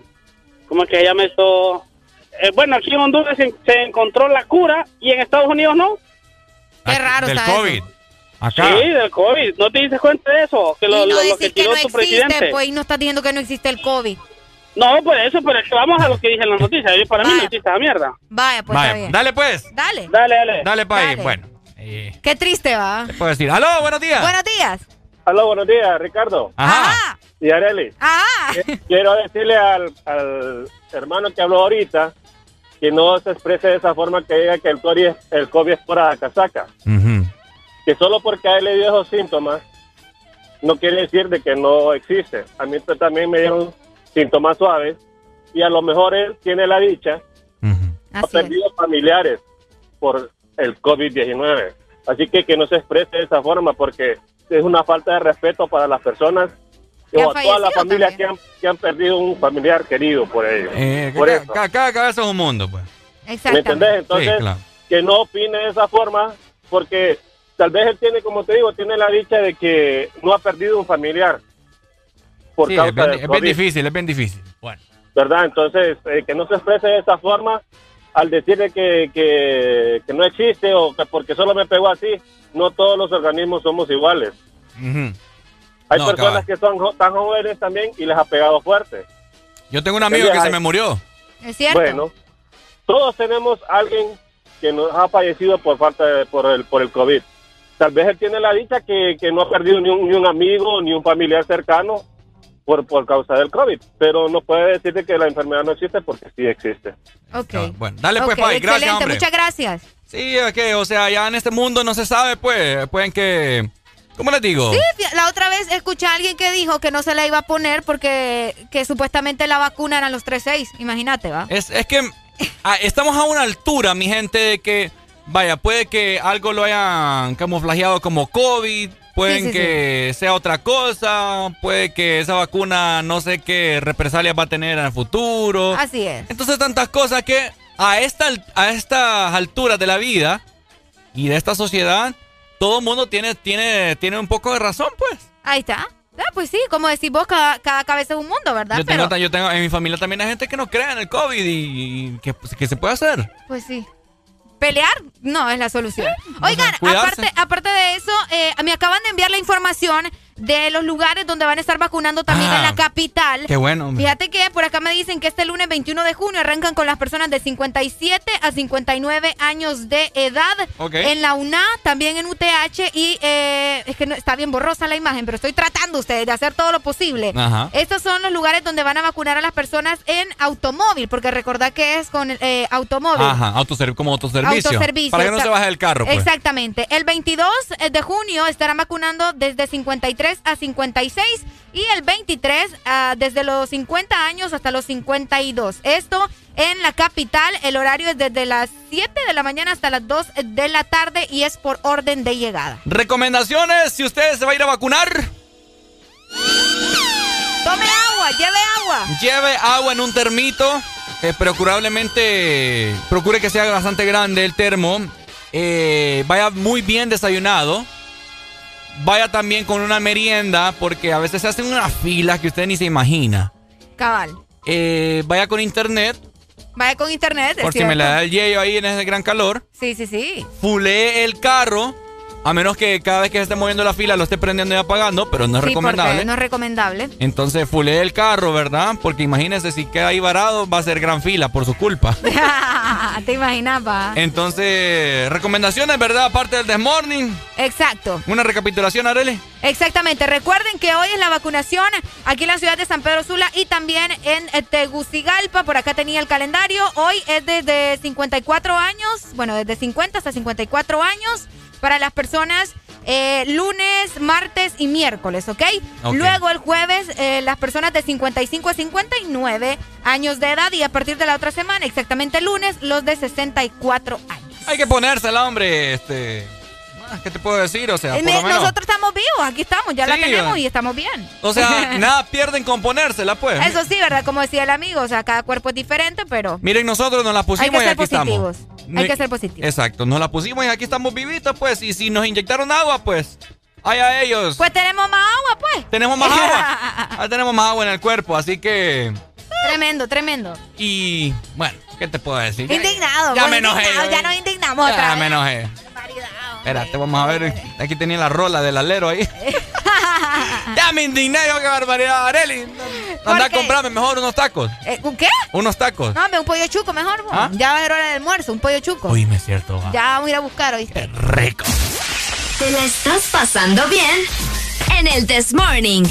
S10: ¿cómo es que se llama esto? Eh, bueno, aquí en Honduras se, se encontró la cura y en Estados Unidos no.
S6: Qué raro
S10: está eso.
S6: Acá.
S10: Sí, del COVID. ¿No te dices cuenta de eso? Que lo,
S7: y no
S10: lo- lo
S7: decís
S10: que
S7: que
S10: tiró
S7: no
S10: tu
S7: existe,
S10: presidente.
S7: pues, y no estás diciendo que no existe el COVID.
S10: No, por eso, pero es que vamos a lo que
S7: <laughs>
S10: dije en la noticia. Yo, para mí no existe esa mierda. Eh,
S7: Vaya, pues
S6: Vaya,
S7: está bien.
S6: dale pues.
S7: Dale.
S10: Dale, dale.
S6: Dale para ahí.
S7: Dale.
S6: Bueno,
S7: Qué triste, va.
S6: puedo decir. ¡Aló, buenos días!
S7: Buenos días.
S42: Aló, buenos días, Ricardo.
S6: Ajá.
S42: Y Areli.
S7: Ah,
S42: Eh, Quiero decirle al, al hermano que habló ahorita que no se exprese de esa forma que diga que el COVID es, el COVID es pura casaca. Que solo porque a él le dio esos síntomas no quiere decir de que no existe. A mí t- también me dieron síntomas suaves y a lo mejor él tiene la dicha ha perdido familiares por el COVID-19. Así que que no se exprese de esa forma porque es una falta de respeto para las personas
S6: Y
S42: o
S6: han
S42: a todas las
S6: fallecido
S42: familias que han, que han perdido un familiar querido por ello.
S6: Eh,
S42: por
S6: ca-
S42: eso.
S6: ca- cada cabeza es un mundo, pues.
S42: ¿Me entendés? Entonces,
S6: Sí, claro.
S42: que no opine de esa forma porque tal vez él tiene, como te digo, tiene la dicha de que no ha perdido un familiar por
S6: Sí, es,
S42: causa
S6: bien,
S42: del
S6: es bien
S42: COVID.
S6: difícil, es bien difícil. Bueno.
S42: ¿verdad? Entonces, eh, que no se exprese de esa forma al decirle que, que, que no existe o que porque solo me pegó así, no todos los organismos somos iguales. Hay
S6: No,
S42: personas que son jo- tan jóvenes también y les ha pegado fuerte.
S6: Yo tengo un amigo que se me murió.
S7: Es cierto.
S42: Bueno, todos tenemos alguien que nos ha fallecido por falta de, por el por el COVID. Tal vez él tiene la dicha que, que no ha perdido ni un, ni un amigo ni un familiar cercano por, por causa del COVID, pero no puede decirte que la enfermedad no existe porque sí existe.
S7: Ok.
S6: Bueno, dale pues,
S7: Ok,
S6: Pai. Gracias,
S7: Excelente,
S6: hombre.
S7: muchas gracias.
S6: Sí, es que, o sea, ya en este mundo no se sabe, pues. Pueden que. ¿Cómo les digo?
S7: Sí, fí- la otra vez escuché a alguien que dijo que no se la iba a poner porque que supuestamente la vacuna eran los 3-6. Imagínate, ¿va?
S6: Es, es que ah, estamos a una altura, mi gente, de que, vaya, puede que algo lo hayan camuflajeado como COVID, pueden
S7: Sí, sí,
S6: que sea otra cosa, puede que esa vacuna no sé qué represalias va a tener en el futuro.
S7: Así es.
S6: Entonces tantas cosas que a, esta, al- a estas alturas de la vida y de esta sociedad, todo mundo tiene, tiene, tiene un poco de razón, pues.
S7: Ahí está. Ah, pues sí, como decís vos, cada, cada cabeza es un mundo, ¿verdad?
S6: Yo tengo, ta- yo tengo, en mi familia también hay gente que no cree en el COVID y, y que, que se puede hacer.
S7: Pues sí. Pelear no es la solución. Oigan,
S6: cuidarse.
S7: aparte, aparte de eso, eh, me acaban de enviar la información de los lugares donde van a estar vacunando también
S6: Ah,
S7: en la capital.
S6: qué bueno, hombre.
S7: Fíjate que por acá me dicen que este lunes 21 de junio arrancan con las personas de 57 a 59 años de edad
S6: Ok.
S7: en la UNA, también en UTH y eh, es que no, está bien borrosa la imagen, pero estoy tratando ustedes de hacer todo lo posible.
S6: Ajá.
S7: Estos son los lugares donde van a vacunar a las personas en automóvil, porque recordad que es con eh, automóvil.
S6: Ajá, autoserv como autoservicio.
S7: Autoservicio,
S6: Para que no
S7: exa-
S6: se baje del carro, pues.
S7: Exactamente. El 22 de junio estarán vacunando desde 53 a 56 y el 23 ah, desde los 50 años hasta los 52. Esto en la capital, el horario es desde las 7 de la mañana hasta las 2 de la tarde y es por orden de llegada.
S6: Recomendaciones si usted se va a ir a vacunar,
S7: Tome agua, lleve agua.
S6: lleve agua en un termito, eh, procurablemente procure que sea bastante grande el termo, eh, vaya muy bien desayunado, vaya también con una merienda porque a veces se hacen unas filas que usted ni se imagina.
S7: Cabal.
S6: Eh, vaya con internet
S7: Vaya con internet. es
S6: por si me
S7: cierto.
S6: la da el yello ahí en ese gran calor.
S7: Sí, sí, sí.
S6: fulee el carro, a menos que cada vez que se esté moviendo la fila lo esté prendiendo y apagando, pero no es
S7: Sí, porque
S6: recomendable.
S7: No es recomendable. <laughs>
S6: Entonces fulee el carro, ¿verdad? Porque imagínense, si queda ahí varado, va a ser gran fila por su culpa.
S7: Ah, Te imaginaba.
S6: Entonces, recomendaciones, ¿verdad? Aparte del desmorning.
S7: Exacto.
S6: Una recapitulación, Arele.
S7: Exactamente, recuerden que hoy es la vacunación aquí en la ciudad de San Pedro Sula y también en eh, Tegucigalpa, por acá tenía el calendario, hoy es desde 54 años, bueno, desde 50 hasta 54 años para las personas eh, lunes, martes y miércoles, ¿ok?
S25: Ok.
S7: Luego el jueves eh, las personas de 55 a 59 años de edad y a partir de la otra semana, exactamente el lunes, los de 64 años.
S6: Hay que ponérsela, hombre. Este, ah, ¿Qué te puedo decir? O sea,
S7: Eh,
S6: por lo menos.
S7: Nosotros estamos vivos, aquí estamos, ya la
S6: Sí,
S7: tenemos
S6: va.
S7: y estamos bien. <laughs>
S6: O sea, nada pierden con ponérsela, pues.
S7: Eso sí, ¿verdad? Como decía el amigo, o sea, cada cuerpo es diferente, pero
S6: Miren, nosotros nos la
S7: hay
S6: pusimos
S7: que
S6: y
S7: ser
S6: aquí estamos.
S7: positivos. Hay
S6: Ni-
S7: que ser positivos.
S6: Exacto, nos la pusimos y aquí estamos vivitos, pues. Y si nos inyectaron agua, pues. Ay, a ellos.
S7: Pues tenemos más agua, pues.
S6: tenemos más agua. Ahora tenemos más agua en el cuerpo, así que.
S7: <laughs> Tremendo, tremendo.
S6: Y. Bueno, ¿qué te puedo decir?
S7: Indignado.
S6: Ya
S7: pues,
S6: me enojé.
S7: indignado, Ya
S6: ya
S7: nos indignamos otra
S6: ya
S7: vez. <laughs>
S6: me enojé. Espérate, vamos a ver. Aquí tenía la rola del alero ahí. <laughs> ya me indigné, yo, qué barbaridad, Areli. Anda a
S7: qué?
S6: comprarme mejor unos tacos.
S7: Eh, ¿un ¿Qué?
S6: Unos tacos.
S7: No, hombre, un pollo chuco mejor. pues.
S6: ¿Ah?
S7: Ya va a ser hora del almuerzo, un pollo chuco.
S6: Uy, me es cierto. va.
S7: Ya vamos a ir a buscar, ¿oíste?
S6: Rico.
S26: ¿Te la estás pasando bien? En el This Morning.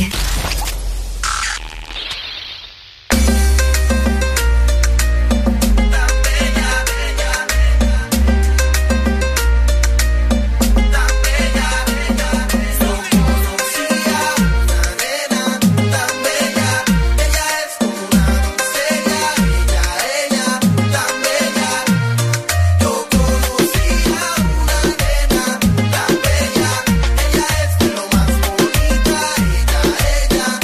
S18: Ella es de lo más bonita, ella, ella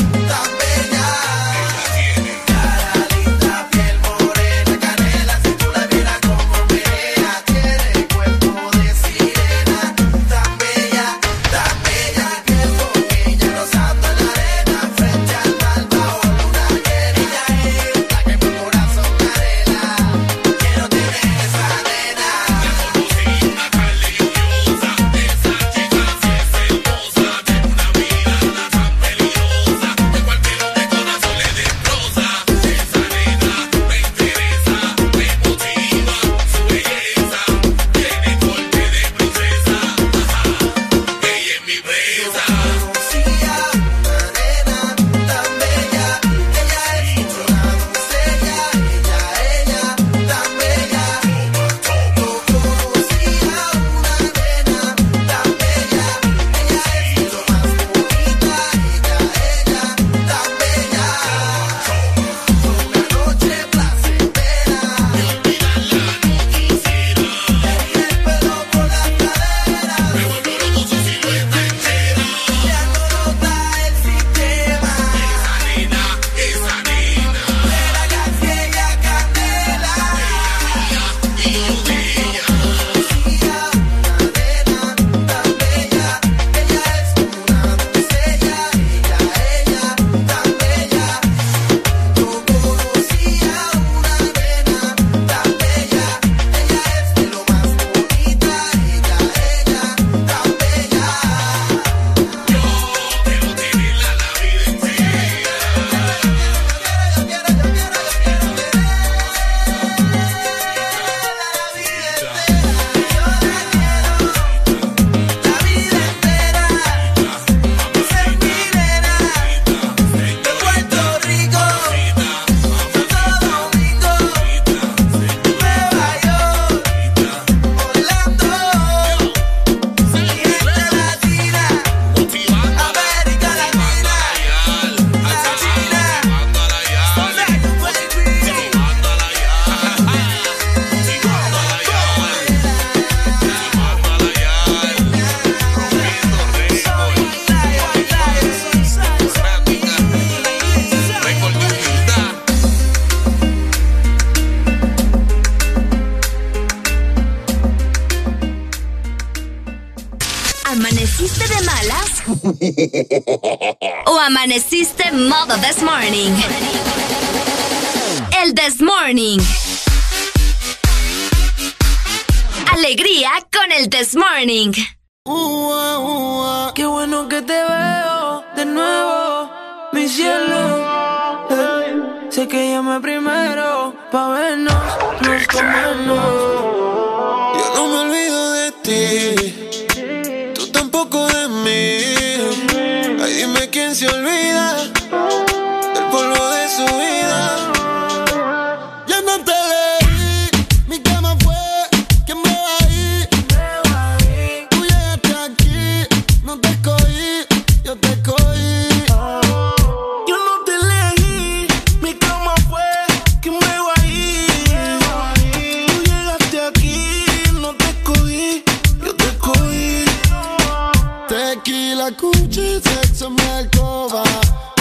S26: o amaneciste en modo this morning. El this morning. Alegría con el this morning.
S9: Ua, ua, Qué bueno que te veo de nuevo, mi cielo. Eh, sé que llamé primero pa' vernos, nos comemos.
S12: Yo no me olvido de ti, tú tampoco de mí. Ay, dime quién se olvida del polvo de su vida. Ya no te leí, mi cama fue quien me ahí. Tú llegaste aquí, no te escogí, yo te escogí.
S9: Yo no te leí, Mm, mi cama fue que me iba a ir. Tú llegaste aquí, no te escogí, yo te escogí.
S12: Tequila, cuchi, sexo en mi alcoba.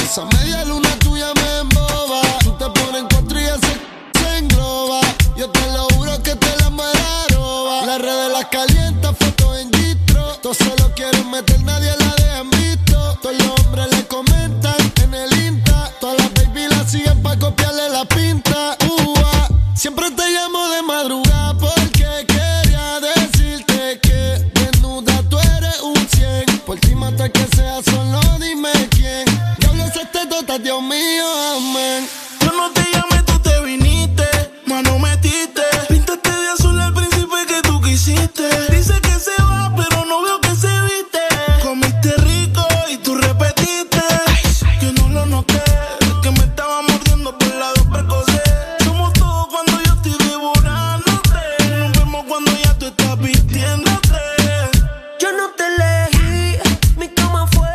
S12: Esa media luna tuya me emboba. Tú te pones en cuatro y ese se engloba. Yo te lo juro que te la mala roba. Las redes las calientas, fotos en distro. Todos se lo quieren meter, nadie la dejan visto. Todos los hombres le comentan en el Insta. Todas las baby las siguen pa' copiarle la pinta. Ua. Siempre te llamo de madrugada porque quería decirte que desnuda tú eres un 100. Por ti mata que sea, solo dime quién. Diablo es este tota, Dios mío, amén.
S9: Yo no te llamé, tú te viniste, mano metiste. Pintaste de azul al príncipe que tú quisiste. Dice que se va, pero no veo que se viste. Comiste rico y tú repetiste. Yo no lo noté, que me estaba mordiendo por la dos percocé. Somos todos cuando yo estoy devorándote. Nos vemos cuando ya tú estás vistiéndote. Yo no te elegí, mi cama fue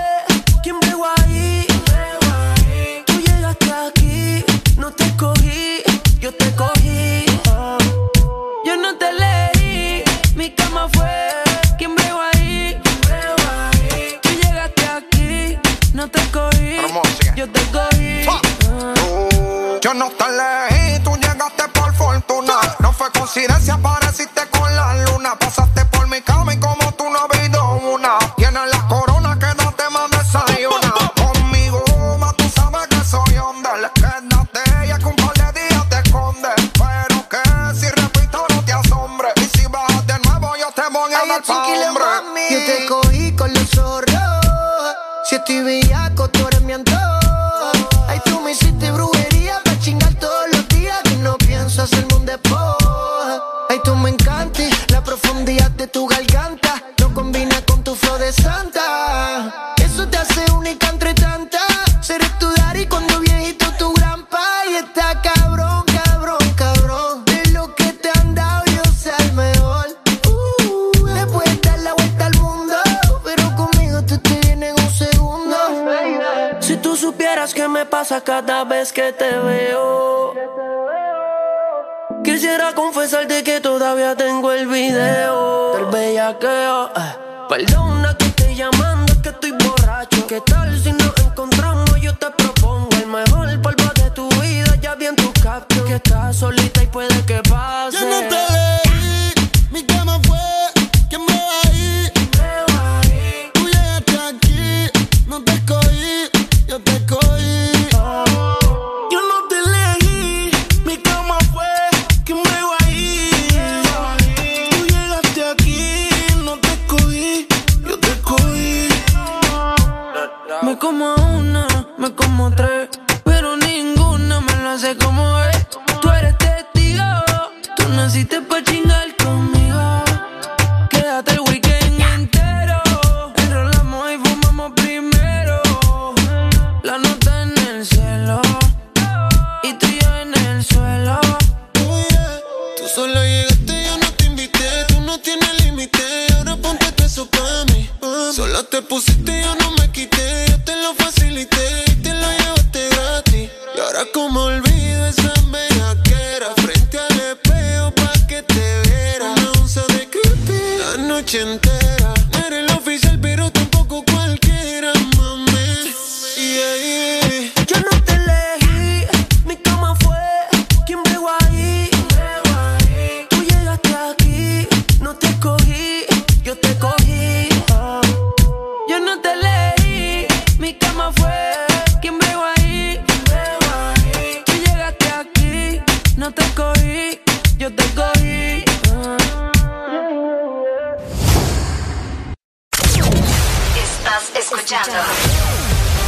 S9: quien veo ahí. Tú llegaste aquí, no te cogí, yo te cogí. Yo no te elegí, mi cama fue quien veo ahí. Tú llegaste aquí, no te cogí, yo te cogí. Ah.
S29: Yo no te leí, tú llegaste por fortuna. No fue coincidencia, apareciste con la luna. Pasaste por mi cama y como tú no has habido una. Tienes la corona, quédate más desayuna.
S9: <laughs>
S29: Conmigo, ma, tú sabes que soy onda. Quédate, ya que un par de días te esconde. Pero que si repito, no te asombre. Y si vas de nuevo, yo te voy a dar
S9: chiquile,
S29: hombre.
S9: mami. Yo te cogí con los zorros. Si estoy bellaco, tú eres mi antojo. Ay, tú me hiciste brujería pa' chingar todos los días. Que no pienso hacerme un despojo. Ay, tú me encantas. La profundidad de tu garganta no combina con tu flow de santa. Eso te hace única entre tantas. Seré tu daddy cuando viejito tu grampa. Y está cabrón, cabrón, cabrón. De lo que te han dado, yo sé el mejor. Uh, Le puedes dar la vuelta al mundo, pero conmigo tú te vienes en un segundo. Si tú supieras qué me pasa cada vez que te veo. Quisiera confesarte que todavía tengo el video del bellaqueo. eh. Perdona que te llamando, es que estoy borracho. ¿Qué tal si nos encontramos? Yo te propongo el mejor polvo de tu vida. Ya vi en tu caption que estás solita y puede que pase.
S12: Yo no te leí, mi cama fue quien me ahí. Tú llegaste aquí, no te escogí, yo te escogí.
S9: Yo no te leí, mi cama fue que me iba a ir. Tú llegaste aquí, no te escogí, yo te escogí. Me como una, me como tres, pero ninguna me lo hace como es. Tú eres testigo, tú naciste pa' chingar conmigo. Quédate el weekend entero, enrolamos y fumamos primero. La nota en el cielo y tú y yo en el suelo.
S12: Tú solo llegaste, yo no te invité. Tú no tienes límite, ahora ponte todo eso pa' mí. pa' mí. Solo te pusiste, yo no me quité. Yo te lo facilité y te lo llevaste gratis. Y ahora, como olvido esa bellaquera, frente al espejo pa' que te viera. Una onza de creepy la noche entera. No eres el oficial, pero tampoco cualquiera, mami. Yeah, yeah.
S9: Yo no te elegí, mi cama fue quien veo ahí. Tú llegaste aquí, no te cogí, yo te cogí. Yo no te elegí,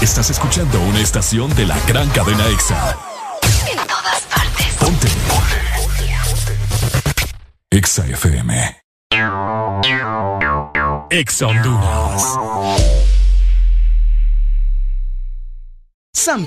S2: Estás escuchando una estación de la gran cadena EXA.
S7: En todas partes.
S2: Ponte. EXA FM. EXA Honduras.
S53: San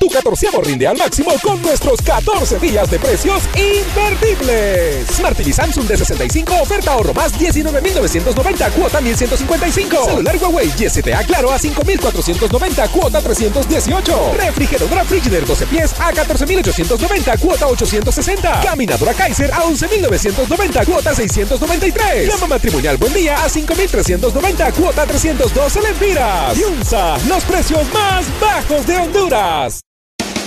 S22: Tu catorceavo rinde al máximo con nuestros 14 días de precios invertibles. Smart TV Samsung de 65, oferta ahorro más 19.990, cuota 1.155. Celular Huawei y STA Claro a 5.490, cuota 318. Refrigeradora Frigidaire 12 pies a 14.890, cuota 860. Caminadora Kaiser a 11.990, cuota 693. Llama matrimonial Buen Día a 5.390, cuota 312 lempiras. Yunza, los precios más bajos de Honduras.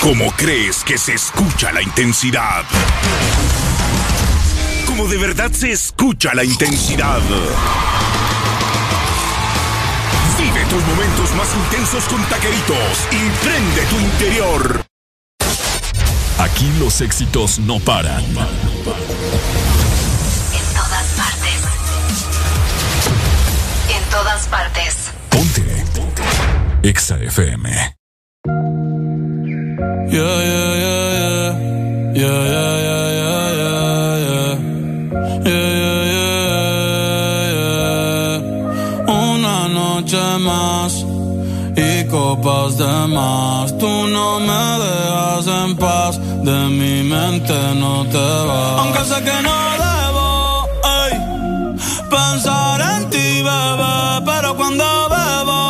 S53: ¿Cómo crees que se escucha la intensidad? ¿Cómo de verdad se escucha la intensidad? Vive tus momentos más intensos con taqueritos y prende tu interior.
S2: Aquí los éxitos no paran. En todas
S7: En todas partes.
S2: partes. EXA FM.
S8: Yeah, yeah, yeah, yeah. Yeah, yeah, yeah, yeah, yeah, yeah. Yeah, yeah, yeah, yeah. Una noche más y copas de más. Tú no me dejas en paz, de mi mente no te vas. Aunque sé que no debo ey, pensar en ti, bebé, pero cuando bebo.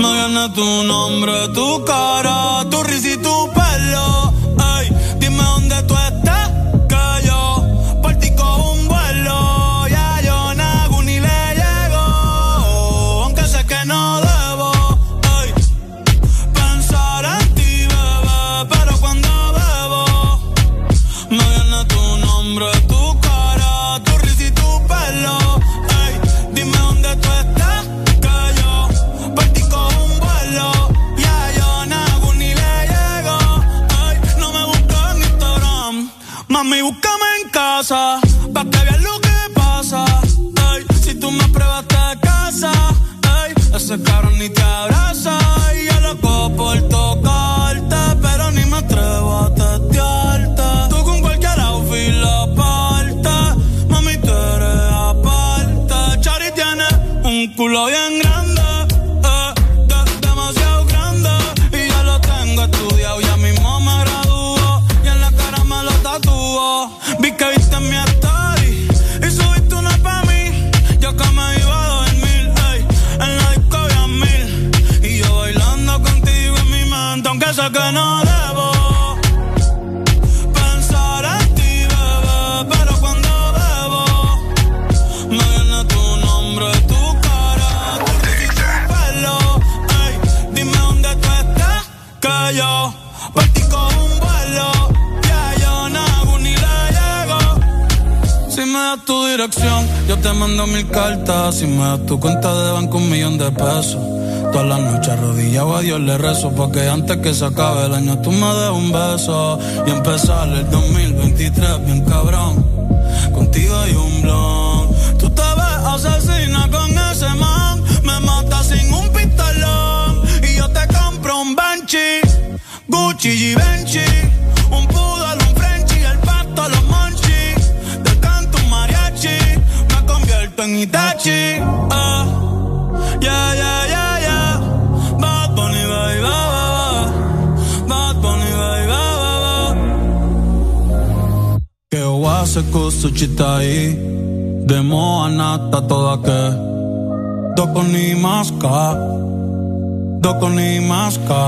S8: Me viene tu nombre, tu cara, tu risa y tu pelo. Ey, dime dónde tú estás, que yo por ti cojo un vuelo. Ya yo nago ni le llego, aunque sé que no debo. Ey, pensar en ti, bebé, pero cuando bebo. Me viene tu nombre, tu cara, tu risa y tu pelo. Ey, dime dónde tú estás, que yo partí con un vuelo. Ya yo nago ni le llego. Ey, no me busco en Instagram. Mami, búscame en casa, pa' que veas lo que pasa. Ey, si tú me pruebas te casa, ey, ese cabrón ni te abraza. Y yo loco por tocarte, pero ni me atrevo a testearte. Tú con cualquier outfit la parte, mami, tú eres aparte. Chari tiene un culo bien grande, eh, de- demasiado grande. Y yo lo tengo estudiado, ya mismo me graduó. Y en la cara me lo tatuó. Vi que viste mi story y subiste una pa' mí. Yo que me iba a dormir, ey, en la disco había mil. Y yo bailando contigo en mi mente, aunque sé que no debo. Pensar en ti, bebé, pero cuando bebo. Me viene tu nombre, tu cara, tu risa y tu pelo. Ey, dime dónde tú estás, que yo partí con un vuelo. Ya yo nago ni le llego. Si me das tu dirección, yo te mando mil cartas. Si me das tu cuenta de banco, un millón de pesos. Todas las noches arrodillado a Dios le rezo Porque antes que se acabe el año tú me des un beso Y empezar el 2023 bien cabrón Contigo hay un blon Tú te ves asesina con ese man Me matas sin un pistolón Y yo te compro un Banshee Gucci Givenchy Un poodle, un Frenchie El pasto a los Monchi Te canto un mariachi Me convierto en Itachi ah. Yeah, yeah, yeah, yeah Bad Bunny, baby, ba, ba,
S25: secco sucitai De moa nata toda che Dopo ni masca Dopo ni masca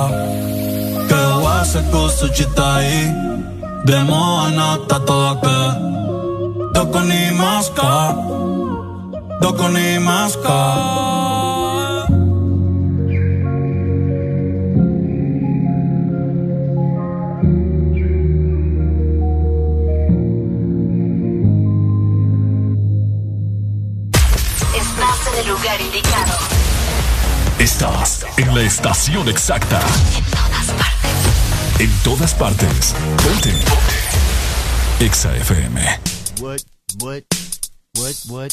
S25: Che va secco sucitai De moa nata toda che Dopo ni masca Dopo ni masca
S47: Estás en el lugar indicado.
S2: Estás en la estación exacta. En todas partes. En todas partes. Ponte. Ponte. Exa FM.
S34: What, what, what, what, what,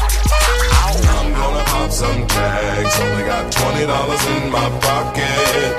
S11: I'm gonna pop some tags. Only got twenty dollars in my pocket.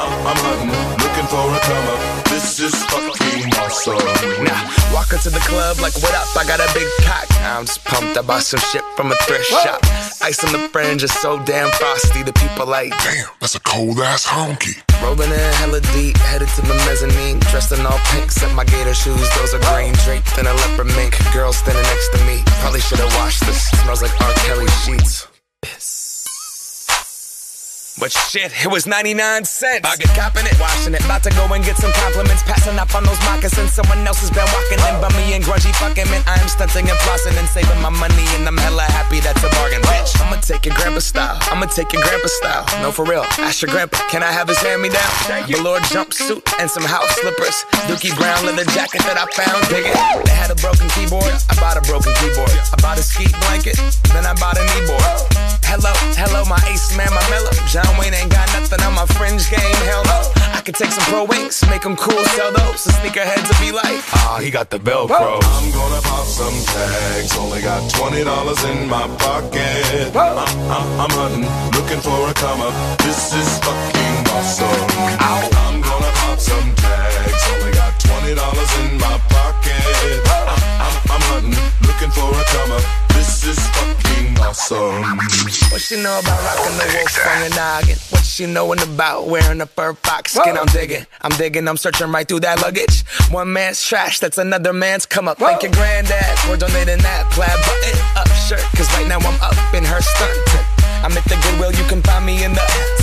S11: I'm, I'm hunting, looking for a come up. This is fucking awesome.
S33: Now, walk into the club like, what up? I got a big pack. I'm just pumped. I bought some shit from a thrift shop. Ice on the fringe is so damn frosty. The people like, damn, that's a cold ass honky. Rolling in hella deep, headed to the mezzanine. Dressed in all pink, set my gator shoes. Those are green draped in a leopard mink. Girl standing next to me. Probably should have washed this. Smells like R. Kelly sheets. But shit, it was 99 cents. I get copping it, washing it. About to go and get some compliments. Passing up on those moccasins. Someone else has been walking in. Bummy and grungy fucking man. I am stunting and flossing and saving my money. And I'm hella happy that's a bargain, bitch. I'ma take your grandpa style. I'ma take your grandpa style. No, for real. Ask your grandpa, can I have his hand me down? Velour jumpsuit and some house slippers. Dookie brown leather jacket that I found. Dig it. They had a broken keyboard. I bought a broken keyboard. I bought a ski blanket. Then I bought a kneeboard. Hello, hello, my ace man, my mellow. John Wayne ain't got nothing on my fringe game. Hell no. I could take some pro wings, make them cool, sell those. The sneaker heads will be like,
S11: Ah, he got the Velcro. I'm gonna pop some tags. Only got twenty dollars in my pocket. I'm, I'm, I'm hunting, looking for a come up. This is fucking awesome. I'm gonna pop some tags. Only got twenty dollars in my pocket. I'm, I'm, I'm hunting, looking for a come up. This is fucking awesome.
S33: What she know about rocking the wolf on your noggin? What she knowin' about wearing a fur fox skin? I'm digging, I'm digging, I'm searching right through that luggage. One man's trash, that's another man's come up. Thank your granddad for donating that plaid button up shirt, cause right now I'm up in her stunt. I'm at the Goodwill, you can find me in the.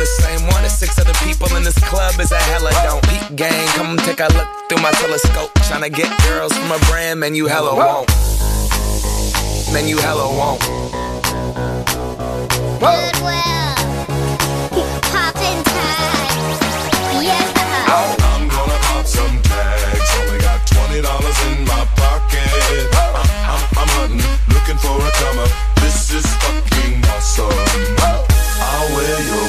S33: the same one as six other people in this club is a hella don't. Peep gang, come take a look through my telescope. Tryna get girls from a brand, man, you hella won't. Man, you hella won't.
S11: I'm gonna pop some tags. Only got twenty dollars in my pocket. I'm, I'm, I'm hunting, looking for a come up. This is fucking awesome. I'll wear your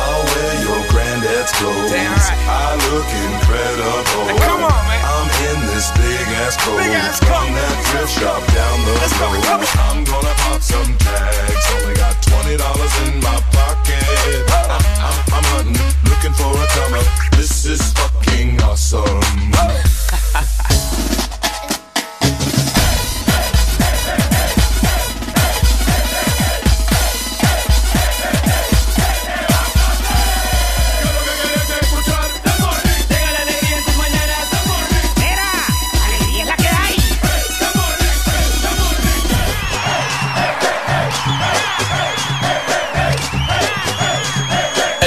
S11: I'll wear your granddad's clothes. I look incredible. I'm in this big ass coat from that thrift shop down the road. I'm gonna pop some tags. Only got twenty dollars in my pocket. I'm, I'm, I'm hunting, looking for a come up. This is fucking awesome.
S29: Y es la que hay.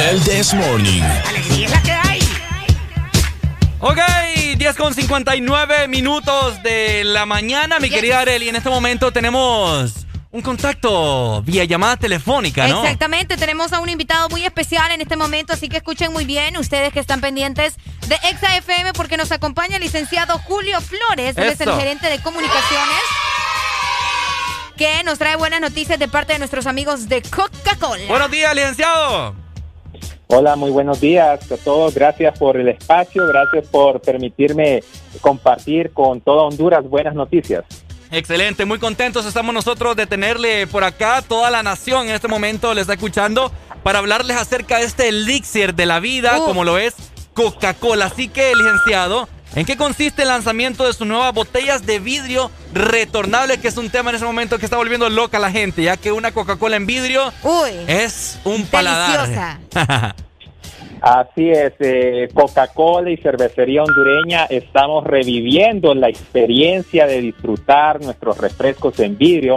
S2: El This Morning.
S29: Y es la que hay.
S6: Ok, 10 con 59 minutos de la mañana, mi querida Areli. En este momento tenemos un contacto vía llamada telefónica, ¿no?
S7: Exactamente, tenemos a un invitado muy especial en este momento, así que escuchen muy bien ustedes que están pendientes de Exa FM porque nos acompaña el licenciado Julio Flores, él es el
S30: Eso.
S7: gerente de comunicaciones que nos trae buenas noticias de parte de nuestros amigos de Coca-Cola.
S6: Buenos días, licenciado.
S27: Hola, muy buenos días a todos. Gracias por el espacio, gracias por permitirme compartir con toda Honduras buenas noticias.
S6: Excelente, muy contentos estamos nosotros de tenerle por acá. Toda la nación en este momento le está escuchando para hablarles acerca de este elixir de la vida, como lo es Coca-Cola. Así que, licenciado, ¿en qué consiste el lanzamiento de sus nuevas botellas de vidrio retornable? Que es un tema en ese momento que está volviendo loca a la gente, ya que una Coca-Cola en vidrio es un paladar.
S27: Así es, eh, Coca-Cola y Cervecería Hondureña estamos reviviendo la experiencia de disfrutar nuestros refrescos en vidrio